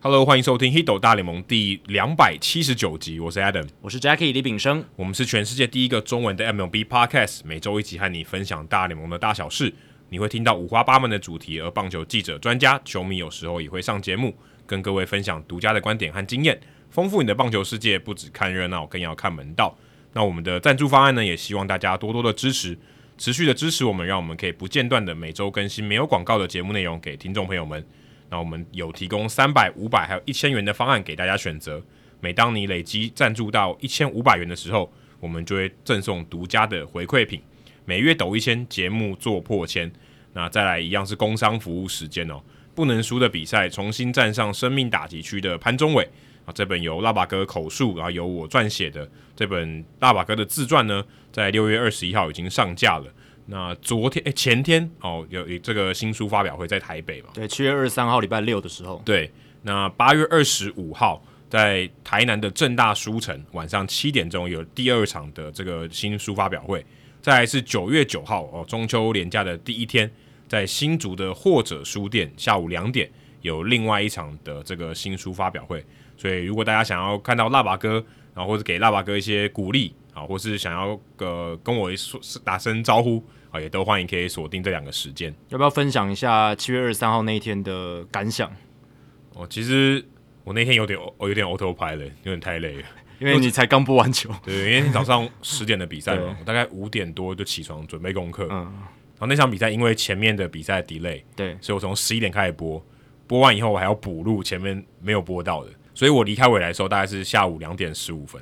Hello，欢迎收听《h i d o 大联盟》第两百七十九集，我是 Adam，我是 Jackie 李炳生。我们是全世界第一个中文的 MLB Podcast，每周一集和你分享大联盟的大小事，你会听到五花八门的主题，而棒球记者、专家、球迷有时候也会上节目，跟各位分享独家的观点和经验，丰富你的棒球世界。不只看热闹，更要看门道。那我们的赞助方案呢，也希望大家多多的支持，持续的支持我们，让我们可以不间断的每周更新没有广告的节目内容给听众朋友们。那我们有提供三百、五百还有一千元的方案给大家选择。每当你累积赞助到一千五百元的时候，我们就会赠送独家的回馈品，每月抖一千，节目做破千。那再来一样是工商服务时间哦，不能输的比赛，重新站上生命打击区的潘宗伟啊，这本由辣爸哥口述，然后由我撰写的这本辣爸哥的自传呢，在六月二十一号已经上架了。那昨天、诶前天哦，有有这个新书发表会在台北嘛？对，七月二十三号礼拜六的时候，对，那八月二十五号在台南的正大书城晚上七点钟有第二场的这个新书发表会，再来是九月九号哦，中秋连假的第一天，在新竹的或者书店下午两点有另外一场的这个新书发表会，所以如果大家想要看到辣爸哥，然后或者给辣爸哥一些鼓励啊，或是想要呃跟我说打声招呼啊，也都欢迎可以锁定这两个时间。要不要分享一下七月二十三号那一天的感想？哦，其实我那天有点哦我有点 auto p i 了，有点太累了。因为你才刚播完球，对，因为你早上十点的比赛嘛对，我大概五点多就起床准备功课。嗯然后那场比赛因为前面的比赛 delay， 对，所以我从十一点开始播，播完以后我还要补录前面没有播到的，所以我离开未来的时候大概是下午两点十五分，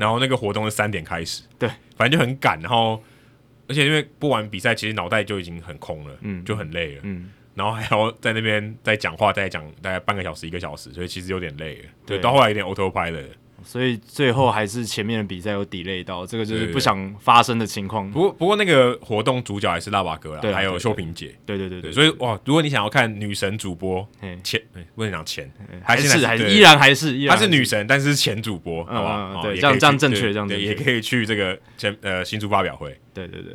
然后那个活动是三点开始，对，反正就很赶，然后而且因为播完比赛，其实脑袋就已经很空了，嗯，就很累了，嗯，然后还要在那边再讲话，再讲大概半个小时一个小时，所以其实有点累了，对，对到后来有点 auto pilot 了。所以最后还是前面的比赛有 delay 到，这个就对是对不想发生的情况。不过不过那个活动主角还是辣爸哥对啦，啊还有对对秀萍姐，对对对对，对，所以哇，如果你想要看女神主播嘿前，哎不能讲前，还现在是还对是依然还是依然她还是女神，但是前主播，好不好？嗯哦对也这可以样去这样正确对这样对正确也可以去这个前呃新书发表会，对对对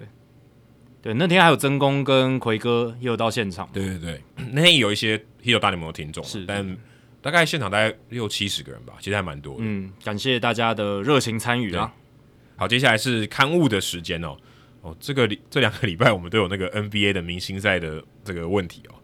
对，那天还有曾公跟奎哥也有到现场，对对对， 那天有一些 Hero 大联盟的听众，啊是但大概现场大概六七十个人吧，其实还蛮多的。嗯，感谢大家的热情参与啊，好，接下来是刊物的时间哦。哦，这个礼这两个礼拜我们都有那个 NBA 的明星赛的这个问题哦。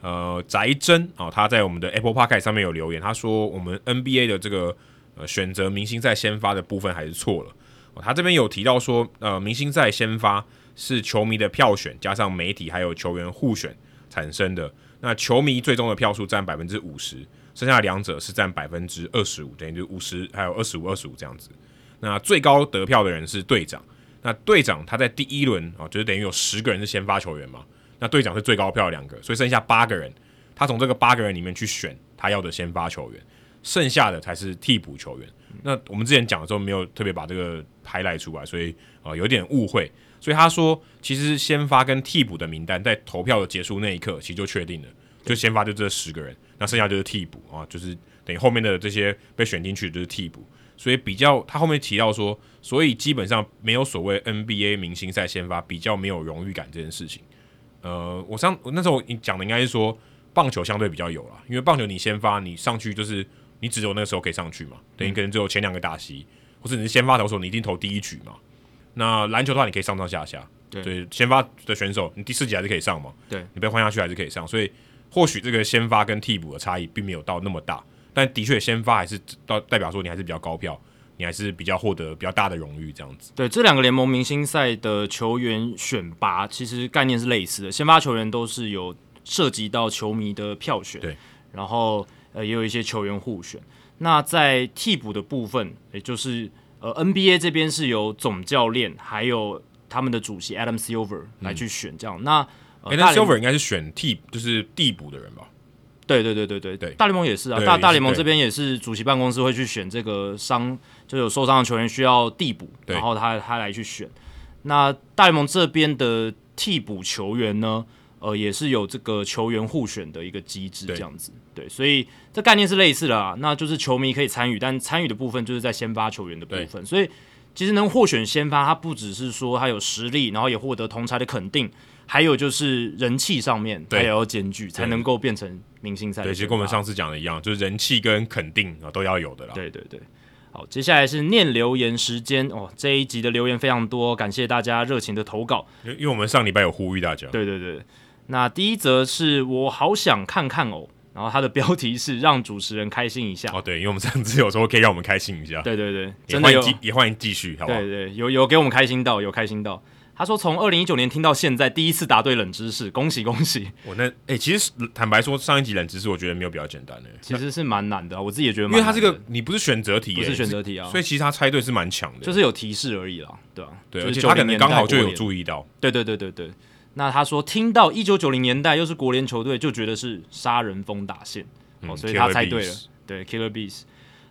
呃，翟真哦，他在我们的 Apple Park 上面有留言，他说我们 NBA 的这个呃选择明星赛先发的部分还是错了。哦，他这边有提到说，呃，明星赛先发是球迷的票选加上媒体还有球员互选产生的。那球迷最终的票数占百分之五十，剩下的两者是占百分之二十五，等于就五十还有二十五、二十五这样子。那最高得票的人是队长。那队长他在第一轮啊、哦就是等于有十个人是先发球员嘛。那队长是最高票的两个，所以剩下八个人，他从这个八个人里面去选他要的先发球员，剩下的才是替补球员。那我们之前讲的时候没有特别把这个 highlight 出来，所以啊、呃有点误会。所以他说，其实先发跟替补的名单在投票的结束那一刻，其实就确定了，就先发就这十个人，那剩下就是替补啊，就是等于后面的这些被选进去的就是替补。所以比较，他后面提到说，所以基本上没有所谓 NBA 明星赛先发比较没有荣誉感这件事情。呃，我上我那时候你讲的应该是说棒球相对比较有啦，因为棒球你先发，你上去就是你只有那个时候可以上去嘛，等于可能只有前两个打席，或是你是先发投手，你一定投第一局嘛。那篮球的话，你可以上上下下，对对，先发的选手你第四局还是可以上嘛，对你被换下去还是可以上，所以或许这个先发跟替补的差异并没有到那么大，但的确先发还是到代表说你还是比较高票，你还是比较获得比较大的荣誉这样子。对，这两个联盟明星赛的球员选拔，其实概念是类似的。先发球员都是有涉及到球迷的票选，对，然后呃也有一些球员互选。那在替补的部分，也就是呃 NBA 这边是由总教练还有他们的主席 Adam Silver 来去选这样。那呃哎、大那联嗯 Silver 应该是选替就是替补的人吧？对对对对对对大联盟也是啊，对大也是大联盟对这边也是主席办公室会去选这个伤，就有受伤的球员需要替补，对然后他他来去选。那大联盟这边的替补球员呢，呃，也是有这个球员互选的一个机制，对这样子。对，所以这概念是类似的啊，那就是球迷可以参与，但参与的部分就是在先发球员的部分，所以。其实能获选先发，他不只是说他有实力，然后也获得同才的肯定，还有就是人气上面，他对也要兼具，才能够变成明星赛的对，其实先跟我们发上次讲的一样，就是人气跟肯定啊都要有的啦。对对对，好，接下来是念留言时间哦。这一集的留言非常多，感谢大家热情的投稿。因为因为我们上礼拜有呼吁大家，对对对，那第一则是我好想看看哦，然后它的标题是让主持人开心一下。哦对，因为我们上次有时候可以让我们开心一下，对对对，也真的欢迎有，继也欢迎继续，好不好对？对有有给我们开心到，有开心到。他说从二零一九年听到现在，第一次答对冷知识，恭喜恭 喜！我那哎、其实坦白说，上一集冷知识我觉得没有比较简单的、其实是蛮难的啊，我自己也觉得因蛮为它难的，这个你不是选择题、不欸，是选择题啊，所以其实他猜对是蛮强的，就是有提示而已啦，对吧、啊对，就而是且90他可能年代刚好就国有联注意到，对对对对对。那他说听到一九九零年代又是国联球队，就觉得是杀人疯打线，哦，嗯所以他 Killer 猜对了 Bees，对 Killer Bees。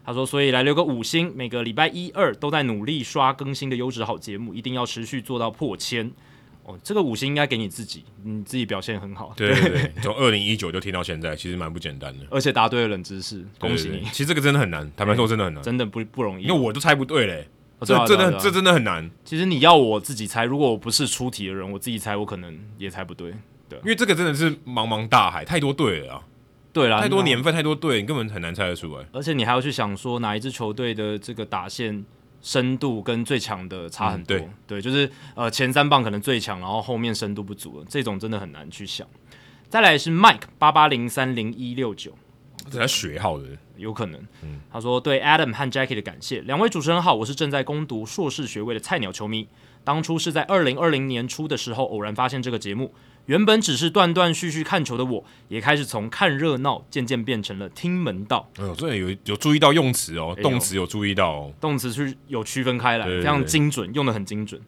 他说，所以来留个五星，每个礼拜一二都在努力刷更新的优质好节目，一定要持续做到破千。哦，这个五星应该给你自己，你自己表现很好，对对对，从二零一九就听到现在，其实蛮不简单的，而且答对了冷知识，恭喜你，对哎对对其实这个真的很难，坦白说真的很难，真的哦啊不不容易因为。我都猜不对嘞、我知道这我知真道的我知这道真的很难，其实你要我自己猜，如果我不是出题的人，我自己猜，我可能也猜不对。因为这个真的是茫茫大海，太多队了啊，对啦，太多那年份，太多队，你根本很难猜得出来。而且你还要去想说哪一支球队的这个打线深度跟最强的差很多，嗯对就是呃前三棒可能最强，然后后面深度不足了，这种真的很难去想。再来是 Mike 八八零三零一六九，啊这才学好的，有可能。他说对 Adam 和 Jackie 的感谢，两位主持人好，我是正在攻读硕士学位的菜鸟球迷。当初是在二零二零年初的时候偶然发现这个节目，原本只是断断续续看球的我，也开始从看热闹渐渐变成了听门道。哎呦，真的有有注意到用词哦，哎呦动词有注意到哦，动词是有区分开来，对对对非常精准，用的很精准。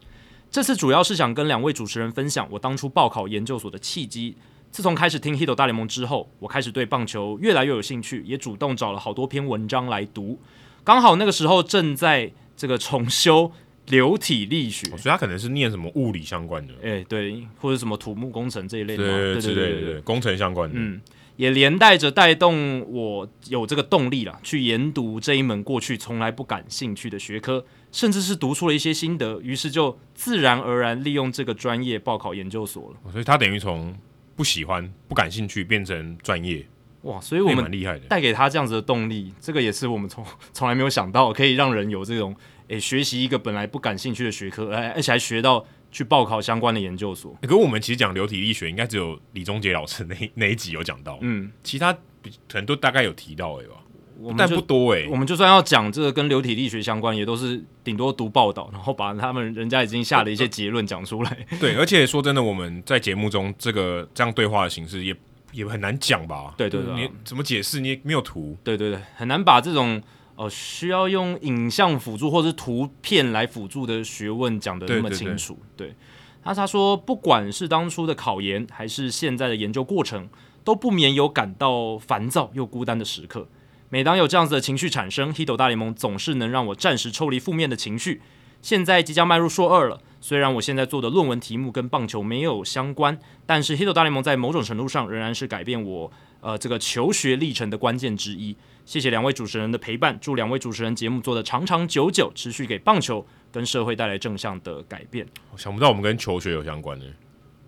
这次主要是想跟两位主持人分享我当初报考研究所的契机。自从开始听《Hito 大联盟》之后，我开始对棒球越来越有兴趣，也主动找了好多篇文章来读。刚好那个时候正在这个重修流体力学，哦所以他可能是念什么物理相关的，哎、对，或者什么土木工程这一类的嘛，对对之对类的对对对，工程相关的，嗯，也连带着带动我有这个动力啦，去研读这一门过去从来不感兴趣的学科，甚至是读出了一些心得，于是就自然而然利用这个专业报考研究所了。哦所以他等于从不喜欢、不感兴趣变成专业，哇，所以这我也蛮们厉害的。带给他这样子的动力，这个也是我们从从来没有想到可以让人有这种诶、学习一个本来不感兴趣的学科，哎，而且还学到去报考相关的研究所。欸可是我们其实讲流体力学，应该只有李忠杰老师那一那一集有讲到，嗯，其他比可能都大概有提到哎、吧，我们但就不多哎、我们就算要讲这个跟流体力学相关，也都是顶多读报道，然后把他们人家已经下的一些结论讲出来。对，而且说真的，我们在节目中这个这样对话的形式也也很难讲吧？对对对啊你怎么解释？你也没有图，对对对，很难把这种呃需要用影像辅助或是图片来辅助的学问讲得那对么对清对楚。对，那他说，不管是当初的考研，还是现在的研究过程，都不免有感到烦躁又孤单的时刻。每当有这样子的情绪产生，《h i t o 大联盟》总是能让我暂时抽离负面的情绪。现在即将迈入硕二了，虽然我现在做的论文题目跟棒球没有相关，但是《h i t o 大联盟》在某种程度上仍然是改变我呃这个求学历程的关键之一。谢谢两位主持人的陪伴，祝两位主持人节目做得长长久久，持续给棒球跟社会带来正向的改变。想不到我们跟求学有相关的、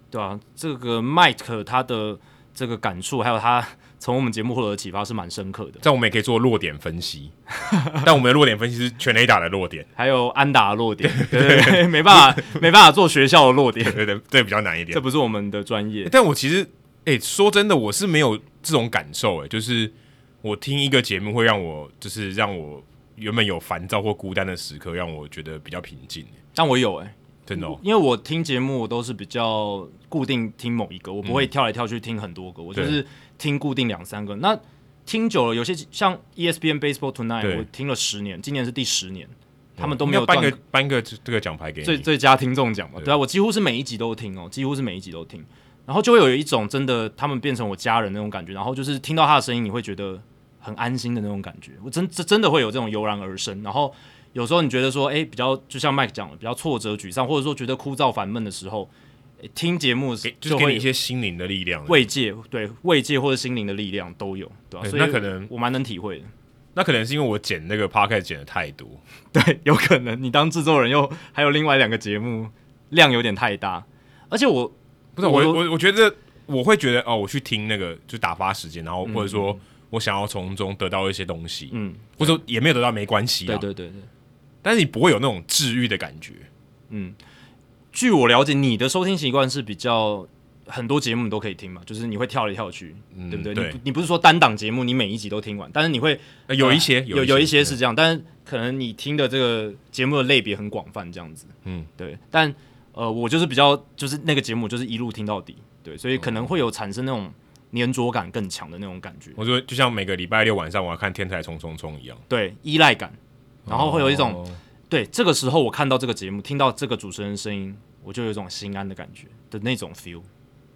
对啊，这个 Mike 他的这个感触，还有他从我们节目获得的启发是蛮深刻的。这样我们也可以做落点分析， 但我们的落点分析是全垒打的落点，还有安打的落点，对对对，没办法，没办法做学校的落点，对对，这比较难一点这。不是我们的专业欸。但我其实，哎、说真的，我是没有这种感受、欸，哎，就是我听一个节目会让我，就是让我原本有烦躁或孤单的时刻，让我觉得比较平静、欸但我有哎、真的、哦。因为我听节目我都是比较固定听某一个，我不会跳来跳去听很多个，我就是听固定两三个。那听久了，有些像 E ESPN Baseball 对 Tonight，我听了十年，今年是第十年，他们都没要有嗯颁断个颁个这这个奖牌给最你，最佳听众奖嘛，对对啊，我几乎是每一集都听哦，几乎是每一集都听，然后就会有一种真的他们变成我家人那种感觉，然后就是听到他的声音，你会觉得很安心的那种感觉，我真这真的会有这种油然而生，然后有时候你觉得说，哎，比较就像 Mike 讲的，比较挫折、沮丧，或者说觉得枯燥、烦闷的时候，诶听节目给就就是给会你一些心灵的力量。慰藉，对慰藉或者心灵的力量都有，对吧、对所以那可能我蛮能体会的， 那可能是因为我剪那个 podcast 剪的太多，对，有可能你当制作人又还有另外两个节目量有点太大，而且我不是我都我我觉得我会觉得哦，我去听那个就打发时间，然后或者说我想要从中得到一些东西，嗯，或者说也没有得到没关系，啊对，对对对，但是你不会有那种治愈的感觉，据我了解，你的收听习惯是比较很多节目你都可以听嘛，就是你会跳来跳去，对不对？嗯对你不你不是说单档节目你每一集都听完，但是你会呃有一些呃有有一些是这样，但是可能你听的这个节目的类别很广泛，这样子，嗯，对。但呃，我就是比较就是那个节目就是一路听到底，对，所以可哦能会有产生那种粘着感更强的那种感觉，我说就像每个礼拜六晚上我要看《天才冲冲冲》一样，对，依赖感，然后会有一种、哦对这个时候我看到这个节目，听到这个主持人的声音，我就有一种心安的感觉的那种 feel，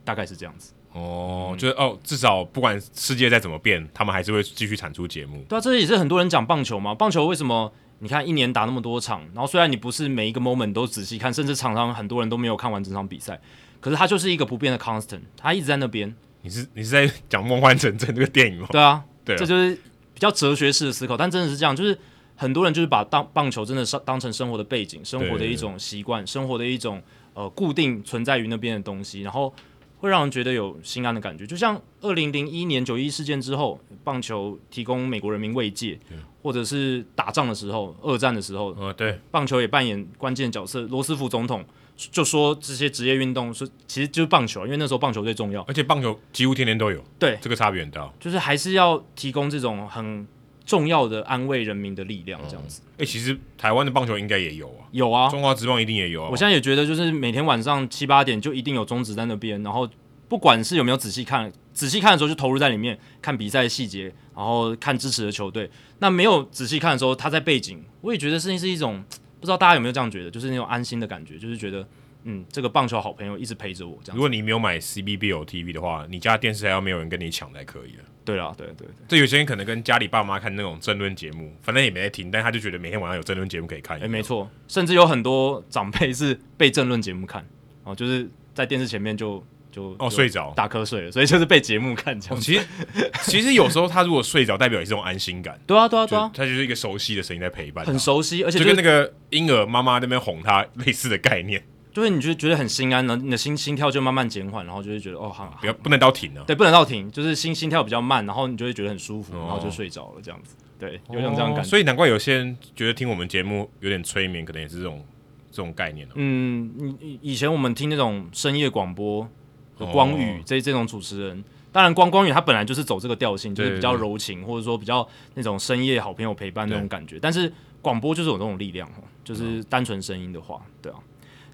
大概是这样子。哦，就是哦，至少不管世界再怎么变，他们还是会继续产出节目。对啊，这也是很多人讲棒球嘛。棒球为什么你看一年打那么多场，然后虽然你不是每一个 moment 都仔细看，甚至常常很多人都没有看完整场比赛，可是它就是一个不变的 constant，它一直在那边。你是你是在 讲《梦幻成真》这个电影吗？对啊，对啊这就是比较哲学式的思考，但真的是这样，就是很多人就是把当棒球真的是当成生活的背景、生活的一种习惯、生活的一种呃固定存在于那边的东西，然后会让人觉得有心安的感觉。就像二零零一年九一事件之后，棒球提供美国人民慰藉，或者是打仗的时候、二战的时候，嗯、对，棒球也扮演关键角色。罗斯福总统就说这些职业运动是其实就是棒球，啊因为那时候棒球最重要。而且棒球几乎天天都有，对，这个差别很大。就是还是要提供这种很重要的安慰人民的力量，这样子、哎、其实台湾的棒球应该也有啊，有啊。中华职棒一定也有啊。我现在也觉得，就是每天晚上七八点就一定有中指在那边，然后不管是有没有仔细看，仔细看的时候就投入在里面，看比赛的细节，然后看支持的球队。那没有仔细看的时候，他在背景，我也觉得是是一种不知道大家有没有这样觉得，就是那种安心的感觉，就是觉得嗯，这个棒球好朋友一直陪着我这样如子。果你没有买 CBBO TV 的话，你家电视还要没有人跟你抢才可以了。对啦，对对对，这有些人可能跟家里爸妈看那种争论节目，反正也没在听，但他就觉得每天晚上有争论节目可以看。哎、没，错，甚至有很多长辈是被政论节目看，哦，就是在电视前面就就哦，就睡着。打瞌睡了，所以就是被节目看这哦样。其实 其实有时候他如果睡着，代表也是种安心感，对啊，对啊，就对啊，他就是一个熟悉的声音在陪伴他，很熟悉，而且就就跟是那个婴儿妈妈那边哄他类似的概 念，就是你就觉得很心安，然后你的心心跳就慢慢减缓，然后就会觉得哦，好，好不要不能到停啊，对，不能到停，就是心心跳比较慢，然后你就会觉得很舒服，哦然后就睡着了这样子。对，有种这样的感哦觉。所以难怪有些人觉得听我们节目有点催眠，可能也是这种这种概念哦。嗯，你以以前我们听那种深夜广播，光宇、哦这这种主持人，当然光光宇他本来就是走这个调性，就是对比较柔情，或者说比较那种深夜好朋友陪伴那种感觉。但是广播就是有这种力量哦，就是啊单纯声音的话，对啊。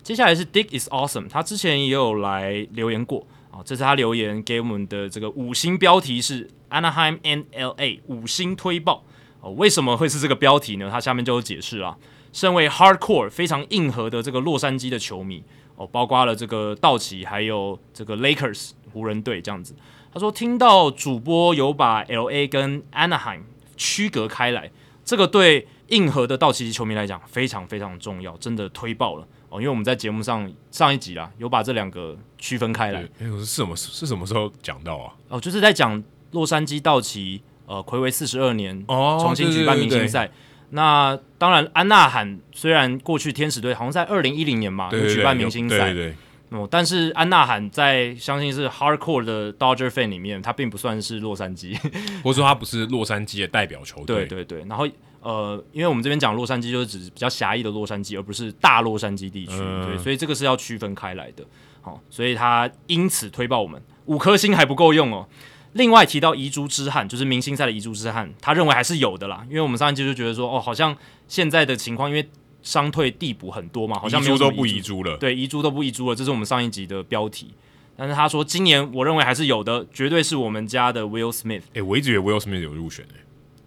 接下来是 Dick is awesome，他之前也有来留言过啊，这次他留言给我们的这个五星标题是 Anaheim and LA 五星推爆哦，为什么会是这个标题呢？他下面就有解释啦。身为 hardcore 非常硬核的这个洛杉矶的球迷哦，包括了这个道奇，还有这个 Lakers 湖人队这样子。他说听到主播有把 L A 跟 Anaheim 区隔开来，这个对硬核的道奇球迷来讲非常非常重要，真的推爆了哦！因为我们在节目上上一集啦，有把这两个区分开来对，哎，我是什么是什么时候讲到啊？哦，就是在讲洛杉矶道奇呃，暌违四十二年哦重新举办明星，赛。那当然，安纳罕虽然过去天使队好像在二零一零年嘛对对对对对对有举办明星赛对，对对，哦，但是安纳罕在相信是 hardcore 的 Dodger fan 里面，他并不算是洛杉矶。或者说他不是洛杉矶的代表球队，对对对，然后呃，因为我们这边讲洛杉矶就是指比较狭义的洛杉矶，而不是大洛杉矶地区，嗯对，所以这个是要区分开来的。好、所以他因此推爆我们五颗星还不够用哦。另外提到遗珠之憾，就是明星赛的遗珠之憾，他认为还是有的啦，因为我们上一季就觉得说，哦，好像现在的情况，因为伤退递补很多嘛，好像遗没有珠什么都不遗珠遗珠了，对，遗珠都不遗珠了，这是我们上一集的标题。但是他说，今年我认为还是有的，绝对是我们家的 Will Smith。哎，我一直以为 Will Smith 有入选诶，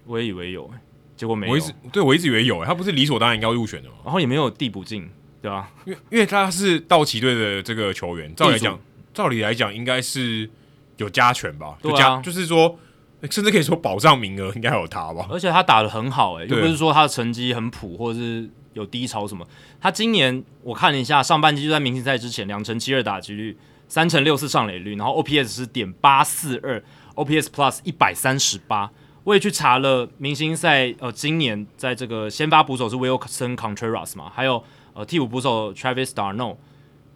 我也以为有，结果没有我一，直对我一直以为有，哎诶他不是理所当然应该要入选的吗？然后也没有递补进，对吧、因为因为他是道奇队的这个球员，照理来地讲，照理来讲应该是有加权吧，就对啊加、就是说，欸甚至可以说保障名额应该有他吧。 而且他打得很好、欸，哎，又对不是说他的成绩很普或者是有低潮什么。他今年我看了一下，上半季就在明星赛之前，两成七二打击率，三成六四上垒率，然后 OPS 是点八四二，OPS Plus 一百三十八。我也去查了明星赛，呃，今年在这个先发捕手是 Wilson Contreras 嘛，还有呃替补捕手 Travis Darno。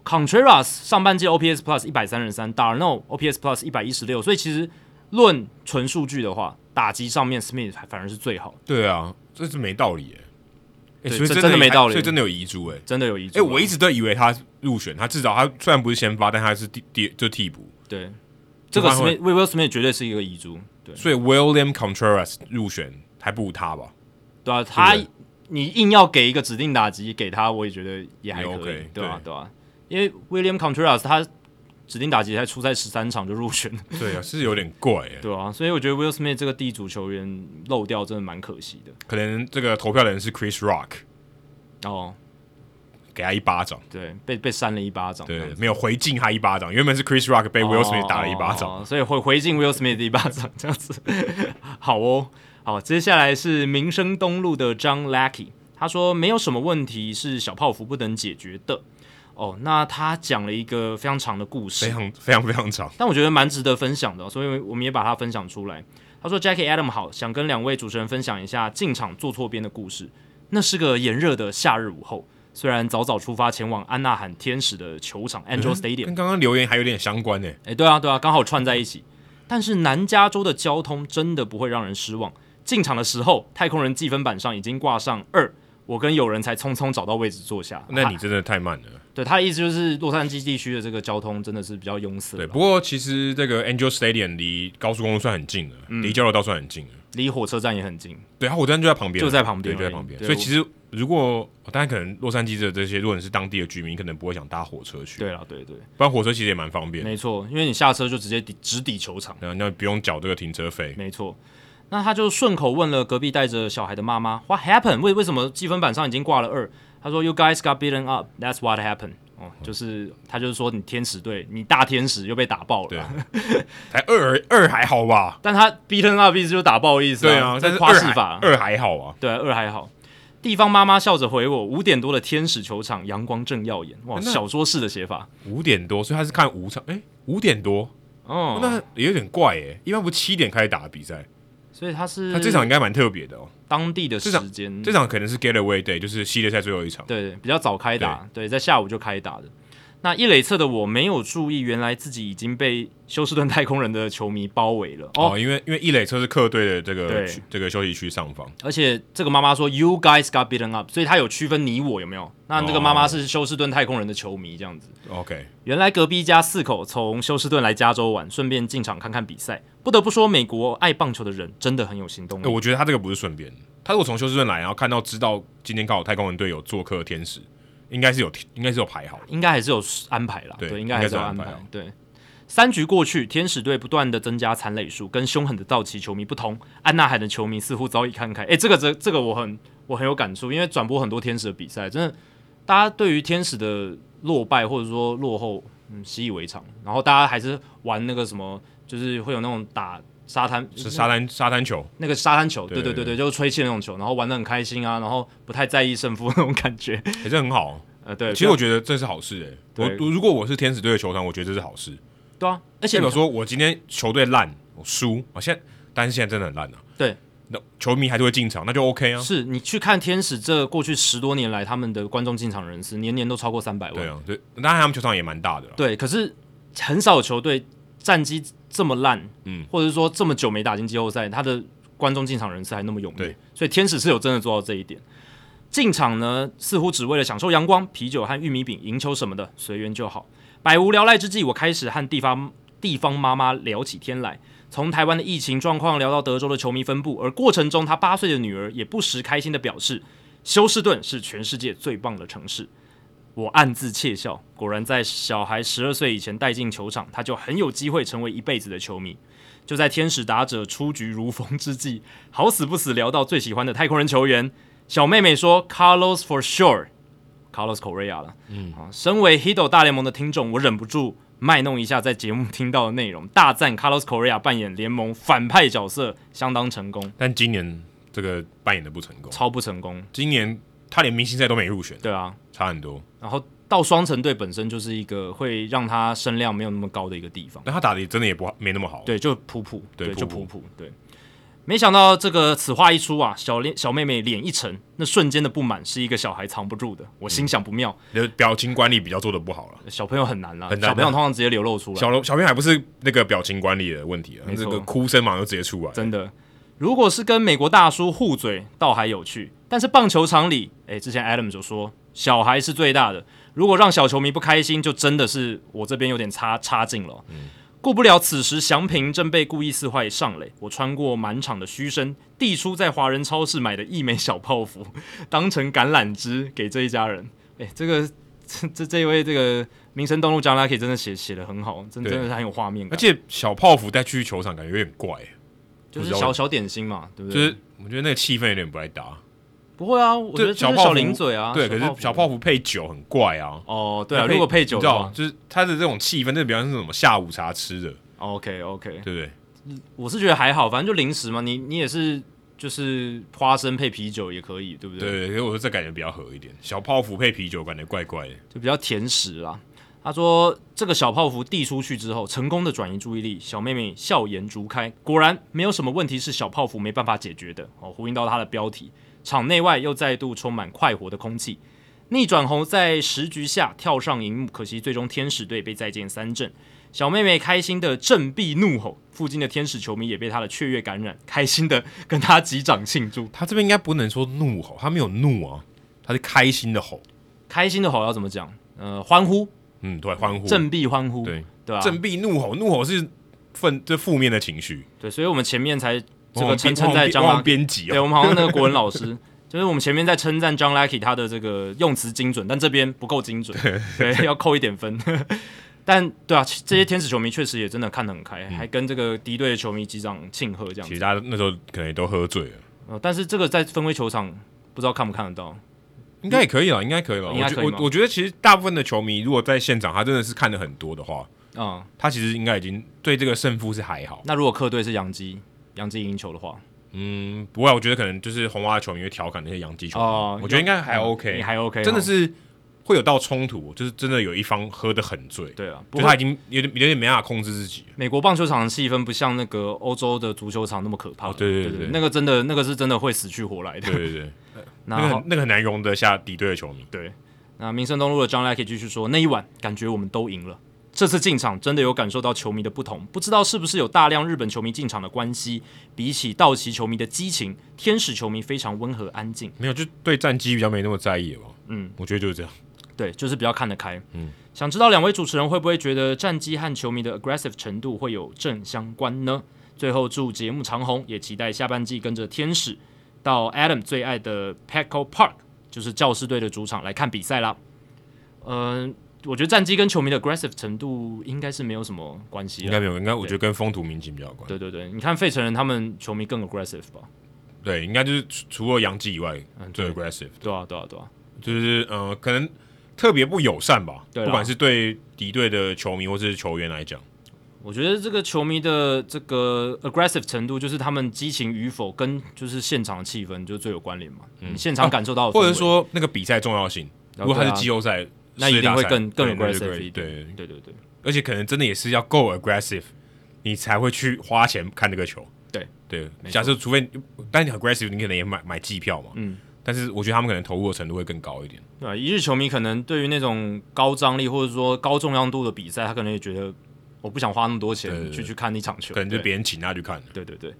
Contreras 上半季 OPS Plus 一百三十三，Darno OPS Plus 一百一十六，所以其实论纯数据的话，打击上面 Smith 反而是最好的，对啊，这是没道理哎、欸对所以这的真的没道理所以真的有遗珠哎、欸。真的有遗哎、珠啊。我一直都以为他入选，他至少他虽然不是先发，但他是第第就替补，对这个慢慢会 Smith Will Smith 绝对是一个遗珠，对所以 William Contreras 入选还不如他吧？对啊，他对你硬要给一个指定打击给他，我也觉得也还可以，也 OK，对啊？对啊，因为 William Contreras 他指定打击才出赛十三场就入选， 对啊，是有点怪哎、对啊，所以我觉得 Will Smith 这个地主球员漏掉真的蛮可惜的。可能这个投票的人是 Chris Rock，哦，给他一巴掌，对，被被扇了一巴掌，这样对，子没有回敬他一巴掌。原本是 Chris Rock 被 Will Smith 打了一巴掌，哦所以回回敬 Will Smith 的一巴掌，这样子。 好哦，好，接下来是民生东路的张 Lucky，他说没有什么问题是小泡芙不能解决的。哦，那他讲了一个非常长的故非事，常非常非常长。但我觉得蛮值得分享的哦、所以我们也把它分享出来。他说：“Jackie Adam 好，想跟两位主持人分享一下进场坐错边的故事。那是个炎热的夏日午后，虽然早早出发前往安纳罕天使的球场 Angel Stadium，跟刚刚留言还有点相关欸呢、哎，对啊，对啊，刚好串在一起。但是南加州的交通真的不会让人失望。进场的时候，太空人计分板上已经挂上二，我跟友人才匆匆找到位置坐下。那他你真的太慢了。对他的意思就是洛杉矶地区的这个交通真的是比较拥塞对，了，不过其实这个 Angel Stadium 离高速公路算很近了，嗯离交流道算很近了。离火车站也很近。对，它啊火车站就在旁边，就在旁边对，就而已在旁边。对所以其实如果当然可能洛杉矶的这些，如果你是当地的居民，可能不会想搭火车去，对了，对对，不然火车其实也蛮方便的，没错，因为你下车就直接抵直抵球场。那那不用缴这个停车费。没错。那他就顺口问了隔壁带着小孩的妈妈，What happened？为为什么积分板上已经挂了二？他说，You guys got beaten up. That's what happened. 嗯哦，就是他就是说你天使队，你大天使又被打爆对了。才二而二还好吧？但他 beaten up 意思就是打爆的意思、对啊，但这是夸二饰还法。二还好啊。对，二还好。地方妈妈笑着回我，五点多的天使球场，阳光正耀眼。哇，那小说式的写法。五点多，所以他是看五场，哎、五点多，哦，那也有点怪哎、一般不七点开始打的比赛，所以他是他这场应该蛮特别的哦、当地的这场时间，这场可能是 Getaway Day，就是系列赛最后一场。对，比较早开打，对，在下午就开打的。那一垒侧的我没有注意，原来自己已经被休斯顿太空人的球迷包围了哦。哦，因为因为一垒车是客队的这对个区这个休息区上方，而且这个妈妈说 “You guys got beaten up”，所以她有区分你我有没有？那那个妈妈是休斯顿太空人的球迷，这样子。 OK，原来隔壁家四口从休斯顿来加州玩，顺便进场看看比赛。不得不说，美国爱棒球的人真的很有行动欸力。我觉得他这个不是顺便，他如果从休斯顿来，然后看到知道今天刚好太空人队有做客天使，应该是有应该是有排好的。应该还是有安排啦，对应该还是有安应该排是有安排。对，三局过去，天使队不断的增加残垒数，跟凶狠的道奇球迷不同，安纳海的球迷似乎早已看开。诶，这个这这个我很我很有感触，因为转播很多天使的比赛，真的大家对于天使的落败或者说落后，嗯，习以为常，然后大家还是玩那个什么，就是会有那种打沙滩是沙滩沙滩球，那个沙滩球，对对对对对对，就是吹气那种球，然后玩的很开心啊，然后不太在意胜负那种感觉。也、是很好。呃，对，其实我觉得这是好事哎、对我我如果我是天使队的球团，我觉得这是好事。对啊，而且代你表说我今天球队烂，我输，我现在但是现在真的很烂啊。对，那球迷还是会进场，那就 OK 啊。是你去看天使这过去十多年来，他们的观众进场人次年年都超过三百万。对啊，对，当然他们球场也蛮大的啦。对可是很少有球队战绩这么烂，嗯嗯，或者是说这么久没打进季后赛，他的观众进场人次还那么踊跃对，所以天使是有真的做到这一点。进场呢，似乎只为了享受阳光、啤酒和玉米饼，赢球什么的随缘就好。百无聊赖之际，我开始和地方地方妈妈聊起天来，从台湾的疫情状况聊到德州的球迷分布，而过程中，她八岁的女儿也不时开心的表示，休斯顿是全世界最棒的城市。我暗自窃笑，果然在小孩十二岁以前带进球场，他就很有机会成为一辈子的球迷。就在天使打者出局如风之际，好死不死聊到最喜欢的太空人球员，小妹妹说 Carlos for sure，Carlos Correa 了。嗯，啊，身为 Hido 大联盟的听众，我忍不住卖弄一下在节目听到的内容，大赞 Carlos Correa 扮演联盟反派角色相当成功，但今年这个扮演的不成功，超不成功。今年他连明星赛都没入选，对啊，差很多。然后到双城队本身就是一个会让他声量没有那么高的一个地方。但他打的真的也不好没那么好。对，就普普，对就普普普普，对。没想到这个此话一出啊，小脸小妹妹脸一沉，那瞬间的不满是一个小孩藏不住的。我心想不妙，你的表情管理比较做的不好了。小朋友很难啦，很难啊小朋友通常直接流露出来。小龙小朋友还不是那个表情管理的问题啊，没这错个哭声马上就直接出来。真的。如果是跟美国大叔互嘴，倒还有趣。但是棒球场里，哎、之前 Adam 就说，小孩是最大的。如果让小球迷不开心，就真的是我这边有点差差劲了。嗯过不了此时，祥平正被故意四坏上垒，我穿过满场的嘘声，递出在华人超市买的一枚小泡芙， 当成橄榄枝给这一家人。哎、这个 这这这一位这个民生东路张拉 K 真的写写的很好，真对真的是很有画面而感，且小泡芙带去球场感觉有点怪，就是小小点心嘛，对不就对？是我觉得那个气氛有点不太搭。不会啊，我觉得对，就是泡芙小零嘴啊。对，可是小泡芙配酒很怪啊。哦，对啊，配如果配酒你知的道话，就是它的这种气氛，那比方是什么下午茶吃的，嗯，OK OK，对不对？我是觉得还好，反正就零食嘛，你你也是就是花生配啤酒也可以，对不对？对，所以我说这感觉比较合一点。小泡芙配啤酒，感觉怪怪的。就比较甜食啦。他说这个小泡芙递出去之后，成功的转移注意力，小妹妹笑颜逐开，果然没有什么问题是小泡芙没办法解决的。哦，呼应到他的标题，场内外又再度充满快活的空气。逆转红在十局下跳上荧幕，可惜最终天使队被再见三振。小妹妹开心的振臂怒吼，附近的天使球迷也被她的雀跃感染，开心的跟她击掌庆祝。他这边应该不能说怒吼，他没有怒啊，他是开心的吼，开心的吼要怎么讲？呃，欢呼，嗯，对，欢呼，振臂欢呼，对，对吧、振臂怒吼，怒吼是愤，这负面的情绪。对，所以我们前面才这我个们编称称赞张我拉们，编辑对哦，我们好像那个国文老师，就是我们前面在称赞张 Lucky 他的这个用词精准，但这边不够精准，对，要扣一点分。 但对啊，其这些天使球迷确实也真的看得很开，还跟这个敌对的球迷击掌庆贺这嗯样其子。实大家那时候可能也都喝醉了，呃，但是这个在分威球场不知道看不看得到，应该也可以了，应该可以了。应该我觉可以吗我我觉得其实大部分的球迷如果在现场，他真的是看的很多的话，嗯，他其实应该已经对这个胜负是还好。那如果客队是杨基，杨基赢球的话，嗯，不会啊，我觉得可能就是红袜球迷会调侃那些洋基球迷，哦我觉得应该还嗯 OK，、你还 OK，真的哦是会有到冲突，哦就是真的有一方喝得很醉，对啊，不就过他已经有点有点没办法控制自己。美国棒球场的气氛不像那个欧洲的足球场那么可怕，哦对对对对对那个真的那个是真的会死去活来的对。对对，那那个好很那个很难容得下敌对的球迷。对，那民生东路的张 Lucky 继续说，那一晚感觉我们都赢了。这次进场真的有感受到球迷的不同，不知道是不是有大量日本球迷进场的关系，比起道奇球迷的激情，天使球迷非常温和安静。没有，就对战绩比较没那么在意了吧。嗯，我觉得就是这样。对，就是比较看得开。嗯，想知道两位主持人会不会觉得战绩和球迷的 aggressive 程度会有正相关呢？最后祝节目长红，也期待下半季跟着天使到 Adam 最爱的 Petco Park，就是教士队的主场来看比赛啦。嗯、我觉得战绩跟球迷的 aggressive 程度应该是没有什么关系应的该。没有，应该我觉得跟风土民情比较有关。对对对，你看费城人他们球迷更 aggressive 吧？对，应该就是除除了洋基以外嗯，最对 aggressive，对啊，对啊，对啊，就是呃，可能特别不友善吧。对啦不管是对敌对的球迷或是球员来讲，我觉得这个球迷的这个 aggressive 程度，就是他们激情与否，跟就是现场的气氛就最有关联嘛。嗯，现场感受到的氛啊围、或者说那个比赛重要性，啊如果他是对啊季后赛，那一定世界大会赛更更对那就 aggressive 一点对，对对对，而且可能真的也是要够 aggressive，你才会去花钱看这个球。对对，错假设除非但你很 aggressive，你可能也买买机票嘛。嗯，但是我觉得他们可能投入的程度会更高一点。对啊，一日球迷可能对于那种高张力或者说高重量度的比赛，他可能也觉得我不想花那么多钱对对对去去看一场球，可能就对别人请他去看了。对对对。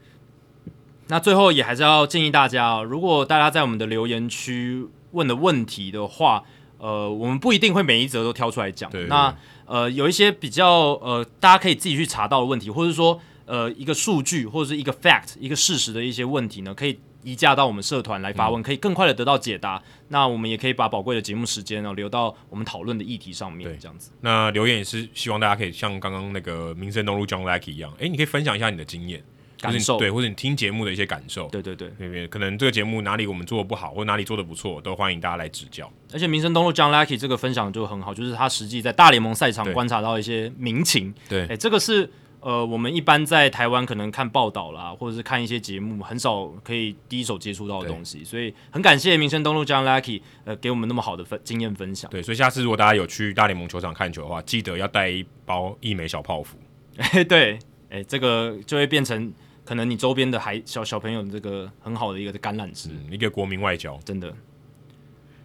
那最后也还是要建议大家啊、如果大家在我们的留言区问的问题的话，呃，我们不一定会每一则都挑出来讲。对对那呃，有一些比较呃，大家可以自己去查到的问题，或者说呃，一个数据或者是一个 fact 一个事实的一些问题呢，可以移驾到我们社团来发嗯问，可以更快的得到解答。那我们也可以把宝贵的节目时间呢、留到我们讨论的议题上面对，这样子。那留言也是希望大家可以像刚刚那个民生东路 John Lucky 一样，哎，你可以分享一下你的经验、感或是你受对，或者你听节目的一些感受。对对对。对，可能这个节目哪里我们做的不好，或哪里做的不错，都欢迎大家来指教。而且民生东路 John Lucky 这个分享就很好，就是他实际在大联盟赛场对观察到一些民情。对哎、这个是呃，我们一般在台湾可能看报道啦，或者是看一些节目，很少可以第一手接触到的对东西。所以很感谢民生东路 John Lucky 呃给我们那么好的分经验 分享。对，所以下次如果大家有去大联盟球场看球的话，记得要带一包一枚小泡芙。对，哎、这个就会变成可能你周边的孩小小朋友的这个很好的一个橄榄枝，嗯，一个国民外交。真的。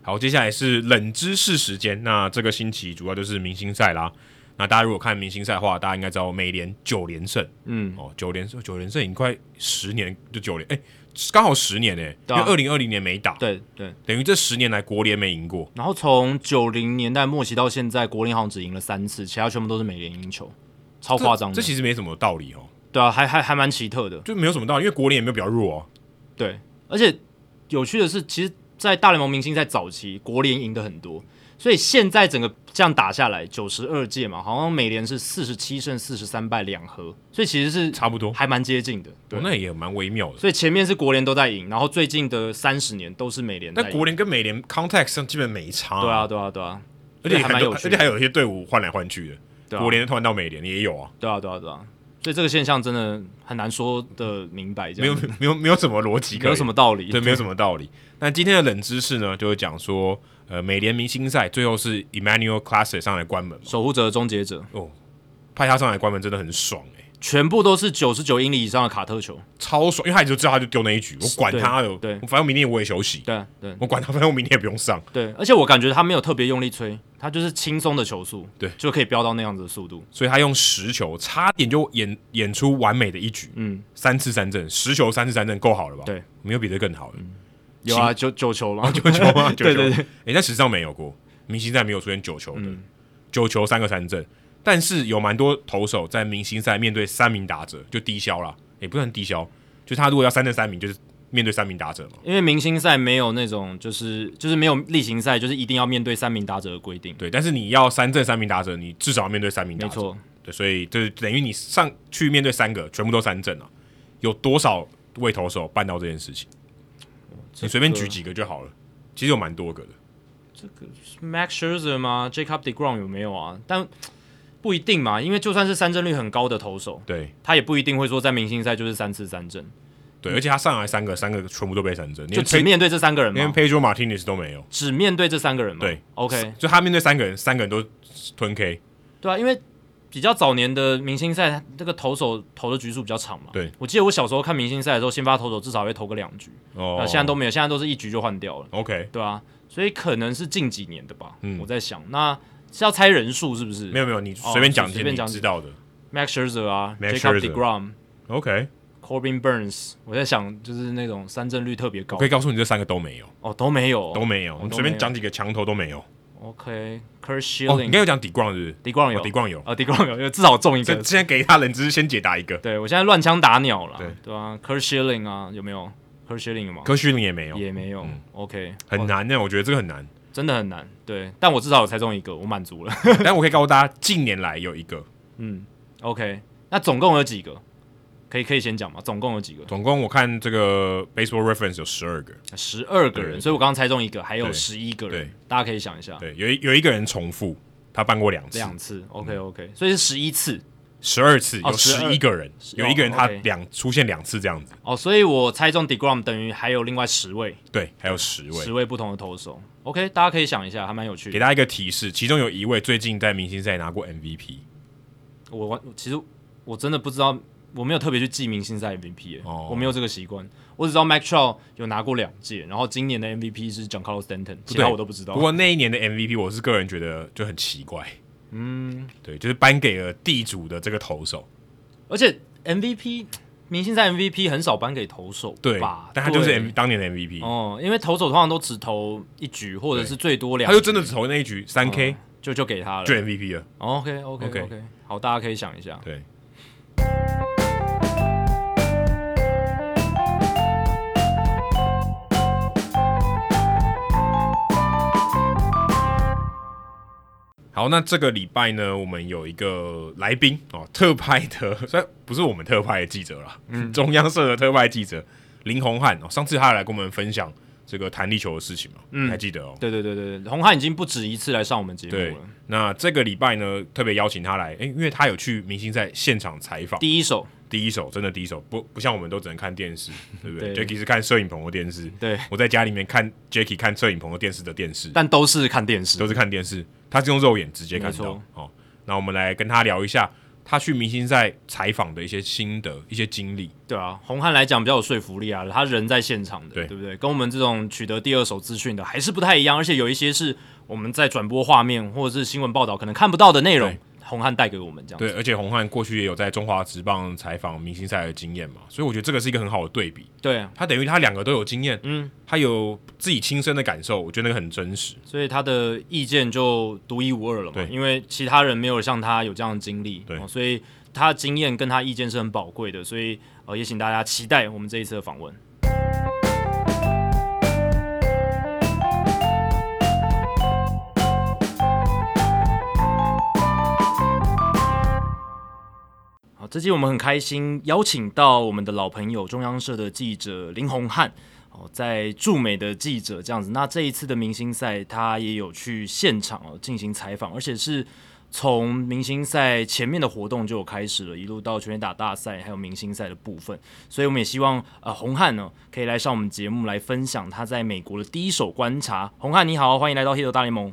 好，接下来是冷知识时间。那这个星期主要就是明星赛啦。那大家如果看明星赛的话，大家应该知道美联九连胜嗯，哦，九连胜，九连胜已经快十年，就九连，哎、刚好十年哎、对啊因为二零二零年没打，对对。等于这十年来国联没赢过。然后从九零年代末期到现在，国联好像只赢了三次，其他全部都是美联赢球，超夸张的这，这其实没什么道理哦，对啊，还还还蛮奇特的。就没有什么道理，因为国联也没有比较弱啊。对，而且有趣的是，其实，在大联盟明星赛早期，国联赢的很多，所以现在整个这样打下来，九十二届嘛，好像美联是四十七胜四十三败两和，所以其实是差不多还蛮接近的。对，哦、那也蛮微妙的。所以前面是国联都在赢，然后最近的三十年都是美联在但赢。国联跟美联 contact 上基本没差、对啊，，对啊，对啊，而且还蛮很多有趣而且的还有一些队伍换来换去的，对啊国联换到美联也有啊，对啊，对啊，对啊，所以这个现象真的很难说的明白，这没有样没有没有什么逻辑可言，没有什么道理。对，没有什么道理。那今天的冷知识呢，就是讲说，呃，美联明星赛最后是 Emmanuel Classic 上来关门嘛，守护者、终结者，哦，派他上来关门真的很爽哎、全部都是九十九英里以上的卡特球。超爽，因为他也就知道他就丢那一局，我管他的，对对我反正明天我也休息，对啊对啊，我管他，反正我明天也不用上，对，而且我感觉他没有特别用力吹，他就是轻松的球速，对就可以飙到那样子的速度。所以他用十球，差点就演演出完美的一局，嗯，三次三振，十球三次三振够好了吧？对，没有比这更好了，有啊，九九球嘛，九球啊，九球， 对嗯对对，诶在史上没有过，明星赛没有出现九球的，九球三个三振，但是有蛮多投手在明星赛面对三名打者就低消啦，也、不算低消，就是他如果要三振三名，就是面对三名打者嘛，因为明星赛没有那种就是就是没有例行赛，就是一定要面对三名打者的规定。对，但是你要三振三名打者，你至少要面对三名打没者，错，对，所以就是等于你上去面对三个，全部都三振了、啊有多少位投手办到这件事情？你随便举几个就好了，其实有蛮多个的。这个是 Max Scherzer 吗？Jacob Degrom 有没有啊？但不一定嘛，因为就算是三振率很高的投手，对他也不一定会说在明星赛就是三次三振，对，而且他上来三个，三个全部都被三振，嗯就连只 Pe- 面对这三个人连嘛， Pedro Martinez 都没有。只面对这三个人嘛。对，OK，就他面对三个人，三个人都吞 K，对啊，因为比较早年的明星赛，这个投手投的局数比较长嘛。对，我记得我小时候看明星赛的时候，先发投手至少会投个两局，哦啊、，现在都没有，现在都是一局就换掉了， OK，对啊，所以可能是近几年的吧。嗯我在想，那是要猜人数是不是？没有有没有，你哦随便讲一些随便你讲知道的 Max Scherzer 啊 Max Jacob Scherzer Degrom、 ，OK， Corbin Burns，我在想就是那种三振率特别高我可以告诉你这三个都没有，哦，都没哦有哦，都没有，我们都随没便有哦讲几个强头都没有。 OK。Kurt 哦，你 Schilling、刚有讲 d e g r o n 是 Degrom 不是？有哦 d e g r o n 有，啊，Degrom 有，因为哦至少中一这个。现在给他人只是先解答一个，对我现在乱枪打鸟了，对对啊，Kurt Schilling 啊，有没有？Kurt Schilling 有吗？科训也没有，也哦没有、o k 嗯很难呢，我觉得这个很难。真的很难。对，但我至少有猜中一个，我满 足了。但我可以告诉大家，近年来有一个，嗯，OK，那总共有几个？可以可以先讲嘛，总共有几个？总共我看这个 Baseball Reference 有十二个，十二个对人，所以我刚刚猜中一个，还有对十一个人对，大家可以想一下，对，有一有一个人重复，他办过两次，嗯两次，OK OK，所以是十一次十二次，哦有十一12个人，有一个人哦他，OK 两出现两次这样子，哦，所以我猜中 Degrom 等于还有另外十位，对，还有十位十。位不同的投手，OK，大家可以想一下，还蛮有趣给的。大家一个提示，其中有一位最近在明星赛拿过 MVP 我完，其实我真的不知道，我没有特别去记明星赛 MVP，、欸哦我没有这个习惯。我只知道 Mac Trout 有拿过两届，然后今年的 MVP 是 John Carlos Stanton，其他我都不知道不。过那一年的 MVP，我是个人觉得就很奇怪。嗯，对，就是颁给了地主的这个投手，而且 MVP 明星赛 MVP 很少颁给投手对吧，？但他就是对 M 当年的 MVP，、哦，因为投手通常都只投一局，或者是最多两他局，就真的只投那一局三 K、就就给他了。就 MVP 了。 OK OK OK OK，, 好，大家可以想一下。对，好，那这个礼拜呢，我们有一个来宾哦，特派的， 虽然不是我们特派的记者啦，中央社的特派记者林宏汉哦，上次他有来跟我们分享这个弹力球的事情嘛，你还记得哦？对对对对对，红汉已经不止一次来上我们节对目了，，那这个礼拜呢，特别邀请他来，诶、因为他有去明星赛现场采访，第一手第一手，真的第一手，不不像我们都只能看 电视，对不对对？Jacky 是看摄影棚的电视，对，我在家里面看 Jacky 看摄影棚的电视的电视，但都是看电视都。是看电视，他是用肉眼直接看没到错。哦，那我们来跟他聊一下他去明星赛采访的一些心得、一些经历。对啊，红汉来讲比较有说服力啊，他人在现场的，对不对？跟我们这种取得第二手资讯的还是不太一样，而且有一些是我们在转播画面或者是新闻报道可能看不到的内容对，红汉带给我们这样子。对，而且洪汉过去也有在中华职棒采访明星赛的经验嘛，所以我觉得这个是一个很好的对比。对啊，他等于他两个都有经验，嗯，他有自己亲身的感受，我觉得那个很真实。所以他的意见就独一无二了嘛对。因为其他人没有像他有这样的经历，对哦所以他的经验跟他意见是很宝贵的。所以呃，也请大家期待我们这一次的访问。好，这集我们很开心邀请到我们的老朋友中央社的记者林宏汉。哦，在驻美的记者这样子。那这一次的明星赛，他也有去现场哦进行采访，而且是从明星赛前面的活动就有开始了，一路到全垒打大赛还有明星赛的部分。所以我们也希望呃红汉呢可以来上我们节目来分享他在美国的第一手观察。红汉你好，欢迎来到《黑头大联盟》。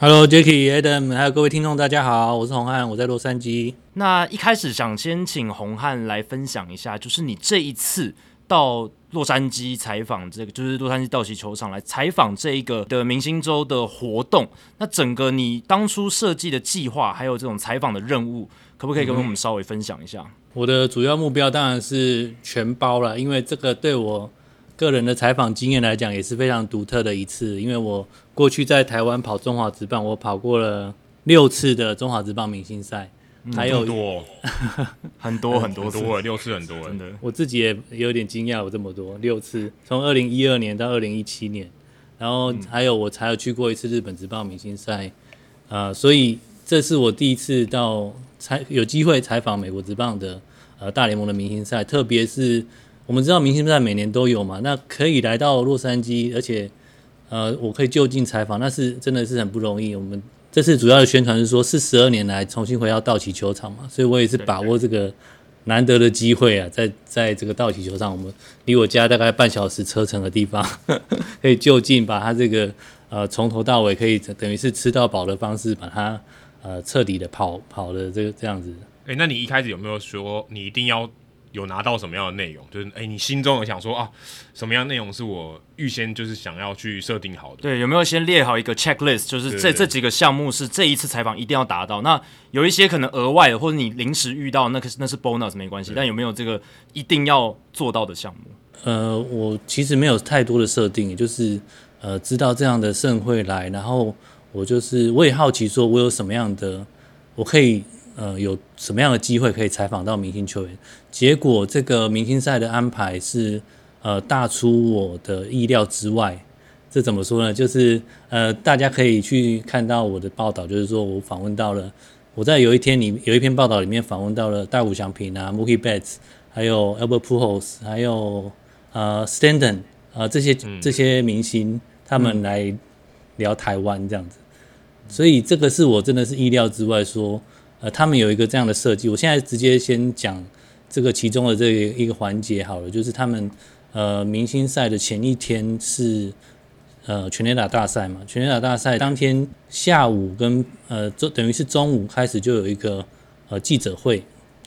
Hello, Jacky, Adam，还有各位听众，大家好，我是洪汉，我在洛杉矶。那一开始想先请红汉来分享一下，就是你这一次到洛杉矶采访这个，就是洛杉矶道奇球场来采访这一个的明星周的活动。那整个你当初设计的计划，还有这种采访的任务，可不可以跟我们稍微分享一下？我的主要目标当然是全包了，因为这个对我个人的采访经验来讲也是非常独特的一次。因为我过去在台湾跑中华职棒，我跑过了六次的中华职棒明星赛，还哎这么有多哦很多很多很多了，六次很多了，真的我自己也有点惊讶，有这么多六次，从二零一二年到二零一七年，然后嗯还有我才有去过一次日本职棒明星赛，呃，所以这是我第一次到采有机会采访美国职棒的呃大联盟的明星赛，特别是我们知道明星赛每年都有嘛，那可以来到洛杉矶，而且呃我可以就近采访，那是真的是很不容易。我们这次主要的宣传是说，是十二年来重新回到道奇球场嘛，所以我也是把握这个。难得的机会啊，在在这个道奇球场，我们离我家大概半小时车程的地方， 可以就近把它这个呃从头到尾可以等于是吃到饱的方式，把它呃彻底的跑跑的这个这样子。哎、那你一开始有没有说你一定要有拿到什么样的内容？就是哎、你心中有想说啊，什么样的内容是我预先就是想要去设定好的？对，有没有先列好一个 checklist，就是这对对这几个项目是这一次采访一定要达到。那有一些可能额外的，或者你临时遇到，那可是那是 bonus 没关系。但有没有这个一定要做到的项目？呃，我其实没有太多的设定，也就是呃知道这样的盛会来，然后我就是我也好奇说，我有什么样的，我可以呃有什么样的机会可以采访到明星球员？结果这个明星赛的安排是呃大出我的意料之外。这怎么说呢？就是呃，大家可以去看到我的报道，就是说我访问到了，我在有一天里有一篇报道里面访问到了大谷翔平啊、Mookie Betts，还有 Albert Pujols，还有呃 Stanton 啊、呃、这些这些明星，他们来聊台湾这样子。所以这个是我真的是意料之外说呃，他们有一个这样的设计。我现在直接先讲这个其中的这一个环节好了，就是他们呃明星赛的前一天是呃全垒打大赛嘛，全垒打大赛当天下午跟呃中等于是中午开始就有一个呃记者会，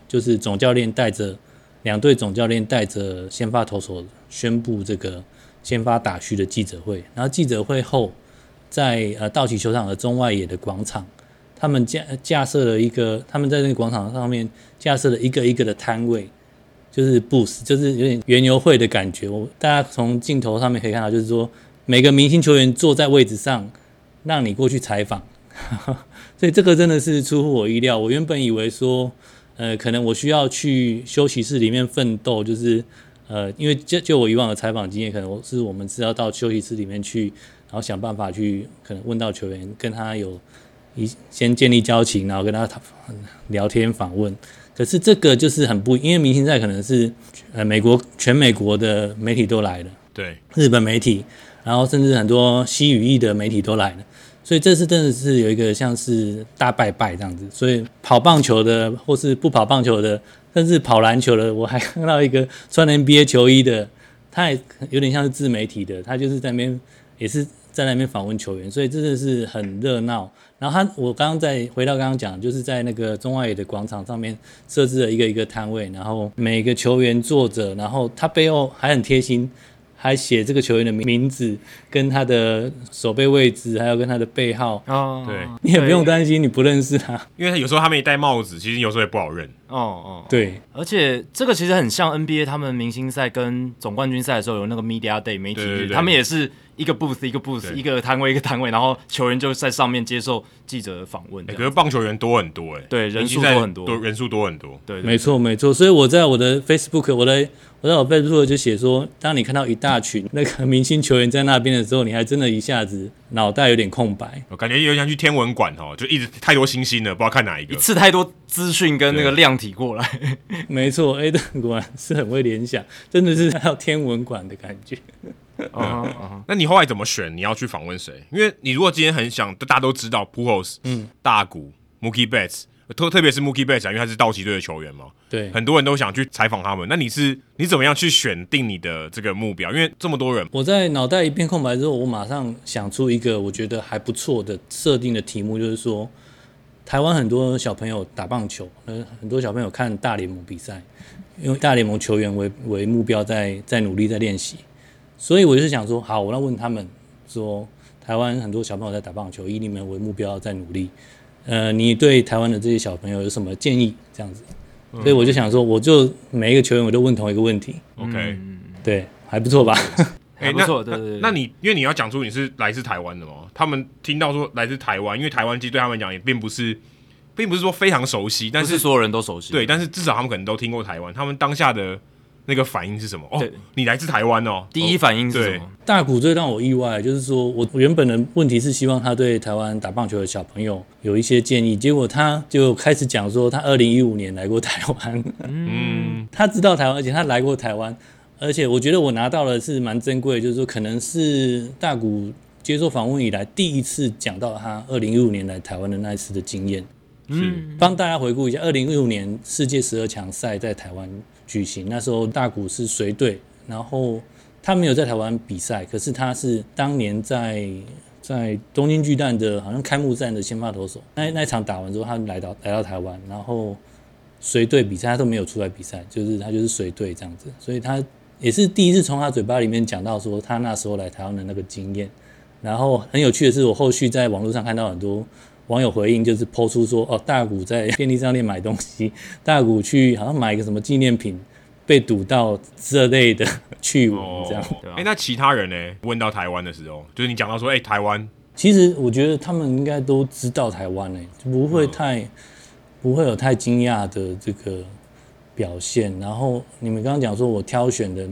就是总教练带着两队总教练带着先发投手宣布这个先发打序的记者会，然后记者会后，在呃道奇球场的中外野的广场，他们架架设了一个，他们在那个广场上面架设了一个一个的摊位，就是 booth，就是有点园游会的感觉。我大家从镜头上面可以看到，就是说每个明星球员坐在位置上，让你过去采访。 所以这个真的是出乎我意料。我原本以为说，呃，可能我需要去休息室里面奋斗，就是呃，因为就就我以往的采访经验，可能我是我们是要到休息室里面去，然后想办法去可能问到球员，跟他有一先建立交情，然后跟他讨呃聊天访问。可是这个就是很不，因为明星赛可能是呃美国全美国的媒体都来了。对，日本媒体，然后甚至很多西语裔的媒体都来了，所以这次真的是有一个像是大拜拜这样子。所以跑棒球的，或是不跑棒球的，甚至跑篮球的，我还看到一个穿 NBA 球衣的，他也有点像是自媒体的，他就是在那边也是在那边访问球员，所以真的是很热闹。然后他，我刚刚在回到刚刚讲，就是在那个中外野的广场上面设置了一个一个摊位，然后每个球员坐着，然后他背后还很贴心，还写这个球员的名字、跟他的手背位置，还有跟他的背号。哦，对你也不用对担心你不认识 他，因为他有时候他们也戴帽子，其实有时候也不好认。哦哦，对而且这个其实很像 NBA 他们明星赛跟总冠军赛的时候有那个 Media Day 媒体对对日，对他们也是一个 booth 一个 booth 对一个摊位一个摊位，然后球员就在上面接受记者的访问这哎、样。可是棒球员多很多哎、对人数明星赛多很多人数多很多。对，对没错没错。所以我在我的 Facebook，我的我在我 Facebook 就写说，当你看到一大群那个明星球员在那边的时候，你还真的一下子脑袋有点空白。我哦感觉有点像去天文馆哦，就一直太多星星了，不知道看哪一个一。次太多资讯跟那个对量体过来，没错，A 顿果然是很会联想，真的是到天文馆的感觉。哦嗯哼嗯哼那你后来怎么选？你要去访问谁？因为你如果今天很想，大家都知道 Pujols，嗯，大谷 Mookie Betts，特特别是 Mookie Betts，啊因为他是道奇队的球员嘛，对，很多人都想去采访他们。那你是你怎么样去选定你的这个目标？因为这么多人，嗯我在脑袋一片空白之后，我马上想出一个我觉得还不错的设定的题目，就是说，台湾很多小朋友打棒球，呃，很多小朋友看大联盟比赛，用大联盟球员为为目标在在努力在练习，所以我就想说，好，我要问他们说，台湾很多小朋友在打棒球，以你们为目标在努力，呃，你对台湾的这些小朋友有什么建议？这样子，所以我就想说，我就每一个球员我都问同一个问题， ，OK，哎、对，还不错吧？还不那错对对对那那你因为你要讲出你是来自台湾的嘛，他们听到说来自台湾，因为台湾其实对他们讲也并不是，并不是说非常熟悉，但不是是所有人都熟悉。对，但是至少他们可能都听过台湾，他们当下的那个反应是什么？哦对，你来自台湾哦，第一哦反应是什对么？大谷最让我意外，就是说我我原本的问题是希望他对台湾打棒球的小朋友有一些建议，结果他就开始讲说他二零一五年来过台湾，嗯，他知道台湾，而且他来过台湾，而且我觉得我拿到的是蛮珍贵的，就是说可能是大谷接受访问以来第一次讲到他二零一五年来台湾的那一次的经验。嗯是帮大家回顾一下，二零一五年世界十二强赛在台湾举行，那时候大谷是随队，然后他没有在台湾比赛，可是他是当年在在东京巨蛋的好像开幕战的先发投手，那那一场打完之后，他来到来到台湾，然后随队比赛，他都没有出来比赛，就是他就是随队这样子，所以他也是第一次从他嘴巴里面讲到说他那时候来台湾的那个经验。然后很有趣的是，我后续在网络上看到很多网友回应，就是抛出说哦，大谷在便利商店买东西，大谷去好像买一个什么纪念品被堵到这类的趣闻哦这样。，哎、对啊那其他人呢？问到台湾的时候，就是你讲到说，哎、台湾其实我觉得他们应该都知道台湾诶、不会太、不会有太惊讶的这个表现。然后你们刚刚讲说我挑选的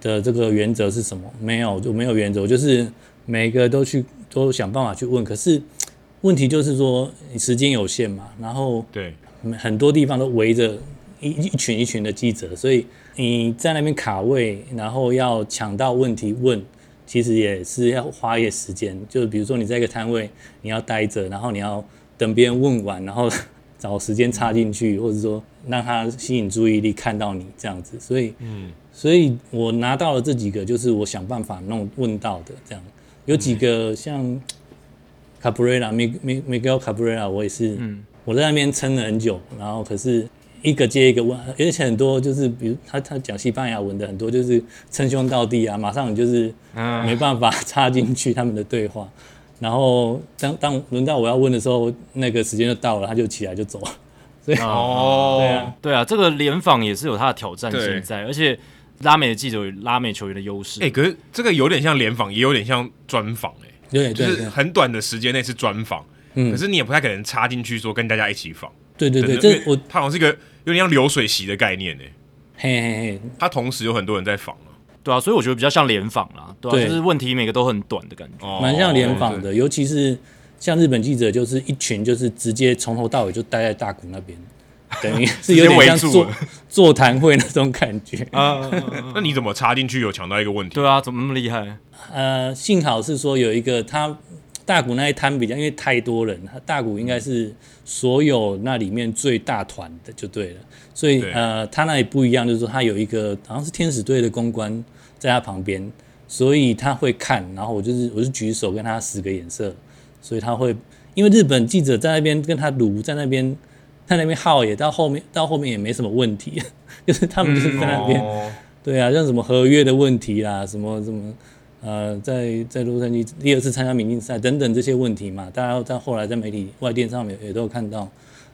的这个原则是什么？没有，就没有原则，我就是每个都去都想办法去问。可是问题就是说时间有限嘛，然后对，很多地方都围着一一群一群的记者，所以你在那边卡位，然后要抢到问题问，其实也是要花一些时间。就是比如说你在一个摊位，你要待着，然后你要等别人问完，然后找时间插进去，或者说让他吸引注意力看到你这样子。所以，嗯，所以我拿到了这几个，就是我想办法弄问到的这样。有几个像 Cabrera、Mig- Mig- Miguel Cabrera，我也是，嗯我在那边撑了很久，然后可是一个接一个问，而且很多就是，比如他他讲西班牙文的很多就是称兄道弟啊，马上你就是啊没办法插进去他们的对话。然后当当轮到我要问的时候，那个时间就到了，他就起来就走了。哦，对啊，对啊，这个联访也是有它的挑战对性在，而且拉美的记者有拉美球员的优势。哎、可是这个有点像联访，也有点像专访、哎，对就对是对很短的时间内是专访，可是你也不太可能插进去说跟大家一起访，对对对，真的因这为我它好像是一个有点像流水席的概念呢、哎嘿嘿嘿，它同时有很多人在访啊对啊，所以我觉得比较像联访啦，对啊，对就是问题每个都很短的感觉。哦蛮像联访的，尤其是像日本记者，就是一群就是直接从头到尾就待在大谷那边， 等于是有点像直接围住座了座谈会那种感觉。那你怎么插进去有抢到一个问题？对啊，怎么那么厉害？呃，幸好是说有一个他大谷那一摊比较，因为太多人，他大谷应该是所有那里面最大团的就对了，所以对呃，他那里不一样，就是说他有一个好像是天使队的公关在他旁边，所以他会看，然后我就是我就举手跟他使个眼色，所以他会因为日本记者在那边跟他撸，在那边在那边耗也到后面到后面也没什么问题， 就是他们就是在那边、哦对啊，像什么合约的问题啦，什么什么呃，在在洛杉矶第二次参加明星赛等等这些问题嘛，大家在后来在媒体外电上面也都有看到。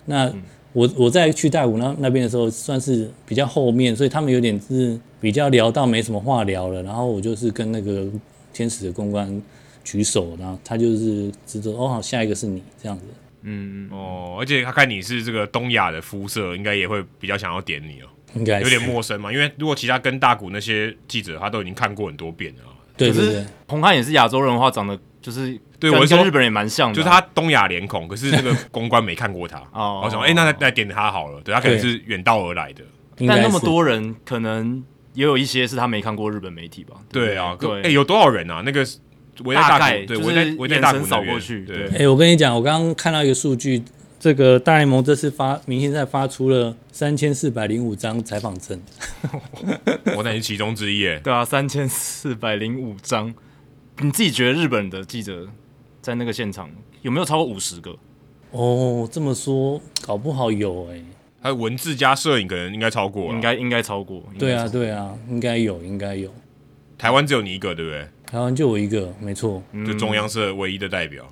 那我我在去大谷那那边的时候，算是比较后面，所以他们有点是比较聊到没什么话聊了。然后我就是跟那个天使的公关举手，然后他就是知道哦，好，下一个是你这样子。嗯，哦，而且他看你是这个东亚的肤色，应该也会比较想要点你哦，应该有哎是点陌生嘛。因为如果其他跟大谷那些记者，他都已经看过很多遍了啊，对可对是对，彭汉也是亚洲人的话，长得就是对跟我是说跟日本人也蛮嗯像的啊，就是他东亚脸孔，可是 这个公关没看过他。哦我想，哎，那那点他好了，对他可能对是远道而来的。应该但那是么多人，可能也有一些是他没看过日本媒体吧？不对啊，对，哎，有多少人啊？那个围在大大概谷，对，就是围在围在大谷眼神那扫边过去对哎、，我跟你讲，我刚刚看到一个数据，这个大联盟这次发明星赛发出了三千四百零五张采访证， 我乃是其中之一耶。对啊，三千四百零五张，你自己觉得日本的记者在那个现场有没有超过五十个？哦，这么说搞不好有哎、还有文字加摄影，可能应该超过了。应该应该超过，应该对啊，超过，对啊，应该有，应该有，台湾只有你一个，对不对？台湾就我一个，没错，嗯就中央社唯一的代表。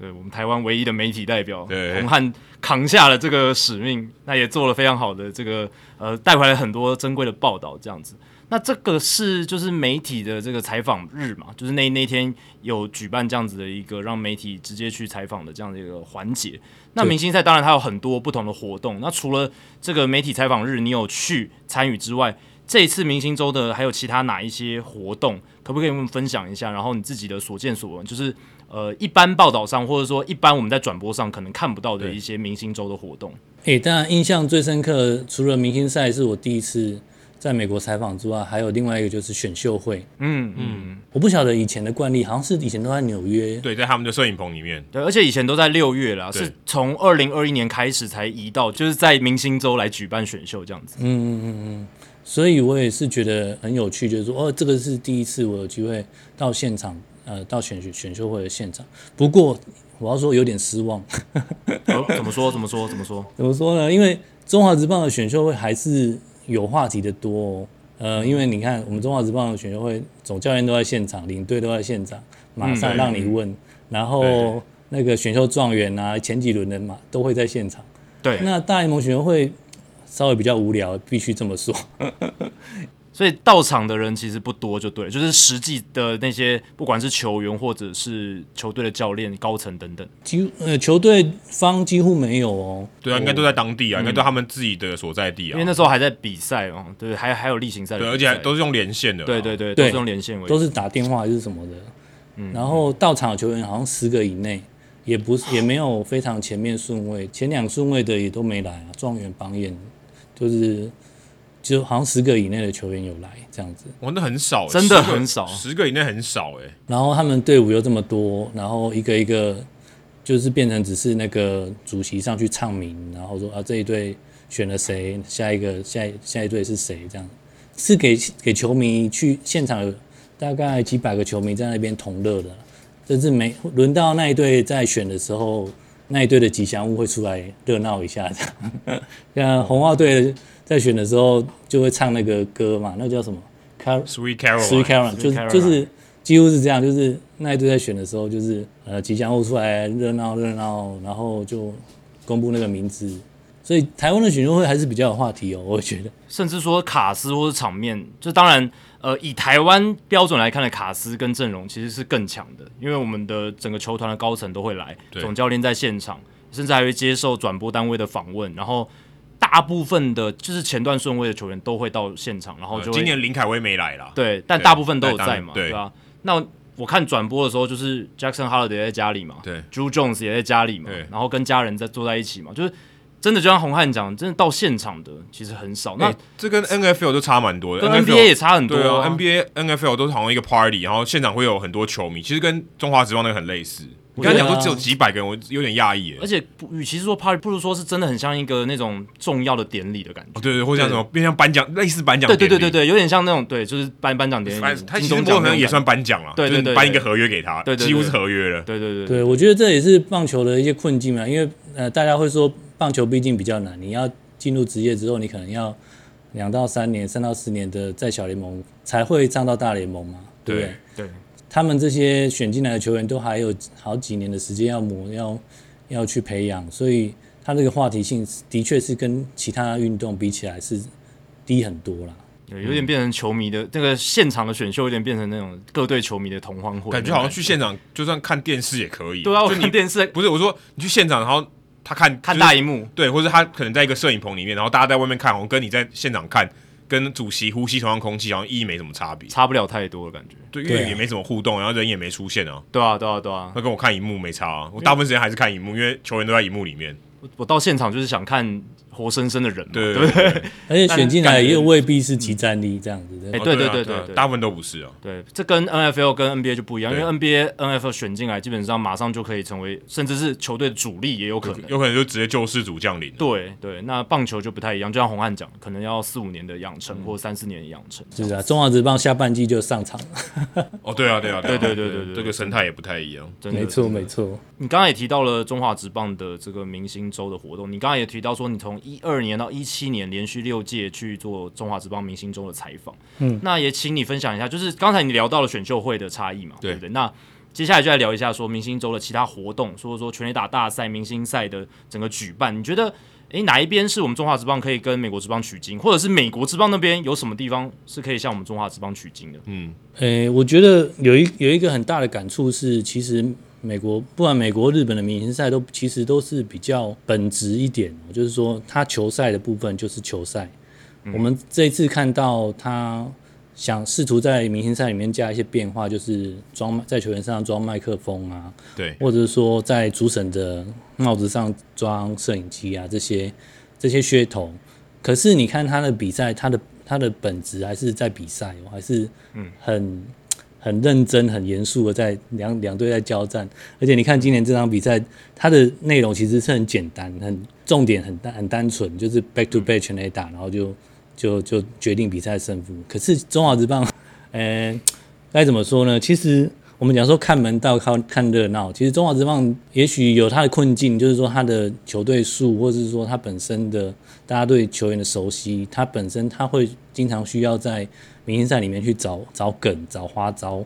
对我们台湾唯一的媒体代表对洪汉扛下了这个使命，那也做了非常好的这个呃，带回来很多珍贵的报道，这样子。那这个是就是媒体的这个采访日嘛，就是那那天有举办这样子的一个让媒体直接去采访的这样的一个环节。那对明星赛当然它有很多不同的活动，那除了这个媒体采访日你有去参与之外，这一次明星周的还有其他哪一些活动，可不可以跟我们分享一下？然后你自己的所见所闻，就是呃一般报道上或者说一般我们在转播上可能看不到的对一些明星周的活动。哎、当然印象最深刻，除了明星赛是我第一次在美国采访之外，还有另外一个就是选秀会，嗯嗯，我不晓得以前的惯例，好像是以前都在纽约，对，在他们的摄影棚里面，对，而且以前都在六月啦，对是从二零二一年开始才移到就是在明星周来举办选秀这样嗯子。所以我也是觉得很有趣，就是说，哦，这个是第一次我有机会到现场，呃，到选秀选秀会的现场。不过我要说有点失望， 呃怎么说？怎么说？怎么说？怎么说呢？因为中华职棒的选秀会还是有话题的多、哦。呃，因为你看，我们中华职棒的选秀会，总教练都在现场，领队都在现场，马上让你问，然后那个选秀状元啊，前几轮的嘛都会在现场。对，那大联盟选秀会稍微比较无聊，必须这么说。所以到场的人其实不多，就对了，就是实际的那些不管是球员或者是球队的教练、高层等等。几乎呃球队方几乎没有哦。对啊，应该都在当地啊，应该都他们自己的所在地哦嗯因啊为。那时候还在比赛哦，对，还还有例行赛的比对，赛，而且还都是用连线的啊。对对对，都对是用连线为都主，是打电话还是什么的。然后到场的球员好像十个以内，也不是也没有非常前面顺位，前两顺位的也都没来啊。状元榜眼就是就好像十个以内的球员有来这样子。哇，那很少欸，真的十个很少十个以内很少哎。然后他们队伍又这么多，然后一个一个就是变成只是那个主席上去唱名，然后说啊这一队选了谁，下一个下一下一队是谁这样，是给给球迷去现场有大概几百个球迷在那边同乐的，甚至没轮到那一队在选的时候，那一队的吉祥物会出来热闹一下这样。 像红袜队在选的时候就会唱那个歌嘛，那个叫什么？Car- Sweet Carol，啊 Sweet Carol， Caroline， Sweet 就是 Caroline 就是几乎是这样，就是那一队在选的时候，就是呃吉祥物出来热闹热闹，然后就公布那个名字。所以台湾的选秀会还是比较有话题哦，我觉得。甚至说卡斯或者场面，就当然，呃，以台湾标准来看的卡斯跟阵容其实是更强的，因为我们的整个球团的高层都会来，对总教练在现场，甚至还会接受转播单位的访问，然后大部分的就是前段顺位的球员都会到现场，然后呃就会今年林凯威没来啦。对，但对大部分都有但当在然嘛，对对吧、啊那我看转播的时候，就是 Jackson Holiday 也在家里嘛，对，Drew Jones 也在家里嘛对，然后跟家人在坐在一起嘛，就是真的就像红汉讲，真的到现场的其实很少，那哎这跟 NFL 就差蛮多的跟，NFL NBA 也差很多对啊啊，NBA、NFL 都是好像一个 party，然后现场会有很多球迷，其实跟中华职棒那个很类似。你刚才讲我觉说得只有啊几百个人，我有点讶异耶。而且不与其说 party，不如说是真的很像一个那种重要的典礼的感觉。哦，对对，或像什么，变像颁奖，类似颁奖对典礼，对对对对，有点像那种对，就是颁颁奖典礼反正，他其金实钟某奖种程那度种也感算颁奖了，啊对对就是对你颁对一个合约给他，对对几乎对是合约了觉。对对对对，我觉得这也是棒球的一些困境嘛，因为呃，大家会说棒球毕竟比较难，你要进入职业之后，你可能要两到三年、三到四年的在小联盟才会上到大联盟嘛，对不对？对对他们这些选进来的球员都还有好几年的时间要磨，要要去培养，所以他这个话题性的确是跟其他运动比起来是低很多啦。对，有点变成球迷的那个现场的选秀，有点变成那种各队球迷的同欢会，感觉好像去现场，就算看电视也可以。对啊，我就看你电视不是我说你去现场，然后他看看就是大荧幕，对，或者他可能在一个摄影棚里面，然后大家在外面看，好像跟你在现场看，跟主席呼吸同样空气，好像意义没什么差别。差不了太多的感觉。对，因对啊为也没什么互动，然后人也没出现啊。对啊，对啊，对啊，那跟我看荧幕没差嗯啊，我大部分时间还是看荧幕，因为球员都在荧幕里面。我我到现场就是想看活生生的人嘛，对 对不对？对而且选进来又未必是集战力这样子的，哎哦对对对啊对对啊对对大部分都不是啊。对，这跟 NFL 跟 NBA 就不一样，因对为 NBA、NFL 选进来，基本上马上就可以成为，甚至是球队的主力也有可能。有可能就直接救世主降临了。对对，那棒球就不太一样，就像红汉讲，可能要四五年的养嗯成、或三四年的养成。是啊，中华职棒下半季就上场了，哦，对啊，对啊，啊对对对对对这个生态也不太一样。真的没错没错，你刚刚也提到了中华职棒的这个明星周的活动，你刚刚也提到说，你从一二年到一七年连续六届去做中华职棒明星周的采访，嗯，那也请你分享一下，就是刚才你聊到了选秀会的差异嘛，对对不对？那接下来就来聊一下说明星周的其他活动，说说全垒打大赛、明星赛的整个举办，你觉得？诶，哪一边是我们中华职棒可以跟美国职棒取经，或者是美国职棒那边有什么地方是可以向我们中华职棒取经的？嗯诶、我觉得有一有一个很大的感触是，其实美国不管美国、日本的明星赛都其实都是比较本质一点，哦就是说他球赛的部分就是球赛。我们这一次看到他想试图在明星赛里面加一些变化，就是装在球员身上装麦克风啊，对，或者说在主审的帽子上装摄影机啊，这些这些噱头。可是你看他的比赛，他的他的本质还是在比赛、哦，还是很很认真、很严肃的在两两队在交战。而且你看今年这场比赛，它的内容其实是很简单，很重点很单很单纯，就是 back to back 全垒打，然后就就就决定比赛胜负。可是中华职棒，呃，该怎么说呢？其实我们讲说看门道、看看热闹，其实中华职棒也许有它的困境，就是说它的球队数，或者是说它本身的大家对球员的熟悉，它本身它会经常需要在明星赛里面去找找梗、找花招。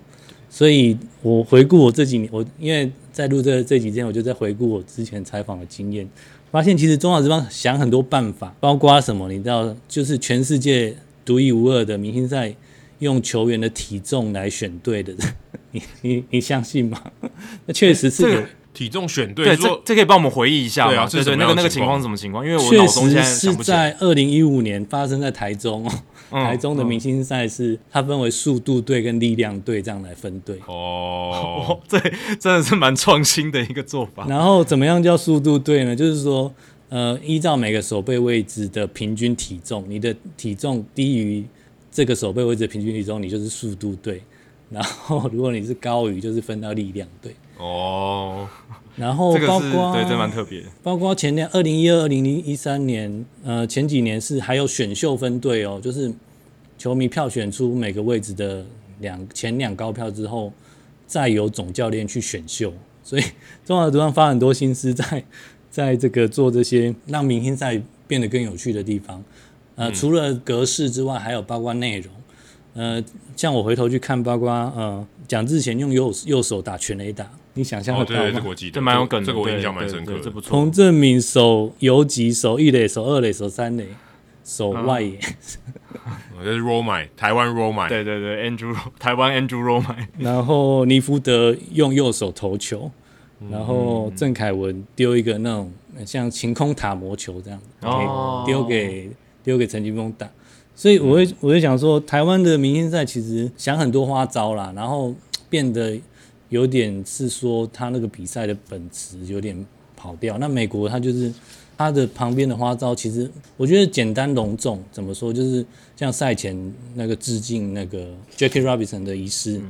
所以我回顾我这几年，我因为在录这这几天，我就在回顾我之前采访的经验，发现其实中华职棒想很多办法，包括什么，你知道，就是全世界独一无二的明星赛，用球员的体重来选队的， 你你你相信吗？ 那确实是有，体重选对，对，说这这可以帮我们回忆一下对啊吗？是对什对，么那样个的那个情情况况是什么情况？因为我确脑中现实在是想不起来。在二零一五年发生在台中哦，嗯台中的明星赛是它分为速度队跟力量队这样来分队。哦， 这真的是蛮创新的一个做法。然后怎么样叫速度队呢？就是说，呃，依照每个手背位置的平均体重，你的体重低于这个手背位置的平均体重，你就是速度队。然后如果你是高于，就是分到力量队。 哦，然后这个包是括对，这蛮特别的。包括前年二零一二、二零一三年，呃，前几年是还有选秀分队哦，就是球迷票选出每个位置的两前两高票之后，再由总教练去选秀。所以中华职棒花很多心思在 在这个做这些让明星赛变得更有趣的地方。呃，嗯除了格式之外，还有包括内容。呃，像我回头去看，包括呃蒋志贤用右右手打全垒打，你想象哦，得对到吗？对，这个我记得，这蛮有梗的，这个我对印象蛮对深刻对这的。不错彭。正明守游击，守一垒，守二垒，守三垒，守外野。哦这是 roll my 台湾 roll my， 对对对，Andrew 台湾 Andrew Roman，然后尼福德用右手投球，然后郑凯文丢一个那种像晴空塔摩球这样，哦给丢给丢给陈金峰打。所以我会我就想说，台湾的明星赛其实想很多花招啦，然后变得有点是说他那个比赛的本质有点跑掉。那美国他就是他的旁边的花招，其实我觉得简单隆重，怎么说就是像赛前那个致敬那个 Jackie Robinson 的仪式，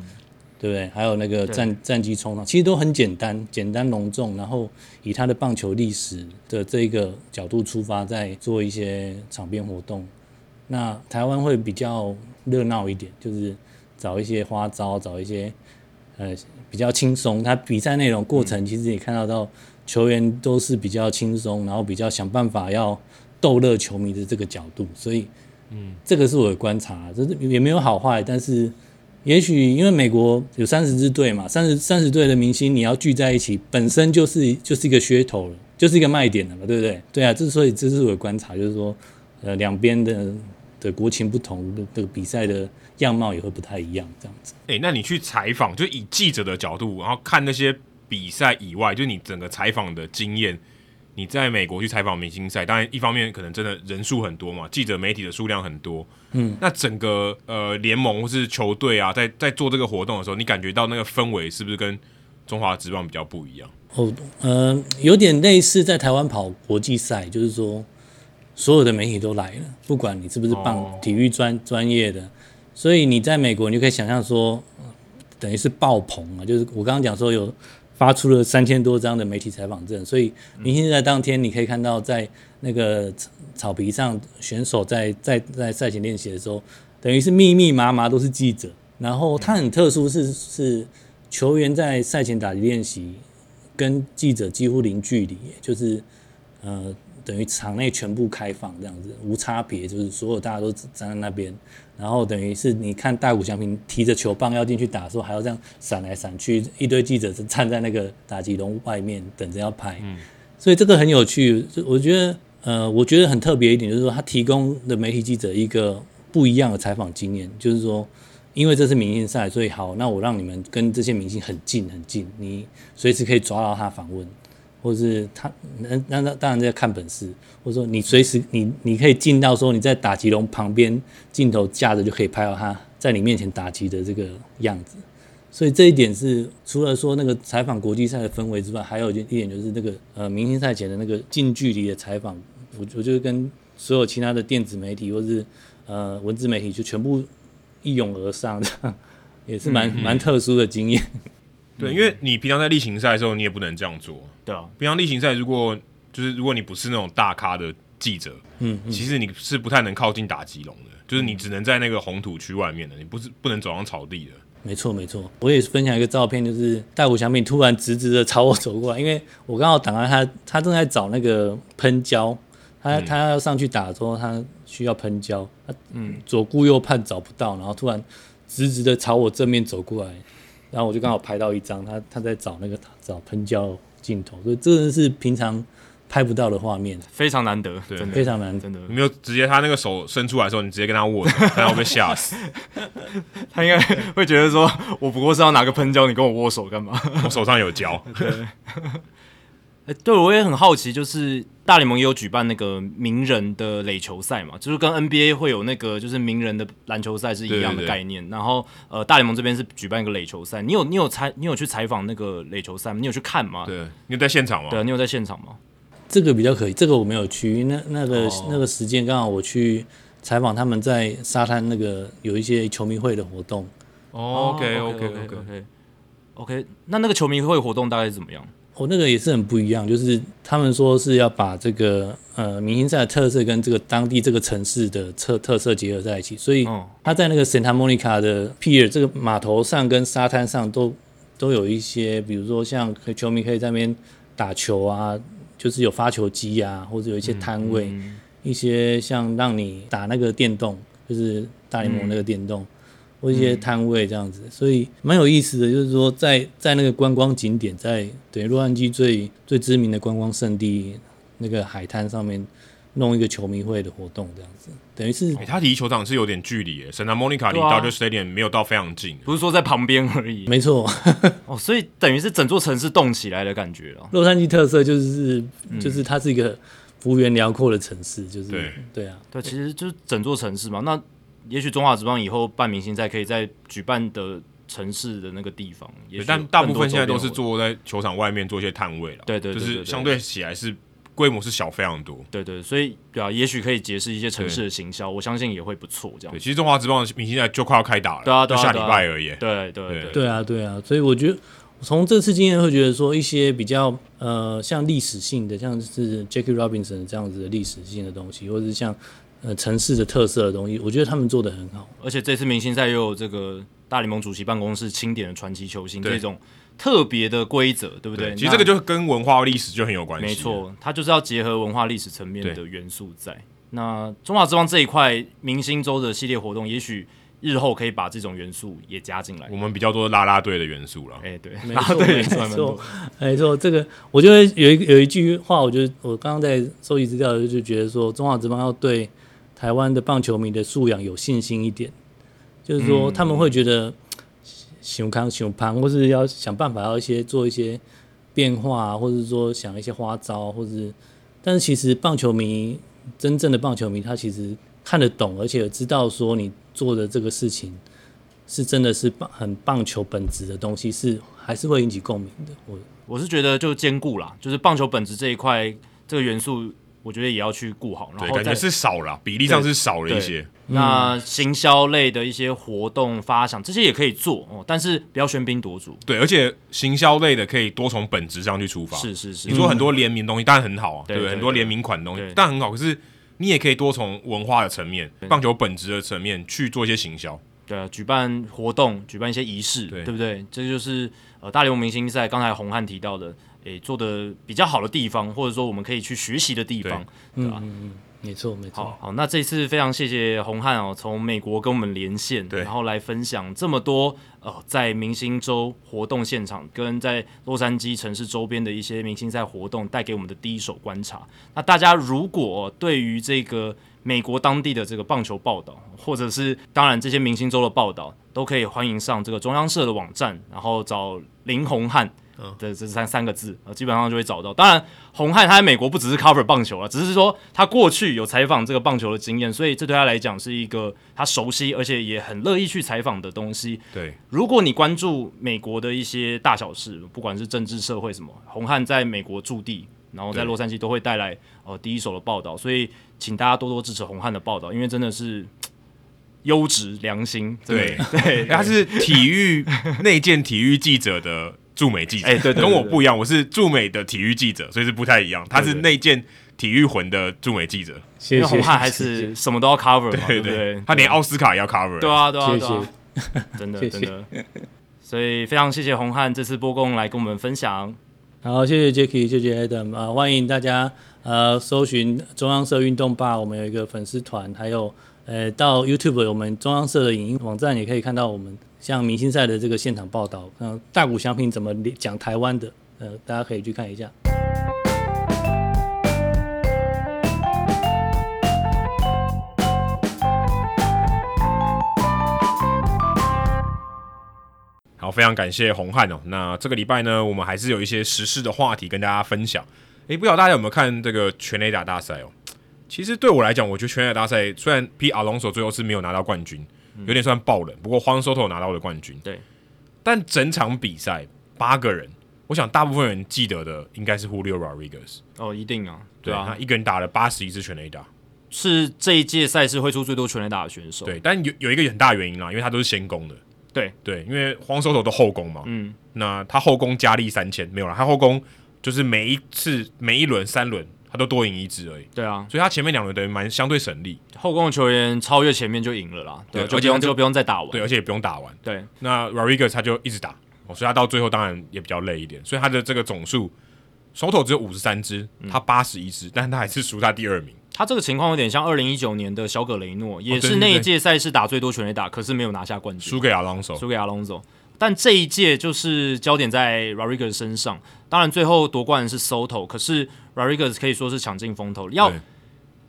对不对？还有那个战战绩冲浪，其实都很简单，简单隆重，然后以他的棒球历史的这个角度出发，再做一些场边活动。那台湾会比较热闹一点，就是找一些花招，找一些呃比较轻松。他比赛内容过程其实也看到到球员都是比较轻松，然后比较想办法要逗乐球迷的这个角度，所以嗯，这个是我的观察，就是也没有好坏，但是也许因为美国有三十支队嘛，三十三十队的明星你要聚在一起，本身就是就是一个噱头了，就是一个卖点了嘛，对不对？对啊，之所以这是我的观察，就是说。呃两边的的国情不同，这个比赛的样貌也会不太一样，这样子。哎、那你去采访，就以记者的角度，然后看那些比赛以外，就你整个采访的经验，你在美国去采访明星赛，当然一方面可能真的人数很多嘛，记者媒体的数量很多，嗯，那整个呃联盟或是球队啊，在在做这个活动的时候，你感觉到那个氛围是不是跟中华职棒比较不一样？哦，呃，有点类似在台湾跑国际赛，就是说所有的媒体都来了，不管你是不是棒、哦体育专专业的，所以你在美国，你就可以想象说，呃等于是爆棚啊，就是我刚刚讲说有发出了三千多张的媒体采访证，所以明星赛当天你可以看到在那个草草皮上，选手在在在赛前练习的时候，等于是密密麻麻都是记者，然后它很特殊是是球员在赛前打击练习。跟记者几乎零距离，就是呃，等于场内全部开放这样子，无差别，就是所有大家都站在那边，然后等于是你看大谷翔平提着球棒要进去打的时候，还要这样闪来闪去，一堆记者是站在那个打击笼外面等着要拍，所以这个很有趣，就我觉得呃，我觉得很特别一点，就是说他提供的媒体记者一个不一样的采访经验，就是说。因为这是明星赛，所以好，那我让你们跟这些明星很近很近，你随时可以抓到他访问，或是他那那那当然在看本事，或者说你随时你你可以进到说你在打击笼旁边镜头架着就可以拍到他在你面前打击的这个样子，所以这一点是除了说那个采访国际赛的氛围之外，还有一点就是那个呃明星赛前的那个近距离的采访，我我就跟所有其他的电子媒体或是呃文字媒体就全部一涌而上的，这样也是蛮蛮、特殊的经验。对，因为你平常在例行赛的时候，你也不能这样做。 对啊，平常例行赛，如果就是如果你不是那种大咖的记者，嗯，其实你是不太能靠近打击笼的，就是嗯你只能在那个红土区外面的，你不是不能走上草地的。没错没错，我也是分享一个照片，就是大谷翔平突然直直的朝我走过来，因为我刚好挡在他，他正在找那个喷胶，他、他要上去打的时候，他需要喷胶，他嗯左顾右盼找不到，然后突然直直的朝我正面走过来，然后我就刚好拍到一张他他在找那个找喷胶镜头，所以这是平常拍不到的画面，非常难得，真的非常难。真的，你没有直接他那个手伸出来的时候，你直接跟他握手， 然后被吓死。他应该会觉得说，我不过是要拿个喷胶，你跟我握手干 嘛？我手上有胶，欸对，我也很好奇，就是大联盟也有举办那个名人的垒球赛嘛，就是跟 NBA 会有那个就是名人的篮球赛是一样对对的对概念。然后呃，大联盟这边是举办一个垒球赛，你有你有采你有去采访那个垒球赛吗？你有去看吗？对，你有在现场吗？ 对啊，你有在现场吗？这个比较可以，这个我没有去，因为那那个、哦那个时间刚好我去采访他们在沙滩那个有一些球迷会的活动。哦，OK 哦 OK OK OK， OK OK，那那个球迷会活动大概是怎么样？哦，那个也是很不一样，就是他们说是要把这个呃明星赛的特色跟这个当地这个城市的特特色结合在一起，所以嗯他在那个 Santa Monica 的 pier 这个码头上跟沙滩上都都有一些，比如说像可以球迷可以在那边打球啊，就是有发球机啊，或者有一些摊位，一些像让你打那个电动，就是大联盟那个电动。或一些摊位这样子，所以蛮有意思的。就是说在，在那个观光景点，在对洛杉矶最最知名的观光胜地那个海滩上面，弄一个球迷会的活动，这样子，等于是诶他离球场是有点距离耶，Santa Monica 离对啊 Dodger Stadium 没有到非常近。不是说在旁边而已没错，哦，所以等于是整座城市动起来的感觉了。洛杉矶特色就是就是它是一个幅员辽阔的城市，就是对啊，对，其实就是整座城市嘛。那也许中华职棒以后办明星赛，可以在举办的城市的那个地方，也对许但大部更多分现在周边都是活动。做在球场外面做一些摊位了，对对对对就是对相对起来是规模是小非常多。对对，所以对啊，也许可以解释一些城市的行销，我相信也会不错。这样对，其实中华职棒的明星赛就快要开打了，对啊对就啊下礼对啊拜而已。对对对对啊，对啊，所以我觉得从这次经验会觉得说，一些比较呃像历史性的，像是 Jackie Robinson 这样子的历史性的东西，或者是像呃城市的特色的东西，我觉得他们做的很好。而且这次明星赛又有这个大联盟主席办公室钦点的传奇球星对这种特别的规则，对不对，对？其实这个就跟文化历史就很有关那系。啊没错，它就是要结合文化历史层面的对元素在。那中华之邦这一块明星周的系列活动，也许日后可以把这种元素也加进来我。们比较多啦啦队的元素了。哎、对，没啊错，对，没元素还蛮错多，没错。这个我就会有一有一句话，我觉得我刚刚在收集资料的时候就觉得说，中华职棒要对台湾的棒球迷的素养有信心一点，就是说嗯他们会觉得熊康熊胖，或是要想办法要一些做一些变化啊，或者说想一些花招，或是但是其实棒球迷真正的棒球迷，他其实看得懂，而且知道说你做的这个事情是真的是棒很棒球本质的东西，是还是会引起共鸣的。我我是觉得就兼顾啦，就是棒球本质这一块这个元素，我觉得也要去顾好。然对，后感再觉是嗯少了，比例上是少了一对些。那行销类的一些活动发想，这些也可以做哦，但是不要喧宾夺主。对，而且行销类的可以多从本质上去出发。是是是，嗯你说很多联名东西，当然很好啊，对对不对对很多对联名款的东西对，当然很好。可是你也可以多从文化的层面、棒球本质的层面去做一些行销。对啊，举办活动，举办一些仪式，对对不对？这就是呃大联盟明星赛刚才红汉提到的，诶做的比较好的地方，或者说我们可以去学习的地方。没错，没错好。好，那这次非常谢谢红汉哦，从美国跟我们连线，对然后来分享这么多呃，在明星周活动现场跟在洛杉矶城市周边的一些明星赛活动带给我们的第一手观察。那大家如果、哦对于这个美国当地的这个棒球报道，或者是当然这些明星周的报道，都可以欢迎上这个中央社的网站，然后找林红汉。的这三三个字，呃，基本上就会找到。当然，红汉他在美国不只是 cover 棒球了，只是说他过去有采访这个棒球的经验，所以这对他来讲是一个他熟悉而且也很乐意去采访的东西。对，如果你关注美国的一些大小事，不管是政治、社会什么，红汉在美国驻地，然后在对洛杉矶都会带来呃第一手的报道，所以请大家多多支持红汉的报道，因为真的是优质良心，真的对 哎对，他是体育内建体育记者的驻美记者，哎对对对跟我不一样，我是驻美的体育记者，所以是不太一样。他是对对内建体育魂的驻美记者，谢因谢为红汉还谢谢是什么都要 cover 嘛，对不对？他连奥斯卡也要 cover。对啊，对啊，谢对啊， 真的谢真谢的。所以非常谢谢红汉这次播供来跟我们分享，好，谢谢 Jacky，谢谢 Adam 啊、欢迎大家呃搜寻中央社运动吧，我们有一个粉丝团，还有呃到 YouTube 我们中央社的影音网站也可以看到我们像明星赛的这个现场报道，嗯、大谷翔平怎么讲台湾的，呃大家可以去看一下。好，非常感谢红汉哦。那这个礼拜呢，我们还是有一些时事的话题跟大家分享。诶，不晓得大家有没有看这个全垒打大赛哦？其实对我来讲，我觉得全垒打大赛虽然 P. 阿隆索最后是没有拿到冠军，嗯有点算爆冷，不过荒 Soto 拿到了冠军。对，但整场比赛八个人，我想大部分人记得的应该是 Julio Rodriguez，哦，一定啊，对他啊，一个人打了八十一支全垒打。是这一届赛事挥出最多全垒打的选手，对，但有有一个很大原因啦，因为他都是先攻的。对对，因为荒收头都后攻嘛，嗯，那他后攻加力三千没有了，他后攻就是每一次每一轮三轮他都多赢一支而已，对啊，所以他前面两轮等于蛮相对省力，后攻的球员超越前面就赢了啦，对啊，对就而不且他用就就不用再打完，对，而且也不用打完。对那 Rodriguez 他就一直打，哦，所以他到最后当然也比较累一点，所以他的这个总数手头只有五十三支，嗯他八十一支，但他还是输他第二名。他这个情况有点像二零一九年的小葛雷诺，也哦对是对那一对届赛事打最多全垒打，可是没有拿下冠军，输给阿朗手，输给阿隆索。但这一届就是焦点在 Rodriguez 身上，当然最后夺冠的是 Soto，可是 Rodriguez 可以说是抢尽风头，要对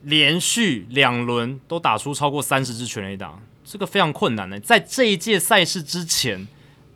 连续两轮都打出超过三十支全垒打，这个非常困难的、欸在这一届赛事之前，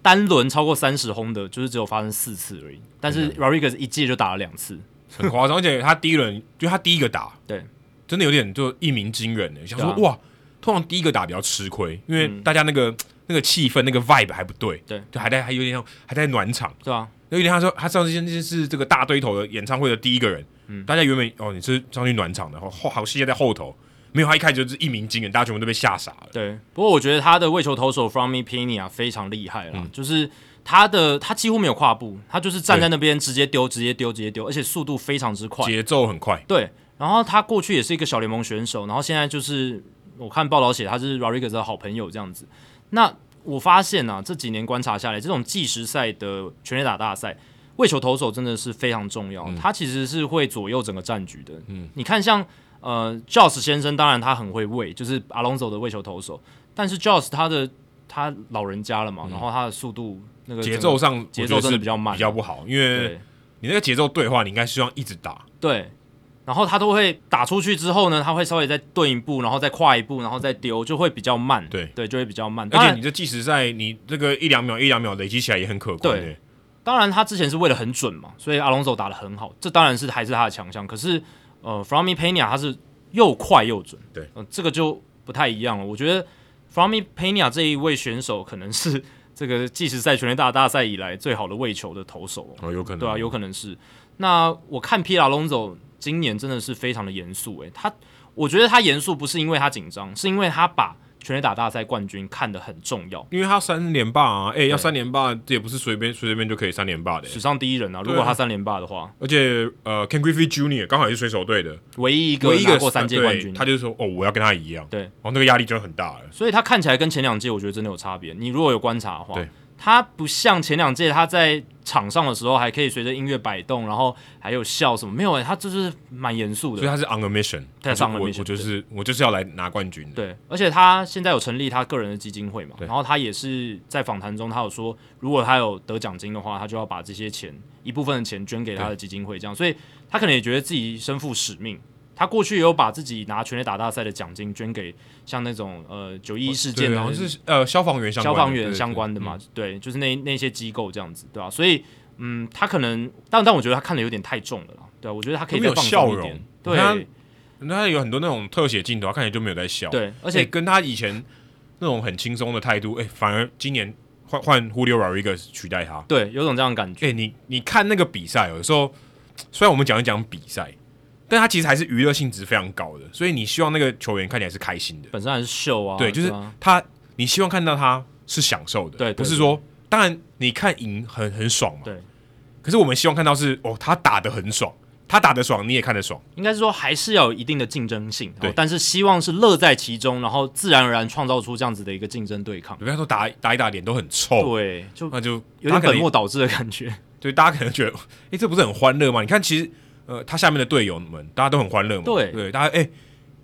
单轮超过三十轰的，就是只有发生四次而已。但是 Rodriguez 一届就打了两次，很夸张，而且他第一轮就他第一个打，对，真的有点就一鸣惊人的，欸想说、对啊嗯哇，通常第一个打比较吃亏，因为大家那个、那个气氛、那个 vibe 还不对，对就还在还有点像还在暖场，对吧、啊？有点像说他上次先是这个大堆头的演唱会的第一个人，嗯，大家原本哦，你是上去暖场的，后后好戏在后头，没有他一开始就是一鸣惊人，大家全部都被吓傻了。对，不过我觉得他的为球投手 From Me Pena 非常厉害啦，就是他的他几乎没有跨步，他就是站在那边直接丢，直接丢，直接丢，而且速度非常之快。节奏很快，对，然后他过去也是一个小联盟选手，然后现在就是我看报道写他是 Rodriguez 的好朋友这样子。那我发现啊，这几年观察下来，这种计时赛的全垒打大赛，为球投手真的是非常重要，嗯他其实是会左右整个战局的。嗯，你看像呃 Joss 先生，当然他很会喂，就是 Alonso 的为球投手，但是 Joss 他的他老人家了嘛，然后他的速度那个嗯节整奏个上节我觉奏得真的是比较慢比较不好，因为对。你那个节奏对话，你应该希望一直打，对，然后他都会打出去之后呢，他会稍微再顿一步，然后再跨一步，然后再丢，就会比较慢。对对，就会比较慢。当而且你然，这计时赛，你这个一两秒一两秒累积起来也很可观对的。当然他之前是为了很准嘛，所以阿隆索打得很好，这当然是还是他的强项。可是呃 f r o m i Pena 他是又快又准，对呃，这个就不太一样了。我觉得 f r o m i Pena 这一位选手可能是这个计时赛全垒打大赛以来最好的喂球的投手、哦。哦，有可能对啊，有可能是。那我看皮拉隆走今年真的是非常的严肃，诶，他我觉得他严肃不是因为他紧张，是因为他把全垒打大赛冠军看得很重要，因为他三连霸啊，哎、要三连霸，这也不是随便随随便就可以三连霸的、史上第一人啊！如果他三连霸的话，而且呃，Ken Griffey Jr. 刚好也是水手队的，唯一一个唯一一拿个呃过三届对冠军，他就是说哦，我要跟他一样，对，哦，那个压力就很大了。所以他看起来跟前两届我觉得真的有差别。你如果有观察的话对，他不像前两届他在场上的时候还可以随着音乐摆动，然后还有笑什么，没有、欸诶，他就是蛮严肃所以的。他是 on a mission，他是 on a 我 mission，我就是我就是要来拿冠军的。对，而且他现在有成立他个人的基金会嘛，对然后他也是在访谈中，他有说，如果他有得奖金的话，他就要把这些钱一部分的钱捐给他的基金会，这样，所以他可能也觉得自己身负使命。他过去也有把自己拿全垒打大赛的奖金捐给像那种呃九一一事件哦对的好像是呃消防员相消关的防对嗯员对相关的嘛，对就是那那些机构这样子，对吧、所以嗯，他可能，但但我觉得他看的有点太重了啦，对啊、我觉得他可以他没再有放笑松一容点，你看对对他有很多那种特写镜头，他看起来就没有在笑。，对，而而且跟他以前那种很轻松的态度，哎、反而今年换换 Julio Rodriguez 取代他。对有种这样的感觉，哎、你你看那个比赛哦，有时候虽然我们讲一讲比赛，但它其实还是娱乐性质非常高的，所以你希望那个球员看起来是开心的，本身还是秀啊，对，就是吧他，你希望看到他是享受的，对对不是说，当然你看赢很很爽嘛，对，可是我们希望看到是哦，他打的很爽，他打的爽，你也看得爽，应该是说还是要有一定的竞争性，对哦但是希望是乐在其中，然后自然而然创造出这样子的一个竞争对抗。比方说打打一打脸都很臭，对，就那就有大点家可本能末倒置的感觉。对，大家可能觉得， 哎、这不是很欢乐吗？你看，其实呃，他下面的队友们，大家都很欢乐嘛，对对，大家哎、诶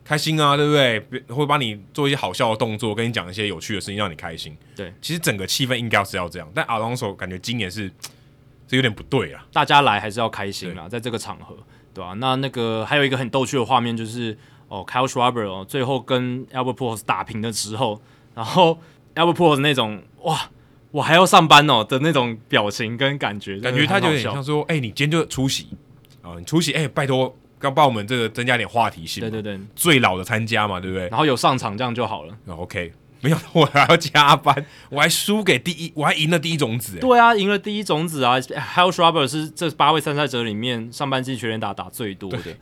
开心啊，对不对别？会帮你做一些好笑的动作，跟你讲一些有趣的事情，让你开心。对，其实整个气氛应该是要这样，但阿隆索感觉今年是这有点不对啊，大家来还是要开心啊啦，在这个场合，对吧、那那个还有一个很逗趣的画面就是，哦，Kyle Schwarber 哦，最后跟 Albert p o r s 打平的时候，然后 Albert p o r s 那种哇，我还要上班哦的那种表情跟感觉，感觉他就真有的点很好笑像说，哎、你今天就出席啊、你出席，哎、拜托，要帮我们这个增加点话题性嘛，对对对，最老的参加嘛，对不对？然后有上场这样就好了。啊，OK，没有，我还要加班，我还输给第一，我还赢了第一种子、诶欸对啊，赢了第一种子啊 h a l s h r a b e r 是这八位参赛者里面上半季全垒打打最多的。对，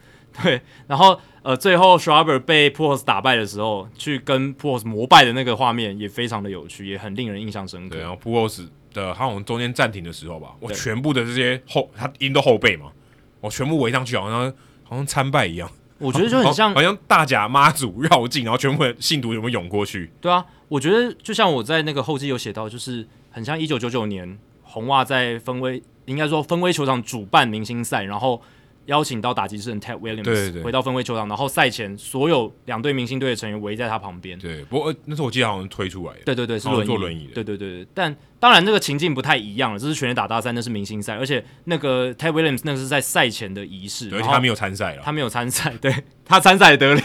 然后呃，最后 s h r a b e r 被 p o r s 打败的时候，去跟 p o r s 膜拜的那个画面也非常的有趣，也很令人印象深刻对，。啊然后 p o s 的他好像中间暂停的时候吧，我全部的这些后他因都后背嘛，我全部围上去，好像好像参拜一样，我觉得就很像好好像大甲妈祖 绕境，然后全部的信徒有没有涌过去？对啊，我觉得就像我在那个后记有写到，就是很像一九九九年红袜在分威，应该说分威球场主办明星赛，然后邀请到打击人 Ted Williams 对对对回到分威球场，然后赛前所有两队明星队的成员围在他旁边。对，不过呃那时候我记得好像推出来的，对对对，是好像轮椅哦坐轮椅的对对对对，但当然这个情境不太一样了，这是全垒打大赛，那是明星赛，而且那个 Ted Williams 那个是在赛前的仪式，对而然且后他没有参赛了他。没有参赛， 对他参赛也得了。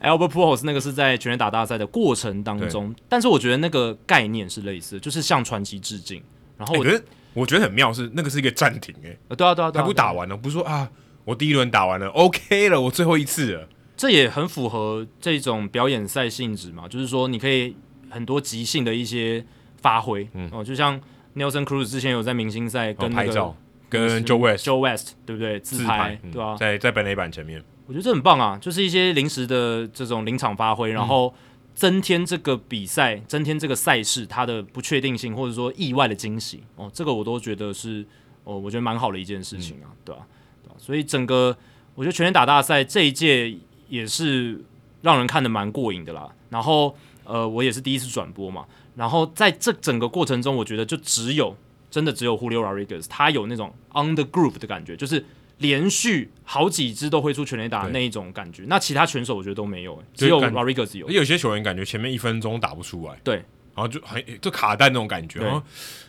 Albert Pujols 那个是在全垒打大赛的过程当中，但是我觉得那个概念是类似的，就是向传奇致敬。然后哎我可是我觉得很妙是那个是一个暂停、哎，呃对啊对啊对他啊，不对啊打，完了，不是说啊，我第一轮打完了，OK 了，我最后一次了，这也很符合这种表演赛性质嘛，就是说你可以很多即兴的一些发挥，嗯，哦，就像 Nelson Cruz 之前有在明星赛然跟后那拍个照，跟 Joe West Joe West 对不对？自自拍拍，嗯对啊吧、在在本垒板前面，我觉得这很棒啊，就是一些临时的这种临场发挥，然后增添这个比赛、增添这个赛事它的不确定性，或者说意外的惊喜哦，这个我都觉得是哦，我觉得蛮好的一件事情嗯啊，对吧、对吧、所以整个我觉得全垒打大赛这一届也是让人看得蛮过瘾的啦。然后呃，我也是第一次转播嘛，然后在这整个过程中，我觉得就只有真的只有 Julio Rodriguez，他有那种 on the groove 的感觉，就是连续好几支都挥出全垒打对那一种感觉。那其他选手我觉得都没有、欸，就只是有感 Rodriguez 有而。有些球员感觉前面一分钟打不出来，对，然后就很就卡弹那种感觉，对然后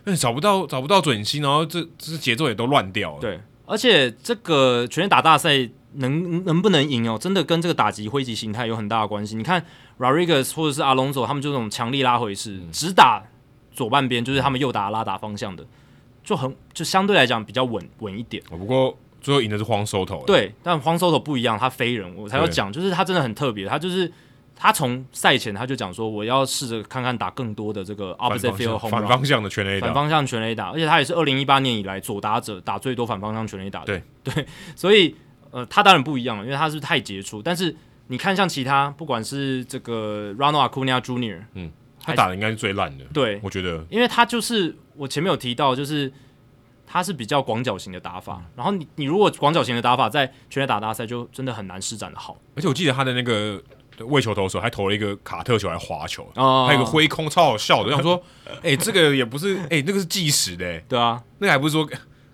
嗯找不到找不到准心，然后这这节奏也都乱掉了。，对，而且这个全垒打大赛能能不能赢哦，真的跟这个打击挥击形态有很大的关系。你看 Rodriguez 或者是 Alonso 他们就这种强力拉回式，嗯只打左半边，就是他们右打拉打方向的，就很就相对来讲比较稳稳一点。不过最后赢的是荒收头。，对，但黄手头不一样，他飞人，我才要对讲，就是他真的很特别，他就是。他从赛前他就讲说，我要试着看看打更多的这个反 opposite 方 field 向 home 反 run 方向的全垒反打，方向全垒打，而且他也是二零一八年以来左打者打最多反方向全垒打的。对对， 所以呃，他当然不一样了，因为他是太杰出。但是你看，像其他不管是这个 Rano Acuna Jr.，嗯他打的应该是最烂的。对，我觉得因为他就是我前面有提到，就是他是比较广角型的打法。嗯然后你你如果广角型的打法在全垒打大赛就真的很难施展的好而且我记得他的那个为球投手还投了一个卡特球，还滑球，啊还有一个挥空，超好笑的。我想说， 哎、这个也不是，哎、那个是计时的、哎对啊，那个还不是说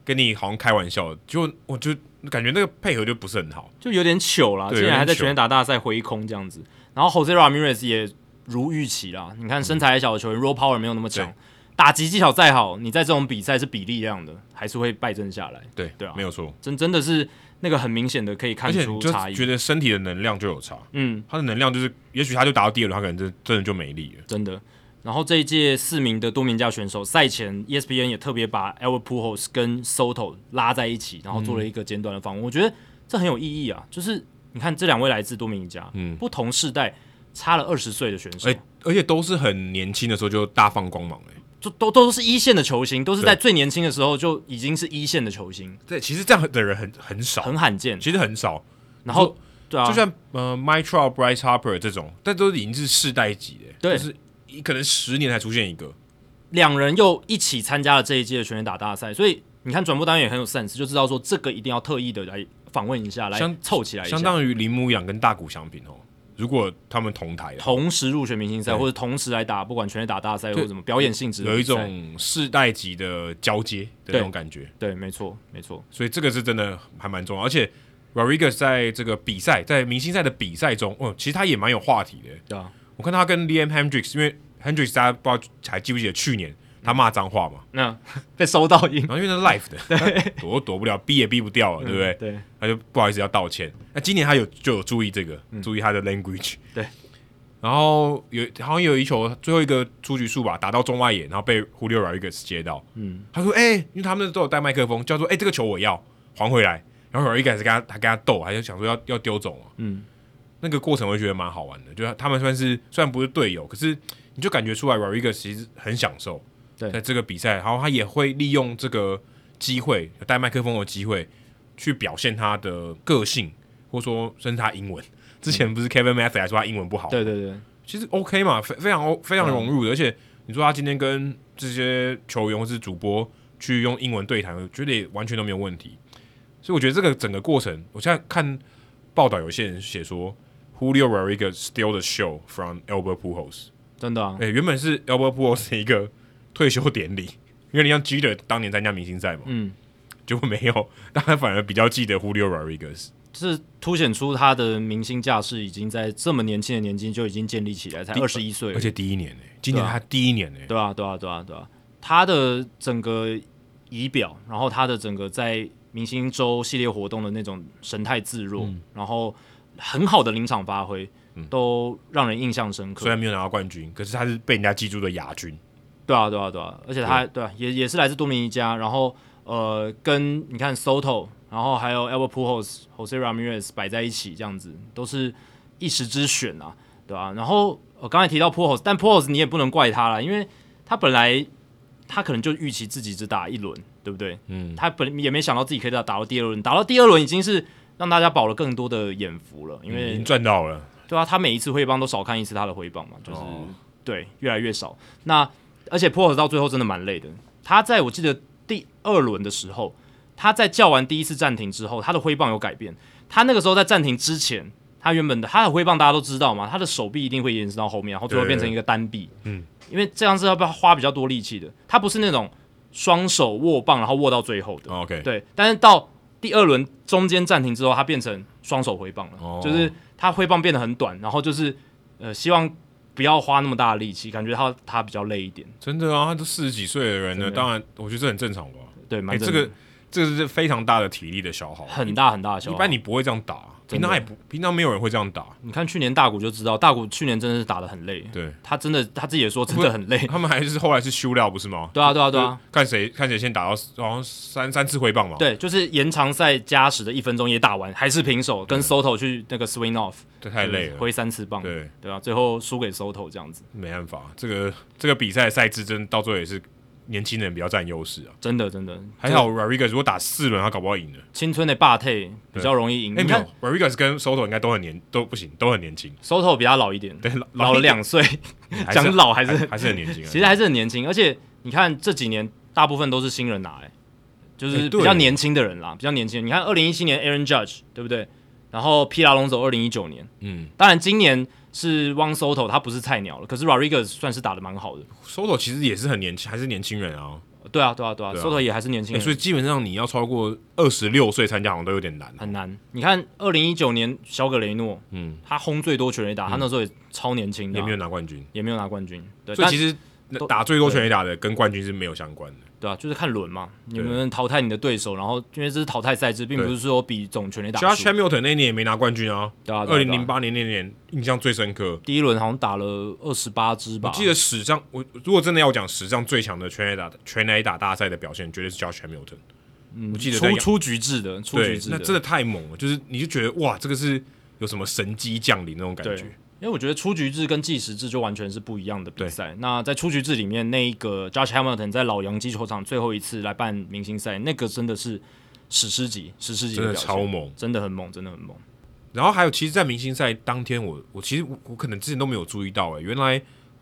跟你好像开玩笑的，就我就感觉那个配合就不是很好。就有点糗啦，对竟然还在有点糗全垒打大赛挥空这样子。然后 Jose Ramirez 也如预期啦，你看身材还小的球员、r o l l power 没有那么嗯强对，打击技巧再好，你在这种比赛是比力量的，还是会败阵下来。对对啊没有错。真真的是那个很明显的可以看而且出你就差异觉。得身体的能量就有差，嗯，他的能量就是，也许他就打到第二轮，他可能真真的就没力了。真的。然后这一届四名的多名价选手赛前，ESPN E 也特别把 Albert Pujols 跟 Soto 拉在一起，然后嗯做了一个简短的访问。我觉得这很有意义啊，就是你看这两位来自多名家，嗯，不同世代差了二十岁的选手，哎、而且都是很年轻的时候就大放光芒、哎，就都都是一线的球星，都是对在最年轻的时候就已经是一线的球星，对，其实这样的人很很少，很罕见。其实很少。然后对啊，就像呃 m i t r a l Bryce Harper 这种，但都已经是世代级的，对就是一可能十年才出现一个，两人又一起参加了这一届的全垒打大赛，所以你看转播单元也很有 sense，就知道说这个一定要特意的来访问一下，来相凑起来一下相。当于铃木一朗跟大谷翔平哦。如果他们同台的话，同时入选明星赛，对或者同时来打，不管全垒打大赛或对者什么表演性质的有一比赛，种世代级的交接的那种感觉，对，没错，没错，所以这个是真的还蛮重要。而且 Rodriguez 在这个比赛，在明星赛的比赛中，哦，其实他也蛮有话题的。对啊，我看他跟 Liam Hendricks，因为 Hendricks 大家不知道还记不记得去年他骂脏话嘛，那 被收到音，然后因为那是 live 的， 躲都躲不了，避也避不掉了，对不对？嗯对，他就不好意思要道歉。那今年他有就有注意这个，嗯注意他的 language。对。然后有好像有一球最后一个出局数吧，打到中外野，然后被 Julio Rodriguez 接到。嗯，他说：“哎、因为他们都有带麦克风，叫做哎、这个球我要还回来。”然后 Rodriguez 跟他他跟他斗，还就想说要要丢走嘛。嗯，那个过程我就觉得蛮好玩的，就是他们算是虽然不是队友，可是你就感觉出来 Rodriguez 其实很享受对在这个比赛，然后他也会利用这个机会带麦克风的机会，去表现他的个性，或者说甚至他英文。之前不是 Kevin m a t h e y 还说他英文不好，对，对对，其实 OK 嘛，非非常 O 非嗯常融入的。而且你说他今天跟这些球员或是主播去用英文对谈，我觉得也完全都没有问题。所以我觉得这个整个过程，我现在看报道，有些人写说 Julio Rodriguez steal the show from Albert Pujols。真的啊，哎、原本是 Albert Pujols 的一个退休典礼，因为你像 g e 当年参加明星赛嘛，嗯， 结果没有，大家反而比较记得 Julio Rodriguez。是凸显出他的明星架势已经在这么年轻的年纪就已经建立起来，才二十一岁而已，而且第一年呢、欸今年对啊他第一年欸呢、对啊，对啊，对啊，对啊，他的整个仪表，然后他的整个在明星周系列活动的那种神态自若，嗯然后很好的临场发挥，都让人印象深刻虽。然没有拿到冠军，可是他是被人家记住的亚军。对啊，对啊，对啊，而且他对啊，也也是来自多米尼加，然后呃，跟你看 Soto，然后还有 Albert Pujols、Jose Ramirez 摆在一起，这样子都是一时之选啊，呃对吧、然后我刚才提到 Pujols，但 Pujols 你也不能怪他啦，因为他本来他可能就预期自己只打一轮，对不对？嗯，他本也没想到自己可以打打到第二轮，打到第二轮已经是让大家饱了更多的眼福了，因已为经赚到了。对啊，他每一次挥棒都少看一次他的挥棒嘛，就是、哦对越来越少。那而且 p o r 到最后真的蛮累的，他在我记得第二轮的时候，他在叫完第一次暂停之后，他的挥棒有改变。他那个时候在暂停之前，他原本的他的挥棒大家都知道嘛，他的手臂一定会延伸到后面，然后最后对变成一个单臂。嗯，因为这样是要花比较多力气的，他不是那种双手握棒然后握到最后的。哦 OK，，对，但是到第二轮中间暂停之后，他变成双手挥棒了，哦就是他挥棒变得很短，然后就是呃，希望不要花那么大的力气，感觉他他比较累一点，真的啊，他都四十几岁的人了，当然，我觉得这很正常吧。对，哎、蛮这正常个这个是非常大的体力的消耗，很大很大的消一耗。般你不会这样打，平真的常也不，平常没有人会这样 打。你看去年大谷就知道，大谷去年真的是打得很累，对，他真的他自己也说真的很累，他们还是后来是休料不是吗？对啊对啊对啊，，看谁看谁先打到好像三三次挥棒嘛。对，就是延长赛加时的一分钟也打完，还是平手，跟 Soto 去那个 swing off，对，太累了。嗯挥三次棒，对，对啊，最后输给 Soto 这样子，没办法，这个这个比赛的赛制真到最后也是年轻人比较占优势啊。真的真的还好 Rodriguez 如果打四轮，他搞不好赢了。青春的霸退比较容易赢。哎、没你看有，Rodriguez 跟 Soto 应该都很年都不行，都很年轻， Soto 比他老一点，对老老了两岁，还是讲老还是还是很年轻啊。 其实还是很年轻。而且你看这几年大部分都是新人拿、哎，就是哎对比较年轻的人啦，比较年轻人。你看二零一七年 Aaron Judge 对不对？然后皮拉龙走二零一九年，嗯当然今年是 One Soto 他不是菜鸟了，可是 Rodriguez 算是打的蛮好的。 ，Soto 其实也是很年轻，还是年轻人啊。对啊，对啊，对啊对啊，Soto 也还是年欸轻人，所以基本上你要超过二十六岁参加，好像都有点难。很难。你看二零一九年小葛雷诺，嗯，他轰最多全垒打，他那时候也超年轻的也啊、没有拿冠军，也没有拿冠军。对，所以但其实都打最多全垒打的跟冠军是没有相关的。对啊，就是看轮嘛，你对们能淘汰你的对手，然后因为这是淘汰赛制，并不是说比总全垒打 Josh 数。 Hamilton 那一年也没拿冠军啊，对啊，对二啊零对啊零八年那年印象最深刻。第一轮好像打了二十八支吧，我记得史上，我如果真的要讲史上最强的全垒打全垒打大赛的表现，绝对是 Josh Hamilton。我记得在嗯出亚出局制的，出局对，制那真的太猛了，就是你就觉得哇，这个是有什么神机降临那种感对觉。。因为我觉得出局制跟计时制就完全是不一样的比赛。那在出局制里面，那一个 Josh Hamilton 在老洋基球场最后一次来办明星赛，那个真的是史诗级，史诗级真的表现超猛真的很猛，真的很猛。然后还有，其实，在明星赛当天我，我其实我我可能之前都没有注意到、欸，原来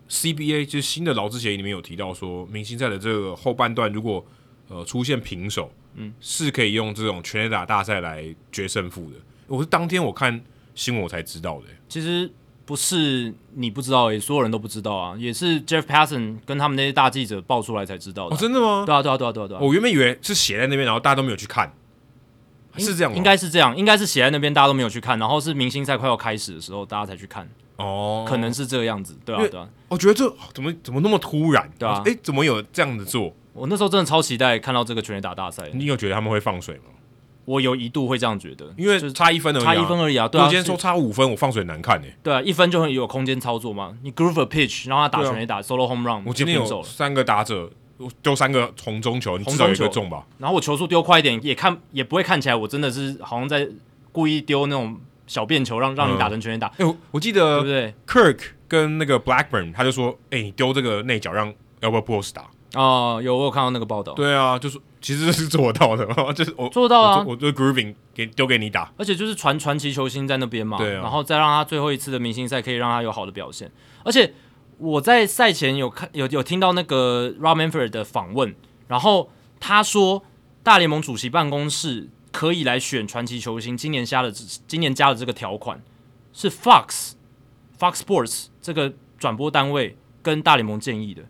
CBA 就是新的劳资协议里面有提到说，明星赛的这个后半段如果呃出现平手，嗯，是可以用这种全垒打大赛来决胜负的。我是当天我看新闻我才知道的、欸其实不是你不知道、欸，所有人都不知道啊，也是 Jeff Passan 跟他们那些大记者爆出来才知道的哦，啊、真的吗？对啊，对啊，对啊，对啊，对啊。我原本以为是写在那边，然后大家都没有去看，是这样吗？应该是这样，应该是写在那边大家都没有去看，然后是明星赛快要开始的时候大家才去看，哦，可能是这个样子，对啊因为对啊。我觉得这哦怎么怎么那么突然？对啊哎、诶怎么有这样子做？我那时候真的超期待看到这个全垒打大赛，你有觉得他们会放水吗？我有一度会这样觉得，因为就是差一分而已、啊，差一分而已啊，对如啊，果今天说是差五分，我放水很难看欸诶、对啊，一分就很有空间操作嘛，你 Groover Pitch 让他打对啊全垒打 solo home run，我今天就平手有了，三个打者，我丢三个红中球，你至少有一个中吧？然后我球速丢快一点，也看也不会看起来我真的是好像在故意丢那种小便球让让你打成全垒打，哎、我我记对得不对？ Kirk 跟那个 Blackburn，他就说，哎、你丢这个内角让 Albert Pujols 打。哦，有我有看到那个报道，对啊，就是其实这是做到的， 就是我做到啊我就我就 Grooving 给丢给你打。而且就是传传奇球星在那边嘛，对啊然后再让他最后一次的明星赛可以让他有好的表现。而且我在赛前有看有有听到那个 Rob Manfred 的访问，然后他说大联盟主席办公室可以来选传奇球星，今年加的今年加的这个条款是 Fox Fox Sports 这个转播单位跟大联盟建议的，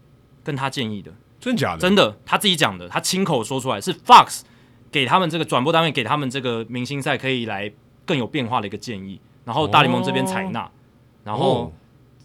跟他建议的。真假的？真的，他自己讲的，他亲口说出来是 Fox 给他们这个转播单位给他们这个明星赛可以来更有变化的一个建议，然后大联盟这边采纳，然哦后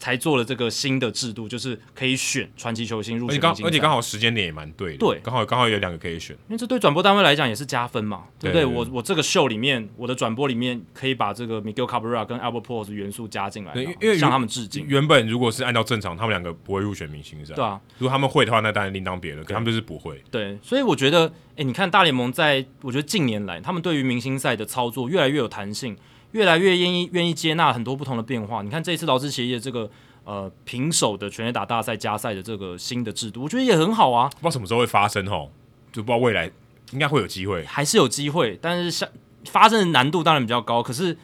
才做了这个新的制度，就是可以选传奇球星入而且选刚明星而赛且刚，好时间点也蛮对的，对刚好刚好有两个可以选。因为这对转播单位来讲也是加分嘛，对不对？对对我我这个秀里面，我的转播里面可以把这个 Miguel Cabrera 跟 Albert p o r s 元素加进来，对然后因为向他们致敬，原本如果是按照正常，他们两个不会入选明星赛。对啊，如果他们会的话，那当然另当别论。可他们就是不会。对，所以我觉得，哎，你看大联盟在，我觉得近年来他们对于明星赛的操作越来越有弹性，越来越愿意愿意接纳很多不同的变化。你看这一次劳资协议的这个呃平手的全垒打大赛加赛的这个新的制度，我觉得也很好啊，不知道什么时候会发生哦，就不知道未来应该会有机会。还是有机会，但是像发生的难度当然比较高，可是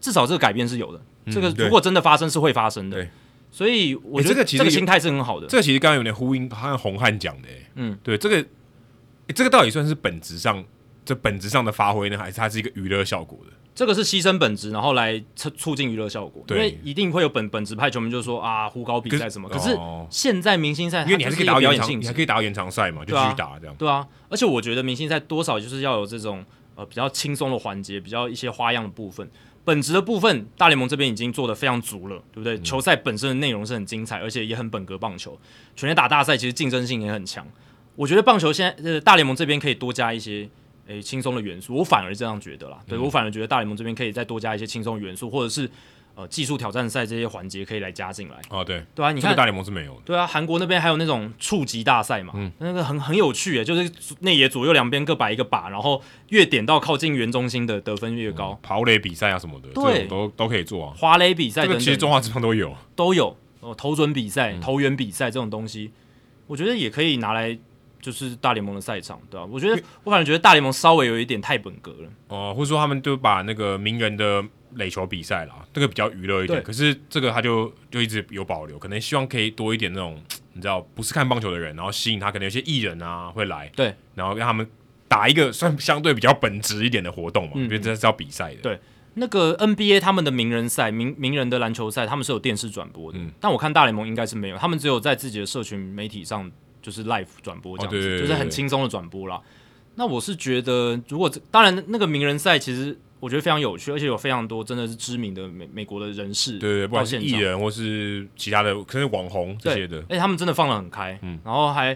至少这个改变是有的。这个嗯对如果真的发生，是会发生的对。所以我诶觉这得个其实这个有心态是很好的。这个其实刚刚有点呼应和红汉讲的、欸，嗯，对，这个、欸这个到底算是本质上这本质上的发挥呢，还是它是一个娱乐效果的？这个是牺牲本质，然后来促促进娱乐效果。因对为一定会有本本职派球迷就说啊，胡搞比赛什么。可可是是哦现在明星赛，因为你还哎它是可以就是打一个到表延演长，性你质还可以打到延长赛嘛，就对啊继续打这样。对啊，而且我觉得明星赛多少就是要有这种呃比较轻松的环节，比较一些花样的部分。本职的部分，大联盟这边已经做得非常足了，对不对？嗯球赛本身的内容是很精彩，而且也很本格棒球。全垒打大赛其实竞争性也很强。我觉得棒球现在呃大联盟这边可以多加一些诶轻松的元素，我反而这样觉得啦。嗯对、我反而觉得大联盟这边可以再多加一些轻松的元素，或者是呃技术挑战赛这些环节可以来加进来。哦，对，对啊，你这看个大联盟是没有的。对啊，韩国那边还有那种触及大赛嘛，那个很很有趣耶，就是内野左右两边各摆一个靶，然后越点到靠近圆中心的得分越高。跑垒比赛啊什么的，对这种都都可以做啊。花垒比赛这等个等其实中华职棒都有，啊都有，哦，投准比赛、投远比赛这种东西，我觉得也可以拿来就是大联盟的赛场，对吧、我觉得我反正觉得大联盟稍微有一点太本格了，哦、或者说他们就把那个名人的垒球比赛啦，这个比较娱乐一点。对可是这个他就就一直有保留，可能希望可以多一点那种你知道不是看棒球的人，然后吸引他，可能有些艺人啊会来，对，然后让他们打一个算相对比较本质一点的活动嘛，因为这是要比赛的。嗯对那个 NBA 他们的名人赛、名名人的篮球赛，他们是有电视转播的，嗯但我看大联盟应该是没有，他们只有在自己的社群媒体上就是 live 转播这样子，哦对对对就是很对轻松的转播啦。那我是觉得，如果这当然那个名人赛其实我觉得非常有趣，而且有非常多真的是知名的美美国的人士，对对，不管是到现艺场人或是其他的，可能网红这对哎些的，嗯而且他们真的放得很开，然后还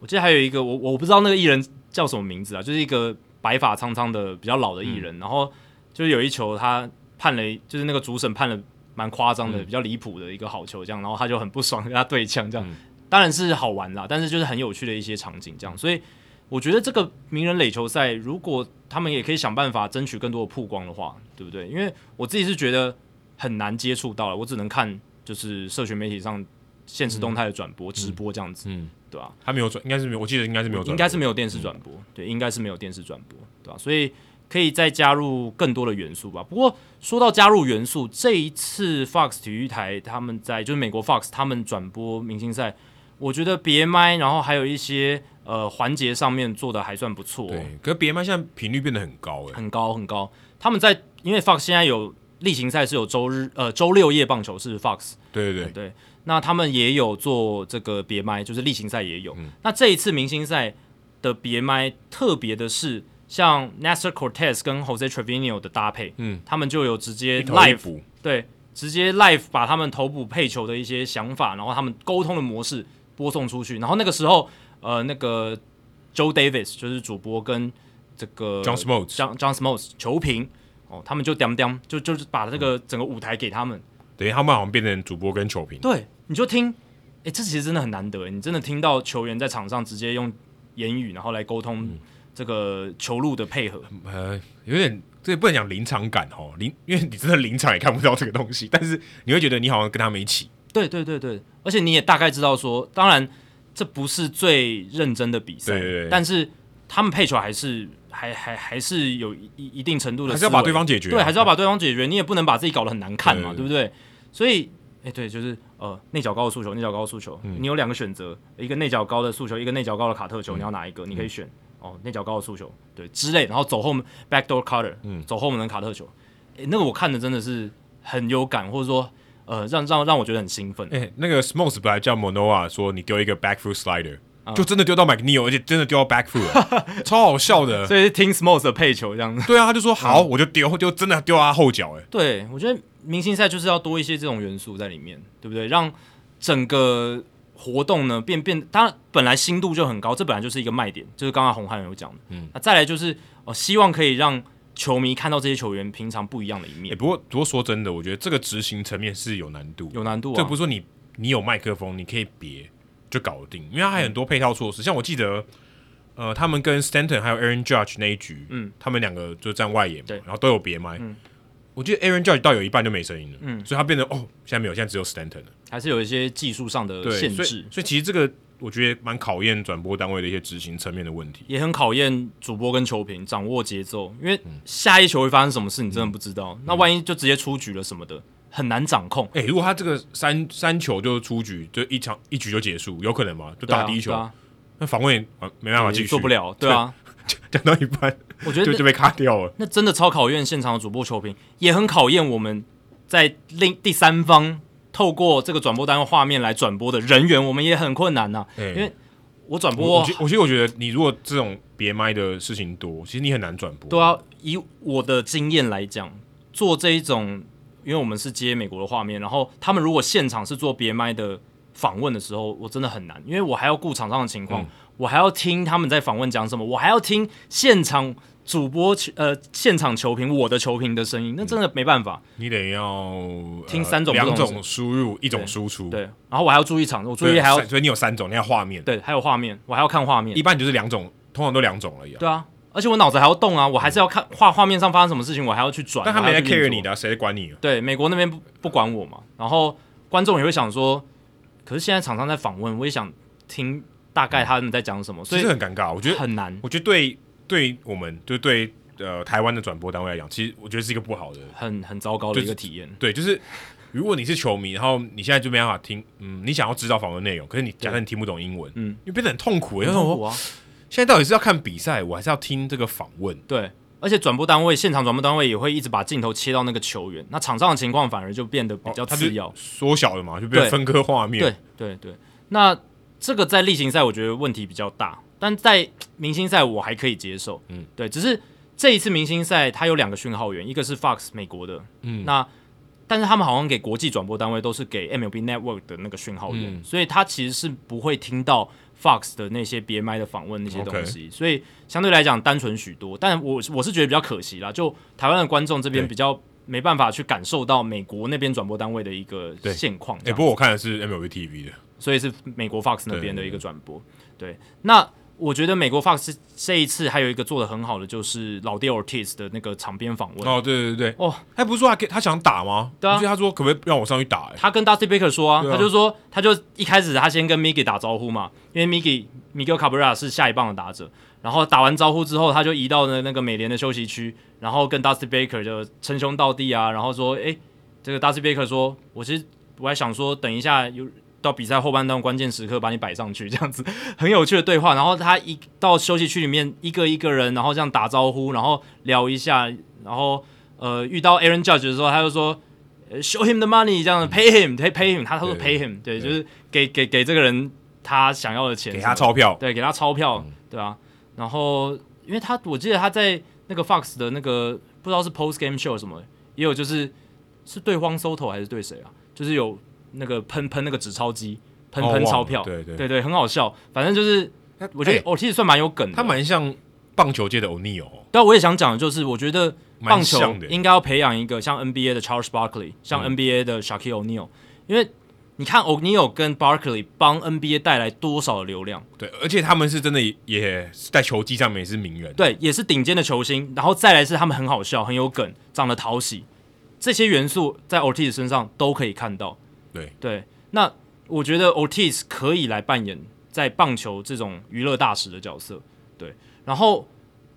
我记得还有一个我我不知道那个艺人叫什么名字啊，就是一个白发苍苍的比较老的艺嗯人，然后就是有一球他判了，就是那个主审判了蛮夸嗯张的、比较离谱的一个好球，这样，然后他就很不爽跟他对呛，这样、嗯当然是好玩啦，但是就是很有趣的一些场景，嗯这样，所以。我觉得这个名人垒球赛，如果他们也可以想办法争取更多的曝光的话，对不对？因为我自己是觉得很难接触到了，我只能看就是社群媒体上现实动态的转播、直播这样子，嗯对吧、他没有转，应该是没有，我记得应该是没有转播，嗯应该是没有电视转播，对，应该是没有电视转播，对吧、所以可以再加入更多的元素吧。不过说到加入元素，这一次 Fox 体育台他们在就是美国 Fox 他们转播明星赛，我觉得别麦，然后还有一些呃环节上面做的还算不错、哦，对，可是别麦现在频率变得很高哎、很高很高。他们在因为 Fox 现在有例行赛是有周日呃周六夜棒球是 Fox 对对对，对，那他们也有做这个别麦，就是例行赛也嗯有。那这一次明星赛的别麦特别的是，像 Nestor Cortez 跟 Jose Trevino 的搭配，嗯，他们就有直接一头一 live 补，对，直接 live 把他们头部配球的一些想法，然后他们沟通的模式播送出去。然后那个时候，呃，那个 Joe Davis 就是主播跟这个 John Smoltz John John Smoltz 球评哦，他们就点点就就是把这个整个舞台给他们。等于他们好像变成主播跟球评，对，你就听，哎、这其实真的很难得，你真的听到球员在场上直接用言语，然后来沟嗯通这个球路的配合。呃，有点这也不能讲临场感哦，临因为你真的临场也看不到这个东西，但是你会觉得你好像跟他们一起，对对对对，而且你也大概知道说，当然这不是最认真的比赛，对对对但是他们配球还是还还还是有一一定程度的还思维，是要把对方解决啊、对，还是要把对方解决，你也不能把自己搞得很难看嘛，对对不对？所以，哎、对，就是呃，内角高的速球，内角高的速球，嗯你有两个选择，一个内角高的速球，一个内角高的卡特球，你要哪一嗯个？你可以选哦，内角高的速球，对，之类，然后走后门 backdoor cutter，走嗯后门的卡特球，哎、那个我看的真的是很有感，或者说呃，让让让我觉得很兴奋。哎、那个 Smokes 本来叫 Monoa 说你丢一个 back through slider，、就啊真的丢到 McNeil，而且真的丢到 back through，了超好笑的。 所以是听 Smalls 的配球这样子。对啊，他就说好，嗯我就丢，就真的丢到他后脚，哎，对，我觉得明星赛就是要多一些这种元素在里面，对不对？让整个活动呢变变，它本来心度就很高，这本来就是一个卖点，就是刚刚红汉有讲的。嗯，那再来就是呃，希望可以让球迷看到这些球员平常不一样的一也面，哎不过不过说真的，我觉得这个执行层面是有难度，有难度啊。这不是说你你有麦克风，你可以别就搞定，因为它还有很多配套措施。像我记得，呃，他们跟 Stanton 还有 Aaron Judge 那一局，嗯，他们两个就站外野嘛，对然后都有别麦。嗯我记得 Aaron Judge 到有一半就没声音了，嗯所以他变得哦，现在没有，现在只有 Stanton 了。还还是有一些技术上的对，限所以制，所以其实这个我觉得蛮考验转播单位的一些执行层面的问题。也很考验主播跟球评掌握节奏，因为嗯下一球会发生什么事，你真的不知道。那万一就直接出局了什么的，很难掌控。哎、如果他这个三三球就出局，就一场一局就结束，有可能吗？就打第一球，对啊那访问也啊没对办啊法继续，也做不。了，对啊。 讲到一半我觉就得就被卡掉了。那真的超考验现场的主播球评，也很考验我们在另第三方透过这个转播单位画面来转播的人员，我们也很困难呐、哎因为我转我播我其我其实我觉得，你如果这种别麦的事情多，其实你很难转播。都要以我的经验来讲，做这一种，因为我们是接美国的画面，然后他们如果现场是做 BMI 的访问的时候，我真的很难，因为我还要顾场上的情况，嗯我还要听他们在访问讲什么，我还要听现场主播呃现场球评我的球评的声音，那真的没办法。你得要呃听三种不同两的种输入，一种对输出。对，然后我还要注意场，我注所意以还要所以你有三种，你还有画面，对，还有画面，我还要看画面一。般就是两种，通常都两种而已、啊。对啊，而且我脑子还要动啊，我还是要看画画面上发生什么事情，我还要去转。但他我还没要在去 care 运作你的、啊，谁在管你、啊？对，美国那边不不管我嘛，然后观众也会想说，可是现在厂商在访问，我也想听大概他们在讲什么，所其以实很尴尬。我觉得，很难，我觉得对对我们，就对呃台湾的转播单位来讲，其实我觉得是一个不好的。很很糟糕的就一是个体验。对，就是如果你是球迷，然后你现在就没办法听，嗯，你想要知道访问内容，可是你假设你听不懂英文，嗯，你变得很痛苦、欸。很然后痛我苦啊，现在到底是要看比赛，我还是要听这个访问？对，而且转播单位现场转播单位也会一直把镜头切到那个球员，那场上的情况反而就变得比较哦它次要就。缩小了嘛，就变成对分割画面。对对对，那这个在例行赛我觉得问题比较大，但在明星赛我还可以接受。嗯嗯，对，只是这一次明星赛它有两个讯号源，一个是 Fox 美国的，嗯嗯，那但是他们好像给国际转播单位都是给 MLB Network 的那个讯号源，嗯所以他其实是不会听到 Fox 的那些 BMI 的访问那些东西所以相对来讲单纯许多。但我我是觉得比较可惜啦，就台湾的观众这边对比较。没办法去感受到美国那边转播单位的一个对现况。哎、不过我看的是 MLB TV 的，所以是美国 Fox 那边的一个转播。对那我觉得美国 Fox 这一次还有一个做的很好的，就是老爹 Ortiz 的那个场边访问。哦，对对对，哦，他不是说他可以他想打吗？对啊我记得他说可不可以让我上去打、欸？他跟 Dusty Baker 说啊，对啊他就说，他就一开始他先跟 Miggy 打招呼嘛，因为 Miggy Miguel Cabrera 是下一棒的打者，然后打完招呼之后，他就移到了那个美联的休息区，然后跟 Dusty Baker 就称兄道弟啊，然后说，诶，这个 Dusty Baker 说，我其实我还想说，等一下有到比赛后半段关键时刻把你摆上去，这样子很有趣的对话。然后他一到休息区里面，一个一个人，然后这样打招呼，然后聊一下，然后呃遇到 Aaron Judge 的时候，他就说。呃 Show him the money，这样 pay him，pay pay him，他他说对 pay him，对，对就是给给给这个人他想要的钱，给他钞票，对，给他钞票，嗯对啊。然后，因为他我记得他在那个 Fox 的那个不知道是 Post Game Show 什么，也有就是是对荒收头还是对谁啊？就是有那个喷喷那个纸钞机，喷哦喷忘钞了票，对对对很好笑。反正就是他我觉得哦哎我其实算蛮有梗的。他蛮像棒球界的 O'Neal，哦但我也想讲的就是，我觉得棒球蛮像的应该要培养一个像 NBA 的 Charles Barkley，像嗯 NBA 的 Shaquille O'Neal，、因为你看 O'Neal 跟 Barkley 帮 NBA 带来多少的流量。对，而且他们是真的也也是在球技上面也是名人，对，也是顶尖的球星。然后再来是他们很好笑，很有梗，长得讨喜，这些元素在 Ortiz 身上都可以看到。对对，那我觉得 Ortiz 可以来扮演在棒球这种娱乐大使的角色。对，然后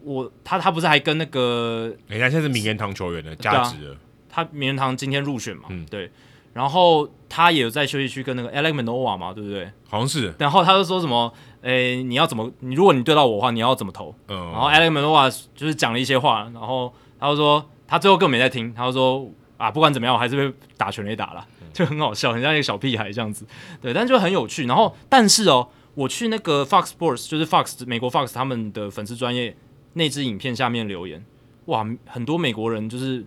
我他他不是还跟那个人欸家现在是名人堂球员的啊价值了，他名人堂今天入选嘛？嗯对。然后他也有在休息区跟那个 Alex Manoa 嘛，对不对？好像是，然后他就说什么，诶，你要怎么？你如果你对到我的话，你要怎么投？嗯，然后 Alex Manoa 就是讲了一些话，然后他就说他最后根本没在听，他就说啊，不管怎么样，我还是被打全垒打了，嗯就很好笑，很像一个小屁孩这样子。对，但就很有趣。然后但是哦，我去那个 Fox Sports，就是 Fox 美国 Fox 他们的粉丝专业那支影片下面留言，哇，很多美国人就是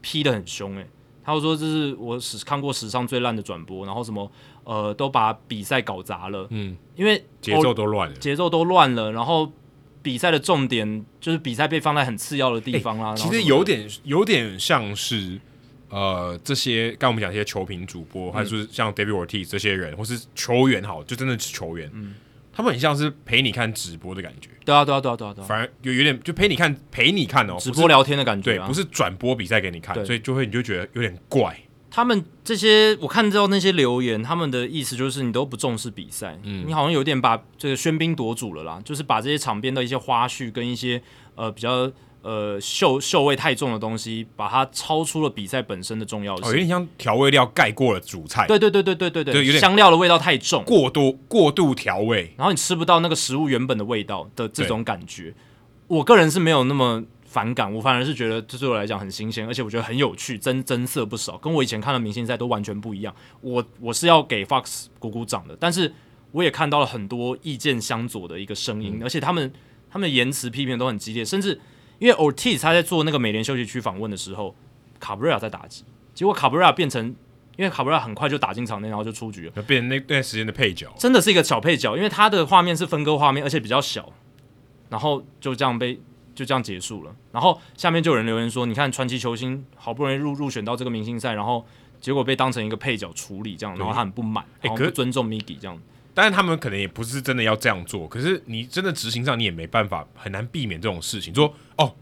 批的很凶诶、他就说这是我史看过史上最烂的转播，然后什么呃都把比赛搞砸了，嗯，因为节奏都乱了，节奏都乱了，然后比赛的重点就是比赛被放在很次要的地方啦。哎其实然后什么有点有点像是。呃，这些刚我们讲一些球评主嗯播，还是像 David Ortiz 这些人，或是球员好，就真的是球员，嗯他们很像是陪你看直播的感觉，对啊对啊对啊对啊对啊，反而有有点就陪你看陪你看哦，直不是播聊天的感觉、对，啊，不是是转播比赛给你看，对所以就会你就觉得有点怪，他们这些我看到那些留言，他们的意思就是你都不重视比赛，嗯你好像有点把这个喧宾夺主了啦，就是把这些场边的一些花絮跟一些呃比较呃嗅嗅味太重的东西，把它超出了比赛本身的重要哦，有性。点像调味料盖过了主菜，对对对对对对对有点香料的味道太重，过多过度调味，然后你吃不到那个食物原本的味道的这种感觉，我个人是没有那么反感，我反而是觉得这对我来讲很新鲜，而且我觉得很有趣，增增色不少，跟我以前看的明星赛都完全不一样。我我是要给 Fox 鼓鼓掌的，但是我也看到了很多意见相左的一个声音，而且他们他们的言辞批评都很激烈，甚至因为 Ortiz 他在做那个美联休息区访问的时候，卡布瑞亚在打击，结果卡布瑞亚变成。因为卡布瑞亚很快就打进场内，然后就出局了。变成那段时间的配角。真的是一个小配角，因为他的画面是分割画面，而且比较小，然后就这样被就这样结束了。然后下面就有人留言说：“你看传奇球星好不容易入入选到这个明星赛，然后结果被当成一个配角处理，这样，然后他很不满，哎然后可不尊重 Miki 这样。但是他们可能也不是真的要这样做，可是你真的执行上你也没办法，很难避免这种事情。说哦，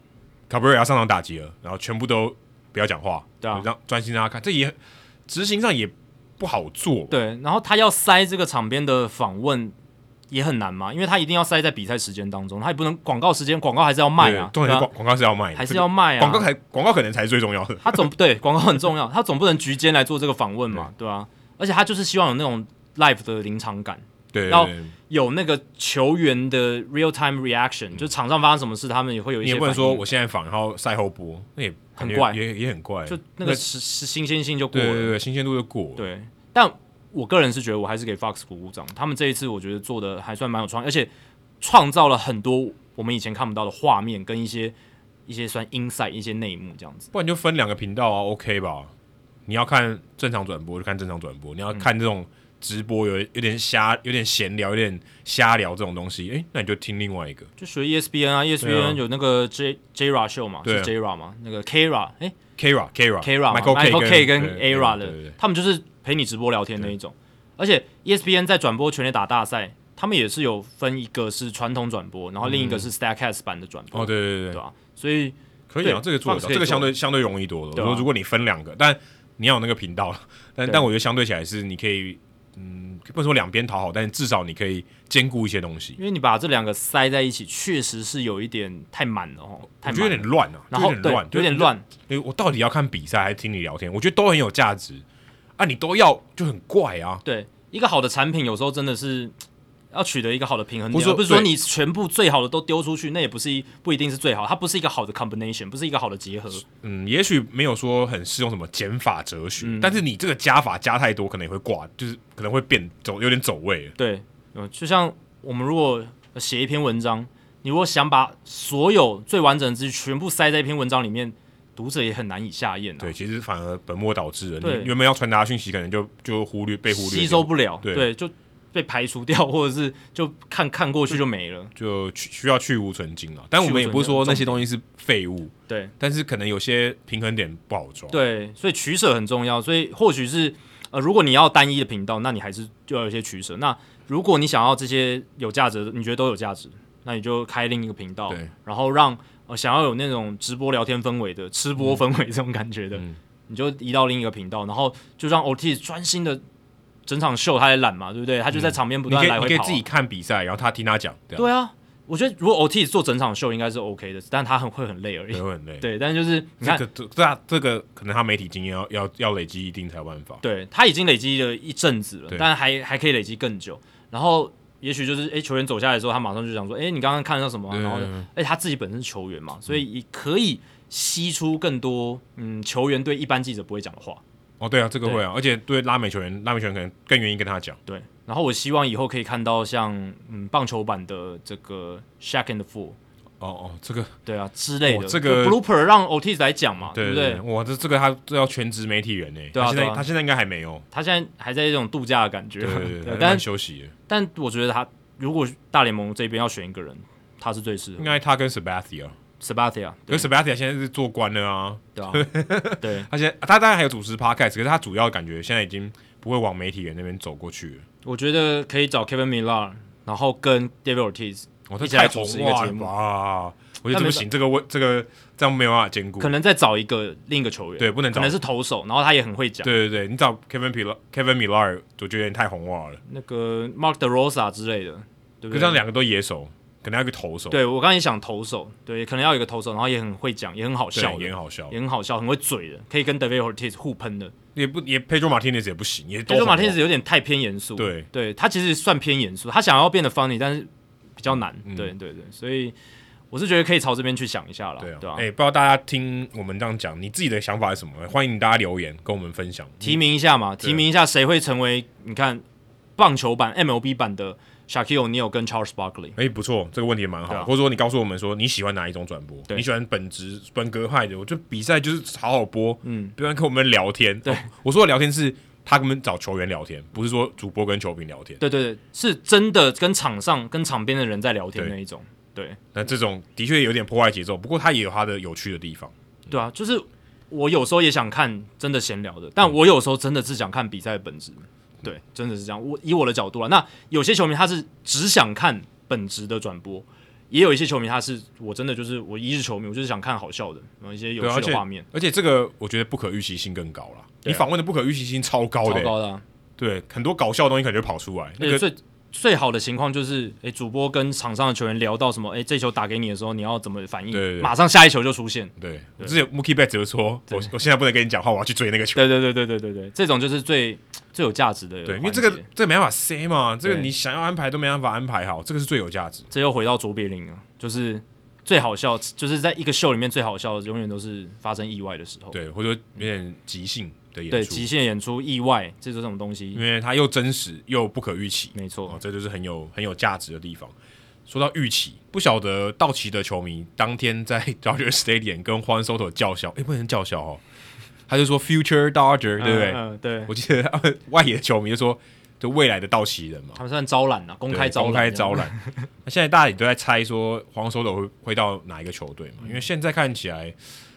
卡布瑞要上场打击了，然后全部都不要讲话，对啊让专心让他看，这也执行上也不好做。，对，然后他要塞这个场边的访问也很难嘛，因为他一定要塞在比赛时间当中，他也不能广告时间，广告还是要卖啊，重点对是啊广广告是要卖的，还这是个要卖啊，广告才广告可能才是最重要的。他总对广告很重要，他总不能局间来做这个访问嘛，对吧、而且他就是希望有那种 live 的临场感，对，要对对有那个球员的 real time reaction，、就场上发生什么事，他们也会有一嗯你些也反应。不能说我现在仿，然后赛后播，那也很怪也也很怪。就那个是是新鲜性就过对了。对对，新鲜度就过了。对但我个人是觉得我还是给 Fox 鼓鼓掌，他们这一次我觉得做的还算蛮有创意，而且创造了很多我们以前看不到的画面跟一些一些算 inside 一些内幕这样子。不然就分两个频道啊，OK 吧？你要看正常转播就看正常转嗯播，你要看这种直播有有点瞎、有点闲聊、有点瞎聊这种东西，诶，那你就听另外一个。就学 ESPN 啊对啊，ESPN 有那个 J Jra 秀嘛，对是啊 Jra 嘛，那个 Kra 哎 Kira Kira Kra 嘛 Michael K 跟跟对 Era 对的对对，他们就是陪你直播聊天那一种。而且，E ESPN 在转播全垒打大赛，他们也是有分一个是传统转播，然后另一个是 Stacks 版的转播，嗯哦对对对对对，吧？所以可以啊，对这个做得 Fox 到，可以这个相做对相对容易多了。对我啊说如果你分两个，但你要有那个频道，但对但我觉得相对起来是你可以，嗯，不能说两边讨好，但是至少你可以兼顾一些东西因。为你把这两个塞在一起，确实是有一点太满了哦，我太觉得有满点了。乱啊，然后就有点对乱，，有点就乱，诶我到底要看比赛还是听你聊天？我觉得都很有价值啊，你都要就很怪啊。对，一个好的产品有时候真的是要取得一个好的平衡不点，是说而不是说对你全部最好的都丢出去，那也不是一不一定是最好，它不是一个好的 combination，不是一个好的结合。嗯，也许没有说很适用什么减法哲学，嗯但是你这个加法加太多，可能也会挂，就是可能会变走有点走位了。对，呃就像我们如果写一篇文章，你如果想把所有最完整的资讯全部塞在一篇文章里面，读者也很难以下咽、啊，对，其实反而本末倒置了。对你原本要传达的讯息，可能就就忽略被忽略掉，吸收不了，对就被排除掉，或者是就看看过去就没了。就去需要去无存精了。但我们也不是说那些东西是废物，对但是可能有些平衡点不好抓。对，所以取舍很重要，所以或许是。呃，如果你要单一的频道，那你还是就要有一些取舍。那如果你想要这些有价值的，你觉得都有价值，那你就开另一个频道对，然后让呃想要有那种直播聊天氛围的、吃播氛围这种感觉的，嗯你就移到另一个频道，然后就让 OT 专心的整场秀，他也懒嘛，对不对？他就在场边不你可断以来你回可以跑啊、自己看比赛，然后他听他讲，这样对啊，我觉得如果 OT 做整场秀应该是 OK 的，但他很会很累而对已。会很累。对，但就是这你看，个这这啊这个可能他媒体经验要要要累积一定才有办法。对他已经累积了一阵子了对，但还还可以累积更久。然后也许就是，诶，球员走下来的时候，他马上就想说，诶，你刚刚看到什么啊、对然后呢，诶，他自己本身是球员嘛，所以也可以吸出更多嗯球员对一般记者不会讲的话。哦，对啊，这个会啊，而且对拉美球员，拉美球员可能更愿意跟他讲。对，然后我希望以后可以看到像嗯棒球版的这个 Shaq and the Fool，哦哦，这个对啊之类的，哦这个就 blooper 让 Otis 来讲嘛，对不对，哇，这这个他这要全职媒体人呢。对啊他现对在啊他现在应该还没有。他现在还在这种度假的感觉，对对对，但但休息了，但我觉得他如果大联盟这边要选一个人，他是最适合应该他跟 Sabathia， Sabathia，可对是 Sabathia 现在是做官了啊。对啊，对，他现在他当然还有主持 podcast，可是他主要感觉现在已经不会往媒体人那边走过去了。我觉得可以找 Kevin Millar，然后跟 David Ortiz 哦，他一起来太主红持一个哇节目哇，我觉得这不行，这个我这个这样没有办法兼顾。可能再找一个另一个球员，对不能找可能是投手，然后他也很会讲，对对对，你找 Kevin Pilar、Kevin Millar，我觉得有点太红袜了。那个 Mark De Rosa 之类的，可对不是对？这样两个都野手，可能要一个投手，对我刚才也想投手，对，可能要有一个投手，然后也很会讲，也很好对，笑的，也很好笑也。很好笑，很会嘴的，可以跟 David Ortiz 互喷的。也不也 Pedro Martinez 也不行，也都 Pedro 红袜 Martinez 有点太偏严肃，对对，他其实算偏严肃，他想要变得 funny，但是比较难，嗯对对对，所以我是觉得可以朝这边去想一下啦，对啊，对啊，哎、不知道大家听我们这样讲，你自己的想法是什么？欢迎大家留言跟我们分享。提名一下嗯嘛，提名一下谁会成为你看棒球版 MLB 版的 Shaquille O'Neal 跟 Charles Barkley，哎、不错，这个问题也蛮好，对啊或者说你告诉我们说你喜欢哪一种转播？对你喜欢本职本格派的？我觉得比赛就是好好播，嗯，不然跟我们聊天。对哦我说的聊天是他跟我们找球员聊天，不是说主播跟球评聊天。对对对，是真的跟场上跟场边的人在聊天对嗯那一种，对那这种的确有点破坏节奏，不过它也有它的有趣的地方。对啊，就是我有时候也想看真的闲聊的，但我有时候真的是想看比赛的本质，嗯对，真的是这样。我以我的角度啊，那有些球迷他是只想看本职的转播。也有一些球迷，他是我真的就是我一日球迷，我就是想看好笑的，然后一些有对，啊而趣且的画面，而且这个我觉得不可预期性更高了。你对啊访问的不可预期性超高的、欸超高的啊、对，很多搞笑的东西可能就跑出来。那对，个最最好的情况就是，诶，主播跟场上的球员聊到什么，诶，这球打给你的时候，你要怎么反应？对对对马上下一球就出现。对，我之前 Mookie Betts 就说，我我现在不能跟你讲话，我要去追那个球。对对对对对对对，这种就是最最有价值的。对，因为这个，这个没办法塞嘛，这个对你想要安排都没办法安排好，这个是最有价值。这又回到卓别林了，就是最好笑，就是在一个秀里面最好笑的，永远都是发生意外的时候。对，或者说有点即兴的对，演出极，限演出、意外，这就是这种东因西，为它又真实又不可预期，没哦错，。这就是很有很有价值的地方。说到预期，不晓得道奇的球迷当天在 Dodger Stadium 跟 Juan Soto 叫嚣，诶，不能叫嚣哦，他就说 Future Dodger，对不对？嗯嗯对，我记得他们外野的球迷就说，就未来的道奇人嘛，他们算招揽了，啊公对开招揽，嗯公开招。揽。 那现在大家也都在猜说黄手斗会会到哪一个球队嘛？因为现在看起来，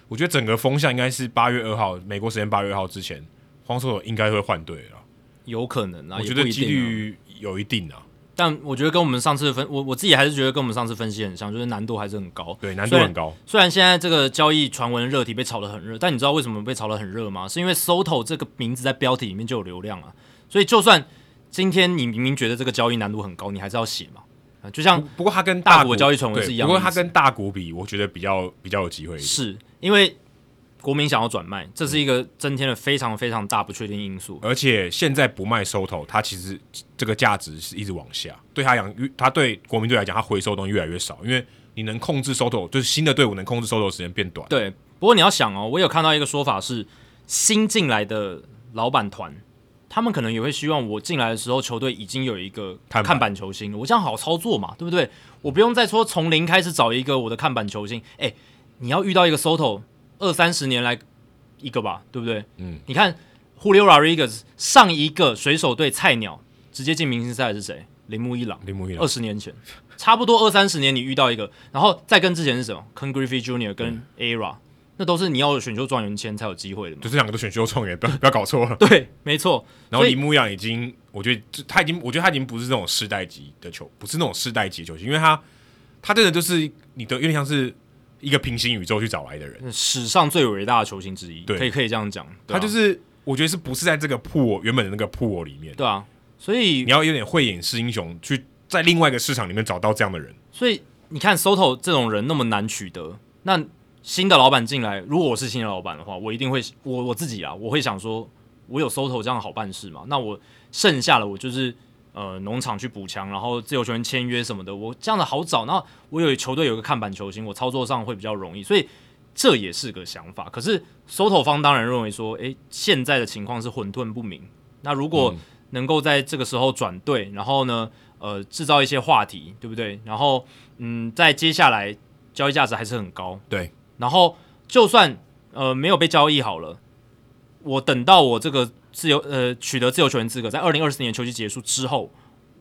我觉得整个风向应该是八月二号，美国时间八月二号之前，黄手斗应该会换队了。有可能啊，我也觉不得一几定啊率有一定啊，但我觉得跟我们上次的分，我我自己还是觉得跟我们上次分析很像，就是难度还是很高。对，难度虽然很高。虽然现在这个交易传闻热题被炒得很热，但你知道为什么被炒得很热吗？是因为 Soto 这个名字在标题里面就有流量啊，所以就算今天你明明觉得这个交易难度很高，你还是要写嘛。啊，就像不过他跟大大股谷交易传闻对是一样不的过意思他跟大谷比，我觉得比较比较有机会一点。是因为国民想要转卖，这是一个增添了非常非常大不确定因素。而且现在不卖收头，它其实这个价值是一直往下。对他讲，他对国民队来讲，他回收的东西越来越少，因为你能控制收头，就是新的队伍能控制收头时间变短。对，不过你要想哦，我有看到一个说法是，新进来的老板团，他们可能也会希望我进来的时候，球队已经有一个看板看板球星了，我这样好操作嘛，对不对？我不用再说从零开始找一个我的看板球星。哎，你要遇到一个 Soto，二三十年来一个吧，对不对？嗯，你看 Julio Rodriguez 上一个水手队菜鸟直接进明星赛的是谁？铃木一朗。铃木一朗二十年前，差不多二三十年，你遇到一个，然后再跟之前是什么 c o n Griffey Jr. 嗯跟 Era，、那都是你要有选秀状元签才有机会的嘛就。这两个都选秀状元，不要不要搞错了。 对，没错。然后所以铃木一朗已经，我觉得就他已经，我觉得他已经不是那种世代级的球，不是那种世代级的球星，因为他他真的就是你的有点像是一个平行宇宙去找来的人，史上最伟大的球星之一，对可以可以这样讲。对他啊就是我觉得是不是在这个 pool 原本的那个 pool 里面，对啊，所以你要有点慧眼识英雄，去在另外一个市场里面找到这样的人。所以你看 Soto 这种人那么难取得，那新的老板进来，如果我是新的老板的话，我一定会我我自己啊，我会想说，我有 Soto 这样好办事嘛？那我剩下的我就是呃农场去补强，然后自由球员签约什么的，我这样的好找。那我有球队有个看板球星，我操作上会比较容易，所以。这也是个想法，可是 Soto 方当然认为说，诶，现在的情况是混沌不明。那如果能够在这个时候转队，然后呢，呃制造一些话题，对不对？然后嗯，在接下来交易价值还是很高，对。然后就算呃没有被交易好了，我等到我这个自由呃取得自由球员资格，在二零二四年球季结束之后，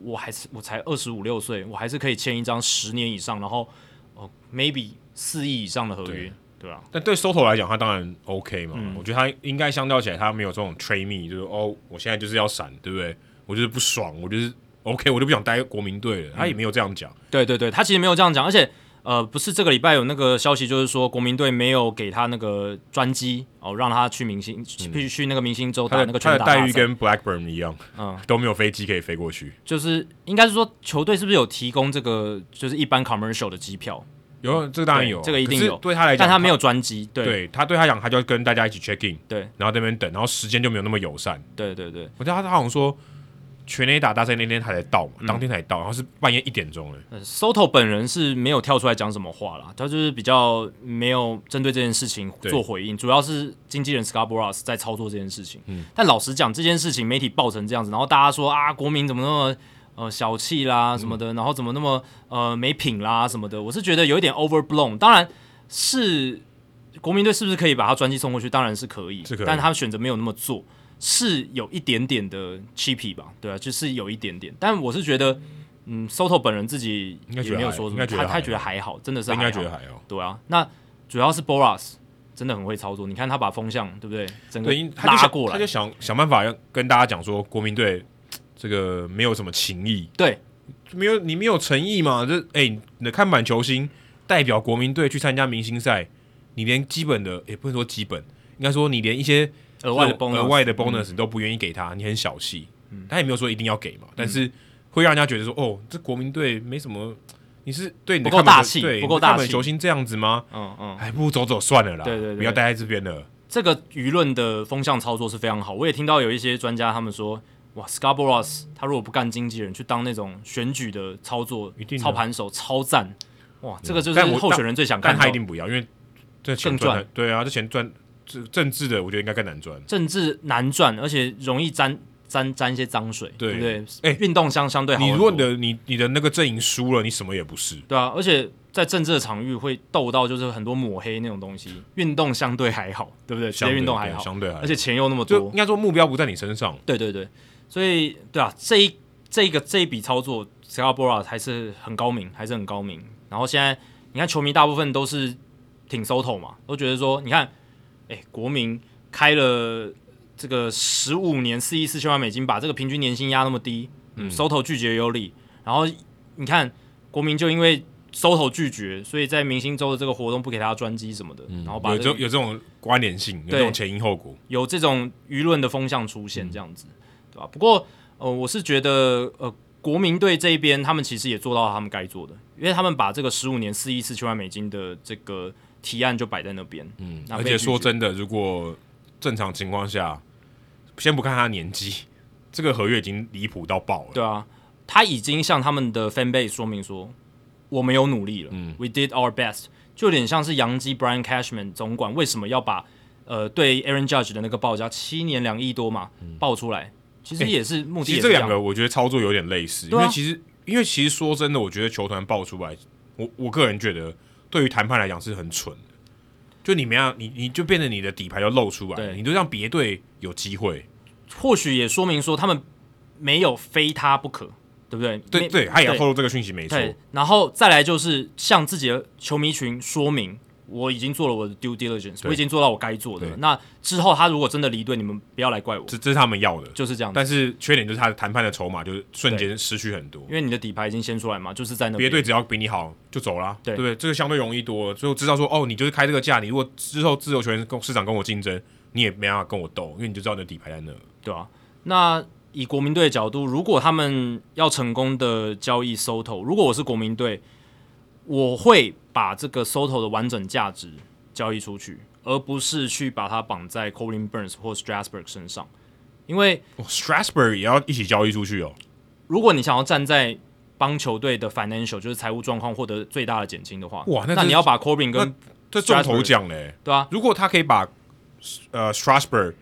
我还是我才二十五六岁，我还是可以签一张十年以上，然后哦、maybe 四亿以上的合约对，对吧、但对 Soto 来讲，他当然 OK 嘛，嗯我觉得他应该相较起来，他没有这种 train me，就是哦，我现在就是要闪，对不对？我就是不嗯爽，我就是 OK，我就不想待国民队了。他也没有这样讲，对对对，他其实没有这样讲，而且呃，不是这个礼拜有那个消息，就是说国民队没有给他那个专机哦，让他去明星去去那个明星周嗯打他那的个他拳的打待大遇赛，跟 Blackburn 一样，嗯，都没有飞机可以飞过去。就是应该是说球队是不是有提供这个就是一般 commercial 的机票，有这个当然有，对这个一定可是有对他来讲，但他没有专机，他。对对他对他讲，他就要跟大家一起 check in，对然后在那边等，然后时间就没有那么友善。对对对，我记得他他好像说，全垒打大赛那天他才到嗯嘛，当天才到，然后是半夜一点钟了。呃，Soto 本人是没有跳出来讲什么话啦，他就是比较没有针对这件事情对做回应，主要是经纪人 Scarborough 在操作这件事情。嗯，但老实讲，这件事情媒体爆成这样子，然后大家说啊，国民怎么那么呃小气啦什么嗯的，然后怎么那么呃没品啦什么的，我是觉得有一点 overblown。当然是国民队是不是可以把他专辑送过去？当然是可以，是可以但他们选择没有那么做，是有一点点的 cheapy 吧？对啊，就是有一点点。但我是觉得，嗯，Soto 本人自己应该也觉得没有还说什应么，该觉得他他还觉得还好，真的是应还该好觉得还好。对啊。那主要是 Boras 真的很会操作，你看他把风向对不对，整个对，因为他就拉想过他来就，想想办法要跟大家讲说，国民队这个没有什么情谊，对，没有你没有诚意嘛？这哎、你的看板球星代表国民队去参加明星赛，你连基本的也、不能说基本，应该说你连一些额外的这种 bonus，嗯额外的 bonus 你都不愿意给他，你很小气。他也没有说一定要给嘛，但嗯是会让人家觉得说，哦，这国民队没什么，你是对你的不够看板大球气对不够你的看大板气球星这样子吗？嗯嗯。还不如走走算了啦，对对对不要待在这边了。这个舆论的风向操作是非常好。我也听到有一些专家他们说，哇，Scarborough 他如果不干经纪人，去当那种选举的操作一定，的操盘手超赞，哇，这个就是但我候选人最想看但到他的一定不要，因为这钱更赚赚的，对啊，这钱赚这政治的，我觉得应该更难赚。政治难赚，而且容易沾沾沾一些脏水，对对不对？哎运动相相对好很你多。如果你的你你的那个阵营输了，你什么也不是。对啊，而且在政治的场域会斗到就是很多抹黑那种东西，运动相对还好，对不对？职相业对运动还好，对相对还好而且钱又那么就多应，该说目标不在你身上，对对对，所以对啊，这一这一个这一笔操作 s c a r b o r o 还是很高明，还是很高明。然后现在你看，球迷大部分都是挺 Soto 嘛，都觉得说，你看，哎、国民开了这个十五年四亿四千万美金，把这个平均年薪压那么低，嗯，Soto 拒绝有理。然后你看，国民就因为 Soto 拒绝，所以在明星周的这个活动不给他专机什么的，然后把有这这个有这种关联性，有对这种前因后果。有这种舆论的风向出嗯现，这样子，对吧？不过，呃，我是觉得，呃，国民队这一边他们其实也做到他们该做的，因为他们把这个十五年四亿四千万美金的这个提案就摆在那边，嗯，而且说真的，如果正常情况下，先不看他年纪， 这个合约已经离谱到爆了。对啊，他已经向他们的 fan base 说明说，我们有努力了、w 嗯 e did our best，就有点像是杨基 Brian Cashman 总管为什么要把呃对 Aaron Judge 的那个报价七年两亿多嘛、报出来，其实也是目嗯的其也实这是一两样，个我觉得操作有点类似，因对啊为其实因为其实说真的，我觉得球团爆出来，我我个人觉得对于谈判来讲是很蠢的。就你们要你你就变成你的底牌就露出来了，对你就让别队有机会。或许也说明说他们没有非他不可，对不对？对没对，他也要透露这个讯息，没错。对，然后再来就是向自己的球迷群说明，我已经做了我的 due diligence，我已经做到我该做的了对。那之后他如果真的离队，你们不要来怪我，这这是他们要的，就是这样子。但是缺点就是他的谈判的筹码就是瞬间失去很多因。为你的底牌已经先出来嘛，就是在那别边。队只要比你好就走啦，对不对？这个相对容易多了，就知道说哦，你就是开这个价，你如果之后自由球员跟市场跟我竞争，你也没办法跟我斗，因为你就知道你的底牌在那。对啊，那以国民队的角度，如果他们要成功的交易 Soto，如果我是国民队，我会把这个 Soto 的完整价值交易出去，而不是去把它绑在 Colin Burns 或 Strasburg 身上，因为哇哦 Strasburg 也要一起交易出去哦，如果你想要站在帮球队的 financial 就是财务状况获得最大的减轻的话，哇那那这你要把 Corbin 跟这中头奖嘞。对啊，如果他可以把呃 Strasburg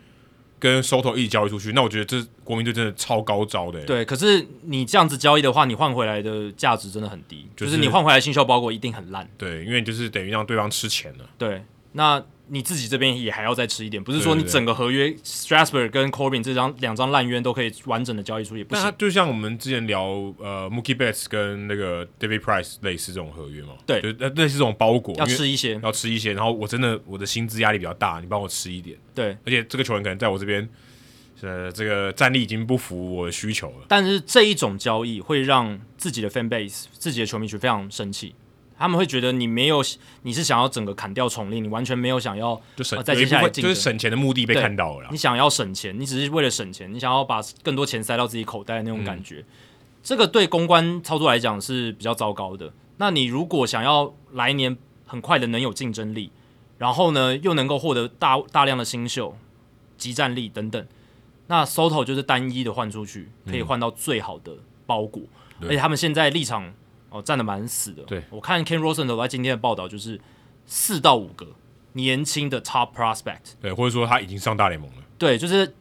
跟 Soto 一起交易出去，那我觉得这国民队真的超高招的。，欸对，可是你这样子交易的话，你换回来的价值真的很低，就就是是、你换回来的新秀包裹一定很烂。对，因为就是等于让对方吃钱了。对，那你自己这边也还要再吃一点，不是说对对你对整个合约 Strasburg 跟 Corbin 这张两张烂冤都可以完整的交易出，也不那他行。就像我们之前聊呃 Mookie Betts 跟那个 David Price 类似这种合约嘛，对就是呃类似这种包裹，要因为吃一些，要吃一些，然后我真的我的薪资压力比较大，你帮我吃一点，对，而且这个球员可能在我这边，呃，这个战力已经不符我的需求了。但是这一种交易会让自己的 fan base、自己的球迷群非常生气，他们会觉得你没有，你是想要整个砍掉重练，你完全没有想要就省呃、再有一部接下来分竞就争。是省钱的目的被对看到了啦你。想要省钱，你只是为了省钱，你想要把更多钱塞到自己口袋的嗯那种感觉，这个对公关操作来讲是比较糟糕的。那你如果想要来年很快的能有竞争力，然后呢又能够获得大大量的新秀、集战力等等，那 Soto 就是单一的换出去，可以换到最好的包裹，嗯对而且他们现在立场哦站得蛮死的。对我看 Ken Rosenthal 在今天的报道就是四到五个年轻的 Top Prospect。对，或者说他已经上大联盟了。对，就是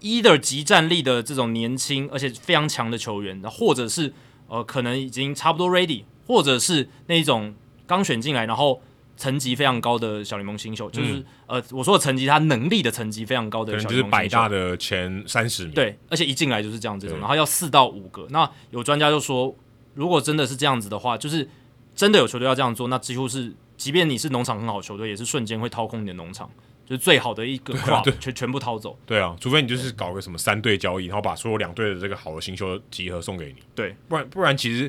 either 极战力的这种年轻而且非常强的球员，或者是呃可能已经差不多 ready，或者是那一种刚选进来然后层级非常高的小联盟新秀，就是、呃我说的层级，他能力的层级非常嗯高可的能小就联是盟百新秀大的前三十名。，对，而且一进来就是这样这种，对然后要四到五个。那有专家就说，如果真的是这样子的话，就是真的有球队要这样做，那几乎是，即便你是农场很好的球队，也是瞬间会掏空你的农场，就是最好的一个啊 crop、全全部掏走。对啊，除非你就是搞个什么三队交易，然后把所有两队的这个好的新秀集合送给你。对，不然不然其实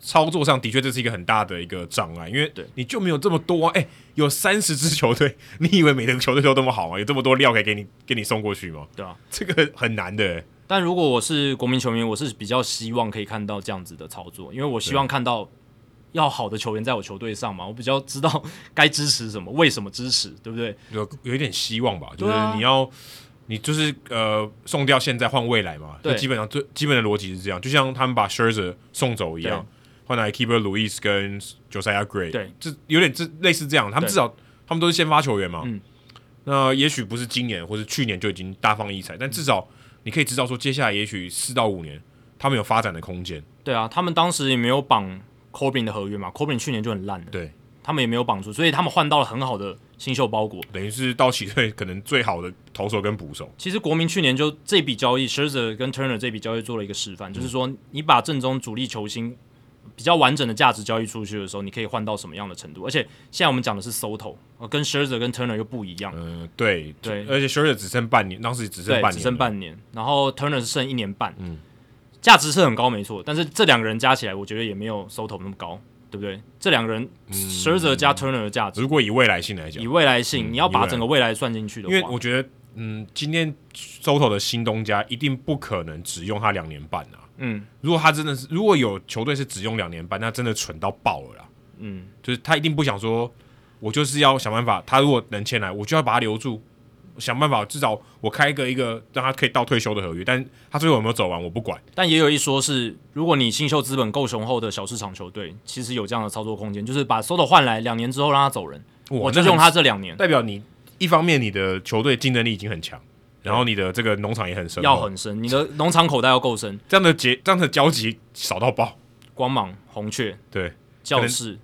操作上的确这是一个很大的一个障碍，因为对你就没有这么多啊。哎、有三十支球队， 你以为每个球队都这么好吗？有这么多料可以给你给你送过去吗？对啊， 这个很难的、欸但如果我是国民球员，我是比较希望可以看到这样子的操作，因为我希望看到要好的球员在我球队上嘛，我比较知道该支持什么，为什么支持，对不对？有有一点希望吧，就是对啊你要。你就是呃送掉现在换未来嘛，就对基本上最基本的逻辑是这样，就像他们把 Scherzer 送走一样对，换来 Keeper Louis 跟 Josiah Gray，对，这有点这类似这样，他们对至少他们都是先发球员嘛，嗯那也许不是今年或是去年就已经大放异彩，但至少你可以知道说接下来也许四到五年他们有发展的空间，对啊，他们当时也没有绑 Corbin 的合约嘛，Corbin 去年就很烂了。对，他们也没有绑住，所以他们换到了很好的新秀包裹。等于是道奇队可能最好的投手跟捕手，其实国民去年就这笔交易 s h i r z e r 跟 Turner 这笔交易做了一个示嗯范，就是说你把正宗主力球星比较完整的价值交易出去的时候，你可以换到什么样的程度。而且现在我们讲的是 Soto，呃跟 s h i r z e r 跟 Turner 又不一样，嗯、对对而且 Scherzer 只剩半年，当时只剩对半，年，嗯只剩。半年，然后 Turner 是剩一年半，价值是很高没错，但是这两个人加起来，我觉得也没有 Soto 那么高，对不对？这两个人嗯 s h i r z e r 加 Turner 的价值，如果以未来性来讲以，未来性，嗯你要以未把来整个未来算进去的因话，为我觉得，嗯，今天 Soto 的新东家一定不可能只用他两年半啊。嗯如果他真的是，如果有球队是只用两年半，那真的蠢到爆了啦。嗯，就是他一定不想说，我就是要想办法，他如果能签来，我就要把他留住，想办法至少我开一个一个让他可以到退休的合约。但他最后有没有走完，我不管。但也有一说是，如果你新秀资本够雄厚的小市场球队，其实有这样的操作空间，就是把 Soto 换来两年之后让他走人，我就这用很他这两年，代表你一方面你的球队竞争力已经很强，然后你的这个农场也很深厚，要很深，你的农场口袋要够深。这样的结这样的交集少到爆，光芒、红雀、对，教室，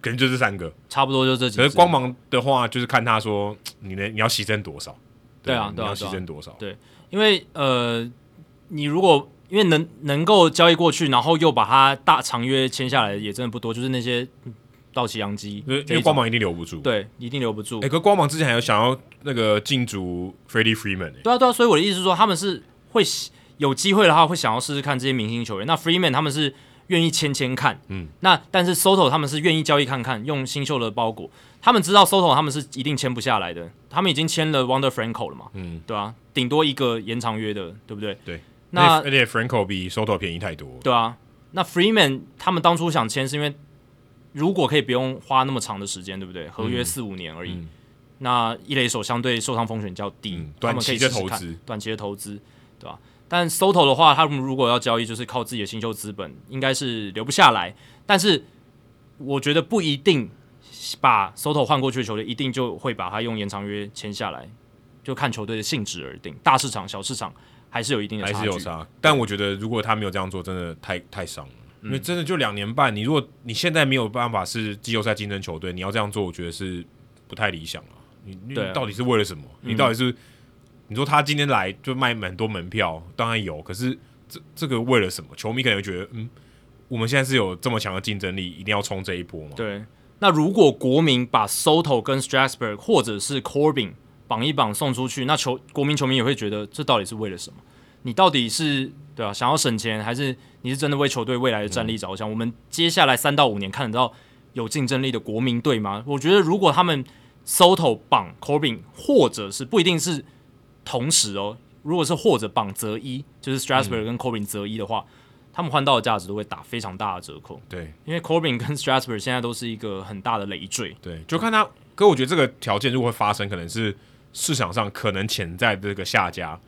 可能就这三个。差不多就这几可支。是光芒的话，就是看他说你能你要牺牲多少。对啊你对啊要对牺啊牲多少？因为呃，你如果因为能能够交易过去，然后又把他大长约签下来，也真的不多，就是那些嗯道奇、洋基因为因这一为种光芒一定留不住。，对一定留不住。哎，可光芒之前还有想要那个禁足 Freddie Freeman，欸对啊，对啊，所以我的意思是说，他们是会喜有机会的话，会想要试试看这些明星球员。那 Freeman 他们是愿意签签看，嗯，那但是 Soto 他们是愿意交易看看，用新秀的包裹。他们知道 Soto 他们是一定签不下来的，他们已经签了 Wonder Franco 了嘛，嗯，对啊，顶多一个延长约的，对不对？对。那而且而且 Franco 比 Soto 便宜太多。对啊，那 Freeman 他们当初想签是因为如果可以不用花那么长的时间，对不对？合约四五年而已。嗯那一垒手相对受伤风险较低，嗯他们可以短期的试试看投资，短期的投资，对吧、但 Soto 的话，他们如果要交易，就是靠自己的新秀资本，应该是留不下来。但是我觉得不一定把 Soto 换过去的球队，一定就会把他用延长约签下来，就看球队的性质而定。大市场、小市场还是有一定的还差距，是有差，但我觉得如果他没有这样做，真的太太伤了。嗯因为真的就两年半，你如果你现在没有办法是季后赛竞争球队，你要这样做，我觉得是不太理想啊。你你对啊到底是为了什么？你到底是、你说他今天来就卖很多门票，当然有，可是这这个为了什么？球迷可能会觉得，嗯，我们现在是有这么强的竞争力，一定要冲这一波嘛？对，那如果国民把 Soto 跟 Strasburg 或者是 Corbin 绑一绑送出去，那球国民球迷也会觉得这到底是为了什么？你到底是对啊，想要省钱，还是你是真的为球队未来的战力着想？我们接下来三到五年看得到有竞争力的国民队吗？我觉得如果他们 Soto 绑 Corbin，或者是不一定是同时哦，如果是或者绑择一，就是 Strasburg 跟 Corbin 择一的话，他们换到的价值都会打非常大的折扣。对因为 Corbin 跟 Strasburg 现在都是一个很大的累赘，对，就看他。可我觉得这个条件如果会发生，可能是市场上可能潜在的这个下家，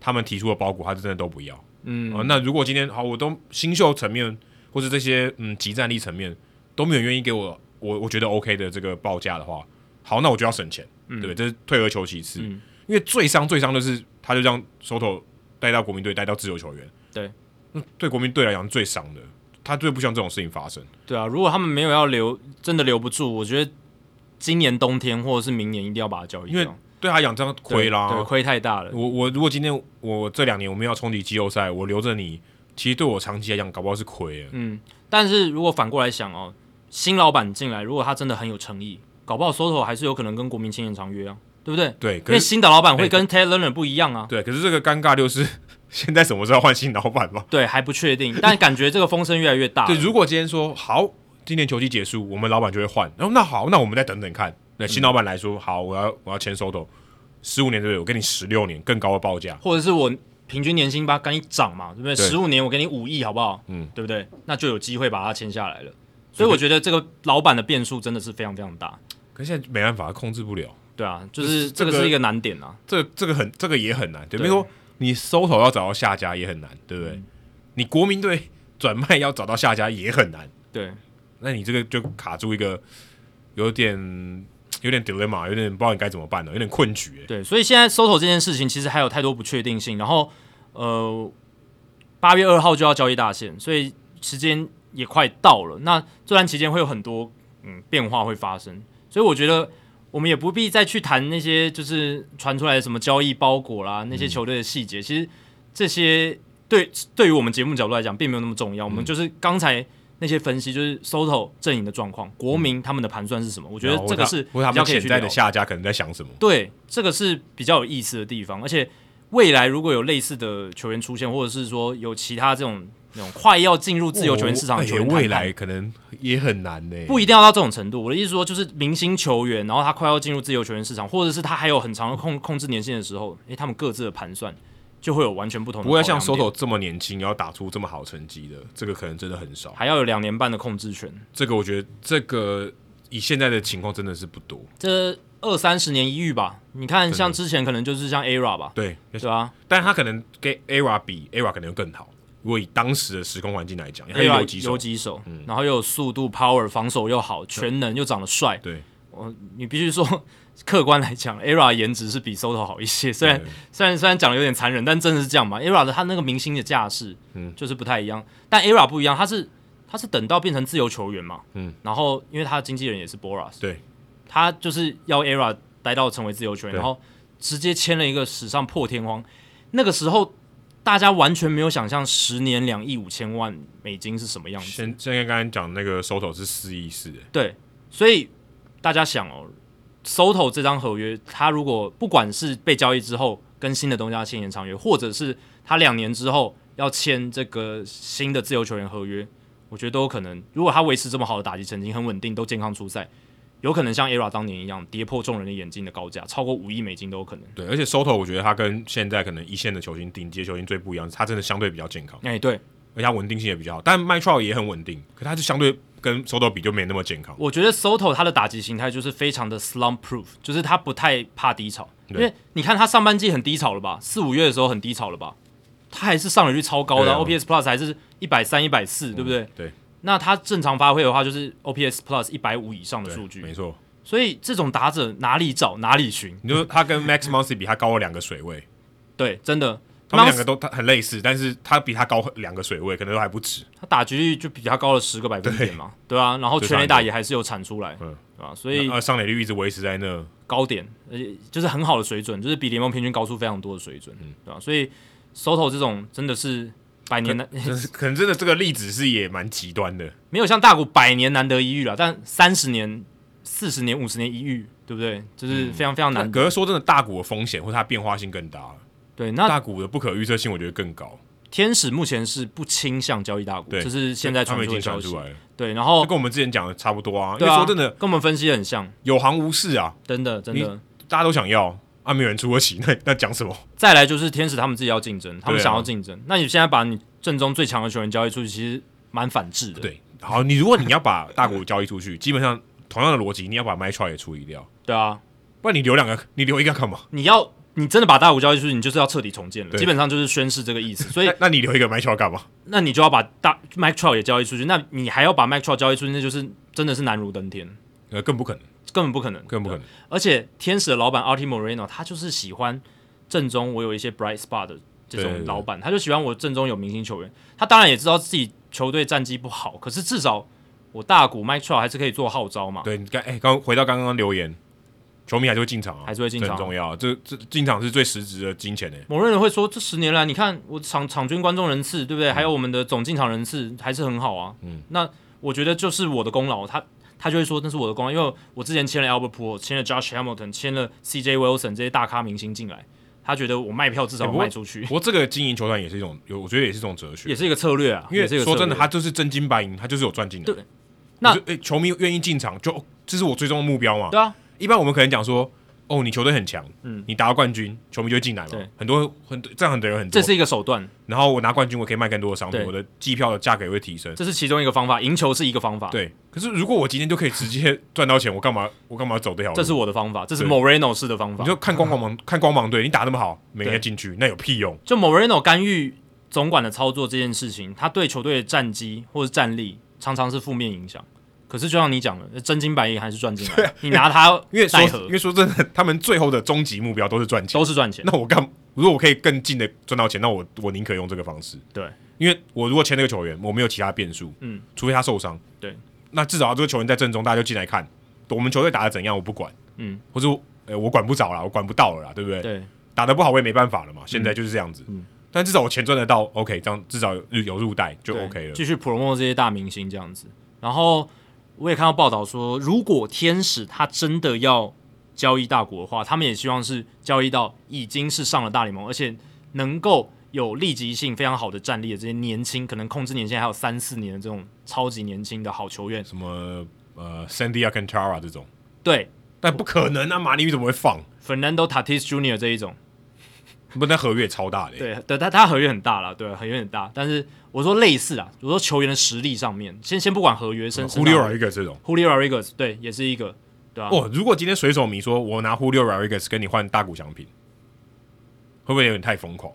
他们提出的包裹，他就真的都不要。嗯、那如果今天好，我都新秀层面或是这些嗯集战力层面都没有愿意给我我我觉得 OK 的这个报价的话，好，那我就要省钱，对不对？这是退而求其次，嗯因为最伤最伤的是他就让 Soto 带到国民队，带到自由球员，对，那对国民队来讲是最伤的，他最不希望这种事情发生。对啊，如果他们没有要留，真的留不住，我觉得今年冬天或者是明年一定要把它交易因为掉，对他养这样亏啦，对，对亏太大了。我我如果今天我这两年我们要冲击季后赛，我留着你，其实对我长期来讲，搞不好是亏耶。嗯，但是如果反过来想哦，新老板进来，如果他真的很有诚意，搞不好 Soto 还是有可能跟国民青年长约啊，对不对？对，因可为是新的老板会跟 Taylor Leonard 不一样啊。对，可是这个尴尬就是 现在什么时候换新老板嘛？对，还不确定，但感觉这个风声越来越大 了。对，如果今天说好，今年球季结束，我们老板就会换，然后那好，那我们再等等看。那新老板来说，好，我要我要签 Soto，十五年对不对？我给你十六年更高的报价，或者是我平均年薪吧，跟你涨嘛，对不对？对十五年我给你五亿，好不好？嗯嗯，对不对？那就有机会把它签下来了。所以我觉得这个老板的变数真的是非常非常大，可是现在没办法，控制不了。对啊，就是这这个个是一个难点啊。这这个很这个也很难，对，对嗯比如说你 Soto 要找到下家也很难，对不对？你国民队转卖要找到下家也很难。对，那你这个就卡住一个有点有点 dilemma，有点不知道你该怎么办了，有点困局、欸。对，所以现在 Soto 这件事情其实还有太多不确定性。然后，呃，八月二号就要交易大限，所以时间也快到了。那这段期间会有很多嗯变化会发生，所以我觉得我们也不必再去谈那些就是传出来的什么交易包裹啦，嗯那些球队的细节。其实这些对对于我们节目角度来讲，并没有那么重要。我嗯们就是刚才。那些分析就是 Soto 阵营的状况，嗯国民他们的盘算是什么？我觉然得后这个啊他是或者他比较们可以潜去在聊的下家可能在想什么？对，这个是比较有意思的地方。而且未来如果有类似的球员出现，或者是说有其他这种那种快要进入自由球员市场的哎球员，未来可能也很难呢、不一定要到这种程度。我的意思说，就是明星球员，然后他快要进入自由球员市场，或者是他还有很长的控控制年限的时候，诶，他们各自的盘算就会有完全不同的不考会量像点。 Soto 这么年轻，然后打出这么好成绩的，这个可能真的很少。还要有两年半的控制权，这个我觉得这个以现在的情况真的是不多。这二三十年一遇吧。你看，的像之前可能就是像 ERA 吧，对，对吧、但他可能跟 ERA 比，ERA 可能又更好。如果以当时的时空环境来讲，他 a 有 r a 游击手嗯游，击手，然后又有速度、power，防守又好，全能又长得帅，对，我你必须说，客观来讲，ERA 颜值是比 Soto 好一些。虽然对虽然虽然讲的有点残忍，但真的是这样嘛。ERA 的他那个明星的架势，嗯，就是不太一样。但 ERA 不一样，他是他是等到变成自由球员嘛，嗯，然后因为他的经纪人也是 Boras，对，他就是要 ERA 待到成为自由球员，对然后直接签了一个史上破天荒。那个时候大家完全没有想象十年两亿五千万美金是什么样子，现现在刚才讲那个 Soto 是四亿四，对，所以大家想哦，Soto 这张合约，他如果不管是被交易之后跟新的东家签延长约，或者是他两年之后要签这个新的自由球员合约，我觉得都有可能。如果他维持这么好的打击成绩，很稳定，都健康出赛，有可能像 ERA 当年一样跌破众人的眼镜的高价，超过五亿美金都有可能。对，而且 Soto 我觉得他跟现在可能一线的球星、顶级的球星最不一样，他真的相对比较健康，哎、对，而且他稳定性也比较好。但 m i t r o 也很稳定，可他就相对跟 Soto 比就没那么健康。我觉得 Soto 他的打击形态就是非常的 slump proof，就是他不太怕低潮，因对为你看他上半季很低潮了吧，四五月的时候很低潮了吧，他还是上垒率超高的、对啊啊嗯 OPS Plus 还是一百三、一百四，对不对？对，那他正常发挥的话，就是 OPS Plus 一百五以上的对数据没，错。所以这种打者哪里找哪里寻，你说他跟 Max m o n c y 比，他高了两个水位，对，真的。他们两 Muncy- 个都他很类似，但是他比他高两个水位，可能都还不止。他打击率就比他高了十个百分点嘛，对啊，然后就全垒打差很多也还是有产出来，对吧、所以呃，上垒率一直维持在那，高点，而且就是很好的水准，就是比联盟平均高出非常多的水准，嗯对吧、所以 Soto 这种真的是百年难，真是可能真的这个例子是也蛮极端的。没有像大谷百年难得一遇了，但三十年、四十年、五十年一遇，对不对？就是嗯非常非常 难得。可是说真的，大股的风险或者它变化性更大了，对，大那股的不可预测性我觉得更高。天使目前是不倾向交易大股，对这是现在他传们已出经的消传息出。来了，对，然后就跟我们之前讲的差不多啊。因对为啊，说真的，跟我们分析的很像，有行无市啊，真的真的。大家都想要啊，没有人出得起，那那讲什么？再来就是天使他们自己要竞争，他们对啊想要竞争。那你现在把你阵中最强的球员交易出去，其实蛮反制的。对，好，你如果你要把大股交易出去，基本上同样的逻辑，你要把 m y t r a 也处理掉，对啊，不然你留两个，你留一个干嘛？你要你真的把大五交易出去，你就是要彻底重建了，对哎基本上就是宣誓这个 意思。所以那那你留一个 m y t r a 干嘛？那你就要把大 Mike Trout 也交易出去，那你还要把 Mike Trout 交易出去，那就是真的是难如登天，呃，更不可能，根本不可能。更不可能。而且天使的老板 Artie Moreno 他就是喜欢正中我有一些 bright spot 的这对对种对老板，他就喜欢我正中有明星球员。他当然也知道自己球队战绩不好，可是至少我大股 Mike Trout 还是可以做号召嘛。对你刚哎，刚回到刚刚留言，球迷还是会进场啊，还是会进场这很重要啊。这这进场是最实质的金钱欸诶。某人会说，这十年来，你看我场场均观众人次，对不对？还有我们的总进场人次还是很好啊。嗯，那我觉得就是我的功劳，他他就会说那是我的功劳，因为我之前签了 Albert p o o l 签了 Josh Hamilton，签了 CJ Wilson 这些大咖明星进来，他觉得我卖票至哎少不过卖出去，不过这个经营球团也是一种，有我觉得也是一种哲学也。是一个策略啊。因为也是一个说真的，策略他就是真金白银，他就是有赚进来。对那我就哎球迷愿意进场，就这是我最终的目标嘛。对啊，一般我们可能讲说，哦，你球队很强，嗯你打到冠军，球迷就会进来嘛对。很多很多这样的人很多这，是一个手段，然后我拿冠军，我可以卖更多的商品，对我的机票的价格也会提升。这是其中一个方法，赢球是一个方法。。对，可是如果我今天就可以直接赚到钱，我干嘛我干嘛走这条路？这是我的方法，这是对 Moreno 式的方法你。就看光芒 芒看光芒队，你打那么好，没对人进去，那有屁用？就 Moreno 干预总管的操作这件事情，他对球队的战绩或者战力常常是负面影响。可是就像你讲的，真金白银还是赚进来，你拿它啊因为说奈何因为说真的，他们最后的终极目标都是赚钱都。是赚钱。那我干？如果我可以更近的赚到钱，那我我宁可用这个方式。对，因为我如果签那个球员，我没有其他变数，嗯，除非他受伤，对，那至少这个球员在正中，大家就进来看我们球队打的怎样，我不管，嗯，或者我呃我管不着啦，我管不到了啦，对不对？对，打得不好我也没办法了嘛，现在就是这样子。嗯但至少我钱赚得到，OK，这样至少有有入袋就对 OK 了。继续 promo 这些大明星这样子。然后我也看到报道说，如果天使他真的要交易大股的话，他们也希望是交易到已经是上了大联盟，而且能够有立即性非常好的战力的这些年轻，可能控制年限还有三四年的这种超级年轻的好球员。什么呃，Sandy Alcantara 这种，对但不可能啊，马里鱼怎么会放？ ，Fernando Tatis Jr. 这一种，不，那合约也超大的、欸，对，对，他他合约很大啦，对，合约很大。但是我说类似啊，我说球员的实力上面，先先不管合约，身忽略了一个这种。 Julio Rodriguez 对，也是一个，对啊吧、哦，如果今天水手迷说我拿 Julio Rodriguez 跟你换大谷翔平，会不会有点太疯狂？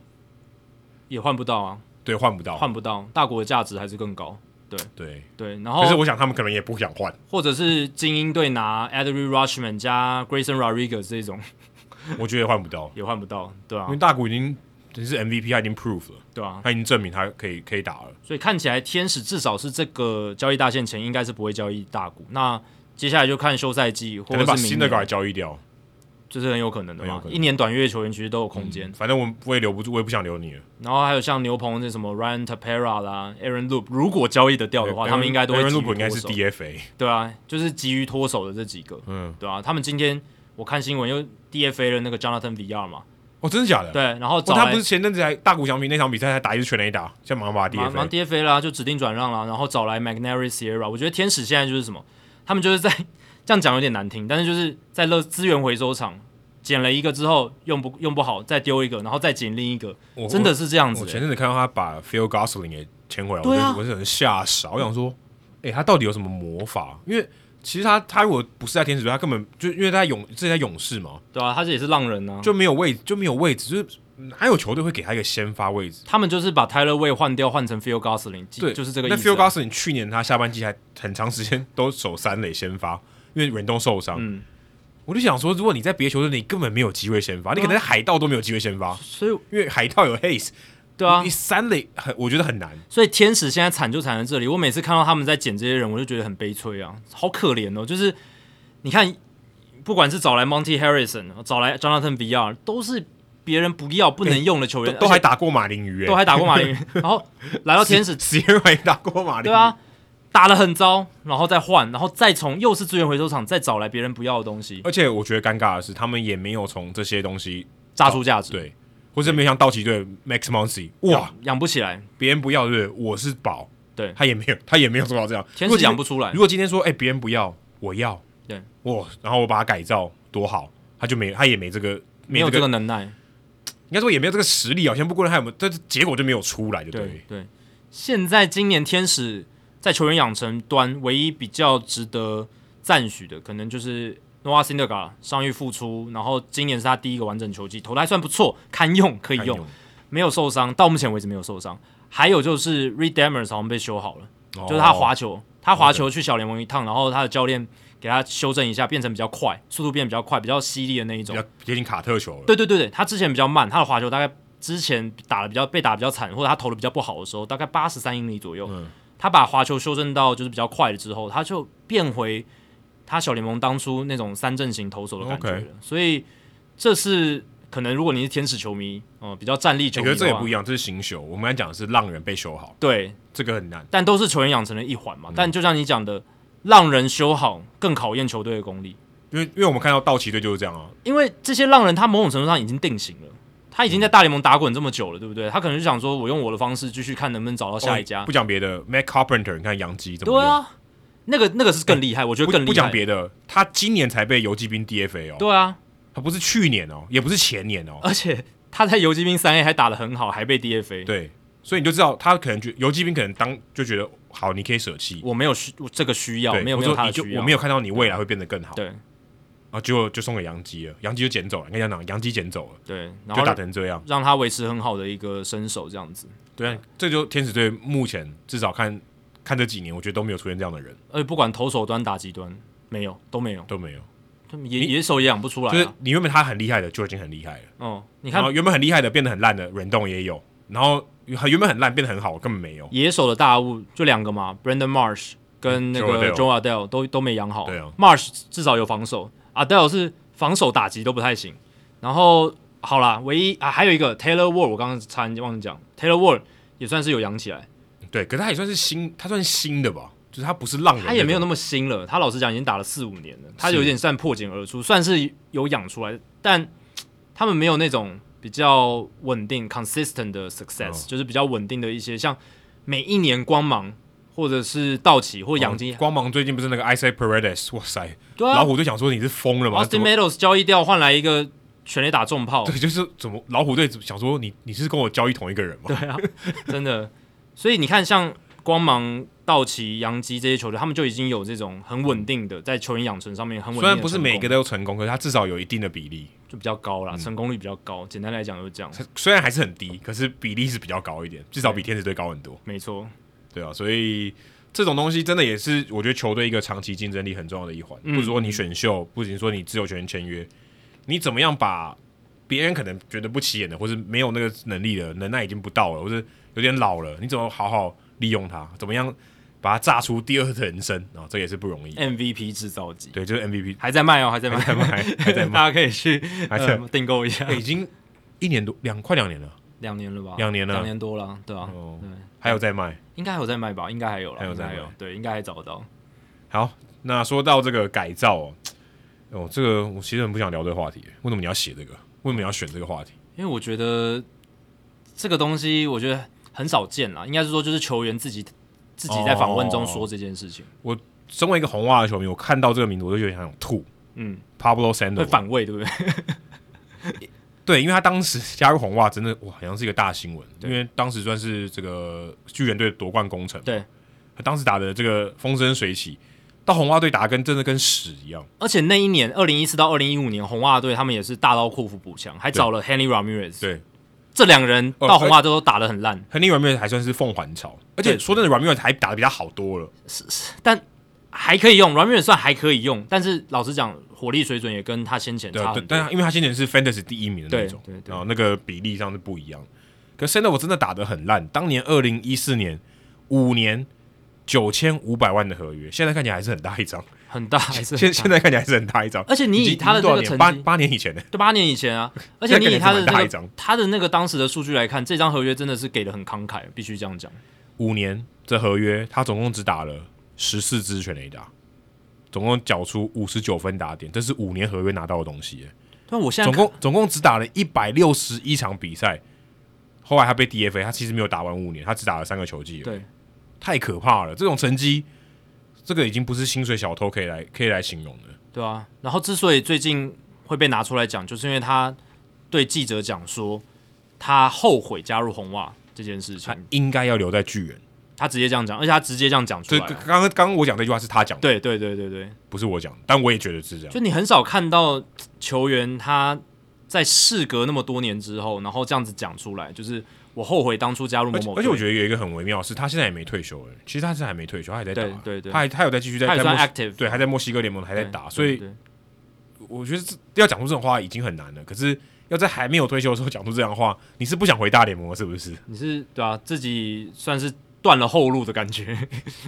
也换不到啊，对，换不到，换不到，大国的价值还是更高。对。对，然可是后我想他们可能也不想换，或者是精英队拿 Adley Rushman 加 Grayson Rodriguez 这种我觉得也换不到，也换不到，对啊因为，大谷已经只是 MVP，他已经 prove 了，对啊，他已经证明他可以可以打了。所以看起来天使至少是这个交易大限前应该是不会交易大股。那接下来就看休赛季或可者能把是明新的年给交易掉，就是很有可能的很有嘛可。能嗯一年短约球员其实都有空间，反正我我也留不住，我也不想留你了。然后还有像牛棚这什么 Ryan Tapera 啦、Aaron Loop，如果交易得掉的话，他们应该都会 Aaron 急于 Loop 应该是脱手 DFA，对啊，就是急于脱手的这几个，嗯，对啊，他们今天我看新闻又 DFA 了那个 Jonathan VR 嘛，哦，真的假的？对，然后哦，找他来不是前阵子还大谷翔平那场比赛还打一支全垒打，现在马上把他马马上 DFA。 DFA 啦，就指定转让啦，然后找来 McNary Sierra，我觉得天使现在就是什么，他们就是在这样讲有点难听，但是就是在乐资源回收厂捡了一个之后用不用不好再丢一个，然后再捡另一个，我真的是这样我子、前欸。阵子看到他把 Phil Gosling 也签回来，我对真啊我是很吓傻，我想说，哎、他到底有什么魔法？因为其实他他如果不是在天使队，他根本就因为他在勇之前在勇士嘛，对啊，他这也是浪人啊，就没有位就没有位置，就是哪有球队会给他一个先发位置？他们就是把 Tyler Way 换掉，换成 Phil Gosling，对，就是这个意那思、啊 Phil Gosling 去年他下半季还很长时间都守三垒先发，因为远东受伤。嗯我就想说，如果你在别的球队，你根本没有机会先发，啊你可能在海盗都没有机会先发，所以因为海盗有 Hayes，对啊你，三垒很我觉得很难。所以天使现在惨就惨在这里。我每次看到他们在捡这些人，我就觉得很悲催啊，好可怜哦。就是你看，不管是找来 Monty Harrison，找来 Jonathan VR，都是别人不要不能用的球都员，都还而且打过马林鱼、欸，都还打过 马林鱼，然后来到天使， Sierra 也打过马林，对啊，打得很糟，然后再换，然后再从又是资源回收厂再找来别人不要的东西，而且我觉得尴尬的是，他们也没有从这些东西榨出价值。对，或者没有像道奇队 Max Muncy，哇，养不起来，别人不要，对不对？我是宝，对他也没有，他也没有做到这样。天如果使今天养不出来如。果今天说，哎、别人不要，我要，对，哇，然后我把它改造，多好，他就没，他也没这个，没有这这个能耐。应该说也没有这个实力啊。先不论他有没有，但是结果就没有出来，就对了。对对，现在今年天使在球员养成端唯一比较值得赞许的，可能就是 Noah s i n d e g a r 伤愈复出，然后今年是他第一个完整球季，投的还算不错，堪用可以堪用，用没有受伤，到目前为止没有受伤。还有就是 Reed Demers 好像被修好了，哦就是他滑球，他滑球去小联盟一趟，然后他的教练给他修正一下，变成比较快，速度变比较快，比较犀利的那一比种较。接近卡特球了。对对对对，他之前比较慢，他的滑球大概之前打的比较被打得比较惨，或者他投的比较不好的时候，大概八十三英里左右。嗯他把滑球修正到就是比较快了之后，他就变回他小联盟当初那种三阵型投手的感觉了。 OK 所以这是可能如果你是天使球迷，哦、比较战力球我迷觉的得话，这也不一哎样，这是行修。我们刚才讲的是浪人被修好，对，这个很难。但都是球员养成的一环嗯嘛。但就像你讲的，让人修好更考验球队的功力。因为因为我们看到道奇队就是这样啊，因为这些浪人他某种程度上已经定型了，他已经在大联盟打滚这么久了，对不对？他可能就想说，我用我的方式继续看能不能找到下一家。哦不讲别的，Matt Carpenter，你看杨基怎么对用？啊，那个那个是更厉害，我觉得不更厉害。哎不讲别的，他今年才被游击兵 DFA 哦，对啊，他不是去年哦，也不是前年哦，而且他在游击兵三 A 还打得很好，还被 DFA。，对，所以你就知道他可能觉游击兵可能当就觉得好，你可以舍弃，我没有需这个需要，对，没有或没者有说他你的就需要。我没有看到你未来会变得更好，对然后结果就送给杨基了，杨基就捡走了，你看讲杨基捡走了，对，然就后打成这样，让他维持很好的一个身手，这样子。对啊，这就天使队目前至少看看这几年，我觉得都没有出现这样的人，而且不管投手端、打击端，没有都没有，都没有，他们野野手也养不出来、啊。就是你原本他很厉害的就已经很厉害了。嗯，你然看后原本很厉害的变得很烂的忍动也有，然后原本很烂变得很好根本没有。野手的大物就两个嘛，Brandon Marsh 跟那 Joe 个 Adele Joe Adele 都都没养好。对啊 Marsh 至少有防守，Adele 是防守打击都不太行。然后好啦，唯一啊还有一个 Taylor Ward，我刚刚差点忘记讲，Taylor Ward 也算是有养起来，对，可是他也算是新，他算是新的吧，就是他不是浪人，他也没有那么么新了。他老实讲已经打了四五年了，他有点算破茧而出，算是有养出来，但嘖他们没有那种比较稳定 consistent 的 success，、哦就是比较稳定的一些像每一年光芒。或者是道奇哦或养鸡，啊光芒最近不是那个 Isaac Paredes，哇塞，对啊老虎队想说你是疯了吗？怎 Austin 么 Meadows 交易掉换来一个全垒打重炮，对，就是怎么老虎队想说你你是跟我交易同一个人吗？对啊，真的。所以你看，像光芒、道奇、洋基这些球队，他们就已经有这种很稳定的在球员养成上面很稳定的成功，虽然不是每个都成功，可是他至少有一定的比例，就比较高啦，成功率比较高。简单来讲就是这样，他虽然还是很低，可是比例是比较高一点，至少比天使队高很多。没错。对啊，所以这种东西真的也是我觉得球队一个长期竞争力很重要的一环。不是说你选秀，不仅说你自由球员签约，你怎么样把别人可能觉得不起眼的，或是没有那个能力的，能耐已经不到了，或是有点老了，你怎么好好利用他？怎么样把他炸出第二的人生啊？这也是不容哎易。 MVP 制造机对，就是 MVP 还在卖哦，还在卖，还在 卖还在卖大家可以去还在呃订购一下 哎，已经一年多两快两年了，两年了吧？两年了两年多了，对啊，哦对，还有在卖。应该还有在卖吧？应该还有了，还有在卖应该对，应该还找得到。好，那说到这个改造哦，哦，这个我其实很不想聊这个话题，为什么你要写这个？为什么你要选这个话题？因为我觉得这个东西，我觉得很少见啦。应该是说，就是球员自己自己在访哦问中说这件事情，身为一个红袜的球迷，我看到这个名字我就觉得很想吐。嗯， Pablo 会 Sandoval，反胃，对不 对？对，因为他当时加入红袜，真的哇，好像是一个大新闻，因为当时算是这个巨人队夺冠功臣，对，他当时打的这个风生水起，到红袜队打得跟真的跟屎一样，而且那一年，二零一四到二零一五年，红袜队他们也是大刀阔斧补强，还找了 Henry Ramirez，对，这两人哦到红袜队都打得很烂，亨利 Ramirez 还算是凤凰巢，而且对说真的，Ramirez 还打得比他好多了，但还可以用 Ramirez 算还可以用，但是老实讲，火力水准也跟他先前对啊差，对很，但多。他因为他先前是 Fantasy 第一名的那对种，对对然后那个比例上是不一样。可 Sandoval 真的打得很烂，当年二零一四年五年九千五百万的合约，现在看起来还是很大一张。很大，还是现很大现在看起来还是很大一张，而且你以已经他的已经多少这个年成绩八八年以前的，对八年以 前啊，而且你以他的这个可能是蛮大那一个张他的那个当时的数据来看，这张合约真的是给的很慷慨，必须这样讲。五年这合约，他总共只打了十四支全垒打，总共缴出五十九分打点，这是五年合约拿到的东西耶。但啊我现在总看共总共只打了一百六十一场比赛，后来他被 DFA，他其实没有打完五年，他只打了三个球季，对太可怕了！这种成绩，这个已经不是薪水小偷可以来可以来形容的。对啊，然后之所以最近会被拿出来讲，就是因为他对记者讲说他后悔加入红袜这件事他情，应该要留在巨人。他直接这样讲，而且他直接这样讲出所以来刚啊。刚刚刚我讲这句话是他讲的，对对对对对，不是我讲的，但我也觉得是这样。就你很少看到球员他在事隔那么多年之后，然后这样子讲出来，就是我后悔当初加入某而且某而且我队觉得有一个很微妙的是，他现在也没退休了。其实他是还没退休，他还在打，对对对他还他有在继续在他也在算墨西 active 对，还在墨西哥联盟还在对打，对所以对我觉得这要讲出这种话已经很难了。可是要在还没有退休的时候讲出这样的话，你是不想回大联盟了是不 是？你是对啊，自己算是断了后路的感觉。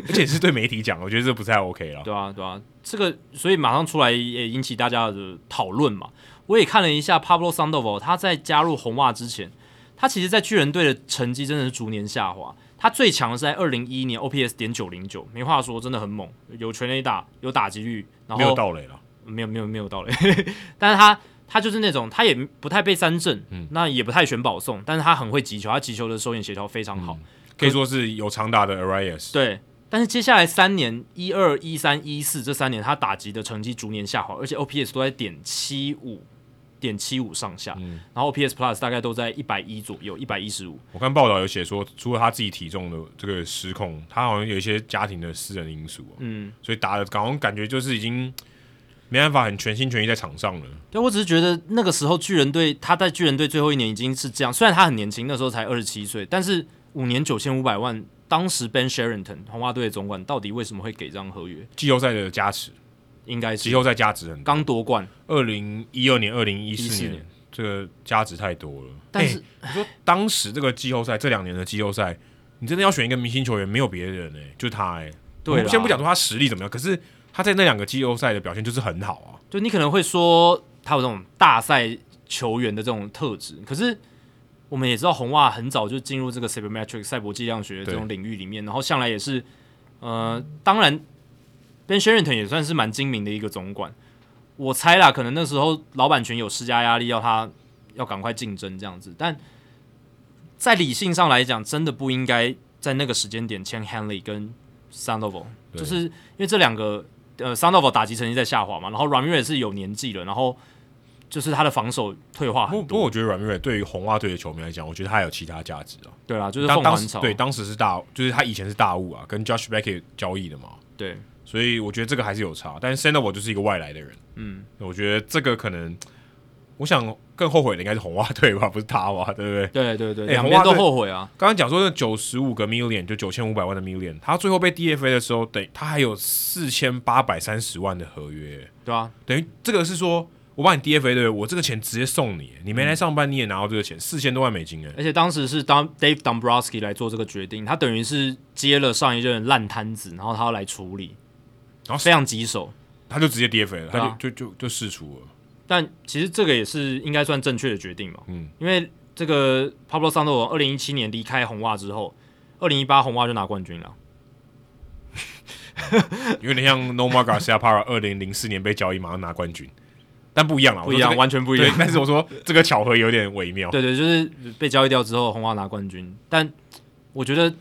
而且是对媒体讲，我觉得这不太 OK 了。对啊，对啊，这个所以马上出来也引起大家的讨论嘛。我也看了一下 Pablo Sandoval，他在加入红袜之前，他其实在巨人队的成绩真的是逐年下滑。他最强的是在二零一一年 OPS 点九零九，没话说，真的很猛，有全垒打，有打击率，然没有后道理了，没有没有没有道理， 但是他他就是那种他也不太被三振，嗯那也不太选保送，但是他很会击球，他击球的收眼协调非常嗯好。可以说是有长打的 Arias。对，但是接下来三年一二一三一四这三年，他打击的成绩逐年下滑，而且 OPS 都在点七五点七五上下，然后 OPS Plus 大概都在一百一左右，一百一十五。我看报道有写说，除了他自己体重的这个失控，他好像有一些家庭的私人因素、哦，嗯，所以打的好像感觉就是已经没办法很全心全意在场上了。对，我只是觉得那个时候巨人队他在巨人队最后一年已经是这样，虽然他很年轻，那时候才二十七岁，但是五年九千五百万。当时 Ben Sherrington 红袜队的总管到底为什么会给这张合约？季后赛的加持，应该季是后赛加持很高。刚夺冠，二零一二年、二零一四14年年这个加值太多了。但是欸你说当时这个季后赛这两年的季后赛，你真的要选一个明星球员，没有别人哎、就他哎、对我啦们先不讲说他实力怎么样，可是他在那两个季后赛的表现就是很好啊。就你可能会说他有这种大赛球员的这种特质，可是我们也知道红袜很早就进入这个 sabermetric 赛博计量学这种领域里面，然后向来也是，呃，当然 Ben Sherrington 也算是蛮精明的一个总管，我猜啦，可能那时候老板权有施加压力，要他要赶快竞争这样子，但在理性上来讲，真的不应该在那个时间点签 Henley 跟 Sandoval，对就是因为这两个呃 Sandoval 打击成绩在下滑嘛，然后 Ramirez 是有年纪了，然后就是他的防守退化不很不过多，我觉得阮瑞对于红袜队的球迷来讲，我觉得他有其他价值啊。对啦，就是当凤当凰时草，对当时是大，就是他以前是大物啊，跟 Josh Beckett 交易的嘛，对所以我觉得这个还是有差。但是 Sandoval 就是一个外来的人，嗯，我觉得这个可能，我想更后悔的应该是红袜队吧，不是他吧，对不对？对对对，哎两红边袜都队后悔啊，刚刚讲说那九十五个 million 就九千五百万的 million，他最后被 DFA 的时候，等他还有四千八百三十万的合约，对啊，等于这个是说我把你 DFA 的，我这个钱直接送你，你嗯没来上班你也拿到这个钱，四千多万美金哎，而且当时是当 Dave Dombrowski 来做这个决定，他等于是接了上一任烂摊子，然后他要来处理，然后非常棘手。他就直接 DFA 了，他对就、啊就就就释出了，但其实这个也是应该算正确的决定嘛，嗯嗯，因为这个 Pablo Sandoval 二零一七年离开红袜之后，二零一八红袜就拿冠军了，有点像 Nomar Garcia Para 二零零四年被交易马上拿冠军，但不一样啊，不一样，我说完全不这一个对样，。但是我说这个巧合有点微妙，对对，就是被交易掉之后，红袜拿冠军。但我觉得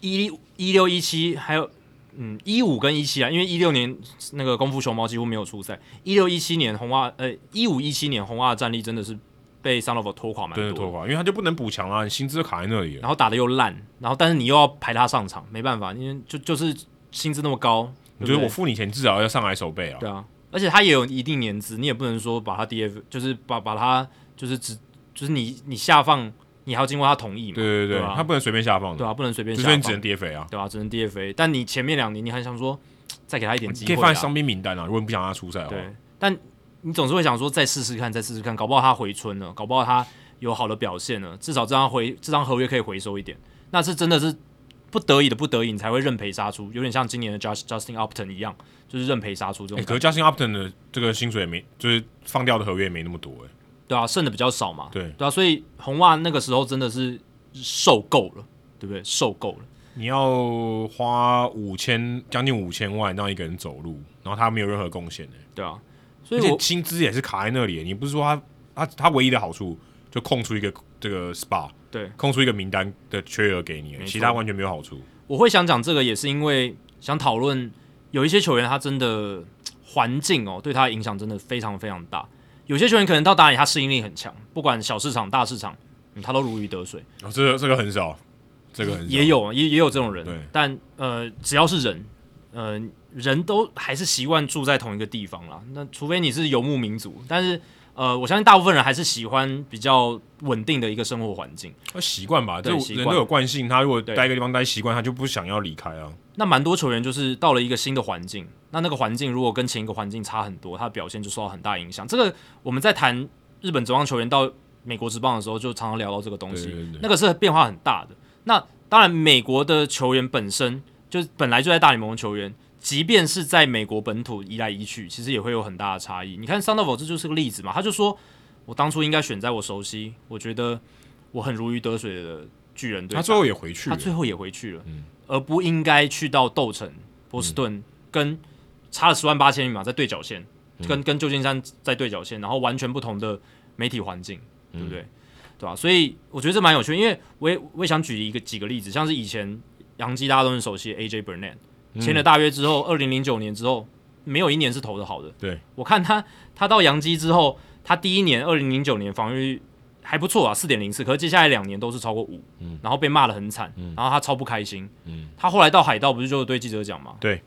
一一六一七还有嗯一五跟一七啊，因为一六年那个功夫熊猫几乎没有出赛，一六一七年红袜呃一五一七年红袜的战力真的是被 s u n o v 拖垮蛮真的多拖的，垮，因为他就不能补强啦，你薪资就卡在那里了，然后打的又烂，然后但是你又要排他上场，没办法，因为就就是薪资那么高，你觉对得不对我付你钱至少要上来守备啊，对啊，而且他也有一定年资，你也不能说把他 DF 就是把把他就是只就是你你下放，你还要经过他同意嘛，对对对，对啊他不能随便下放的对。啊，不能随便就下是放，你只能跌肥啊。对啊，只能 DFA。但你前面两年你很想说，再给他一点你机可会、以啊，放在伤兵名单啊，如果你不想让他出赛的话。对，但你总是会想说再试试看，再试试看，搞不好他回春了，搞不好他有好的表现了，至少这张回这张合约可以回收一点。那是真的是不得已的，不得已你才会认赔杀出，有点像今年的 Just Justin Upton 一样，就是认赔杀出这哎、种可感觉。是 Justin Upton 的这个薪水也没，就是放掉的合约也没那么多哎、对啊，剩的比较少嘛。对对啊，所以红袜那个时候真的是受够了，对不对？受够了。你要花五千，将近五千万让一个人走路，然后他没有任何贡献哎。对啊，所以而且我薪资也是卡在那里，你不是说他他他唯一的好处就空出一个这个 SPA，对空出一个名单的缺额给你，错其他完全没有好处。我会想讲这个，也是因为想讨论有一些球员他真的环境哦，对他的影响真的非常非常大。有些球员可能到打理他适应力很强，不管小市场大市场，嗯他都如鱼得水。哦，这个这个很少，这个很少也有也也有这种人嗯对，但呃，只要是人，呃，人都还是习惯住在同一个地方啦。那除非你是游牧民族，但是呃，我相信大部分人还是喜欢比较稳定的一个生活环境。呃习惯吧，这对习人惯都有惯性，他如果对待一个地方待习惯，他就不想要离开啊。那蛮多球员就是到了一个新的环境，那那个环境如果跟前一个环境差很多，他的表现就受到很大影响。这个我们在谈日本职棒球员到美国职棒的时候，就常常聊到这个东西，对对对那个是变化很大的。那当然，美国的球员本身就是本来就在大联盟的球员，即便是在美国本土移来移去，其实也会有很大的差异。你看桑道夫这就是个例子嘛，他就说我当初应该选在我熟悉，我觉得我很如鱼得水的巨人队打。他最后也回去他了，嗯最后也回去了，而不应该去到斗城、波士顿，跟差了十万八千里嘛，在对角线，嗯跟跟旧金山在对角线，然后完全不同的媒体环境，嗯对不对？对吧、所以我觉得这蛮有趣的，因为我也我也想举一个几个例子，像是以前洋基大家都很熟悉的 AJ Burnett 签了嗯大约之后，二零零九年之后没有一年是投的好的，对我看他他到洋基之后，他第一年二零零九年防御率还不错啊，四点零四，可是接下来两年都是超过五、然后被骂的很惨、然后他超不开心，嗯他后来到海盗不是就对记者讲嘛，对，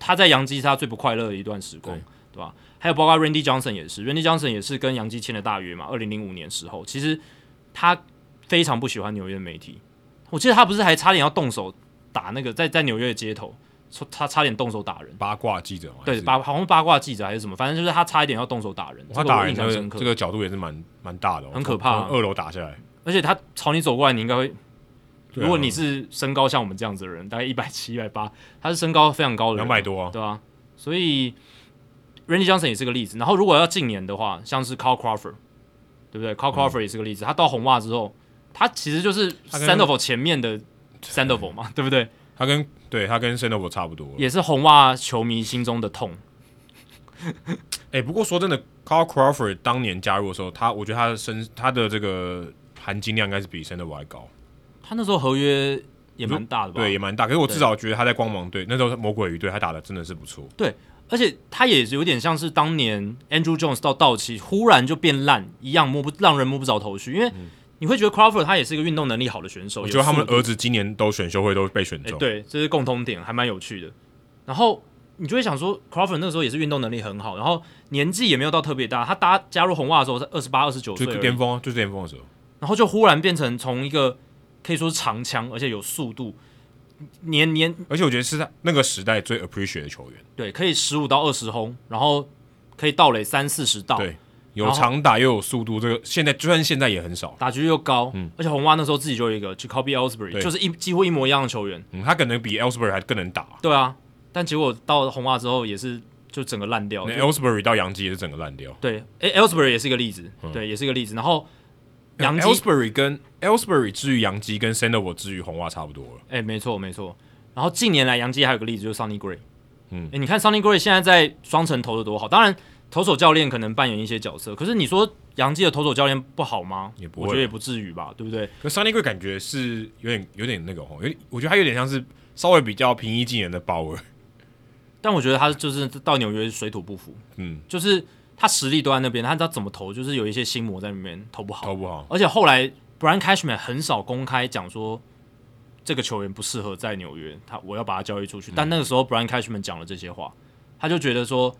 他在洋基是他最不快乐的一段时光对，对吧？还有包括 Randy Johnson 也是，Randy Johnson 也是跟洋基签了大约嘛，二零零五年时候，其实他非常不喜欢纽约的媒体，我记得他不是还差点要动手打那个在在纽约的街头，说他差点动手打人。八卦记者嘛，还对是八好像八卦记者还是什么，反正就是他差一点要动手打人，他这个打我人印的象深刻。这个角度也是蛮蛮大的哦，很可怕啊从从二楼打下来，而且他朝你走过来，你应该会，对啊如果你是身高像我们这样子的人，大概一百七、一百八，他是身高非常高的人，两百，多啊，对啊，所以 Randy Johnson 也是个例子。然后如果要近年的话，像是 Carl Crawford，对不对？Carl Crawford 也是个例子，他到红袜之后，他其实就是嗯他跟 Sandoval 前面的 Sandoval 嘛，对不对？他跟对他跟 s a n d o v 差不多了。也是红袜球迷心中的痛。哎、不过说真的，Carl Crawford 当年加入的时候，他我觉得他的身他的这个含金量应该是比 s a n d o v 还高，他那时候合约也蛮大的吧？对，也蛮大。可是我至少觉得他在光芒队那时候魔鬼鱼队，他打的真的是不错。而且他也有点像是当年 Andrew Jones 到道奇忽然就变烂一样，摸不让人摸不着头绪，因为你会觉得 Crawford 他也是一个运动能力好的选嗯手，我觉得他们有儿子今年都选秀会都被选速度中，哎对，这是共通点，还蛮有趣的。然后你就会想说，Crawford 那个时候也是运动能力很好，然后年纪也没有到特别大，他搭加入红袜的时候是二十八、二十九岁就是而已，巅峰啊，就是巅峰的时候。然后就忽然变成从一个可以说是长枪，而且有速度，年年而且我觉得是他那个时代最 appreciate 的球员，对可以十五到二十轰，然后可以盗垒三四十道，对，有然后长打又有速度，这个现在就算现在也很少。打局又高，而且红袜那时候自己就有一个 Jacoby Ellsbury，嗯对就是一几乎一模一样的球员，嗯，他可能比 Elsbury 还更能打。对啊，但结果到红袜之后也是就整个烂掉，那就 Elsbury 到洋基也是整个烂掉。对，诶 Ellsbury 也是一个例子，嗯对，也是一个例子，然后哎杨基， Elsbury 跟 Elsbury 至于洋基跟 s a n d o v 至于红袜差不多了。哎、没错没错，然后近年来杨基还有个例子就是 Sonny Gray，嗯嗯，你看 Sonny Gray 现在在双城投的多好，当然投手教练可能扮演一些角色，可是你说杨基的投手教练不好吗？也不会我觉得也不至于吧，对不对？可 Sunny Gray 感觉是有点有点那个吼，有点我觉得他有点像是稍微比较平易近人的鲍尔，但我觉得他就是到纽约水土不服，嗯，就是他实力都在那边，他知道怎么投，就是有一些心魔在里面投不好。投不好。而且后来 Brian Cashman 很少公开讲说这个球员不适合在纽约，他我要把他交易出去。嗯但那个时候 Brian Cashman 讲了这些话，他就觉得说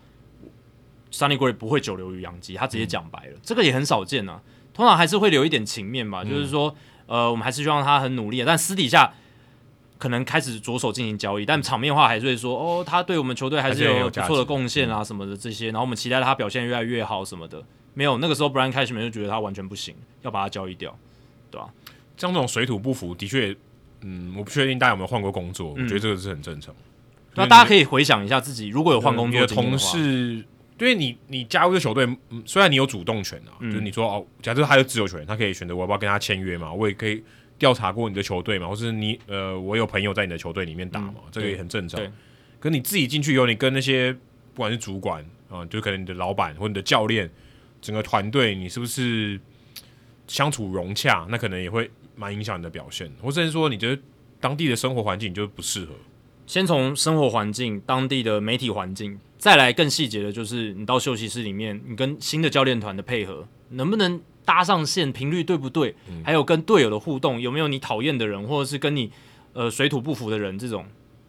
Sunny Gray 不会久留于洋基，他直嗯接讲白了，这个也很少见啊。通常还是会留一点情面嗯吧，就是说，呃，我们还是希望他很努力，但私底下可能开始着手进行交易，但场面话还是会说，哦，他对我们球队还还是是很有有价值嗯不错的贡献啊什么的这些，然后我们期待他表现越来越好什么的。没有，那个时候 Brian Cashman 就觉得他完全不行，要把他交易掉。像这种水土不服，的确，嗯，我不确定大家有没有换过工作，我觉得这个是很正常。那大家可以回想一下自己，如果有换工嗯你作的经验同的话，事，因为你你加入这球队，嗯，虽然你有主动权啊，嗯就是你说哦，假设他有自由权，他可以选择我要不要跟他签约嘛，我也可以调查过你的球队嘛，或是你呃，我有朋友在你的球队里面打嘛，这个也很正常嗯对。可你自己进去以后，你跟那些不管是主管啊、呃就可能你的老板或你的教练，整个团队你是不是相处融洽，那可能也会蛮影响你的表现，或甚至说你觉得当地的生活环境你就不适合。先从生活环境、当地的媒体环境，再来更细节的，就是你到休息室里面，你跟新的教练团的配合，能不能搭上线，频率对不对？还有跟队友的互动，有没有你讨厌的人，或者是跟你呃水土不服的人，这种，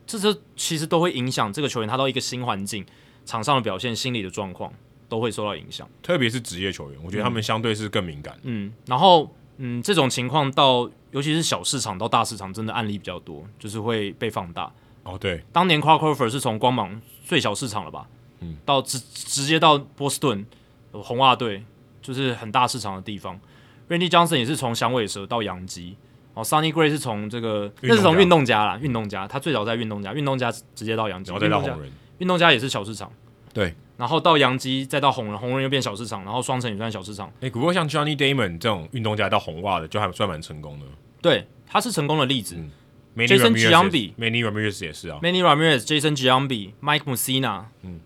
这这其实都会影响这个球员他到一个新环境场上的表现、心理的状况都会受到影响。特别是职业球员，我觉得他们相对是更敏感。嗯，然后嗯，这种情况到尤其是小市场到大市场，真的案例比较多，就是会被放大。哦，对，当年 Clark Crawford 是从光芒最小市场了吧，嗯，到直直接到波士顿呃红袜队，就是很大市场的地方。Randy Johnson 也是从响尾蛇到洋基，哦，Sunny Gray 是从这个运动家那是从运动家啦，运动家，他最早在运动家，运动家直接到洋基，然后再哦到运动家红人，运动家也是小市场，对。然后到洋基，再到红人，红人又变小市场，然后双城也算小市场，哎、不过像 Johnny Damon 这种运动家到红袜的，就还算蛮成功的。对，他是成功的例子。嗯 Manny Jason Ramirez 也是 Giambi Manny Ramirez 也是啊， Manny Ramirez、Jason Giambi、Mike Mussina，嗯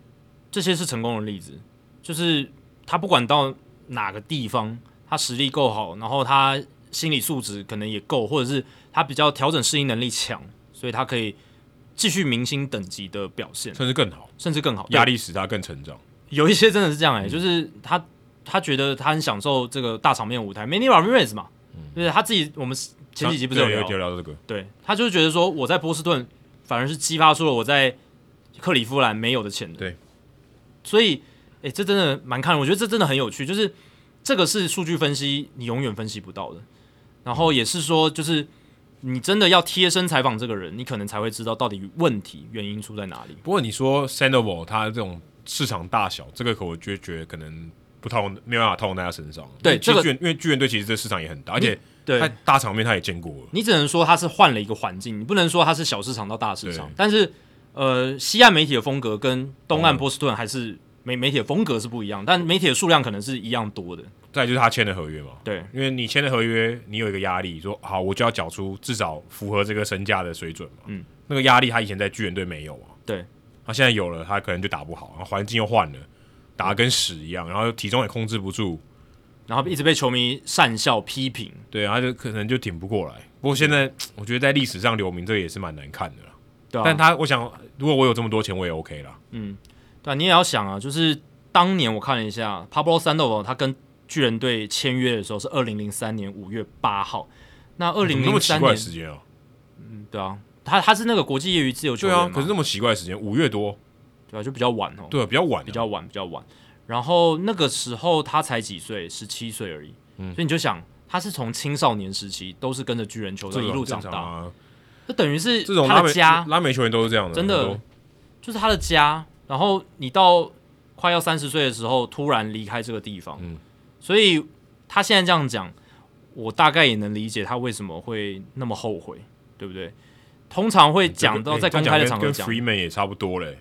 这些是成功的例子。就是他不管到哪个地方，他实力够好，然后他心理素质可能也够，或者是他比较调整适应能力强，所以他可以继续明星等级的表现，甚至更好，甚至更好。压力力嗯使他更成长。有一些真的是这样哎、就是他他觉得他很享受这个大场面舞台。Manny Ramirez 嘛，就是他自己，我们前几集不是有对嗯聊有有聊到这个？对他就是觉得说，我在波士顿反而是激发出了我在克利夫兰没有的潜能。对，所以诶、这真的蛮看，我觉得这真的很有趣，就是这个是数据分析你永远分析不到的。然后也是说，就是你真的要贴身采访这个人，你可能才会知道到底问题原因出在哪里。不过你说 Sandoval 他这种市场大小，这个可我就觉得可能不套用，没有办法套用在他身上。对因为其实这个嗯巨人因为巨人队其实这市场也很大，而且他对，大场面他也见过了。你只能说他是换了一个环境，你不能说他是小市场到大市场对。但是呃，西岸媒体的风格跟东岸嗯波士顿还是媒媒体的风格是不一样，但媒体的数量可能是一样多的。再来就是他签的合约嘛，对，因为你签的合约，你有一个压力，说好我就要缴出至少符合这个身价的水准嘛。嗯，那个压力他以前在巨人队没有啊。对，他现在有了，他可能就打不好，然后环境又换了，打得跟屎一样，然后体重也控制不住，然后一直被球迷讪笑批评。对，啊他就可能就挺不过来。不过现在我觉得在历史上留名这个也是蛮难看的啦。对啊，但他，我想如果我有这么多钱，我也 OK 啦。对啊、你也要想啊，就是当年我看了一下，Pablo Sandoval 他跟巨人队签约的时候是二零零三年五月八号，那二怎零么那么零奇三怪年的时间啊？对啊，他他是那个国际业余自由球对员嘛啊，可是那么奇怪的时间，五月多，对啊，就比较晚哦，对啊，比较晚啊，比较晚，比较晚。然后那个时候他才几岁，十七岁而已，嗯所以你就想他是从青少年时期都是跟着巨人球这队种一路长正常大，啊。就等于是这种他拉的美家拉美球员都是这样的，真的很就是他的家。然后你到快要三十岁的时候，突然离开这个地方，嗯所以他现在这样讲，我大概也能理解他为什么会那么后悔，对不对？通常会多讲到这个在哎公开的这样场合跟讲，跟 Freeman 也差不多嘞，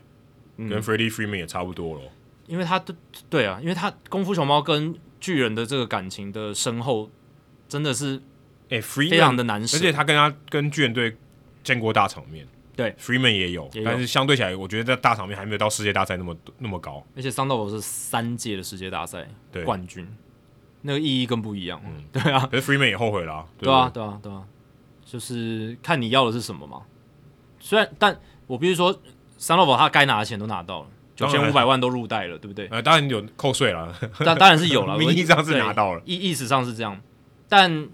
嗯跟 Freddie Freeman 也差不多咯。因为他对对啊，因为他功夫熊猫跟巨人的这个感情的深厚，真的是哎，Freeman 非常的难而且舍。他跟他跟巨人队见过大场面，对，Freeman 也有，也有但是相对起来，我觉得在大场面还没有到世界大赛那么那么高。而且桑道尔是三届的世界大赛对，冠军，那个意义更不一样。嗯对啊，可是 Freeman 也后悔啦、对对不啊，对啊，对啊，就是看你要的是什么嘛。虽然，但我必须说，桑诺宝他该拿的钱都拿到了，九当千然五百万都入袋了，对不对 对？呃，当然有扣税啦，但当然是有了，名义上是拿到了对意意识上是这样，但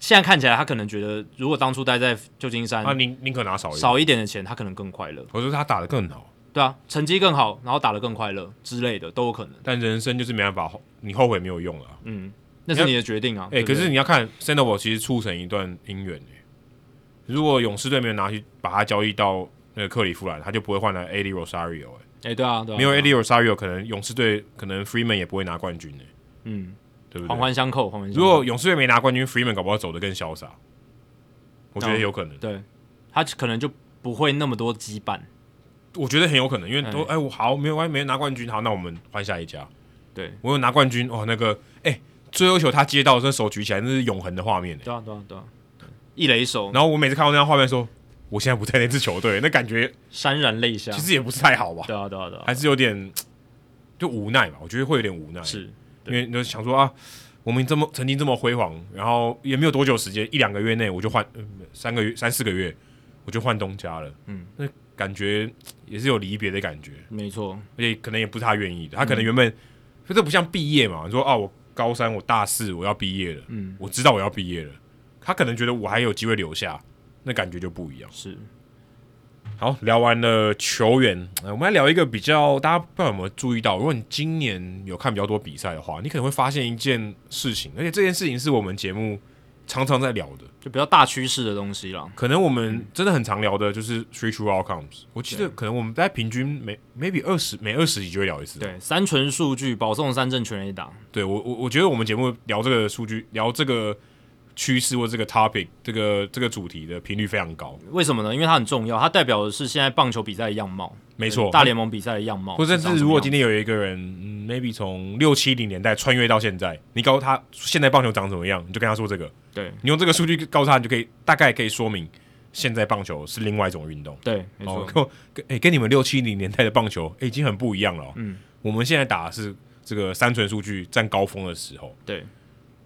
现在看起来，他可能觉得，如果当初待在旧金山啊，宁宁可拿少一点，少一点的钱，他可能更快乐，我说他打得更好，对啊，成绩更好，然后打得更快乐之类的都有可能。但人生就是没办法，你后悔没有用啊了。嗯，那是你的决定啊。哎、对不可对是你要看 Sandoval 其实促成一段姻缘、欸、如果勇士队没有拿去把他交易到那个克里夫兰，他就不会换来 Eddie Rosario 欸、哎、对啊，对啊，没有对啊 Eddie Rosario，可能勇士队可能 Freeman 也不会拿冠军、欸、嗯，对不对？环环相扣，环环相扣。如果勇士队没拿冠军，Freeman 搞不好走得更潇洒，我觉得哦有可能，对他可能就不会那么多羁绊。我觉得很有可能，因为都嗯哎，我好没有关系，没拿冠军，好，那我们换下一家。对，我有拿冠军，哇，那个哎，最后一球他接到，这手举起来，那是永恒的画面哎对啊，对啊，对啊，一雷手，然后我每次看到那张画面说，我现在不在那支球队，那感觉潸然泪下其。实也不是太好吧，对啊，对啊，对啊，还是有点就无奈吧，我觉得会有点无奈，是因为你就想说啊，我们这么曾经这么辉煌，然后也没有多久时间，一两个月内我就换、嗯三个月三四个月我就换东家了，嗯，那感觉也是有离别的感觉，没错，而且可能也不是他愿意的，他可能嗯原本、就这不像毕业嘛，你说啊，我高三我大四我要毕业了，嗯，我知道我要毕业了，他可能觉得我还有机会留下，那感觉就不一样。是好，聊完了球员，呃我们来聊一个比较大家不知道有没有注意到，如果你今年有看比较多比赛的话，你可能会发现一件事情，而且这件事情是我们节目常常在聊的，就比较大趋势的东西啦。可能我们真的很常聊的就是 three true outcomes。我记得可能我们在平均每 maybe 二十每二十集就会聊一次。对，三纯数据保送三振全垒打，对我我我觉得我们节目聊这个数据，聊这个趋势或这个 topic 这个这个主题的频率非常高，为什么呢？因为它很重要，它代表的是现在棒球比赛的样貌，没错。大联盟比赛的样貌。或者长是什么如果样今天有一个人、嗯、，maybe 从六七零年代穿越到现在，你告诉他现在棒球长怎么样，你就跟他说这个，对你用这个数据告诉他，你就可以大概可以说明现在棒球是另外一种运动。对，没哦错，，跟我跟诶、跟你们六七零年代的棒球、哎诶已经很不一样了、哦。嗯，我们现在打的是这个三纯数据占高峰的时候，对，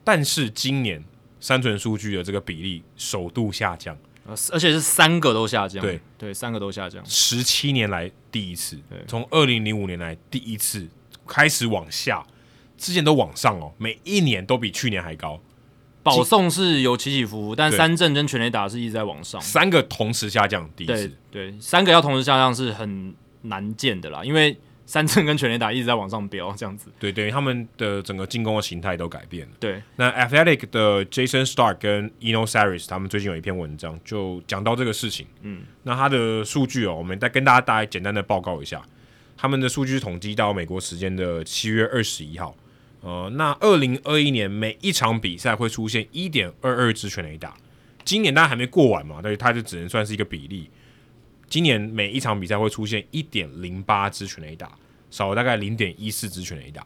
但是今年三纯数据的这个比例首度下降，呃而且是三个都下降，对对，三个都下降，十七年来第一次对，从二零零五年来第一次开始往下，之前都往上哦，每一年都比去年还高，保送是有起起伏伏，但对三振跟全垒打是一直在往上。三个同时下降第一对次，对，三个要同时下降是很难见的啦，因为三振跟全垒打一直在往上飙，这样子。对等于他们的整个进攻的形态都改变了。对，那 Athletic 的 Jason Stark 跟 Eno Saris 他们最近有一篇文章，就讲到这个事情。嗯，那他的数据哦，我们再跟大家大概简单的报告一下，他们的数据是统计到美国时间的七月二十一号。呃，那二零二一年每一场比赛会出现一点二二支全垒打，今年大家还没过完嘛，对，它就只能算是一个比例。今年每一场比赛会出现一点零八支全垒打，少了大概零点一四支全垒打。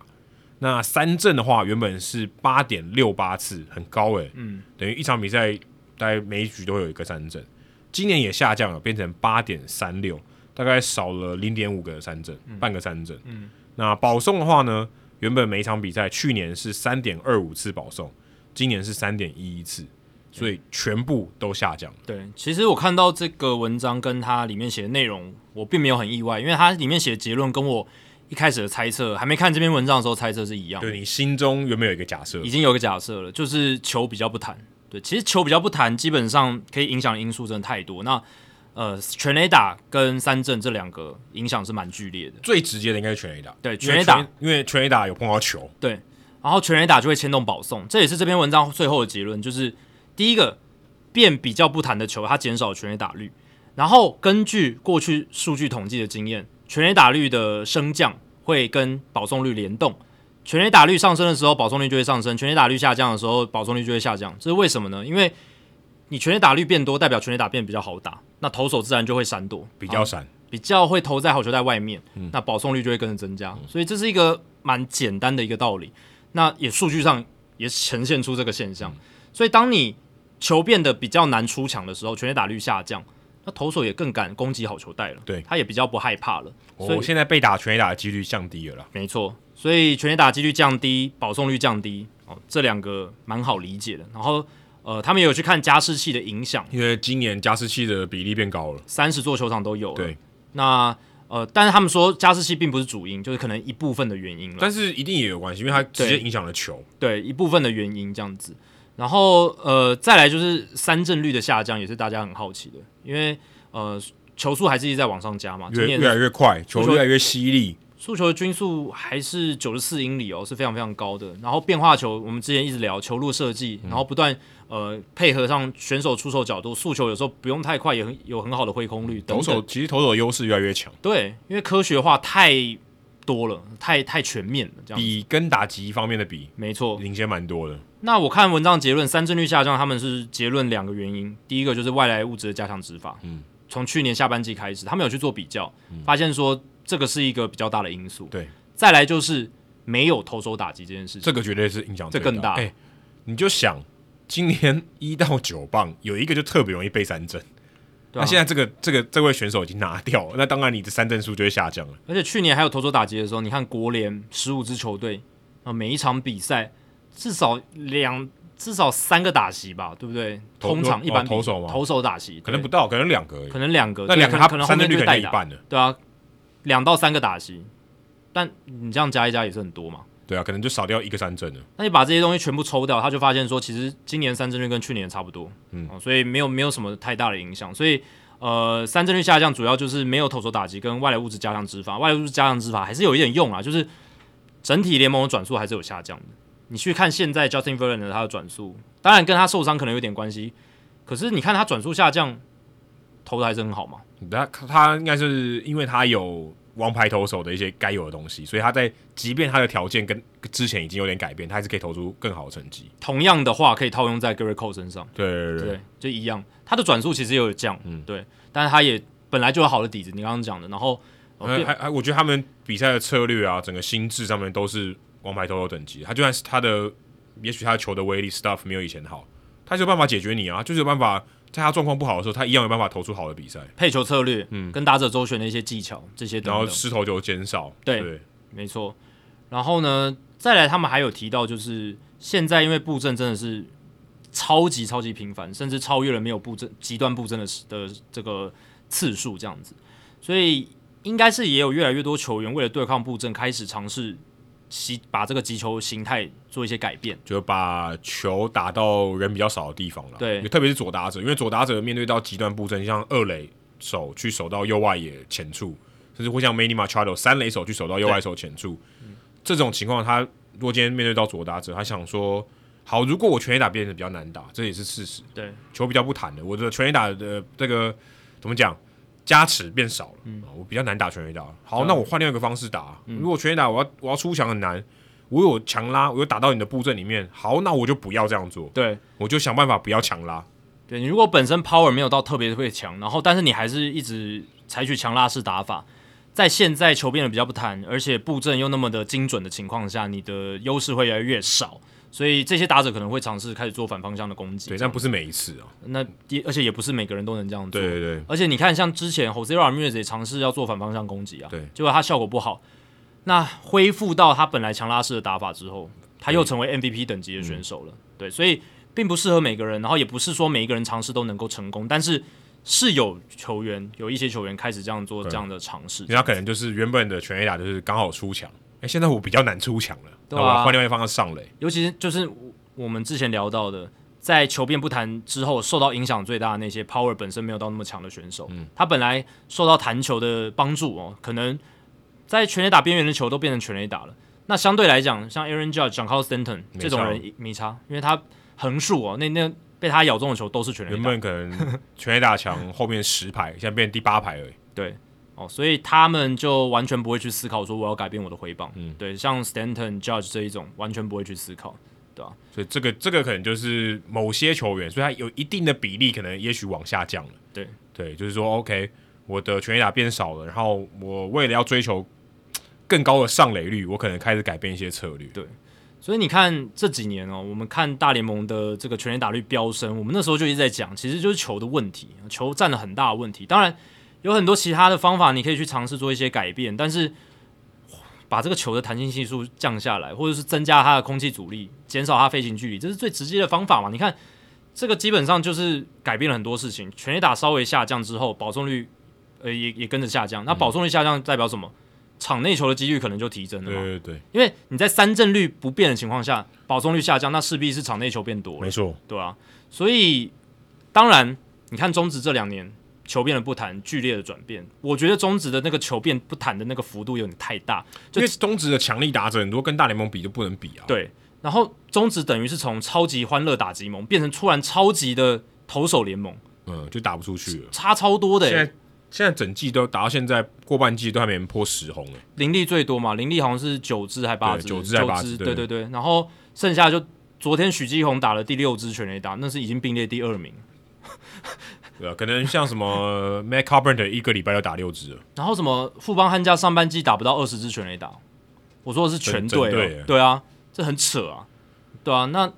那三振的话，原本是八点六八次，很高诶、嗯，等于一场比赛大概每一局都会有一个三振。今年也下降了，变成八点三六，大概少了零点五个三振，半个三振。嗯，那保送的话呢，原本每一场比赛去年是三点二五次保送，今年是三点一一嗯次，所以全部都下降了。对，其实我看到这个文章跟它里面写的内容，我并没有很意外，因为它里面写的结论跟我一开始的猜测，还没看这篇文章的时候猜测是一样的对。你心中原本有一个假设已，经有一个假设了，就是球比较不弹。对，其实球比较不弹，基本上可以影响的因素真的太多。那呃，全垒打跟三振这两个影响是蛮剧烈的。最直接的应该是全垒打。对因为全垒打因为全垒打有碰到球，对，然后全垒打就会牵动保送，这也是这篇文章最后的结论，就是第一个变比较不弹的球，它减少了全垒打率。然后根据过去数据统计的经验，全垒打率的升降会跟保送率联动。全垒打率上升的时候，保送率就会上升；全垒打率下降的时候，保送率就会下降。这是为什么呢？因为你全垒打率变多，代表全垒打变比较好打，那投手自然就会闪躲，比较闪。比较会投在好球带外面，嗯那保送率就会跟着增加，所以这是一个蛮简单的一个道理。那也数据上也呈现出这个现象，嗯所以当你球变得比较难出场的时候，全垒打率下降，那投手也更敢攻击好球带了，对哦他也比较不害怕了，所以我、现在被打全垒打的几率降低了啦。没错，所以全垒打几率降低，保送率降低，哦，这两个蛮好理解的。然后呃，他们也有去看加湿器的影响，因为今年加湿器的比例变高了，三十座球场都有了，对，那。呃，但是他们说加湿器并不是主因，就是可能一部分的原因了。但是一定也有关系，因为它直接对影响了球。对一部分的原因这样子。然后呃，再来就是三振率的下降，也是大家很好奇的，因为呃球速还是一直在往上加嘛，今越年越来越快，足球球越来越犀利，速球的均速还是九十四英里哦，是非常非常高的。然后变化球，我们之前一直聊球路设计，嗯然后不断呃配合上选手出手角度，速球有时候不用太快，也很有很好的挥空率等投手等。其实投手的优势越来越强，对，因为科学化太多了，太太全面了，这样比跟打击方面的比没错。领先蛮多的。那我看文章结论，三振率下降，他们是结论两个原因，第一个就是外来物质的加强执法，嗯，从去年下半季开始，他们有去做比较，发现说这个是一个比较大的因素。对，再来就是没有投手打击这件事情，这个绝对是影响最这更大哎、 你就想今年一到九棒有一个就特别容易被三振，那、啊现在这个这个这位选手已经拿掉了，那当然你的三振数就会下降了。而且去年还有投手打击的时候，你看国联十五支球队啊，每一场比赛至少两至少三个打席吧，对不对？投通常哦一般比投手吗投手打席可能不对到，可能两个而已，可能两个，那对两个可他能可能后三振面率就可能会代一打，半了，对啊，两到三个打席，但你这样加一加也是很多嘛。对啊，可能就少掉一个三振了。那你把这些东西全部抽掉，他就发现说，其实今年三振率跟去年差不多，嗯哦所以没有没有什么太大的影响。所以呃，三振率下降主要就是没有投手打击跟外来物质加强执法，外来物质加强执法还是有一点用啊，就是整体联盟的转速还是有下降的。你去看现在 Justin Verlander 他的转速，当然跟他受伤可能有点关系，可是你看他转速下降，投的还是很好嘛。他他应该是因为他有王牌投手的一些该有的东西，所以他在即便他的条件跟之前已经有点改变，他还是可以投出更好的成绩。同样的话可以套用在 Gary Cole 身上。对对对对，就一样。他的转速其实也有降，嗯对，但是他也本来就有好的底子，你刚刚讲的，然后、呃哎还变还还我觉得他们比赛的策略啊，整个心智上面都是王牌投手等级。他就算是他的，也许他的球的威力 stuff 没有以前好，他就有办法解决你啊，就是有办法在他状况不好的时候，他一样有办法投出好的比赛，配球策略，嗯，跟打者周旋的一些技巧，这些等然后等，失投就减少。对没错。然后呢，再来他们还有提到，就是现在因为布阵真的是超级超级频繁，甚至超越了没有布阵极端布阵的时的这个次数这样子，所以应该是也有越来越多球员为了对抗布阵，开始尝试击把这个击球形态做一些改变。就把球打到人比较少的地方了。对特别是左打者，因为左打者面对到极端布阵，像二垒手去守到右外野前处，甚至会像 Manny Machado 三垒手去守到右外手前处，这种情况，他如果今天面对到左打者，他想说，好，如果我全垒打变得比较难打，这也是事实，对，球比较不弹的，我的全垒打的这个怎么讲？加持变少了、啊我比较难打全垒打了。好，嗯对啊嗯那我换另外一个方式打啊。如果全垒打我要我要出墙很难，我有强拉，我有打到你的布阵里面，好，那我就不要这样做，对，我就想办法不要强拉。对你如果本身 power 没有到特别会强，然后但是你还是一直采取强拉式打法，在现在球变得比较不弹，而且布阵又那么的精准的情况下，你的优势会越来越少，所以这些打者可能会尝试开始做反方向的攻击。对，但不是每一次啊。那也而且也不是每个人都能这样做。对对对，而且你看，像之前 Jose Ramirez 也尝试要做反方向攻击啊，对结果他效果不好。那恢复到他本来强拉式的打法之后，他又成为 MVP 等级的选手嗯了。对，所以并不适合每个人，然后也不是说每一个人尝试都能够成功，但是是有球员有一些球员开始这样做这样的尝试人。家可能就是原本的全垒打就是刚好出墙，哎、现在我比较难出墙了，那对啊我要换另外一方向上垒。尤其是就是我们之前聊到的，在球变不弹之后受到影响最大的那些 power 本身没有到那么强的选手，嗯他本来受到弹球的帮助哦，可能在全垒打边缘的球都变成全垒打了。那相对来讲，像 Aaron Judge、j o h n c a r l Stanton 没差哦这种人没差，因为他横竖哦，那那被他咬中的球都是全垒原打，本可能全垒打墙后面十排，现在变第八排而已。对哦，所以他们就完全不会去思考说我要改变我的回棒，嗯对，像 Stanton、Judge 这一种完全不会去思考，所以这个这个可能就是某些球员，所以他有一定的比例，可能也许往下降了。对对，就是说，OK，我的全垒打变少了，然后我为了要追求更高的上垒率，我可能开始改变一些策略。所以你看这几年哦，我们看大联盟的这个全垒打率飙升，我们那时候就一直在讲，其实就是球的问题，球占了很大的问题。当然有很多其他的方法，你可以去尝试做一些改变，但是把这个球的弹性系数降下来，或者是增加它的空气阻力，减少它飞行距离，这是最直接的方法嘛？你看这个基本上就是改变了很多事情，全垒打稍微下降之后，保送率呃也也跟着下降。那保送率下降代表什么？场内球的几率可能就提升了对嘛？对对，因为你在三振率不变的情况下，保送率下降，那势必是场内球变多没了，错，对啊。所以当然，你看中职这两年球变的不弹，剧烈的转变，我觉得中职的那个球变不弹的那个幅度有点太大，就因为中职的强力打者很多跟大联盟比就不能比啊。，对。然后中职等于是从超级欢乐打击盟变成突然超级的投手联盟，嗯，就打不出去了。差超多的、现欸在。现在整季都打到现在过半季都还没人破十红哎、林立最多嘛，林立好像是九支还八支，对九支还八支支，对对对对。然后剩下就昨天许继宏打了第六支全垒打，那是已经并列第二名。对啊，可能像什 么 Matt Carpenter 一个礼拜要打六支了，然后什么富邦悍将上半季打不到二十支全垒打，我说的是全队、整整哦，队耶对啊，这很扯啊，对啊。那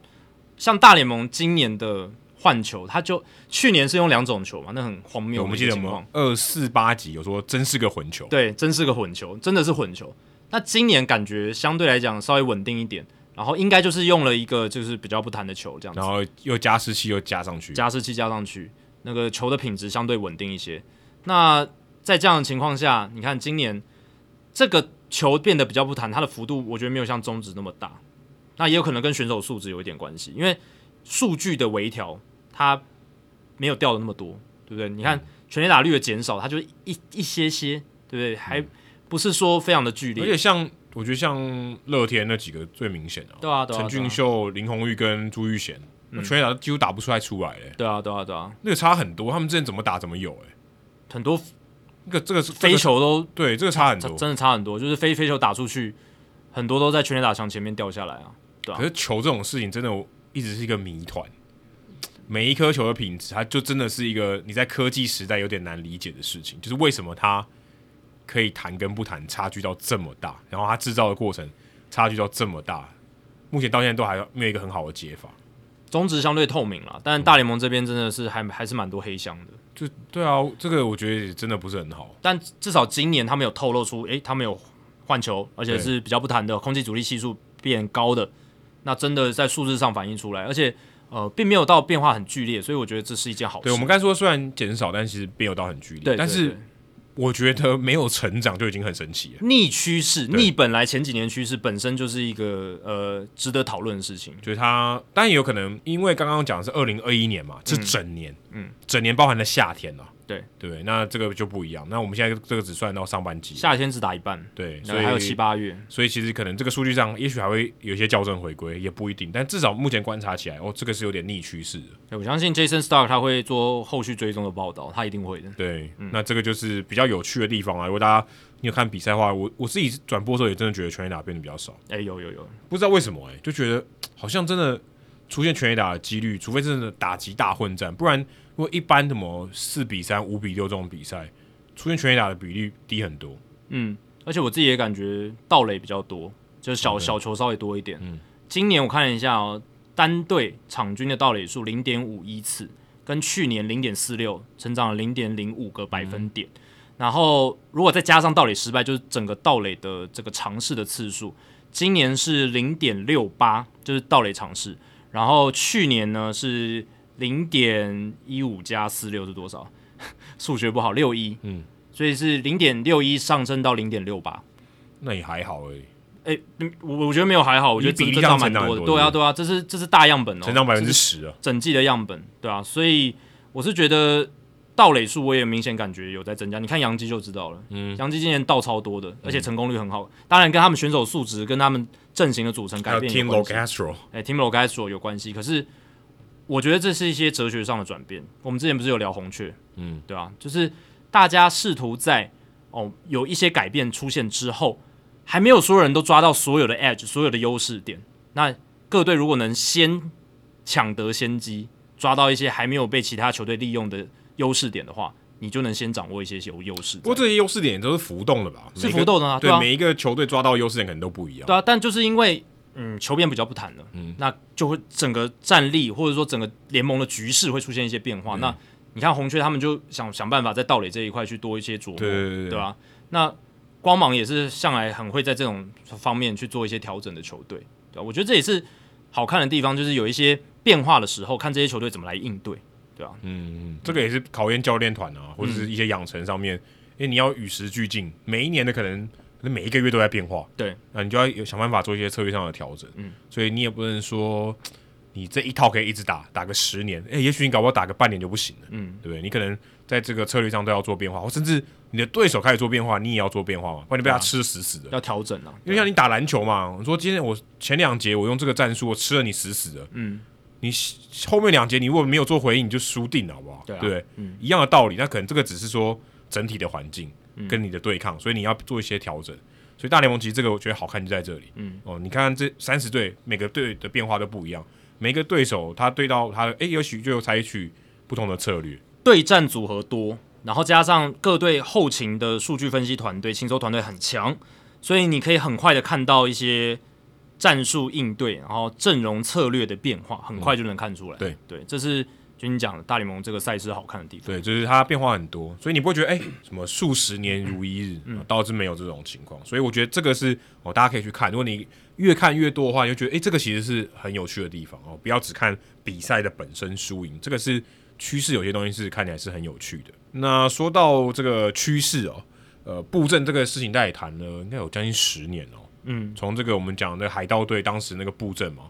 像大联盟今年的换球，他就去年是用两种球嘛，那很荒谬。我们记得我情们况，二四八集有说真是个混球，对，真是个混球，真的是混球。那今年感觉相对来讲稍微稳定一点，然后应该就是用了一个就是比较不弹的球这样子然，后又加湿器又加上去，加湿器加上去，那个球的品质相对稳定一些。那在这样的情况下，你看今年这个球变得比较不弹，它的幅度我觉得没有像中指那么大，那也有可能跟选手素质有一点关系，因为数据的微调它没有掉的那么多，对不对？嗯你看全垒打率的减少，它就一一些些，对不对？还不是说非常的剧嗯而烈且，像我觉得像乐天那几个最明显的、对啊，对陈啊，对啊嗯俊秀、林红玉跟朱玉贤，那全垒打几乎打不出来出来嘞、对啊，对啊，对啊，那个差很多，他们之前怎么打怎么有哎、很多那个这个是飞，这个球都对，这个差很差多。真的差很多，就是飞飞球打出去，很多都在全垒打墙前面掉下来啊。可是球这种事情真的我一直是一个谜团，每一颗球的品质，它就真的是一个你在科技时代有点难理解的事情，就是为什么它可以弹跟不弹差距到这么大，然后它制造的过程差距到这么大，目前到现在都还没有一个很好的解法。中职相对透明了，但大联盟这边真的是还还是蛮多黑箱的。就对啊，这个我觉得也真的不是很好。但至少今年他们有透露出，诶、他们有换球，而且是比较不弹的，空气阻力系数变高的，那真的在数字上反映出来，而且呃，并没有到变化很剧烈，所以我觉得这是一件好事。对我们刚才说，虽然减少，但其实没有到很剧烈。对，但对是对我觉得没有成长就已经很神奇了。逆趋势，对逆本来前几年趋势本身就是一个呃值得讨论的事情。就是它，当然也有可能，因为刚刚讲的是二零二一年嘛，是整年，嗯整年包含了夏天啊，对对不对，那这个就不一样。那我们现在这个只算到上半季，夏天只打一半，对，然所后以还有七，八月，所以其实可能这个数据上，也许还会有一些校正回归，也不一定。但至少目前观察起来，哦，这个是有点逆趋势的。对，我相信 Jason Stark 他会做后续追踪的报道，他一定会的。对，那这个就是比较有趣的地方啊。如果大家你有看比赛的话，我我自己转播的时候也真的觉得全垒打变得比较少，哎、有有有，不知道为什么哎、就觉得好像真的出现全垒打的几率，除非真的打击大混战，不然如果一般什么四比三、五比六这种比赛，出现全垒打的比率低很多。嗯，而且我自己也感觉盗垒比较多，就是小、小球稍微多一点。嗯今年我看了一下哦，单队场均的盗垒数零点五一次，跟去年零点四六成长了零点零五个百分点。然后如果再加上盗垒失败，就是整个盗垒的这个尝试的次数，今年是零点六八，就是盗垒尝试。然后去年呢是零点一五加四六是多少？ 数学不好，六一，嗯，所以是零点六一上升到零点六八，那也还好而已，哎，嗯我我觉得没有还好，我觉得比增例增长上蛮成长多的，很多对啊，对对啊，这是这是大样本哦，成长百分这之是十啊。整季的样本，对啊，所以我是觉得盗垒数我也明显感觉有在增加，你看杨基就知道了，嗯，杨基今年盗超多的，而且成功率很好，当然跟他们选手素质跟他们阵型的组成还改有变 Tim 有 l o 关系 c a s t r o 哎，Tim l o g a s o 有关系，可是我觉得这是一些哲学上的转变。我们之前不是有聊红雀，嗯，对啊，就是大家试图在哦有一些改变出现之后，还没有所有人都抓到所有的 edge，所有的优势点。那各队如果能先抢得先机，抓到一些还没有被其他球队利用的优势点的话，你就能先掌握一些有优势在。不过这些优势点都是浮动的吧？是每个浮动的啊对，对啊每一个球队抓到优势点可能都不一样。对啊，但就是因为嗯球变比较不谈了，嗯，那就会整个战力或者说整个联盟的局势会出现一些变嗯化。那你看红雀他们就想想办法在盗垒这一块去多一些琢磨，对对对对吧、那光芒也是向来很会在这种方面去做一些调整的球队，对吧、啊我觉得这也是好看的地方，就是有一些变化的时候，看这些球队怎么来应对，对吧、啊嗯，这个也是考验教练团嗯啊，或者是一些养成上面，因为你要与时俱进，每一年的可能每一个月都在变化，对，那你就要有想办法做一些策略上的调整。嗯，所以你也不能说你这一套可以一直打，打个十年，诶，也许你搞不好打个半年就不行了，嗯，对不对？你可能在这个策略上都要做变化，或甚至你的对手开始做变化，你也要做变化嘛，不然啊你被他吃得死死的。要调整啊，因为像你打篮球嘛，你说今天我前两节我用这个战术，我吃了你死死的。嗯，你后面两节你如果没有做回应，你就输定了，好不好？对啊不对？一样的道理，那可能这个只是说整体的环境嗯跟你的对抗，所以你要做一些调整。所以大联盟其实这个我觉得好看就在这里。嗯，哦，你看看这三十队每个队的变化都不一样，每个对手他对到他的，诶，也许就有采取不同的策略。对战组合多，然后加上各队后勤的数据分析团队、新手团队很强，所以你可以很快的看到一些战术应对，然后阵容策略的变化，很快就能看出嗯来。对对，这是就你讲的大联盟这个赛事好看的地方。对，就是它变化很多，所以你不会觉得哎、什么数十年如一日，嗯、倒是没有这种情况。所以我觉得这个是哦，大家可以去看。如果你越看越多的话，你就觉得哎、这个其实是很有趣的地方哦。不要只看比赛的本身输赢，这个是趋势，有些东西是看起来是很有趣的。那说到这个趋势哦，呃，布阵这个事情大家也谈了，应该有将近十年哦。嗯，从这个我们讲的海盗队当时那个布阵嘛，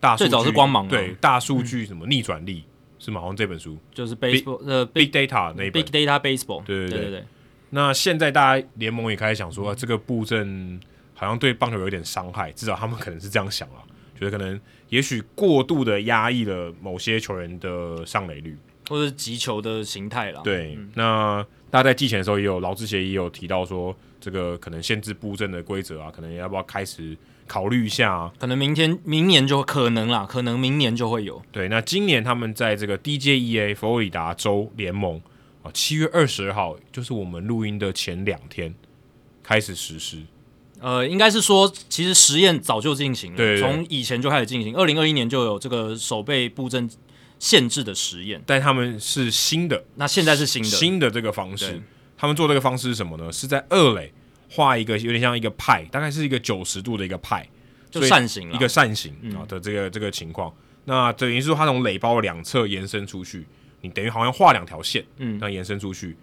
大数最早据是光芒啊对大数据什么逆转力、是吗？好像这本书就是 baseball 呃 Big big Data 那一本 big data baseball，对对对对那现在大家联盟也开始想说，啊这个布阵好像对棒球有点伤害，至少他们可能是这样想啊，觉得可能也许过度的压抑了某些球员的上垒率。或者是击球的形态啦。，对，那大家在季前的时候也有劳资协议也有提到说，这个可能限制布阵的规则啊，可能要不要开始考虑一下、啊？可能明天明年就可能啦，可能明年就会有。对，那今年他们在这个 DJEA 佛罗里达州联盟啊，七月二十号，就是我们录音的前两天开始实施。呃，应该是说，其实实验早就进行对对了，对从以前就开始进行。二零二一年就有这个手背布阵限制的实验，但他们是新的，那现在是新的。新的这个方式对。他们做这个方式是什么呢？是在二垒画一个有点像一个派，大概是一个九十度的一个派，就所以扇形啦嗯一个扇形啊的这个、这个情况。那等于是说它从垒包的两侧延伸出去，你等于好像画两条线，嗯那延伸出去。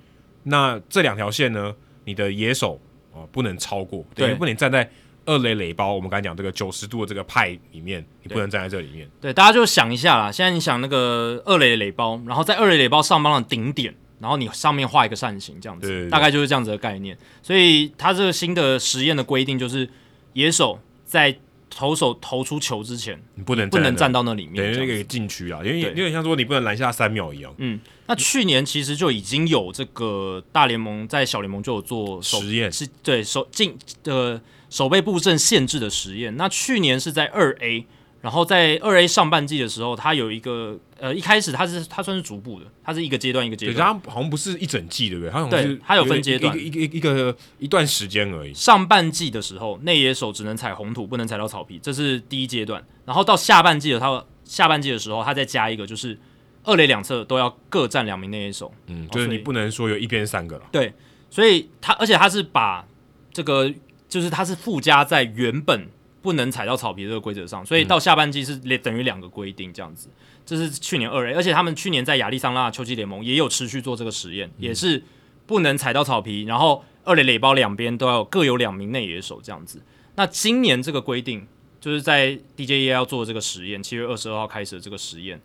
那这两条线呢，你的野手啊、不能超过，等于对不能站在二垒垒包，我们刚才讲这个九十度的这个派里面，你不能站在这里面。对，大家就想一下啦。现在你想那个二垒的垒包，然后在二垒垒包上方的顶点，然后你上面画一个扇形，这样子，对对对大概就是这样子的概念。所以它这个新的实验的规定就是，野手在投手投出球之前，你不能不能站站在到那里那面。里，这等于样那子个禁区啊，因为对有点像说你不能拦下三秒一样。嗯，那去年其实就已经有这个大联盟在小联盟就有做手实验是对手进呃手背布阵限制的实验。那去年是在二 A，然后在二 A 上半季的时候，它有一个呃一开始它是它算是逐步的，它是一个阶段一个阶对，段。它好像不是一整季，对不对？它好像是对它有分一个阶段哦一个一个一个一段时间而已。上半季的时候，内野手只能踩红土，不能踩到草皮，这是第一阶段。然后到下半季的他下半季的时候，他再加一个就是二垒两侧都要各站两名内野手，哦嗯，就是所你以不能说有一边三个了。对，所以他而且他是把这个就是他是附加在原本不能踩到草皮这个规则上，所以到下半季是连等于两个规定这样子。这是去年二 A，而且他们去年在亚利桑那秋季联盟也有持续做这个实验，也是不能踩到草皮，然后二垒垒包两边都要有各有两名内野手这样子。那今年这个规定就是在 DJE 要做这个实验，七月二十二号开始的这个实验，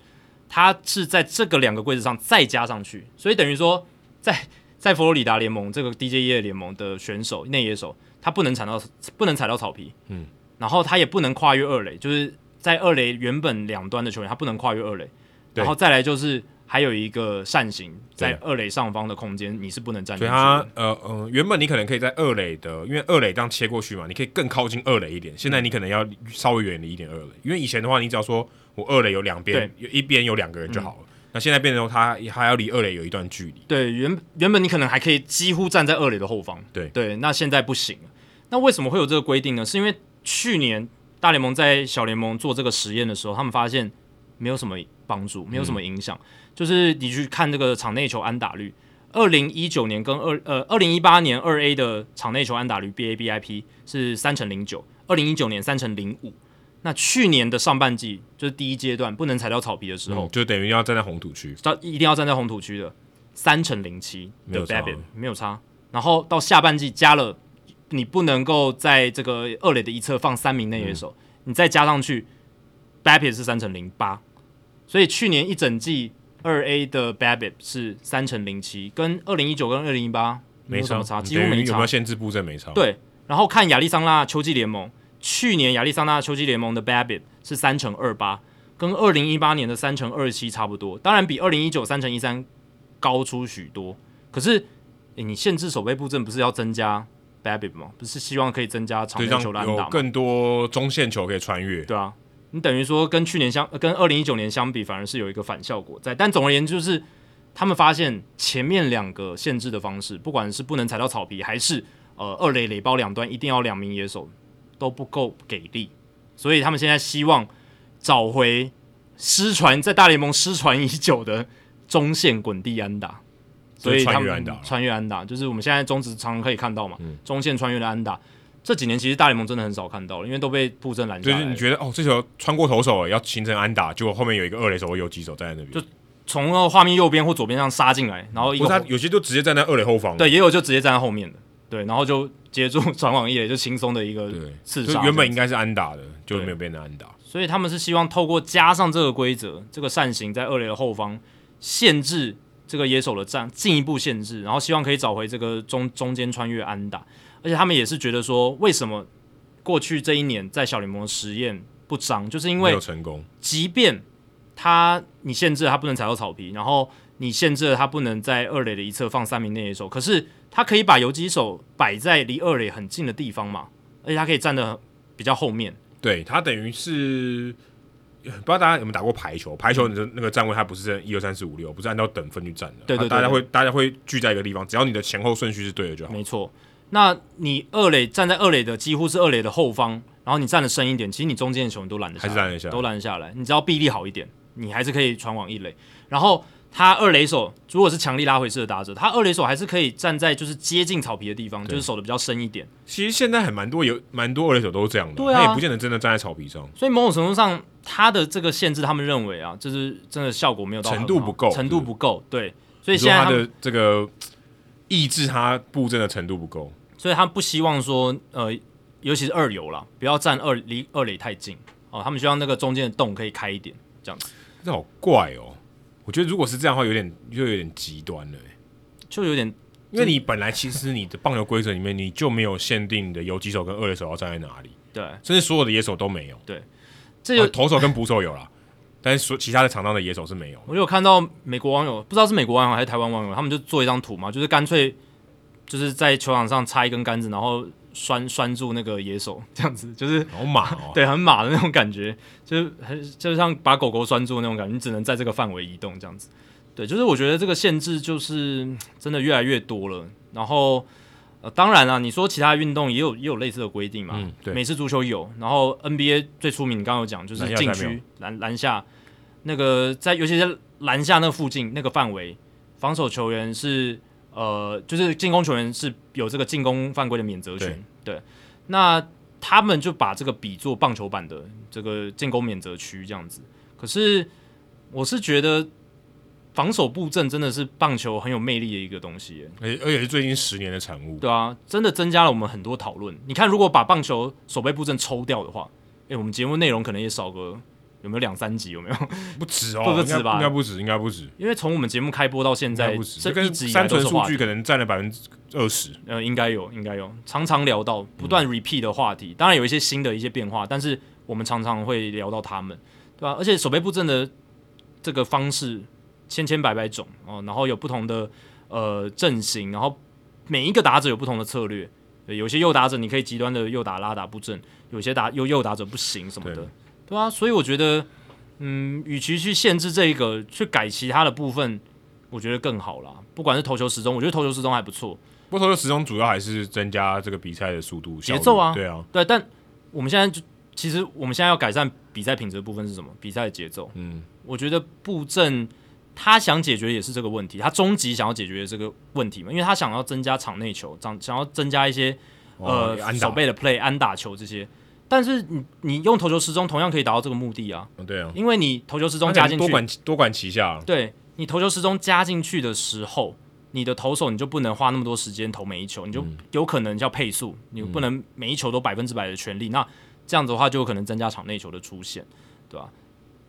它是在这个两个规则上再加上去，所以等于说在在佛罗里达联盟这个 DJE 联盟的选手内野手，他不能踩到不能踩到草皮，嗯，然后他也不能跨越二垒，就是在二垒原本两端的球员他不能跨越二垒，对然后再来就是还有一个扇形对在二垒上方的空间你是不能站所进以去它的，呃嗯、呃原本你可能可以在二垒的，因为二垒这样切过去嘛，你可以更靠近二垒一点。现在你可能要稍微远离一点二垒，因为以前的话，你只要说我二垒有两边，有一边有两个人就好了。嗯那现在变成它还要离二垒有一段距离。对原原本你可能还可以几乎站在二垒的后方，对对，那现在不行了。那为什么会有这个规定呢？是因为去年大联盟在小联盟做这个实验的时候，他们发现没有什么帮助，没有什么影响。就是你去看这个场内球安打率，二零一九年跟二呃二零一八年二 A 的场内球安打率 BABIP 是三乘零九，二零一九年三乘零五。那去年的上半季就是第一阶段不能踩到草皮的时候嗯，就等于要站在红土区，到一定要站在红土区的三乘零七没的有 b 差 a b i t 没有差。然后到下半季加了，你不能够在这个二垒的一侧放三名内野手，嗯你再加上去 b a b i t 是三乘零八，所以去年一整季二 A 的 b a b i t 是三乘零七，跟二零一九跟二零一八没什么差，嗯几乎等于没有差没有。限制布阵没差。，对，然后看亚利桑那秋季联盟，去年亚利桑那秋季联盟的 Babbitt 是三乘二八，跟二零一八年的三乘二七差不多，当然比二零一九三乘一三高出许多。可是、诶你限制守备布阵不是要增加 Babbitt 吗？不是希望可以增加场就内让球的安打有吗？更多中线球可以穿越。对啊，你等于说跟去年相呃跟二零一九年相比，反而是有一个反效果在。但总而言之，就是他们发现前面两个限制的方式，不管是不能踩到草皮，还是呃二垒垒包两端一定要两名野手，都不够给力。所以他们现在希望找回失传在大联盟失传已久的中线滚地安打，所就是以他穿们越安打嗯了，穿越安打，就是我们现在中职常常可以看到嘛，中线穿越的安打。这几年其实大联盟真的很少看到了，因为都被布阵拦就下来是了。你觉得哦，这球穿过投手了要形成安打，结果后面有一个二垒手或游击手站在那边，从那个画面右边或左边上杀进来，然后一不个是啊他有些就直接站在二垒后方，对，也有就直接站在后面的，对，然后就接住传往一垒，就轻松的一个对，刺就杀。原本这应样该是安打的，就对没有变成安打。所以他们是希望透过加上这个规则，这个扇形在二垒的后方限制这个野手的站，进一步限制，然后希望可以找回这个中中间穿越安打。而且他们也是觉得说，为什么过去这一年在小联盟的实验不彰，就是因没为有成功，即便他你限制了他不能踩到草皮，然后你限制了他不能在二垒的一侧放三名内野手，可是他可以把游击手摆在离二垒很近的地方嘛，而且他可以站的比较后面，对他等于是不知道大家有没有打过排球？排球你的那个站位它不是一二三四五六，不是按照等分去站的，对对对它大家对会大家会聚在一个地方，只要你的前后顺序是对的就好。没错。那你二垒站在二垒的几乎是二垒的后方，然后你站的深一点，其实你中间的球你都拦得下来，还是拦得下来都拦得下来。你只要臂力好一点，你还是可以传往一垒。然后他二垒手如果是强力拉回式的打者，他二垒手还是可以站在就是接近草皮的地方，就是守的比较深一点。其实现在还蛮多有蛮多二垒手都是这样的，对啊他也不见得真的站在草皮上。所以某种程度上，他的这个限制，他们认为啊，就是真的效果没有到很好程度不够程度不够，对。所以你现说他在他们，的这个抑制他布阵的程度不够，所以他不希望说，呃，尤其是二游啦，不要站二离二垒太近哦，他们希望那个中间的洞可以开一点，这样子这好怪哦。我觉得如果是这样的话，有点就有点极端了欸、就有点因为你本来其实你的棒球规则里面你就没有限定你的游击手跟二垒手要站在哪里，对。甚至所有的野手都没有。这有啊投手跟捕手有啦，但是所其他的场上的野手是没有。我有看到美国网友，不知道是美国网友还是台湾网友，他们就做一张图嘛，就是干脆就是在球场上插一根杆子，然后拴拴住那个野手，这样子就是，好马哦 对，很马的那种感觉， 就是很就像把狗狗拴住的那种感觉，你只能在这个范围移动这样子。对，就是我觉得这个限制就是嗯真的越来越多了。然后，呃，当然啦，你说其他运动也有也有类似的规定嘛，嗯对美式足球有，然后 NBA 最出名，你刚刚有讲就是篮下禁才没有区篮篮下那个在，尤其是篮下那附近那个范围，防守球员是呃，就是进攻球员是有这个进攻犯规的免责权。对，那他们就把这个比作棒球版的这个进攻免责区这样子。可是我是觉得防守布阵真的是棒球很有魅力的一个东西耶，而且而且是最近十年的产物。对啊，真的增加了我们很多讨论。你看，如果把棒球守备布阵抽掉的话，诶，我们节目内容可能也少个有没有两三集，有没有？ 不止哦，不不止应该吧应该不止，应该不止，因为从我们节目开播到现应在该，不止。这这一跟直以来单都纯是数话题据可能占了百分之二十。呃，应该有，应该有，常常聊到不断 repeat 的话题，当然有一些新的一些变化，但是我们常常会聊到他们，对吧、而且守备布阵的这个方式千千百百种哦，然后有不同的呃阵型，然后每一个打者有不同的策略，对有些右打者你可以极端的右打拉打布阵，有些打右右打者不行什么的对，对啊，所以我觉得，嗯，与其去限制这一个，去改其他的部分，我觉得更好啦。不管是投球时钟，我觉得投球时钟还不错。不过投球始终主要还是增加这个比赛的速度、节效率奏啊对啊，对，但我们现在就其实我们现在要改善比赛品质的部分是什么？比赛的节奏。嗯，我觉得布阵他想解决也是这个问题，他终极想要解决这个问题嘛，因为他想要增加场内球，想想要增加一些哦呃安打手背的 play、安打球这些。但是你你用投球时钟同样可以达到这个目的啊，哦对啊，因为你投球时钟加进去，多管多管齐下。啊对你投球时钟加进去的时候，你的投手你就不能花那么多时间投每一球，你就有可能要配速，你不能每一球都百分之百的全力。那这样子的话，就有可能增加场内球的出现，对吧、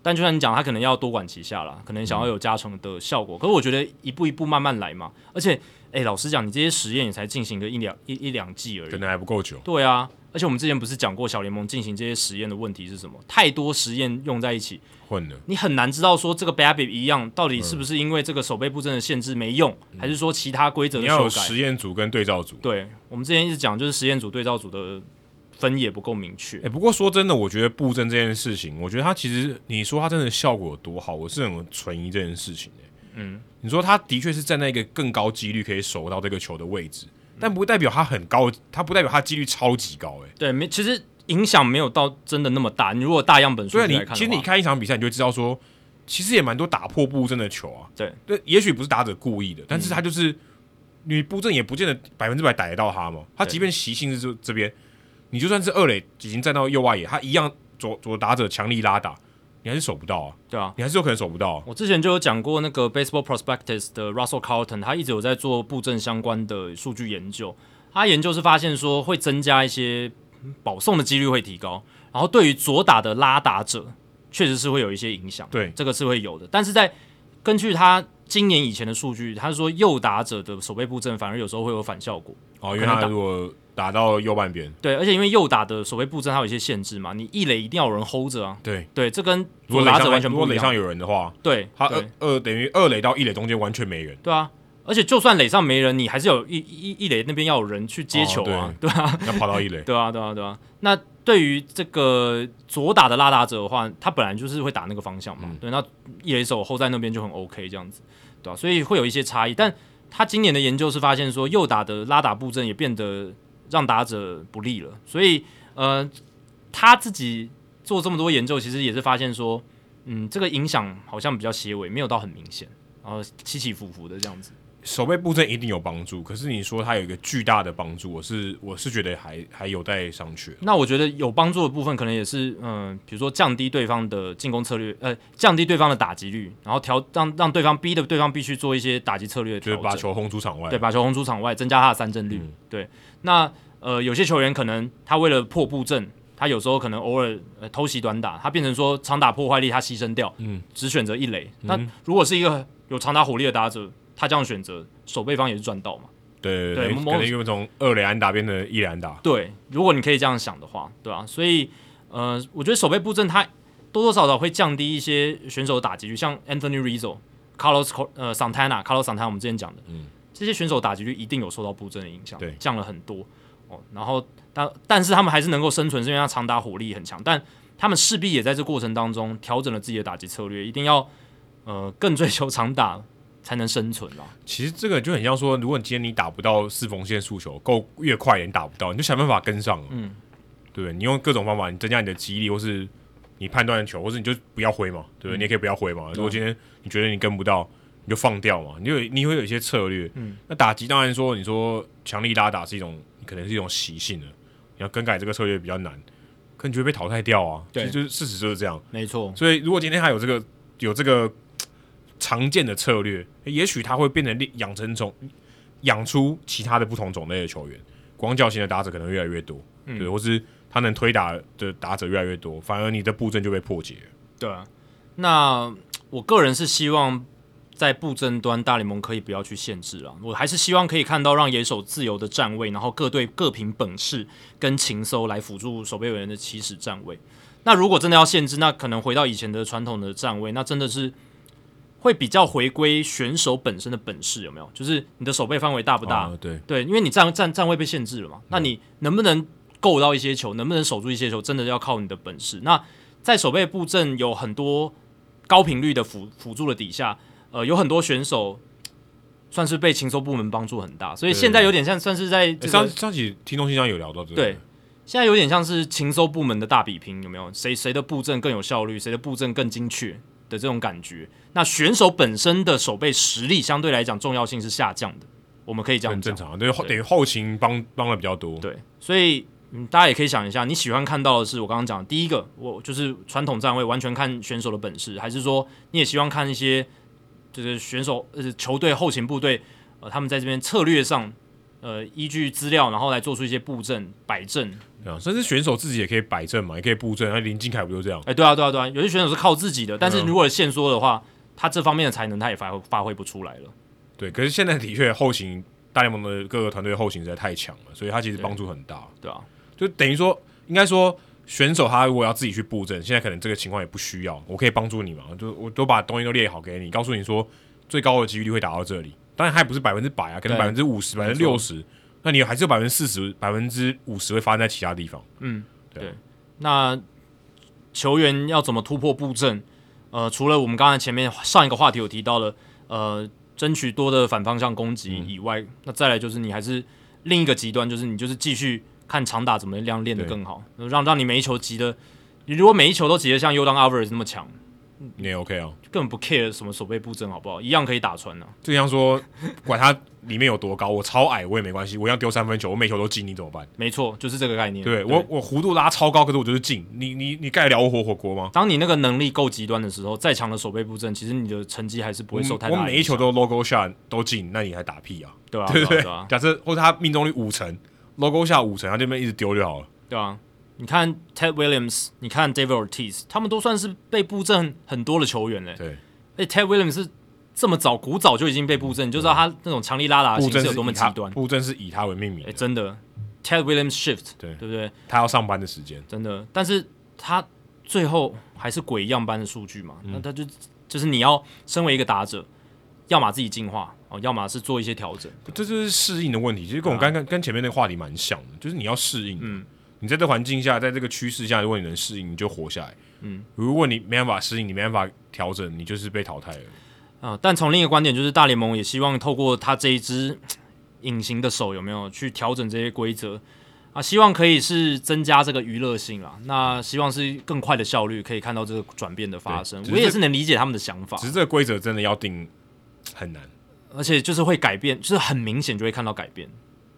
但就像你讲，他可能要多管齐下啦，可能想要有加成的效果。可是我觉得一步一步慢慢来嘛。而且，哎、老实讲，你这些实验也才进行个一两一一两季而已可，能还不够久，对啊，而且我们之前不是讲过小联盟进行这些实验的问题是什么？太多实验用在一起，混了。你很难知道说这个 Baby 一样到底是不是因为这个手背布阵的限制没用，还是说其他规则你的要修有改实。验组跟对照组。对，我们之前一直讲就是实验组对照组的分野不够明确哎、。不过说真的，我觉得布阵这件事情，我觉得它其实你说它真的效果有多好，我是很存疑这件事情、欸、嗯，你说他的确是站在一个更高几率可以守到这个球的位置，但不代表他很高，他不代表他几率超级高、欸，哎，对，没其实影响没有到真的那么大。你如果大样本数对啊，据你来看其实你的话，看一场比赛，你就会知道说，其实也蛮多打破布阵的球啊。对，对，也许不是打者故意的，但是他就是、你布阵也不见得百分之百逮得到他嘛。他对即便习性是这这边，你就算是二垒已经站到右外野，他一样左左打者强力拉打，你还是守不到啊，对啊。你还是有可能守不到啊、我之前就有讲过那个 Baseball Prospectus 的 Russell Carlton，他一直有在做布阵相关的数据研究。他研究是发现说会增加一些保送的几率会提高，然后对于左打的拉打者确实是会有一些影响，对这个是会有的。但是在根据他今年以前的数据，他说右打者的守备布阵反而有时候会有反效果。哦，因为可能他打如果打到右半边，对，而且因为右打的守备布阵它有一些限制嘛，你一垒一定要有人 hold 着啊。对，对，这跟如左果垒打者上完全如不果一垒上样。有人的话，对，他对二二等于二垒到一垒中间完全没人，对啊，而且就算垒上没人，你还是有一一一垒那边要有人去接球啊，哦对啊，。要跑到一垒对啊，对啊，对啊。那对于这个左打的拉打者的话，他本来就是会打那个方向嘛，对，那一垒手后在那边就很 OK 这样子，对啊，所以会有一些差异。但他今年的研究是发现说，右打的拉打布阵也变得让打者不利了，所以呃，他自己做这么多研究，其实也是发现说，嗯，这个影响好像比较些微，没有到很明显，然后起起伏伏的这样子。守备布阵一定有帮助，可是你说它有一个巨大的帮助，我是我是觉得还还有待商榷。那我觉得有帮助的部分，可能也是嗯、比如说降低对方的进攻策略，呃，降低对方的打击率，然后调让让对方逼的对方必须做一些打击策略的就调是整，把球轰出场外。对，把球轰出场外，增加他的三振率。嗯对，那呃，有些球员可能他为了破布阵，他有时候可能偶尔、呃、偷袭短打，他变成说长打破坏力他牺牲掉，嗯，只选择一垒。那如果是一个有长打火力的打者，他这样选择，守备方也是赚到嘛。对对对某对，某可能因为从二垒安打变成一垒安打，对，如果你可以这样想的话，对啊，所以呃，我觉得守备布阵它多多少少会降低一些选手的打击率，像 Anthony Rizzo、Carlos Co- 呃 Santana、Carlos Santana，我们之前讲的，嗯这些选手打击率一定有受到布阵的影响，对降了很多哦。然后但但是他们还是能够生存，是因为他长打火力很强，但他们势必也在这过程当中调整了自己的打击策略，一定要呃更追求长打才能生存啊啦。其实这个就很像说，如果你今天你打不到四缝线速球，够越快一点打不到，你就想办法跟上。嗯，对不对？你用各种方法，你增加你的记忆力，或是你判断的球，或是你就不要挥嘛，对不对？嗯你也可以不要挥啊嘛。如果今天你觉得你跟不到，你就放掉嘛。你就有你会有一些策略。嗯，那打击当然说，你说强力拉打是一种，可能是一种习性的，你要更改这个策略比较难，可你就会被淘汰掉啊。对其实就是事实就是这样。啊没错，所以如果今天他有这个有这个嘖常见的策略，也许他会变成另养成种养出其他的不同种类的球员，光脚型的打者可能越来越多，嗯对，或是他能推打的打者越来越多，反而你的布阵就被破解了。对啊，那我个人是希望在布阵端大联盟可以不要去限制了，我还是希望可以看到让野手自由的站位，然后各队各凭本事跟情搜来辅助守备委员的起始站位。那如果真的要限制，那可能回到以前的传统的站位，那真的是会比较回归选手本身的本事，有没有？就是你的守备范围大不大？啊对，对，因为你站站站位被限制了嘛，嗯那你能不能够到一些球，能不能守住一些球，真的要靠你的本事。那在守备布阵有很多高频率的辅辅助的底下，呃，有很多选手算是被情搜部门帮助很大，所以对现在有点像算是在诶这上个上期听众信箱有聊到这个，对，现在有点像是情搜部门的大比拼，有没有？谁谁的布阵更有效率，谁的布阵更精确的这种感觉？那选手本身的守备实力相对来讲重要性是下降的，我们可以这这样很讲正。常，啊对，后等于后勤帮帮的比较多，对，所以嗯，大家也可以想一下，你喜欢看到的是我刚刚讲的第一个，我就是传统站位，完全看选手的本事，还是说你也希望看一些就是选手呃球队后勤部队呃他们在这边策略上呃依据资料，然后来做出一些布阵摆阵？对啊，甚至选手自己也可以摆阵嘛，也可以布阵，那林敬凯不就这样？哎、对啊，对啊，对啊，有些选手是靠自己的，但是如果限缩的话，他这方面的才能他也发挥发挥不出来了。对，可是现在的确后勤大联盟的各个团队的后勤实在太强了，所以他其实对帮助很大。对啊，就等于说，应该说选手他如果要自己去布阵，现在可能这个情况也不需要，我可以帮助你嘛，就我都把东西都列好给你，告诉你说最高的几率会打到这里，当然还不是百分之百啊，可能对百分之五十、百分之六十，那你还是有百分之四十、百分之五十会发生在其他地方。那球员要怎么突破布阵？呃，除了我们刚才前面上一个话题有提到了，呃，争取嗯多的反方向攻击以外，那再来就是你还是另一个极端，就是你就是继续看长打怎么样练得更好，让让你每一球急的，你如果每一球都急得像 u 当 Alvarez 那么强，你也 OK 哦。根本不 care 什么手背布阵好不好，一样可以打穿啊呢、就像说，管它里面有多高，我超矮我也没关系，我要丢三分球，我每球都进，你怎么办？没错，就是这个概念。对我我弧度拉超高，可是我就是进，你你你盖得了我火火锅吗？当你那个能力够极端的时候，再强的守备布阵，其实你的成绩还是不会受太我大每一影球响。都 logo shot 都进，那你还打屁啊？对啊，对对不啊，对？对啊，假设或者他命中率五成，logo shot 五成，他这边一直丢就好了。对啊。你看 Ted Williams，你看 David Ortiz，他们都算是被布阵很多的球员嘞。对，哎，Ted Williams 是这么早古早就已经被布阵，你就知道他那种强力拉打的布啊形阵式是有多么以极他端。布阵是以他为命名哎，的，真的，Ted Williams shift，对对不对？他要上班的时间。真的，但是他最后还是鬼一样般的数据嘛，嗯那他就就是你要身为一个打者，要么自己进化哦，要么是做一些调整。这就是适应的问题，其实跟我嗯刚刚、跟前面那个话题蛮像的，就是你要适应。嗯，你在这环境下，在这个趋势下，如果你能适应，你就活下来。嗯，如果你没办法适应，你没办法调整，你就是被淘汰了。啊、但从另一个观点，就是大联盟也希望透过他这一支嘖隐形的手，有没有去调整这些规则啊？希望可以是增加这个娱乐性啦，那希望是更快的效率，可以看到这个转变的发生对只。是我也这是能理解他们的想法只，是这个规则真的要定很难。而且就是会改变，就是很明显就会看到改变，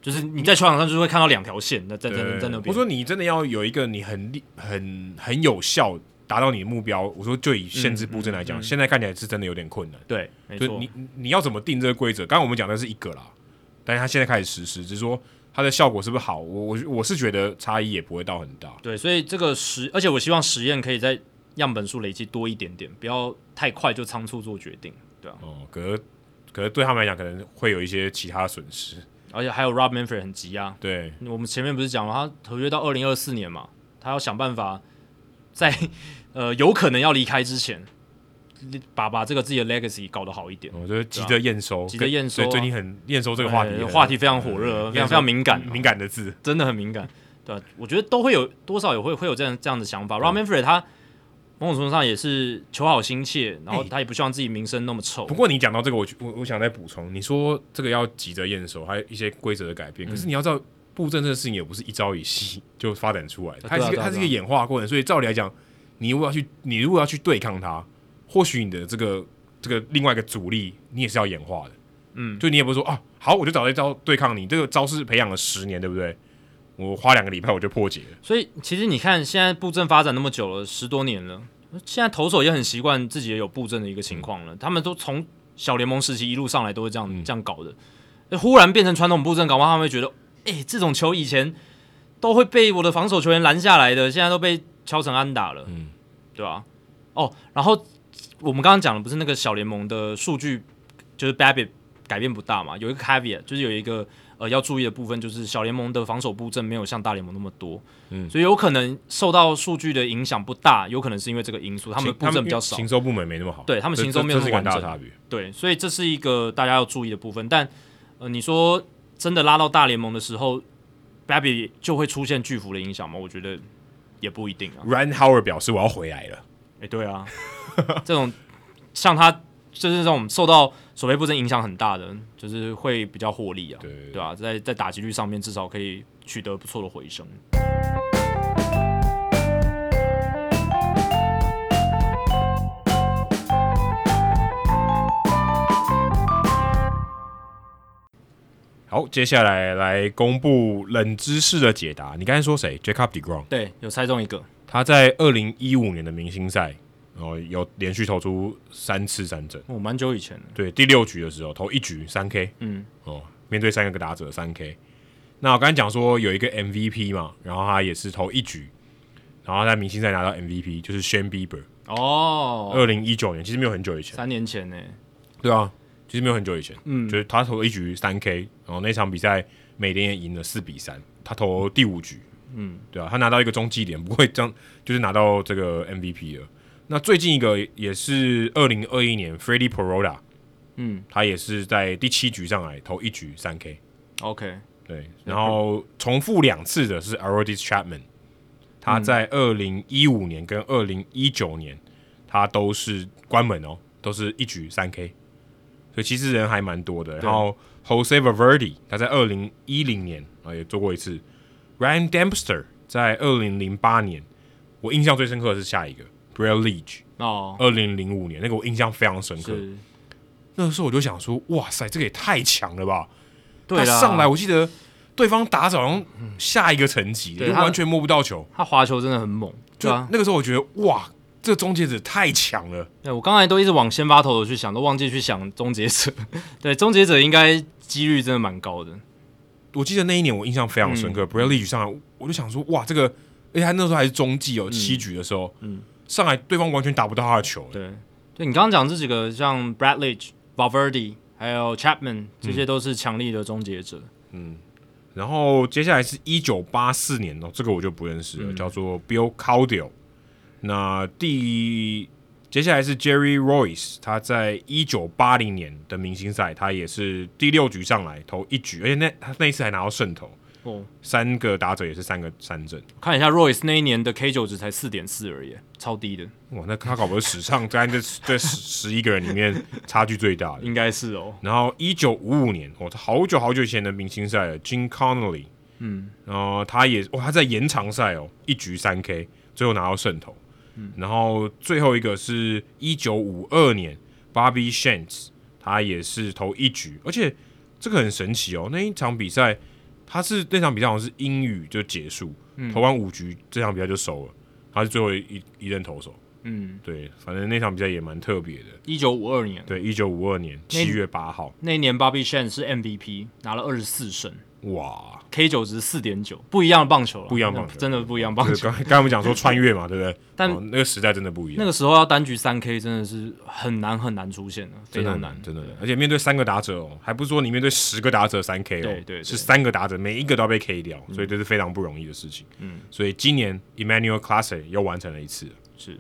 就是你在球场上就是会看到两条线那在在在在那边。我说你真的要有一个你很厉很很有效达到你的目标，我说就以限制布阵嗯来讲，现在看起来是真的有点困难。对，没就错，你你你要怎么定这个规则？刚刚我们讲的是一个啦，但是他现在开始实施，只是说它的效果是不是好？我我我是觉得差异也不会到很大。对，所以这个实，而且我希望实验可以在样本数累积多一点点，不要太快就仓促做决定，对啊。哦，可是可是对他们来讲，可能会有一些其他损失。而且还有 Rob Manfred 很急啊，对，我们前面不是讲了，他合约到二零二四年嘛，他要想办法在 呃有可能要离开之前，把把这个自己的 legacy 搞得好一点。我觉得哦急着验收，急着验收啊所以最近很验收这个话题哎很，话题非常火热嗯非常非常敏感啊哦敏感的字。真的很敏感，对、啊、我觉得都会有多少也会会有这样这样的想法。Rob Manfred 他某种程度上也是求好心切，然后哎他也不希望自己名声那么臭不。过你讲到这个，我我我想再补充，你说这个要急着验收，还有一些规则的改变，可嗯是你要知道。布阵这个事情也不是一朝一夕 就发展出来的，啊它是一个对啊对啊它是一对个啊演化过程，所以照理来讲，你如果要去你如果要去对抗它，或许你的这个这个另外一个阻力，你也是要演化的，嗯，就你也不是说啊，好我就找这招对抗你，这个招式培养了十年，对不对？我花两个礼拜我就破解了，所以其实你看，现在布阵发展那么久了，十多年了，现在投手也很习惯自己也有布阵的一个情况了。他们都从小联盟时期一路上来都是这样、这样搞的，那忽然变成传统布阵，搞不好他们会觉得，哎、这种球以前都会被我的防守球员拦下来的，现在都被敲成安打了，嗯，对吧、哦，然后我们刚刚讲的不是那个小联盟的数据，就是 Babbitt 改变不大嘛，有一个 caveat，就是有一个呃要注意的部分，就是小联盟的防守布阵没有像大联盟那么多。所以有可能受到数据的影响不大，有可能是因为这个因素，他们行的布阵比较少行，收部门没那么好，对他们这行收这没有这是那一么个完很大的整差别，对，所以这是一个大家要注意的部分。但呃，你说真的拉到大联盟的时候，Baby 就会出现巨幅的影响吗？我觉得也不一定啊。 Ryan Howard 表示我要回来了，哎、对啊， 这种像他就是这种受到守备布阵影响很大的，就是会比较获利啊，对对啊，在在打击率上面至少可以取得不错的回升。好，接下来来公布冷知识的解答。你刚才说谁？Jacob Degrom，对，有猜中一个，他在二零一五年的明星赛，然后有连续投出三次三振。我、哦蛮久以前的，对，第六局的时候投一局三 K，嗯，哦，面对三个打者三 K。那我刚才讲说有一个 MVP 嘛，然后他也是投一局，然后在明星赛拿到 MVP，就是 Shane Bieber。哦，二零一九年其实没有很久以前，三年前呢、对啊，其实没有很久以前，嗯就是他投一局三 K，然后那场比赛美联也赢了四比三，他投第五局，嗯，对啊，他拿到一个中继点，不会这样，就是拿到这个 MVP 了。那最近一个也是二零二一年 Freddy Perota，嗯他也是在第七局上来投一局三 K， ，OK，对，然后重复两次的是 a r o d i s Chapman，他在二零一五年跟二零一九年，他都是关门哦，都是一局三 K，所以其实人还蛮多的。然后 Jose Valverde 他在二零一零年啊也做过一次 Ryan Dempster 在二零零八年，我印象最深刻的是下一个 Brad Leach，哦，二零零五年那个我印象非常深刻。是，那个时候我就想说，哇塞，这个也太强了吧！对他啦，上来我记得对方打早上下一个层级，对就他完全摸不到球。他滑球真的很猛，就对啊，那个时候我觉得，哇，这终结者太强了。对，我刚才都一直往先发投手去想，都忘记去想终结者。 对，终结者应该几率真的蛮高的。我记得那一年我印象非常嗯深刻、b r a d l e y 上来，我就想说，哇，这个，而且他那时候还是中继哦，七局的时候，嗯上来对方完全打不到他的球，对，对你刚刚讲这几个，像 Bradley、Valverde 还有 Chapman，这嗯些都是强力的终结者。然后接下来是一九八四年哦，这个我就不认识了，叫做 Bill Caudill。那第接下来是 Jerry Royce，他在一九八零年的明星赛，他也是第六局上来投一局，而且那他那一次还拿到胜投，哦，三个打者也是三个三振。看一下 Royce 那一年的 K 九值才四点四而已，超低的，哇，那他搞不好是史上在这这十十一个人里面差距最大的。应该是哦。然后一九五五年，哦，他好久好久以前的明星赛了，Jim Connolly，嗯，然后他也，哇，他在延长赛哦，一局三 K，最后拿到胜投。嗯，然后最后一个是一九五二年，Bobby Shantz，他也是投一局，而且这个很神奇哦，那一场比赛他是那场比赛好像是英语就结束，嗯投完五局这场比赛就收了，他是最后一一任投手。嗯，对，反正那场比赛也蛮特别的。一九五二年对，一九五二年七月八号，那一年，Bobby Shan 是 MVP，拿了二十四胜哇， ，K 九值四点九，不一样的棒球了，不一样的棒球真的不一样的棒就球。刚刚才我们讲说穿越嘛，对不对？但哦那个时代真的不一样，那个时候要单局三 K 真的是很难很难出现的，非真的常很难难，。真的很难。而且面对三个打者哦，还不是说你面对十个打者三 K 哦，对对嗯对是三个打者每一个都要被 K 掉，所以这是非常不容易的事情。嗯，所以今年 Emmanuel Classe 又完成了一次是。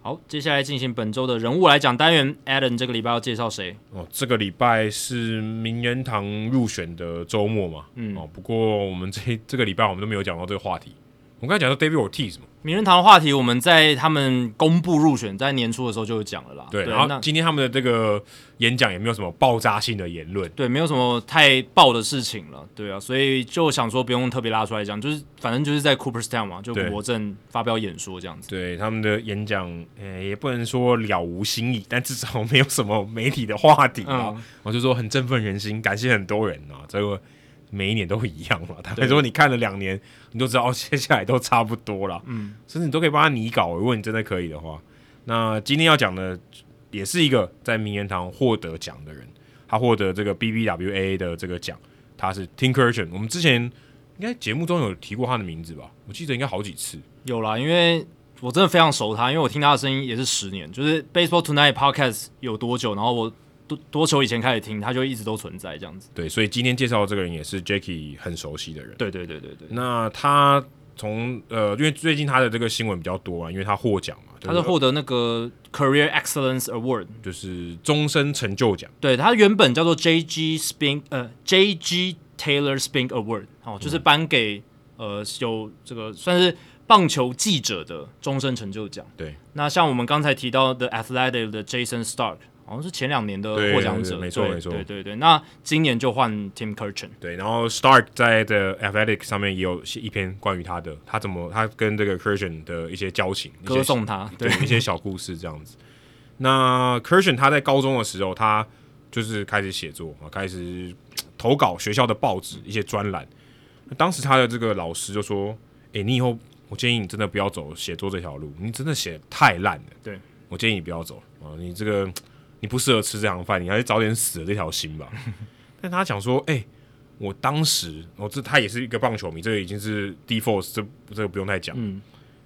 好，接下来进行本周的人物来讲单元。Adam 这个礼拜要介绍谁？哦。这个礼拜是名人堂入选的周末嘛，嗯哦，不过我们这这个礼拜我们都没有讲到这个话题。我们刚才讲到 David Ortiz 嘛，名人堂的话题，我们在他们公布入选在年初的时候就有讲了啦。对，然后那今天他们的这个演讲也没有什么爆炸性的言论，对没有什么太爆的事情了，对啊，所以就想说不用特别拉出来讲，就是反正就是在 Cooperstown 嘛，就对国政发表演说这样子。对他们的演讲，呃、也不能说了无新意，但至少没有什么媒体的话题啊。嗯我就说很振奋人心，感谢很多人啊。这个每一年都一样嘛。他们说你看了两年，你就知道哦接下来都差不多了。嗯，甚至你都可以帮他拟稿，如果你真的可以的话。那今天要讲的也是一个在名人堂获得奖的人，他获得这个 BBWA 的这个奖，他是 Tim k e r s h e n 我们之前应该节目中有提过他的名字吧？我记得应该好几次。有啦，因为我真的非常熟他，因为我听他的声音也是十年，就是 Baseball Tonight Podcast 有多久，然后我多多久以前开始听，他就一直都存在这样子。对，所以今天介绍的这个人也是 Jacky 很熟悉的人。对对对对对，那他从呃，因为最近他的这个新闻比较多啊，因为他获奖嘛，他是获得那个 Career Excellence Award，就是终身成就奖。对，它原本叫做 J.G. Spink，呃，J.G. Taylor Spink Award，哦，嗯就是颁给、呃有这个算是棒球记者的终身成就奖。对那像我们刚才提到的 Athletic 的 Jason Stark，好像是前两年的对获奖者，对对没错对没错对对对。那今年就换 Tim k u r c h e n 对，然后 Stark 在的 Athletic 上面也有写一篇关于他的，他怎么他跟这个 c u r s i o n 的一些交情，一些歌颂他，对一些小故事这样子。那 c u r s i o n 他在高中的时候，他就是开始写作啊，开始投稿学校的报纸一些专栏。那当时他的这个老师就说：“诶，你以后我建议你真的不要走写作这条路，你真的写太烂了。对我建议你不要走啊，你这个你不适合吃这行饭，你还是早点死了这条心吧。” 但他讲说：“诶，我当时，哦，这他也是一个棒球迷，这个已经是 D Force，这这个不用太讲。嗯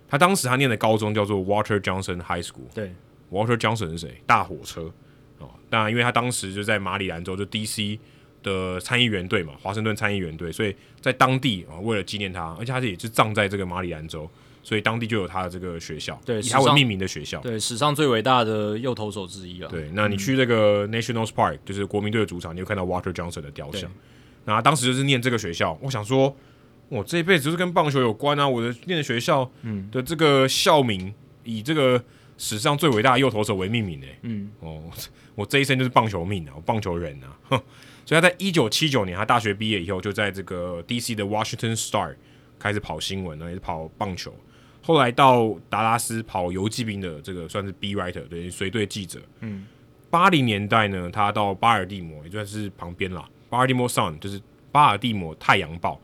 他当时他念的高中叫做 Water Johnson High School。对 Water Johnson 是谁？大火车哦。那因为他当时就在马里兰州，就 D.C. 的参议员队嘛，华盛顿参议员队，所以在当地啊、哦为了纪念他，而且他也是葬在这个马里兰州，所以当地就有他的这个学校，对以史他为上命名的学校。对，史上最伟大的右投手之一啊。嗯对，那你去这个 National Park，、就是国民队的主场，你会看到 Water Johnson 的雕像。那当时就是念这个学校，我想说，我这一辈子就是跟棒球有关啊，我的念的学校嗯的这个校名以这个史上最伟大的右投手为命名诶、嗯，哦，我这一生就是棒球命啊，我棒球人啊。哼所以他在一九七九年他大学毕业以后，就在这个 D.C. 的 Washington Star 开始跑新闻，然后也是跑棒球，后来到达拉斯跑游击兵的这个算是 B writer，等于随队记者。嗯，八零年代呢，他到巴尔的摩，也算是旁边啦，巴尔的摩 Sun 就是巴尔的摩太阳报。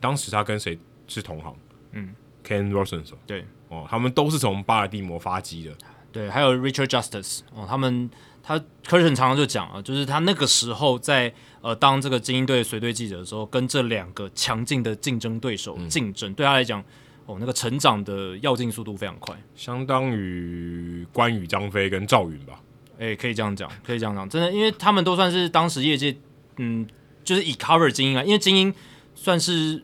当时他跟谁是同行？嗯，Ken Rosenthal。对哦，他们都是从巴尔的摩发迹的。对，还有 Richard Justice 哦，他们他 c u r t i n 常常就讲啊，就是他那个时候在呃当这个精英队随队记者的时候，跟这两个强劲的竞争对手竞争，对他来讲，哦那个成长的要进速度非常快，相当于关羽、张飞跟赵云吧。诶，哎可以这样讲，可以这样讲，真的，因为他们都算是当时业界，嗯，就是以 cover 精英啊，因为精英算是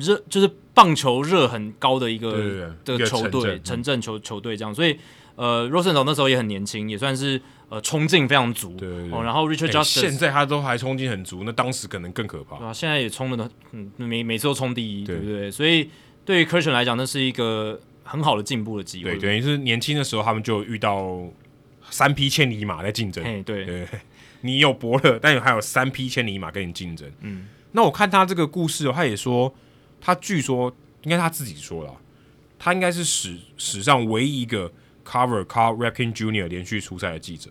热，就是棒球热很高的一个对对对一的个球城队，镇嗯城镇球球队这样，所以呃，Rosenthal 那时候也很年轻，也算是呃冲劲非常足，对对对哦，然后 Richard 哎 Justice、现在他都还冲劲很足，那当时可能更可怕对。啊，现在也冲的，嗯，每每次都冲第一，对对不对？所以对于 c u r t i n 来讲，那是一个很好的进步的机会，对，等于是年轻的时候他们就遇到三匹千里马在竞争。嘿，对，对，你有伯乐，但有还有三匹千里马跟你竞争。嗯，那我看他这个故事、哦，他也说，他据说应该他自己说了啊，他应该是史史上唯一一个 cover Carl Rapkin Jr. 连续出赛的记者，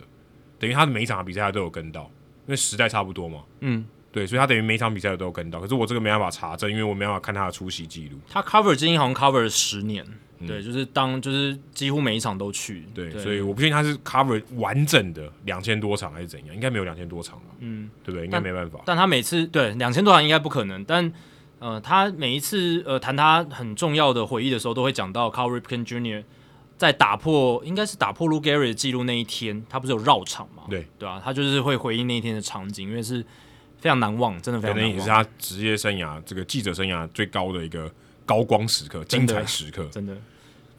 等于他的每一场比赛他都有跟到，因为时代差不多嘛。嗯，对，所以他等于每一场比赛都有跟到，可是我这个没办法查证，因为我没办法看他的出席记录。他 cover 精英好像 cover 了十年，对，就是当就是几乎每一场都去，嗯对，对所以我不确定他是 cover 完整的两千多场还是怎样，应该没有两千多场吧？嗯，对不对？应该没办法。但他每次对两千多场应该不可能，但呃，他每一次呃谈他很重要的回忆的时候，都会讲到 Carl Ripken Jr. 在打破应该是打破 Lou Gehrig 的记录那一天，他不是有绕场嘛？对对啊，他就是会回忆那一天的场景，因为是非常难忘，真的非可常能难也是忘，他职业生涯这个记者生涯最高的一个高光时刻、真精的彩时刻。真的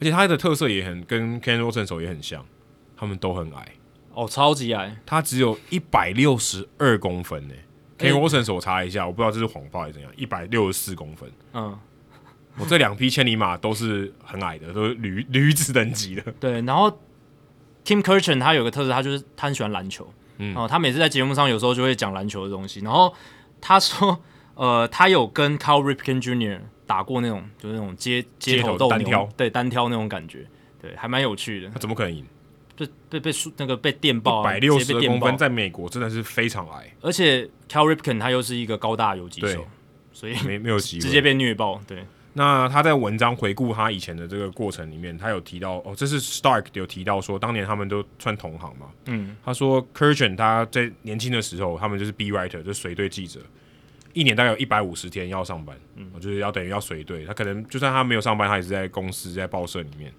而且他的特色也很跟 Ken Rosenthal 也很像，他们都很矮，哦，超级矮，他只有一百六十二公分呢、哎 Ken Rosenthal 我查一下，我不知道这是谎报还是怎样，一百六十四公分。嗯，我这两匹千里马都是很矮的，都是驴驴子等级的。对，然后 Kim k u r c h e n 他有个特色，他就是他很喜欢篮球，嗯哦，他每次在节目上有时候就会讲篮球的东西，然后他说，呃，他有跟 Cal Ripken Jr. 打过那种就是那种街街街头头斗牛，单挑对单挑那种感觉，对，还蛮有趣的他，怎么可能赢？被被被输那个被电爆、一啊，百六直接十被二电公分，爆在美国真的是非常矮，而且 Cal Ripken 他又是一个高大游击手对，所以没没有机会。直接被虐爆，对，那他在文章回顾他以前的这个过程里面，他有提到哦，这是 Stark 有提到说，当年他们都算同行嘛。嗯，他说 c u r c h e n 他在年轻的时候，他们就是 B writer，就是随队记者，一年大概有一百五十天要上班，嗯，就是要等于要随队。他可能就算他没有上班，他也是在公司在报社里面，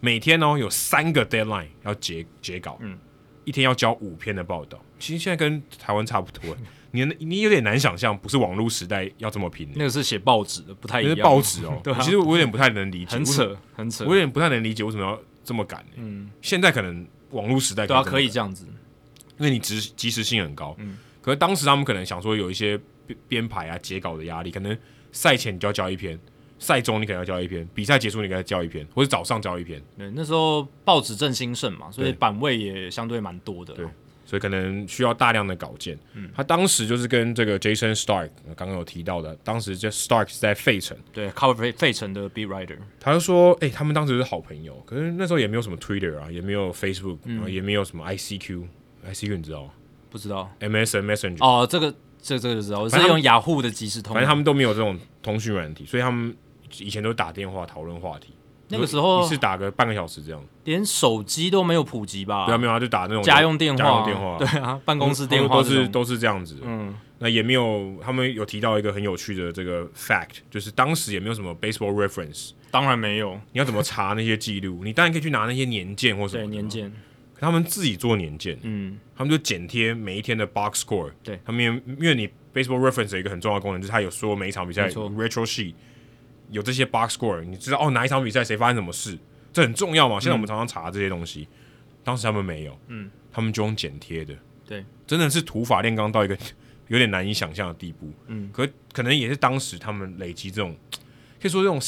每天哦有三个 deadline 要截截稿，嗯，一天要交五篇的报道。其实现在跟台湾差不多，你你有点难想象，不是网络时代要这么拼的那。个是写报纸的，不太一就是样，，报纸哦 对啊我其实我有点不太能理解，很为什么，扯，很扯我，有点不太能理解为什么要这么赶、嗯嗯，现在可能网络时代对啊，这么可以赶，这样子，因为你及时及时性很高。嗯嗯，可是当时他们可能想说有一些编编排啊、截稿的压力，可能赛前你就要交一篇，赛中你可能要交一篇，比赛结束你可能要交一篇，或者早上交一篇，对，那时候报纸正兴盛嘛，所以对版位也相对蛮多的。对所以可能需要大量的稿件。嗯，他当时就是跟这个 Jason Stark 呃刚刚有提到的，当时这 Stark 是在费城。对，cover 费费城的 B Rider，他就说：“哎、他们当时是好朋友，可是那时候也没有什么 Twitter 啊，也没有 Facebook，、然嗯后也没有什么 ICQ，ICQ 你知道吗不知道？MSN Messenger，、哦，这个这这个就知道，我是反正他用们雅虎的即时通。反正他们都没有这种通讯软体，所以他们以前都打电话讨论话题。那个时候一次打个半个小时这样，连手机都没有普及吧？对啊，没有他就打那种家用电话，家用电话，对啊，办公室电他话们都是这种都是这样子的。嗯那也没有，他们有提到一个很有趣的这个 fact，就是当时也没有什么 baseball reference，当然没有，你要怎么查那些记录？你当然可以去拿那些年鉴或什么对的嘛年，鉴，可他们自己做年鉴，嗯，他们就剪贴每一天的 box score。对他们因为因为你 baseball reference 有一个很重要的功能，就是它有说每一场比赛没错 retro sheet 有这些 box score，你知道哦哪一场比赛谁发生什么事，这很重要嘛。现在我们常常查这些东西，当时他们没有，嗯，他们就用剪贴的，对，真的是土法炼钢到一个 有点难以想象的地步。嗯，可可能也是当时他们累积这种可以说这种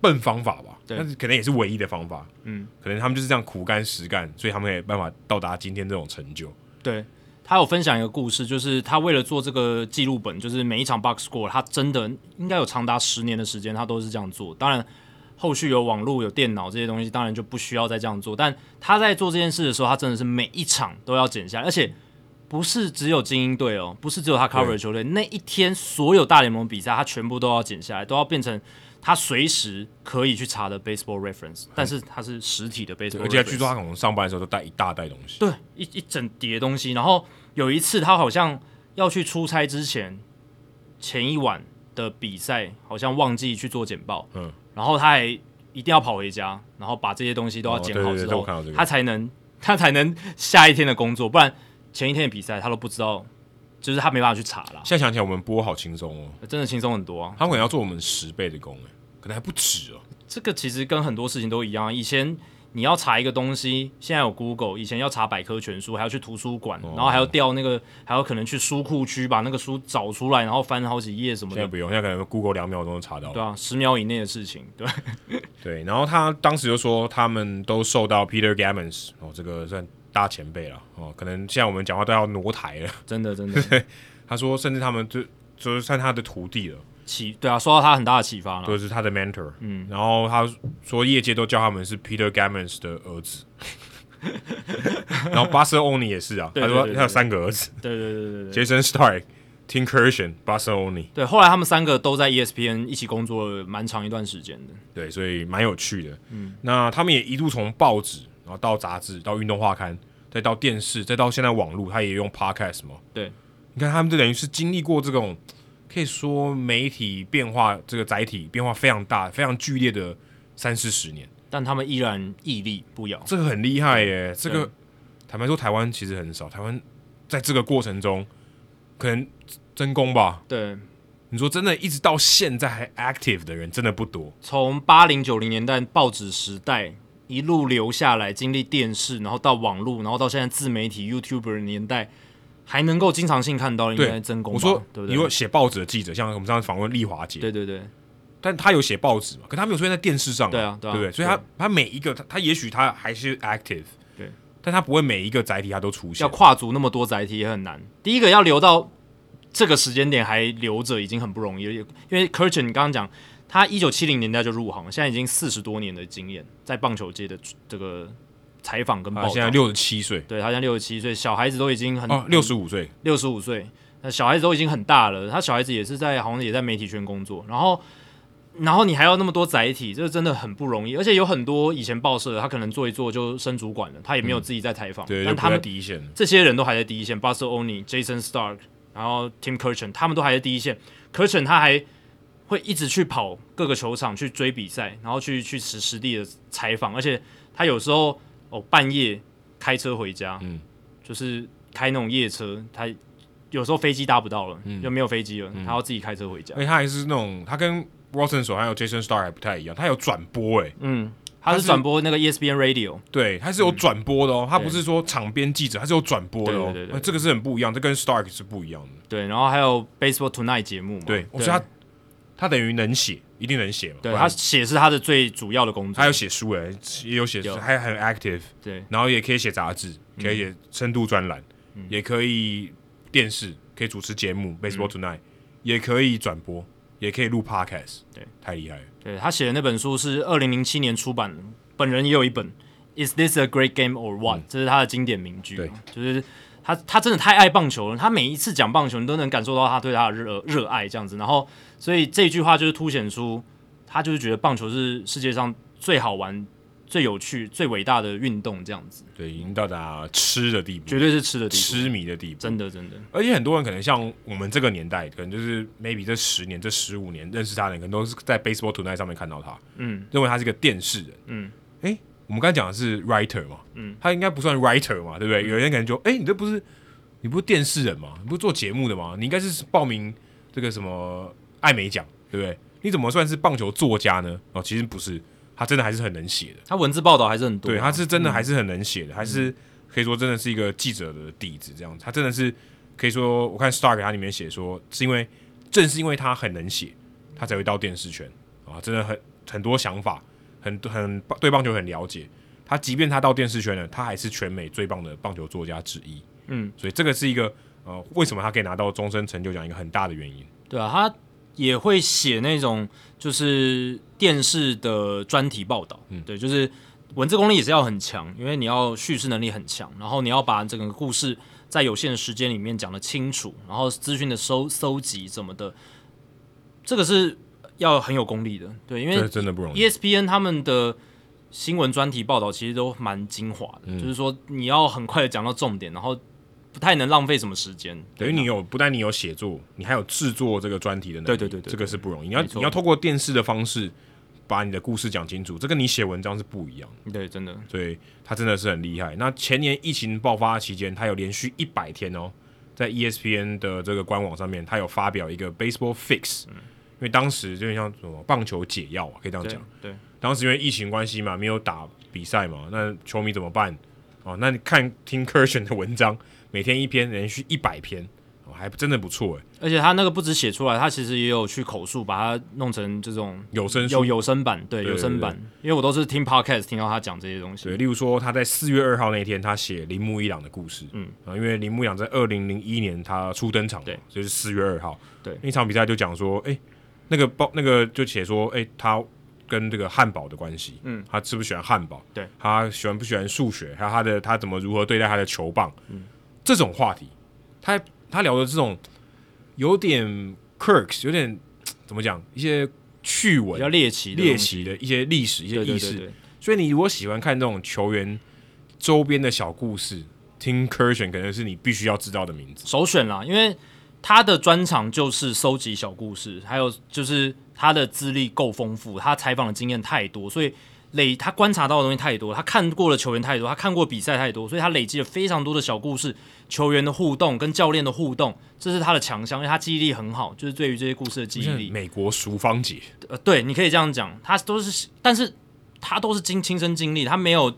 笨方法吧，对但是可能也是唯一的方法。嗯，可能他们就是这样苦干实干，所以他们也有办法到达今天这种成就。对。他有分享一个故事，就是他为了做这个记录本，就是每一场 box score，他真的应该有长达十年的时间，他都是这样做。当然，后续有网络、有电脑这些东西，当然就不需要再这样做。但他在做这件事的时候，他真的是每一场都要剪下来，而且不是只有精英队哦，不是只有他 cover 的球队，那一天所有大联盟比赛，他全部都要剪下来，都要变成。他随时可以去查的 baseball reference，但是它是实体的 baseball，而且 reference 据说他可能上班的时候都带一大袋东西。对，一一整叠东西。然后有一次他好像要去出差之前，前一晚的比赛好像忘记去做简报，嗯，然后他还一定要跑回家，然后把这些东西都要哦剪对好对之对后，我看到这个他才能他才能下一天的工作，不然前一天的比赛他都不知道，就是他没办法去查啦。现在想起来，我们播好轻松哦，真的轻松很多啊！他们可能要做我们十倍的工哎，可能还不止哦。这个其实跟很多事情都一样啊，以前你要查一个东西，现在有 Google，以前要查百科全书，还要去图书馆，然后还要调那个，还有可能去书库区把那个书找出来，然后翻好几页什么现在的。不用，现在可能 Google 两秒钟就查到了。对啊，十秒以内的事情，对，对，然后他当时就说，他们都受到 Peter Gammons 哦，这个算大前辈了哦，可能现在我们讲话都要挪台了。 真的真 的他说，甚至他们就就是算他的徒弟了，启，对啊，受到他很大的启发了。都是他的 mentor。嗯，然后他说，业界都叫他们是 Peter Gammons 的儿 子。然后巴斯欧尼也是啊，对他对对说对他有三个儿子对对对对对对， ：Jason Stark、Tim Kershen、巴斯欧尼。对，后来他们三个都在 E ESPN 一起工作了蛮长一段时间的。对，所以蛮有趣的。嗯，那他们也一度从报纸，然后到杂志，到运动画刊，再到电视，再到现在网络，他也用 podcast 嘛。对，你看他们就等于是经历过这种可以说媒体变化这个载体变化非常大、非常剧烈的三四十年，但他们依然屹立不摇。这个很厉害耶。这个坦白说，台湾其实很少，台湾在这个过程中可能真功吧。对，你说真的，一直到现在还 active 的人真的不多。从八零九零年代报纸时代一路留下来，经历电视，然后到网络，然后到现在自媒体 YouTuber 年代，还能够经常性看到，应该对，是真功我吧说，哦对不如果对？写报纸的记者，像我们上次访问丽华姐，对对对，但他有写报纸嘛，可他没有出现在电视上、对啊对啊不对？所以他对他每一个他他也许他还是 active，对，但他不会每一个载体他都出现要。跨足那么多载体也很难。第一个要留到这个时间点还留着，已经很不容易了。因为 k u r c h e n 你刚刚讲，他一九七零年代就入行，现在已经四十多年的经验，在棒球界的这个采访跟报啊，道。现在六十七岁对他现在六十七岁，小孩子都已经很哦，六十五岁，六十五岁，那小孩子都已经很大了，他小孩子也是在好像也在媒体圈工作，然后然后你还要那么多载体，这真的很不容易，而且有很多以前报社的，他可能做一做就升主管了，他也没有自己在采访，嗯对，就但不他在们第一线了。这些人都还在第一线，Buster Oni、Jason Stark，然后 Tim k u r c h e n 他们都还在第一线 k u r c h e n 他还会一直去跑各个球场去追比赛，然后去去实实地的采访，而且他有时候哦半夜开车回家，嗯就是开那种夜车，他有时候飞机搭不到了，嗯就没有飞机了，他要自己开车回家而。且他还是那种，他跟 Watson 手还有 Jason Star 还不太一样，他有转播哎、嗯，他他是是转播那个 E ESPN Radio，对，他是有转播的哦，他不是说场边记者，他是有转播的哦，对对对对那这个是很不一样，这跟 Stark 是不一样的。对，然后还有 Baseball Tonight 节目嘛，对，我哦对觉哦得他他等于能写，一定能写嘛。对不他然写是他的最主要的工作，他有写书哎、也有写有，还很 active。对然后也可以写杂志，可以嗯写深度专栏，也可以电视，可以主持节目《Baseball 嗯 Tonight》，也可以转播，也可以录 Podcast。对，太厉害了。对他写的那本书是二零零七年出版的，本人也有一本《Is This a Great Game or What、这是他的经典名句嗯对嘛，就是他他真的太爱棒球了，他每一次讲棒球，你都能感受到他对他的热热爱这样子。然后，所以这句话就是凸显出他就是觉得棒球是世界上最好玩、最有趣、最伟大的运动这样子，对，已经到达吃的地步，绝对是吃的地步，痴迷的地步。真的真的而且很多人可能像我们这个年代，可能就是 maybe 这十年、这十五年认识他的人，可能都是在 Baseball Tonight 上面看到他，嗯，认为他是一个电视人，嗯，诶，我们刚才讲的是 writer 嘛，嗯，他应该不算 writer 嘛，对不对？有人可能就，诶，你这不是你不是电视人嘛，你不是做节目的嘛，你应该是报名这个什么艾美奖，对不对？你怎么算是棒球作家呢？哦，其实不是，他真的还是很能写的，他文字报道还是很多啊，嗯对，他是真的还是很能写的，还是可以说真的是一个记者的底子这样子。他真的是可以说，我看 Star 给他里面写说，是因为正是因为他很能写，他才会到电视圈啊，真的很很多想法，很很对棒球很了解。他即便他到电视圈了，他还是全美最棒的棒球作家之一。嗯，所以这个是一个呃，为什么他可以拿到终身成就奖一个很大的原因。对啊，他也会写那种就是电视的专题报道，嗯对，就是文字功力也是要很强，因为你要叙事能力很强，然后你要把整个故事在有限的时间里面讲得清楚，然后资讯的收搜集什么的，这个是要很有功力的，对，因为 E 这真的不容易 ESPN 他们的新闻专题报道其实都蛮精华嗯的，就是说你要很快的讲到重点，然后不太能浪费什么时间。等于你有不但你有写作，你还有制作这个专题的能力，对对对对这个是不容易。你要没错你要透过电视的方式把你的故事讲清楚，这跟你写文章是不一样的。对，真的，所以他真的是很厉害。那前年疫情爆发期间，他有连续一百天哦，在 ESPN 的这个官网上面，他有发表一个 Baseball Fix，、因为嗯当时就像什么棒球解药啊，可以这样对讲。对，当时因为疫情关系嘛，没有打比赛嘛，那球迷怎么办？哦，那你看听 Kershon 的文章，每天一篇，连续一百篇，哦，还真的不错诶。而且他那个不止写出来，他其实也有去口述，把它弄成这种有声书有有声版，对对有声版，因为我都是听 podcast 听到他讲这些东对，西。例如说他在四月二号那天，他写铃木一朗的故事，嗯啊，因为铃木一朗在二零零一年他初登场嘛，对就是四月二号，对那场比赛就讲说，哎、那个报那个就写说，哎、他跟这个汉堡的关系，嗯，他喜不喜欢汉堡，对，他喜欢不喜欢数学，还有他的他怎么如何对待他的球棒，嗯，这种话题，他他聊的这种有点 quirks，有点怎么讲，一些趣比闻较、猎奇的东西，猎奇的一些历史、一些对对意对识。对，所以你如果喜欢看这种球员周边的小故事，听 Kershon 可能是你必须要知道的名字。首选啦，因为他的专长就是收集小故事，还有就是他的资历够丰富，他采访的经验太多，所以累他观察到的东西太多，他看过的球员太多，他看过比赛太多，所以他累积了非常多的小故事，球员的互动跟教练的互动，这是他的强项，因为他记忆力很好，就是对于这些故事的记忆力。美国熟方姐，呃，对，你可以这样讲，他都是，但是他都是经亲身经历，他没有，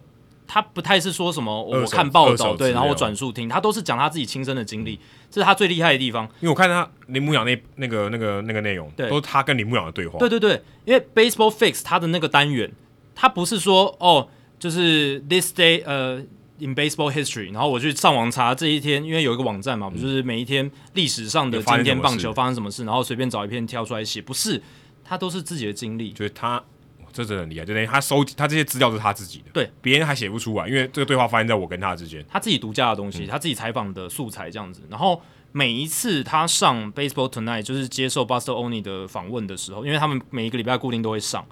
他不太是说什么二我手看报二手道对，资料嗯然后我转述听，他都是讲他自己亲身的经历，这是他最厉害的地方。因为我看他林牧阳那那个那个那个内容，对都是他跟林牧阳的对话。对对对，因为 Baseball Fix 它的那个单元，它不是说哦，就是 this day 呃 in baseball history，然后我去上网查这一天，因为有一个网站嘛，不就是每一天历史上的嗯有发生今什天么棒事球发生什么事，然后随便找一篇挑出来写，不是，它都是自己的经历。就是他，哇这真的很厉害，就等于他收集他这些资料都是他自己的，对，别人还写不出来，因为这个对话发生在我跟他之间。他自己独家的东西，他自己采访的素材这样子。然后每一次他上 Baseball Tonight 就是接受 Buster Oni 的访问的时候，因为他们每一个礼拜固定都会上，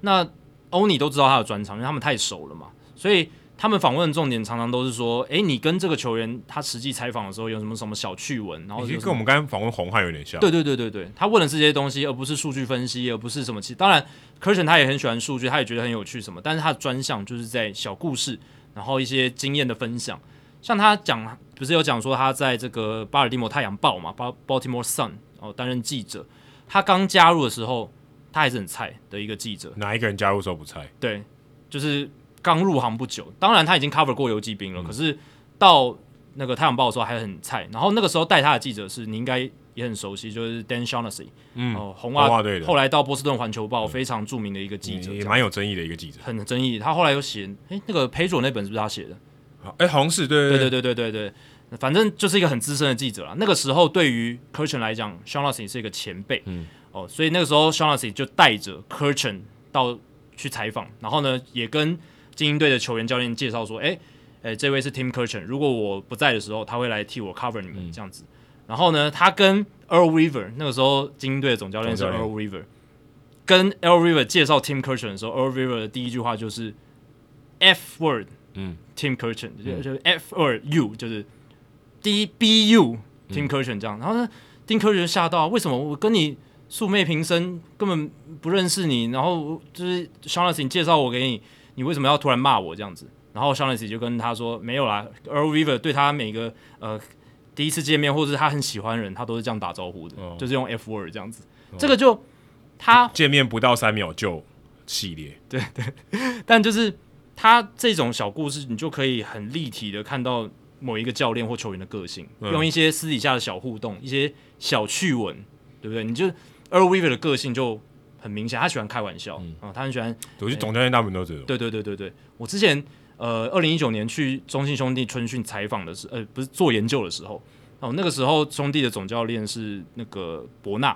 那 Oni 都知道他的专长，因为他们太熟了嘛，所以。他们访问的重点常常都是说，诶，你跟这个球员他实际采访的时候有什么什么小趣闻，然后其有实跟什么我们刚刚访问红汉有点像，对对对对对，他问的是这些东西，而不是数据分析，而不是什么其。当然 c u r s o n 他也很喜欢数据，他也觉得很有趣什么，但是他的专项就是在小故事，然后一些经验的分享。像他讲，不是有讲说他在这个巴尔的摩太阳报嘛，巴 Baltimore Sun 哦担任记者。他刚加入的时候，他还是很菜的一个记者，哪一个人加入的时候不猜？对，就是刚入行不久。当然他已经 cover 过游击嗯兵了，可是到那个太阳报的时候还很菜。然后那个时候带他的记者是你应该也很熟悉，就是 Dan Shaughnessy，嗯，哦、红袜红袜队的嗯后来到波士顿环球报非常著名的一个记者，也这样蛮有争议的一个记者。很争议。他后来有写，诶，那个 Pedro 那本是不是他写的？好哎，好像是对对对对对对对对，反正就是一个很资深的记者啦。那个时候对于 k e r c h e n 来讲 s h a n a s y 是一个前辈，嗯，哦，所以那个时候 s h a n a s y 就带着 k e r c h e n 到去采访，然后呢，也跟精英队的球员教练介绍说，哎，哎，这位是 Tim k e r c h e n 如果我不在的时候，他会来替我 cover 你嗯们、这样子。然后呢，他跟 Earl River 那个时候精英队的总教练是总教 Earl River，跟 Earl River 介绍 Tim k e r c h e n 的时候，Earl River 的第一句话就是 F word，嗯，Tim k e r c h e n 就就是 F 二 U 就是 D B U 嗯 Tim k e r c h e n 这样，然后呢，Tim k e r c h e n 吓到，为什么我跟你素昧平生，根本不认识你，然后就是 s h a n a s y 介绍我给你，你为什么要突然骂我这样子？然后 s h a n a s y 就跟他说，没有啦，Earl River 对他每个呃第一次见面或者是他很喜欢的人，他都是这样打招呼的，哦就是用 F word 这样子，这个就他见面不到三秒就系列，但就是他这种小故事，你就可以很立体的看到某一个教练或球员的个性，嗯用一些私底下的小互动、一些小趣闻，对不对？你就 Earl Weaver 的个性就很明显，他喜欢开玩笑啊、他很喜欢，我觉得总教练大部分都这种。对对对对对。我之前呃，二零一九年去中信兄弟春训采访的时呃，不是做研究的时候，哦，那个时候兄弟的总教练是那个伯纳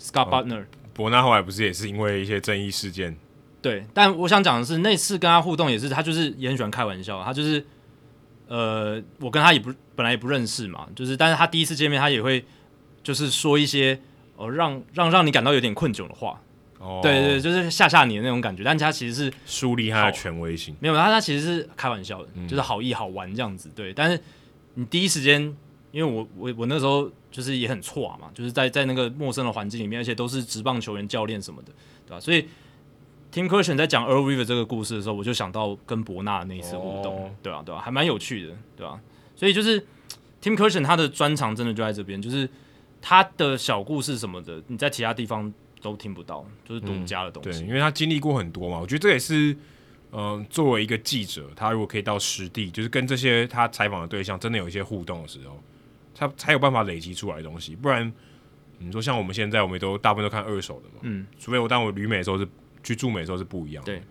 Scott Butner，、伯纳后来不是也是因为一些争议事件，对，但我想讲的是，那次跟他互动也是，他就是也很喜欢开玩笑，他就是呃，我跟他也不本来也不认识嘛，就是但是他第一次见面，他也会就是说一些呃让让让你感到有点困窘的话，哦，对对，对，就是吓吓你的那种感觉，但他其实是树立他的权威性，没有，他他其实是开玩笑的，嗯就是好意好玩这样子。对，但是你第一时间，因为我我我那时候就是也很错嘛，就是在在那个陌生的环境里面，而且都是职棒球员、教练什么的，对吧、所以 Tim c u r s h e n 在讲 Earl River 这个故事的时候，我就想到跟伯纳那一次互动，哦对啊？对啊？还蛮有趣的，对啊？所以就是 Tim c u r s h e n 他的专长真的就在这边，就是他的小故事什么的，你在其他地方都听不到，就是独家的东嗯对，西。因为他经历过很多嘛，我觉得这也是，嗯、作为一个记者，他如果可以到实地，就是跟这些他采访的对象真的有一些互动的时候，他才有办法累积出来的东西。不然，你说像我们现在，我们也都大部分都看二手的嘛，嗯，除非我当我旅美的时候是去驻美的时候是不一样的，对。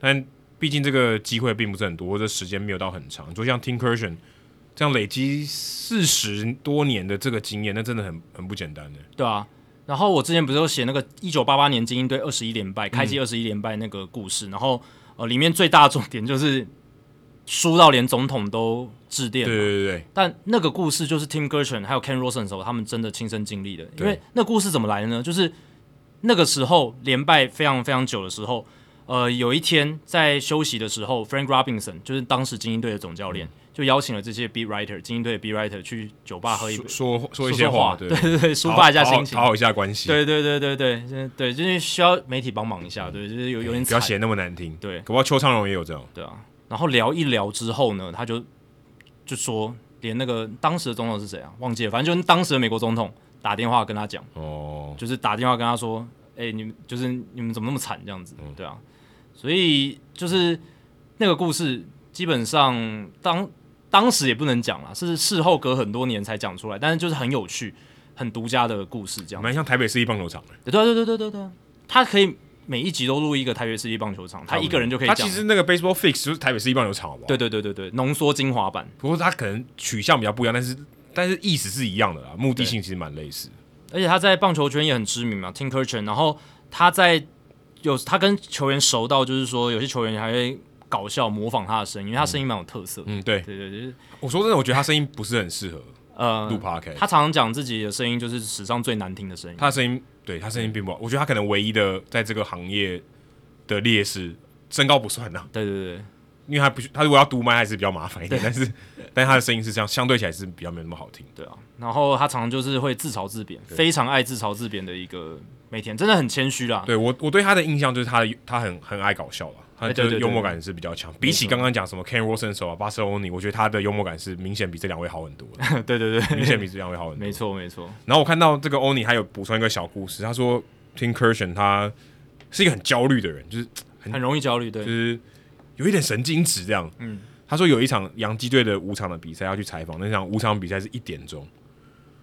但毕竟这个机会并不是很多，或者时间没有到很长。就像 Tim c u r s h e n 这样累积四十多年的这个经验，那真的很很不简单的。对啊，然后我之前不是有写那个一九八八年精英队二十一连败，嗯开季二十一连败那个故事，然后呃里面最大的重点就是输到连总统都致电对嘛。对对对，但那个故事就是 Tim Gershon 还有 Ken Rosen 的时候，他们真的亲身经历的。因对为那故事怎么来的呢？就是那个时候连败非常非常久的时候，呃，有一天在休息的时候，Frank Robinson 就是当时精英队的总嗯教练，就邀请了这些 B writer 精英队的 B writer 去酒吧喝一杯说，说说一哦说些说话，对对 对对，抒发一下讨好心情讨，好一下关系，对对对对对对对，就是需要媒体帮忙一下，对，就是有有点嗯不要惨，写那么难听。对搞不好邱昌荣也有这种，对啊。然后聊一聊之后呢，他就就说，连那个当时的总统是谁啊？忘记了，反正就是当时的美国总统打电话跟他讲，哦，就是打电话跟他说，哎、你们就是你们怎么那么惨这样子？嗯对啊，所以就是那个故事基本上当当时也不能讲啦，是事后隔很多年才讲出来，但是就是很有趣、很独家的故事这样子。蛮像台北市立棒球场的。对啊，对对对对对啊，他可以每一集都录一个台北市立棒球场，他一个人就可以他讲。其实那个 baseball fix 就是台北市立棒球场，好不好？对，对对对对，浓缩精华版，不过他可能取向比较不一样，但是但是意思是一样的啦，目的性其实蛮类似。而且他在棒球圈也很知名嘛，Tim Kirchen。然后他在有他跟球员熟到，就是说有些球员还会搞笑模仿他的声音，因为他声音蛮有特色的。嗯，对，对对对，就是我说真的，我觉得他声音不是很适合呃录，podcast，他常常讲自己的声音就是史上最难听的声音。他的声音，对他声音并不好。我觉得他可能唯一的在这个行业的劣势，身高不算呐、对对对，因为他不是他如果要读麦还是比较麻烦一点，但是但他的声音是这样，相对起来是比较没有那么好听。对啊，然后他常常就是会自嘲自贬，非常爱自嘲自贬的一个每天，真的很谦虚啦。对我我对他的印象就是他他很很爱搞笑了，他哎对就对是对幽默感是比较强。比起刚刚讲什么 Ken Wilson 手啊、巴斯欧尼，我觉得他的幽默感是明显比这两位好很多的， 对对对，明显比这两位好很多没。错没错。然后我看到这个欧尼还有补充一个小故事，他说 Tim c u r s h e n 他是一个很焦虑的人，就是很容易焦虑，就对，是有一点神经质这样。嗯嗯，他说有一场洋基队的五场的比赛要去采访，那场五场比赛是一点钟，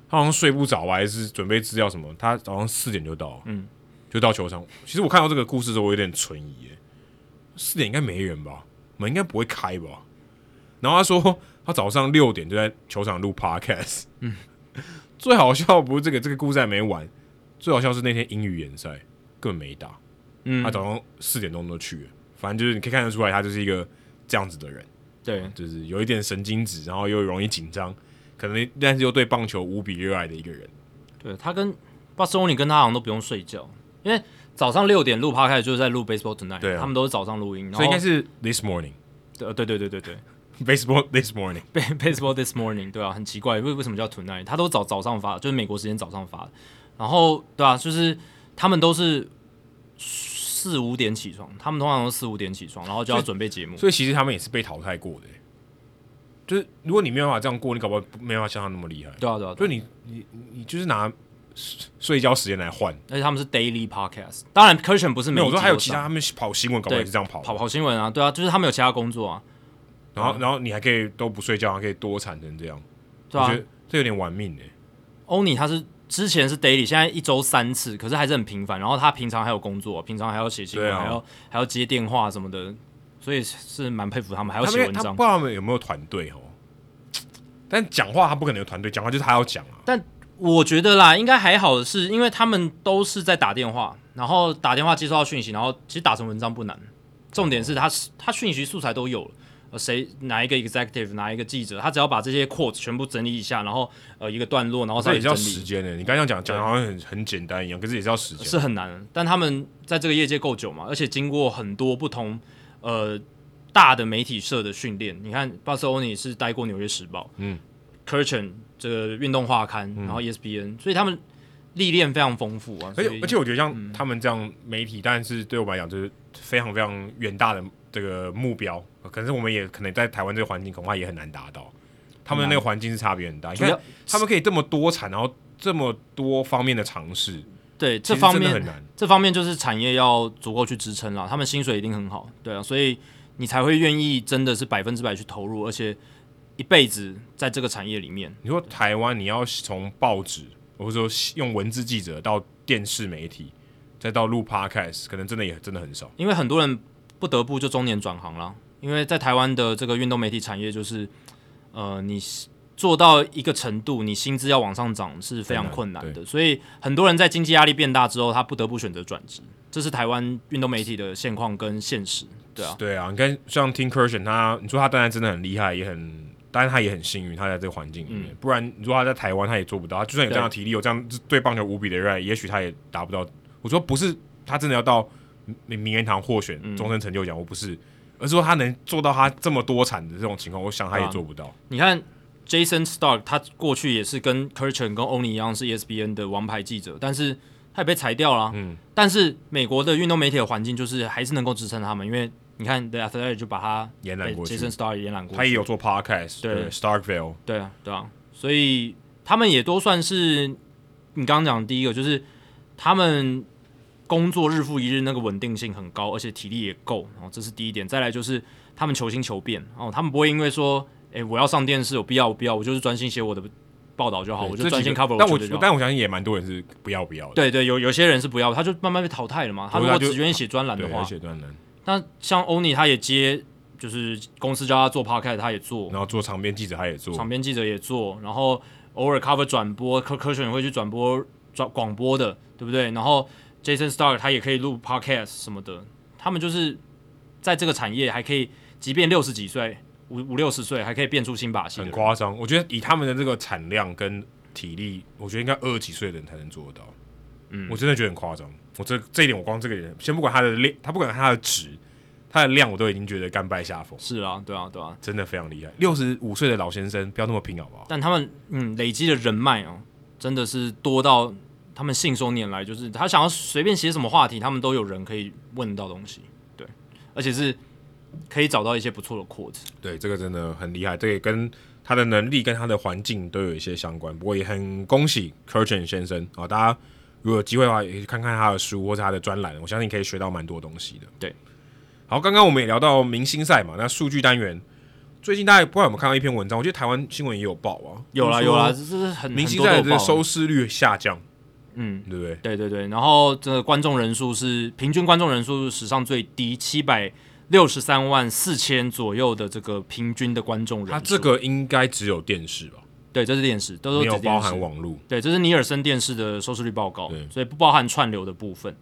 他好像睡不着啊，还是准备资料什么，他早上四点就到，嗯嗯，就到球场。其实我看到这个故事的时候，我有点存疑耶，四点应该没人吧，门应该不会开吧？然后他说他早上六点就在球场录 podcast，嗯，最好笑不是这个，这个故事还没完，最好笑是那天英语联赛根本没打，嗯他，早上四点钟都去了，反正就是你可以看得出来，他就是一个这样子的人，对，就是有一点神经质，然后又容易紧张，可能但是又对棒球无比热爱的一个人。对他跟巴斯欧尼跟他好像都不用睡觉，因为早上六点录 p 开始就是在录 Baseball Tonight，对啊他们都是早上录音，然后所以应该是 this morning 呃对对对对对 baseball this morning。对 Baseball This Morning，对啊，很奇怪，为为什么叫 Tonight？他都早早上发，就是美国时间早上发的，然后对啊，就是他们都是四五点起床，他们通常都四五点起床，然后就要所以准备节目，所以其实他们也是被淘汰过的、就是如果你没有办法这样过，你搞不好没办法像他那么厉害。对啊对所啊，对啊以你你你就是拿睡觉时间来换。而且他们是 Daily Podcast，当然 c u r s h e n 不是没有，每一我集说还有都其嗯上他他们跑新闻，搞不好对也是这样跑。跑跑新闻啊，对啊，就是他们有其他工作啊，然后然后你还可以都不睡觉，还可以多产成这样。对啊，我觉得这有点玩命哎、欧尼他是之前是 daily，现在一周三次，可是还是很频繁。然后他平常还有工作，平常还要写新闻，对啊还要还要接电话什么的，所以是蛮佩服他们，还要他写们文他章不知。道他们有没有团队哦，但讲话他不可能有团队，讲话就是他要讲啊。但我觉得啦，应该还好的是，因为他们都是在打电话，然后打电话接收到讯息，然后其实打成文章不难。重点是他他讯息素材都有了，呃，谁哪一个 executive 哪一个记者，他只要把这些 quote 全部整理一下，然后呃一个段落，然后这再也整叫理，时间呢、你刚刚讲讲得好像很很简单一样，可是也是要时间。是很难。但他们在这个业界够久嘛，而且经过很多不同呃大的媒体社的训练。你看巴塞欧尼是待过《纽约时报》，嗯 c u r t i n 这个运动画刊，然后 E ESPN，、所以他们历练非常丰富啊。而所且以而且我觉得像他们这样媒体，当然是对我们来讲就是非常非常远大的这个目标，可是我们也可能在台湾这个环境恐怕也很难达到。他们的那个环境是差别很大，你主要看他们可以这么多产，然后这么多方面的尝试，对其这实方真的面很难。这方面就是产业要足够去支撑啦，他们薪水一定很好，对啊，所以你才会愿意真的是百分之百去投入，而且一辈子在这个产业里面。你说台湾，你要从报纸，或者说用文字记者到电视媒体，再到录 podcast，可能真的也真的很少。因为很多人不得不就中年转行啦，因为在台湾的这个运动媒体产业，就是呃，你是做到一个程度，你薪资要往上涨是非常困难很的，所以很多人在经济压力变大之后，他不得不选择转职，这是台湾运动媒体的现况跟现实。对啊，对啊，你看像 Tim Cursion，他你说他当然真的很厉害，也很，当然他也很幸运，他在这个环境里嗯面，不然你说他在台湾他也做不到，他就算有这样的体力，有这样对棒球无比的热爱，也许他也达不到。我说不是他真的要到名名人堂获选嗯终身成就奖，我不是，而是说他能做到他这么多产的这种情况，我想他也啊做不到。你看 Jason Stark，他过去也是跟 k u r c h e n 跟 Oni 一样是 ESPN 的王牌记者，但是他也被裁掉了、嗯，但是美国的运动媒体的环境就是还是能够支撑他们，因为你看 The Athletic 就把他延揽被过去 Jason Stark 也延揽过去，他也有做 podcast，对对 Starkville，对啊，对啊，所以他们也都算是你刚刚讲的第一个，就是他们工作日复一日，那个稳定性很高，而且体力也够，然、后这是第一点。再来就是他们求新求变，哦，他们不会因为说，诶，我要上电视，我不要，我不要，我就是专心写我的报道就好，对我这几就专心个 cover 但我我球队就好。但我相信也蛮多人是不要不要的，对对，有有些人是不要，他就慢慢被淘汰了嘛。他对如果他就只愿意写专栏的对，话而，且断然，那像欧尼他也接，就是公司叫他做 podcast，他也做，然后做长篇记者他也做，场边记者也做，然后偶尔 cover 转播，科科学也会去转播转广播的，对不对？然后 Jason Stark 他也可以录 podcast 什么的，他们就是在这个产业还可以，即便六十几岁、五五六十岁，还可以变出新把戏的很人。夸张。我觉得以他们的这个产量跟体力，我觉得应该二十几岁的人才能做得到。嗯，我真的觉得很夸张。我这这一点，我光这个人，先不管他的量，他不管他的值，他的量，我都已经觉得甘拜下风，是啊，对啊，对啊。真的非常厉害。六十五岁的老先生，不要那么拼好不好？但他们嗯累积的人脉哦，真的是多到他们信手拈来，就是他想要随便写什么话题，他们都有人可以问到东西。对，而且是可以找到一些不错的 quote。对，这个真的很厉害，这也跟他的能力跟他的环境都有一些相关。不过也很恭喜 c u r c h e n 先生啊、大家如果有机会的话，也去看看他的书或者他的专栏，我相信可以学到蛮多东西的。对，好，刚刚我们也聊到明星赛嘛，那数据单元最近大家不知道有没有看到一篇文章，我觉得台湾新闻也有报啊，有啦就是有说啦，这是很明星很多赛都的有这个报收视率下降，嗯，对不对？对对对，然后这个观众人数是平均观众人数是史上最低，七百六十三万四千左右的这个平均的观众人数。啊它这个应该只有电视吧，对，这是电视，都没是有指电视包含网络。对，这是尼尔森电视的收视率报告对，所以不包含串流的部分。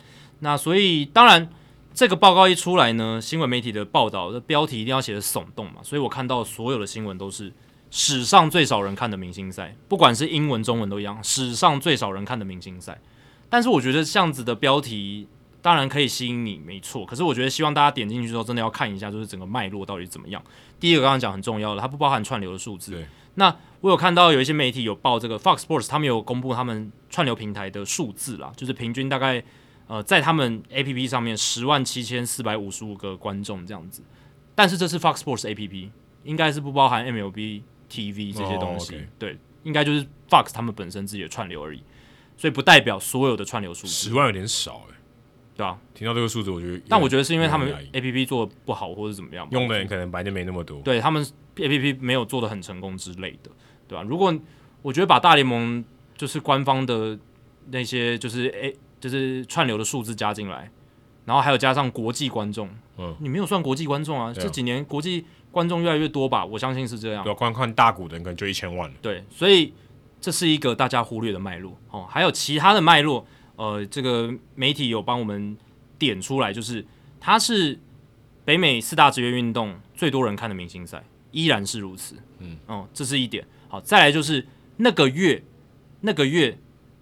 那所以当然，这个报告一出来呢，新闻媒体的报道的标题一定要写的耸动嘛，所以我看到所有的新闻都是史上最少人看的明星赛，不管是英文、中文都一样，史上最少人看的明星赛。但是我觉得这样子的标题当然可以吸引你，没错。可是我觉得希望大家点进去之后，真的要看一下，就是整个脉络到底怎么样。第一个刚刚讲很重要的，它不包含串流的数字，对那我有看到有一些媒体有报这个 Fox Sports，他们有公布他们串流平台的数字啦，就是平均大概呃在他们 APP 上面十万七千四百五十五个观众这样子，但是这是 Fox Sports APP，应该是不包含 MLB TV 这些东西，哦，OK 对，应该就是 Fox 他们本身自己的串流而已，所以不代表所有的串流数字，十万有点少哎、对啊，听到这个数字我觉得有点，但我觉得是因为他们有点压抑 APP 做的不好或者怎么样吧，用的人可能白天没那么多，对他们 A P P 没有做的很成功之类的，对吧、如果我觉得把大联盟就是官方的那些就是诶、就是串流的数字加进来，然后还有加上国际观众，嗯你没有算国际观众啊，这几年国际观众越来越多吧，我相信是这样对，啊，光看大股的人可能就一千万了。对，所以这是一个大家忽略的脉络哦。还有其他的脉络，呃，这个媒体有帮我们点出来，就是它是北美四大职业运动最多人看的明星赛，依然是如此。嗯，哦，这是一点。好，再来就是那个月那个月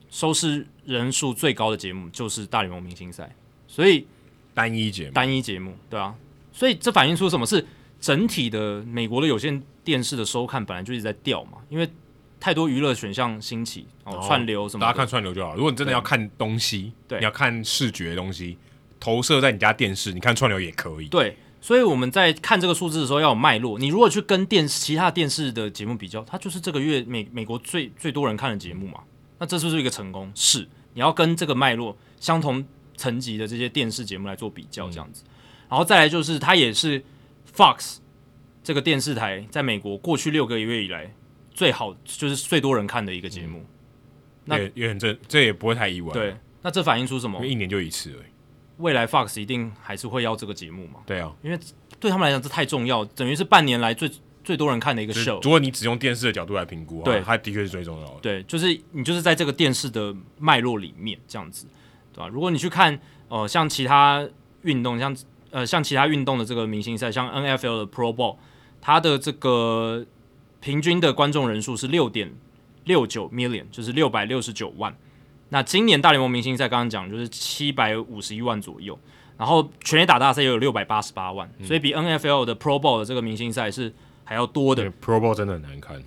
收视人数最高的节目就是大联盟明星赛，所以单一节目，单一节目，对啊，所以这反映出什么是整体的美国的有线电视的收看本来就一直在掉嘛，因为太多娱乐选项兴起，哦，哦串流什么的，大家看串流就好。如果你真的要看东西，对你要看视觉的东西，投射在你家电视，你看串流也可以。对，所以我们在看这个数字的时候要有脉络。你如果去跟电视其他电视的节目比较，它就是这个月美美国最最多人看的节目嘛。那这是不是一个成功？是，你要跟这个脉络相同层级的这些电视节目来做比较，这样子。然后再来就是，它也是 Fox 这个电视台在美国过去六个月以来最好，就是最多人看的一个节目。那也也很正，这也不会太意外。，对，那这反映出什么因为？一年就一次而已。未来 Fox 一定还是会要这个节目嘛？对啊，对他们来讲这太重要，等于是半年来最最多人看的一个就是 show 如。果你只用电视的角度来评估，对它的确是最重要的。对，就是你就是在这个电视的脉络里面这样子，对吧、如果你去看呃像其他运动，像呃像其他运动的这个明星赛，像 N F L 的 Pro Bowl，它的这个平均的观众人数是六点六九 million，就是六百六十九万。那今年大联盟明星赛刚刚讲就是七百五十一万左右，然后全垒打大赛也有六百八十八万，所以比 N F L 的 Pro Bowl 的这个明星赛是还要多的。 p r o Bowl 真的很难看，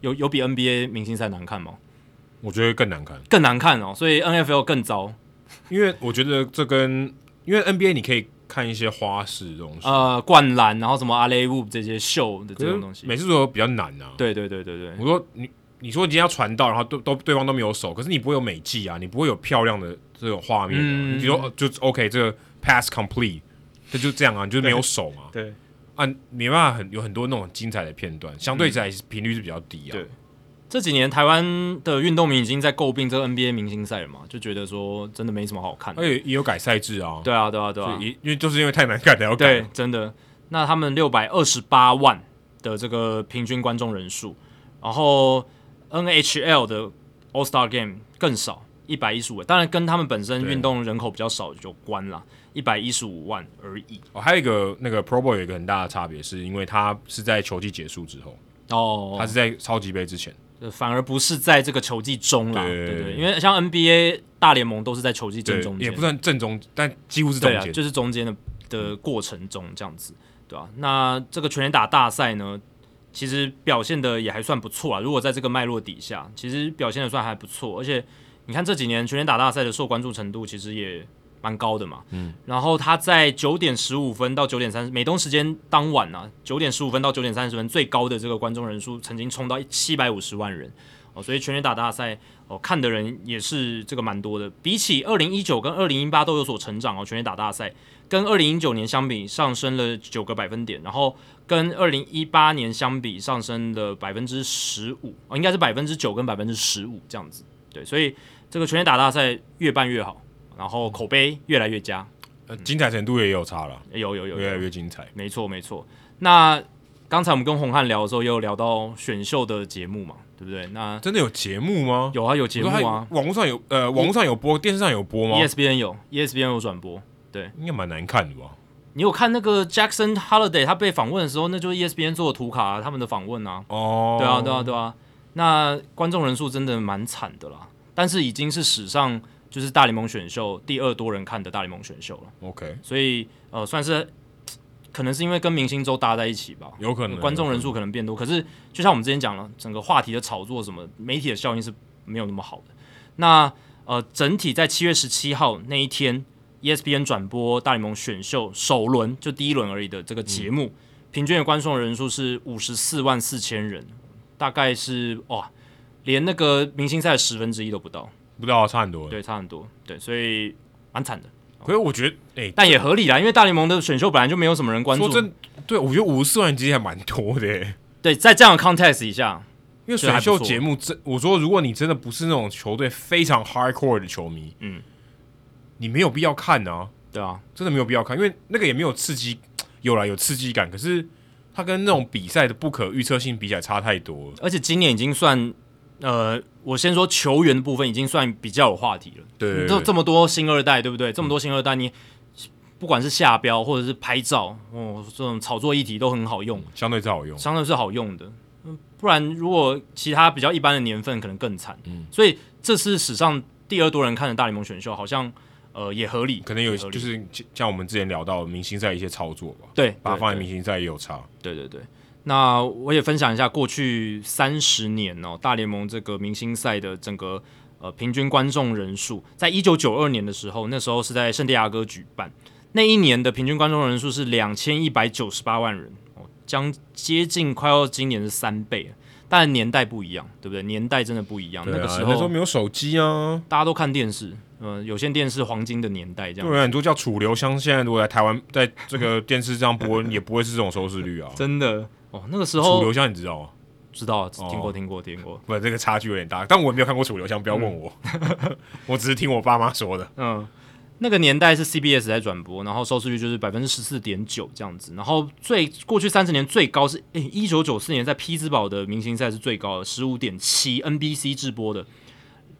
有有比 N B A 明星赛难看吗？我觉得更难看，更难看哦，所以 N F L 更糟。因为我觉得这跟因为 NBA 你可以看一些花式的东西，呃，灌篮，然后什么阿雷乌这些秀的可这是种东西，美式足球比较难啊。对对对对对我说你，你说你今天要传到，然后都都对方都没有手，可是你不会有美技啊，你不会有漂亮的这种画面、啊。嗯你说呃就 OK，这个 pass complete，这就这样啊，你就是没有手嘛。对啊，没办法很有很多那种精彩的片段，相对起来频率是比较低啊。对，这几年台湾的运动迷已经在诟病这个 N B A 明星赛了嘛，就觉得说真的没什么好看的。而且也有改赛制啊。对啊，对啊，对啊哎所以，也，因为就是因为太难改了，要改对，。真的。那他们六百二十八万的这个平均观众人数，然后 N H L 的 All Star Game 更少，一百一十五，当然跟他们本身对运动人口比较少有关啦，一百一十五万而已。哦，还有一个那个 Pro Bowl 有一个很大的差别，是因为它是在球季结束之后，哦，它是在超级杯之前。呃反而不是在这个球季中啦，对对对对对，对因为像 NBA 大联盟都是在球季正对中，间，也不算正中，但几乎是中对啊，间。就是中间的的过程中这样子，对吧、那这个全垒打大赛呢，其实表现的也还算不错啊。如果在这个脉络底下，其实表现的算还不错，而且你看这几年全垒打大赛的受关注程度其实也蛮高的嘛。嗯，然后他在九点十五分到九点三十美东时间当晚啊，九点十五分到九点三十分最高的这个观众人数曾经冲到七百五十万人。哦，所以全垒打大赛哦，看的人也是这个蛮多的。比起二零一九跟二零一八都有所成长哦，全垒打大赛跟二零一九年相比上升了九个百分点，然后跟二零一八年相比上升了百分之十五，哦，应该是百分之九跟百分之十五这样子。对，所以这个全垒打大赛越办越好，然后口碑越来越佳。呃精彩程度也有差了，有有有越来有，越精彩。没错没错。那刚才我们跟红汉聊的时候，也有聊到选秀的节目嘛，对不对？那真的有节目吗？有啊，有节目我说啊它有网络上有呃，网络上有播，电视上有播吗？ ，ESPN 有，ESPN E 有转播。应该蛮难看的吧？你有看那个 Jackson Holiday 他被访问的时候，那就是 E ESPN 做的图卡、啊，他们的访问啊。哦，对啊，对啊，对啊。那观众人数真的蛮惨的啦，但是已经是史上就是大联盟选秀第二多人看的大联盟选秀了， ，OK，所以呃，算是嘖可能是因为跟明星周搭在一起吧，有可能观众人数数可能变多。可是就像我们之前讲了，整个话题的炒作什么，媒体的效应是没有那么好的。那呃，整体在七月十七号那一天，ESPN ，E 转播大联盟选秀首轮就第一轮而已的这个节嗯目，平均的观众人数是五十四万四千人，大概是哇，连那个明星赛的十分之一都不到，不知道差很多。对，差很多，对，所以蛮惨的，可是我觉得，哎，但也合理啦，因为大联盟的选秀本来就没有什么人关说注，真，对我觉得五十四万其实还蛮多的耶，对，在这样的 context 以下，因为这还选不错秀节目真，我说如果你真的不是那种球队非常 hardcore 的球迷，嗯，你没有必要看啊。对啊，真的没有必要看，因为那个也没有刺激，有啦有刺激感，可是它跟那种比赛的不可预测性比起来差太多了。而且今年已经算，呃，我先说球员的部分已经算比较有话题了。对对对你这这么多新二代，对不对？这么多新二代，你不管是下标或者是拍照，哦，这种炒作议题都很好用，相对是好用，相对是好用的。嗯不然如果其他比较一般的年份，可能更惨。嗯所以这是史上第二多人看的大联盟选秀，好像呃也合理，可能有也合理就是像我们之前聊到明星赛一些操作吧，对，把它对放在对明星赛也有差。对对对，那我也分享一下过去三十年哦，大联盟这个明星赛的整个呃平均观众人数，在一九九二年的时候，那时候是在圣地亚哥举办，那一年的平均观众人数是两千一百九十八万人哦，将接近快要今年的三倍了。但年代不一样，对不对？年代真的不一样。对那啊，个时那时候候没有手机啊，大家都看电视，呃，有线电视黄金的年代，这样对啊，你都叫楚留香，现在如果来台湾，在这个电视上播， 也不会是这种收视率啊。真的哦。那个时楚候留香你知道吗？知道，哦听过，听过，听过。不，这个差距有点大，但我也没有看过楚留香，不要问我， 我只是听我爸妈说 的。嗯，那个年代是 CBS 在转播，然后收视率就是百分之十四点九这样子，然后最过去三十年最高是诶一九九四年在匹兹堡的明星赛是最高的十五点七 NBC 直播的，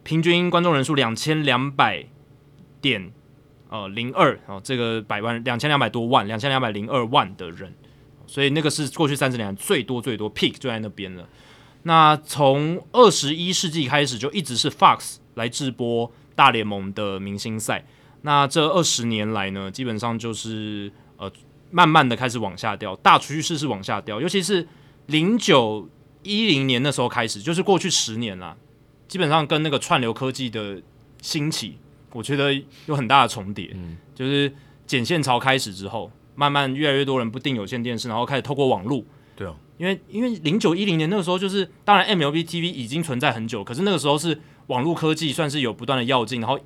平均观众人数两千两百点呃零二哦，这个百万两千两百多万两千两百零二万的人，所以那个是过去三十年最多最多 peak 就在那边了。那从二十一世纪开始，就一直是 Fox 来直播大联盟的明星赛。那这二十年来呢，基本上就是呃，慢慢的开始往下掉，大趋势是往下掉，尤其是零九一零年那时候开始，就是过去十年啦，基本上跟那个串流科技的兴起，我觉得有很大的重叠。就是剪线潮开始之后，慢慢越来越多人不订有线电视，然后开始透过网络对啊，因为因为零九一零年那个时候就是，当然 MLB TV 已经存在很久，可是那个时候是网络科技算是有不断的要进，然后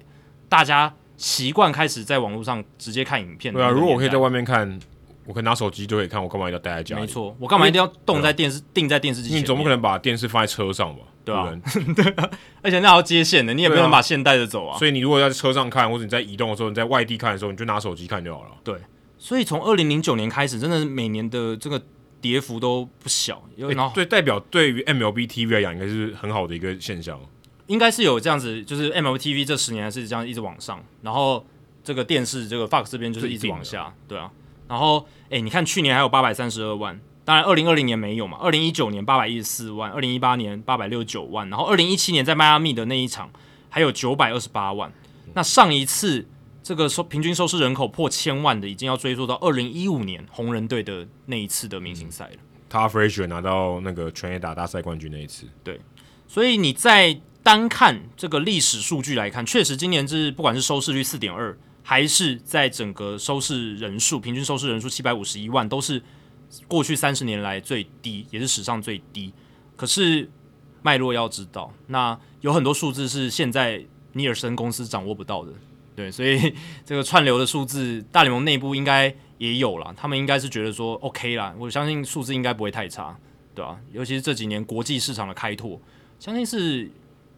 大家习惯开始在网络上直接看影片。对啊，那个如果我可以年代在外面看，我可以拿手机就可以看，我干嘛一定要待在家里？没，错，我干嘛一定要动在电视定在电视机前你面？总不可能把电视放在车上吧？对啊不 然而且那还要接线的，你也不对啊能把线带着走啊。所以你如果要在车上看，或者你在移动的时候，你在外地看的时候，你就拿手机看就好了。所以从二零零九年开始，真的是每年的这个跌幅都不小，因为欸然后对，代表对于 MLB TV 来讲，应该是很好的一个现象。应该是有这样子，就是 MLTV 这十年是这样一直往上，然后这个电视这个 Fox 这边就是一直往下，对啊。然后哎、诶你看去年还有八百三十二万，当然二零二零年没有嘛，二零一九年八百一十四万，二零一八年八百六十九万，然后二零一七年在迈阿密的那一场还有九百二十八万。那上一次这个收平均收视人口破千万的，已经要追溯到二零一五年红人队的那一次的明星赛了。他 Frazier 拿到那个全垒打大赛冠军那一次，所以你在单看这个历史数据来看，确实今年是不管是收视率四点二，还是在整个收视人数平均收视人数七百五十一万，都是过去三十年来最低，也是史上最低。可是脉络要知道，那有很多数字是现在尼尔森公司掌握不到的，对，所以这个串流的数字，大联盟内部应该也有啦，他们应该是觉得说 OK 啦，我相信数字应该不会太差，对吧、尤其是这几年国际市场的开拓，相信是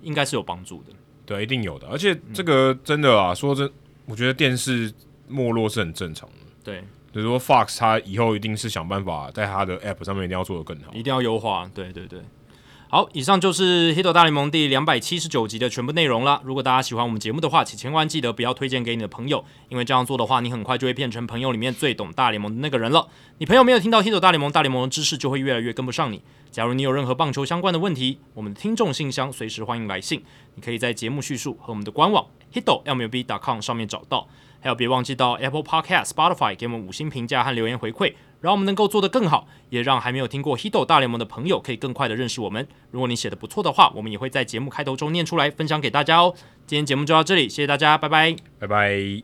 应该是有帮助的。对啊，一定有的。而且这个真的啊，说真，我觉得电视没落是很正常的。对，就是说，Fox 他以后一定是想办法在他的 App 上面一定要做得更好。一定要优化。对对对。好，以上就是《黑 i 大联盟》第两百七十九集的全部内容啦。如果大家喜欢我们节目的话，请千万记得不要推荐给你的朋友，因为这样做的话，你很快就会变成朋友里面最懂大联盟的那个人了。你朋友没有听到《黑 i 大联盟》，大联盟的知识就会越来越跟不上你。假如你有任何棒球相关的问题，我们的听众信箱随时欢迎来信，你可以在节目叙述和我们的官网 hitomlb.com 上面找到。还有，别忘记到 Apple Podcast、Spotify 给我们五星评价和留言回馈，让我们能够做得更好，也让还没有听过 Hito 大联盟的朋友可以更快的认识我们。如果你写的不错的话，我们也会在节目开头中念出来，分享给大家哦。今天节目就到这里，谢谢大家，拜拜。拜拜。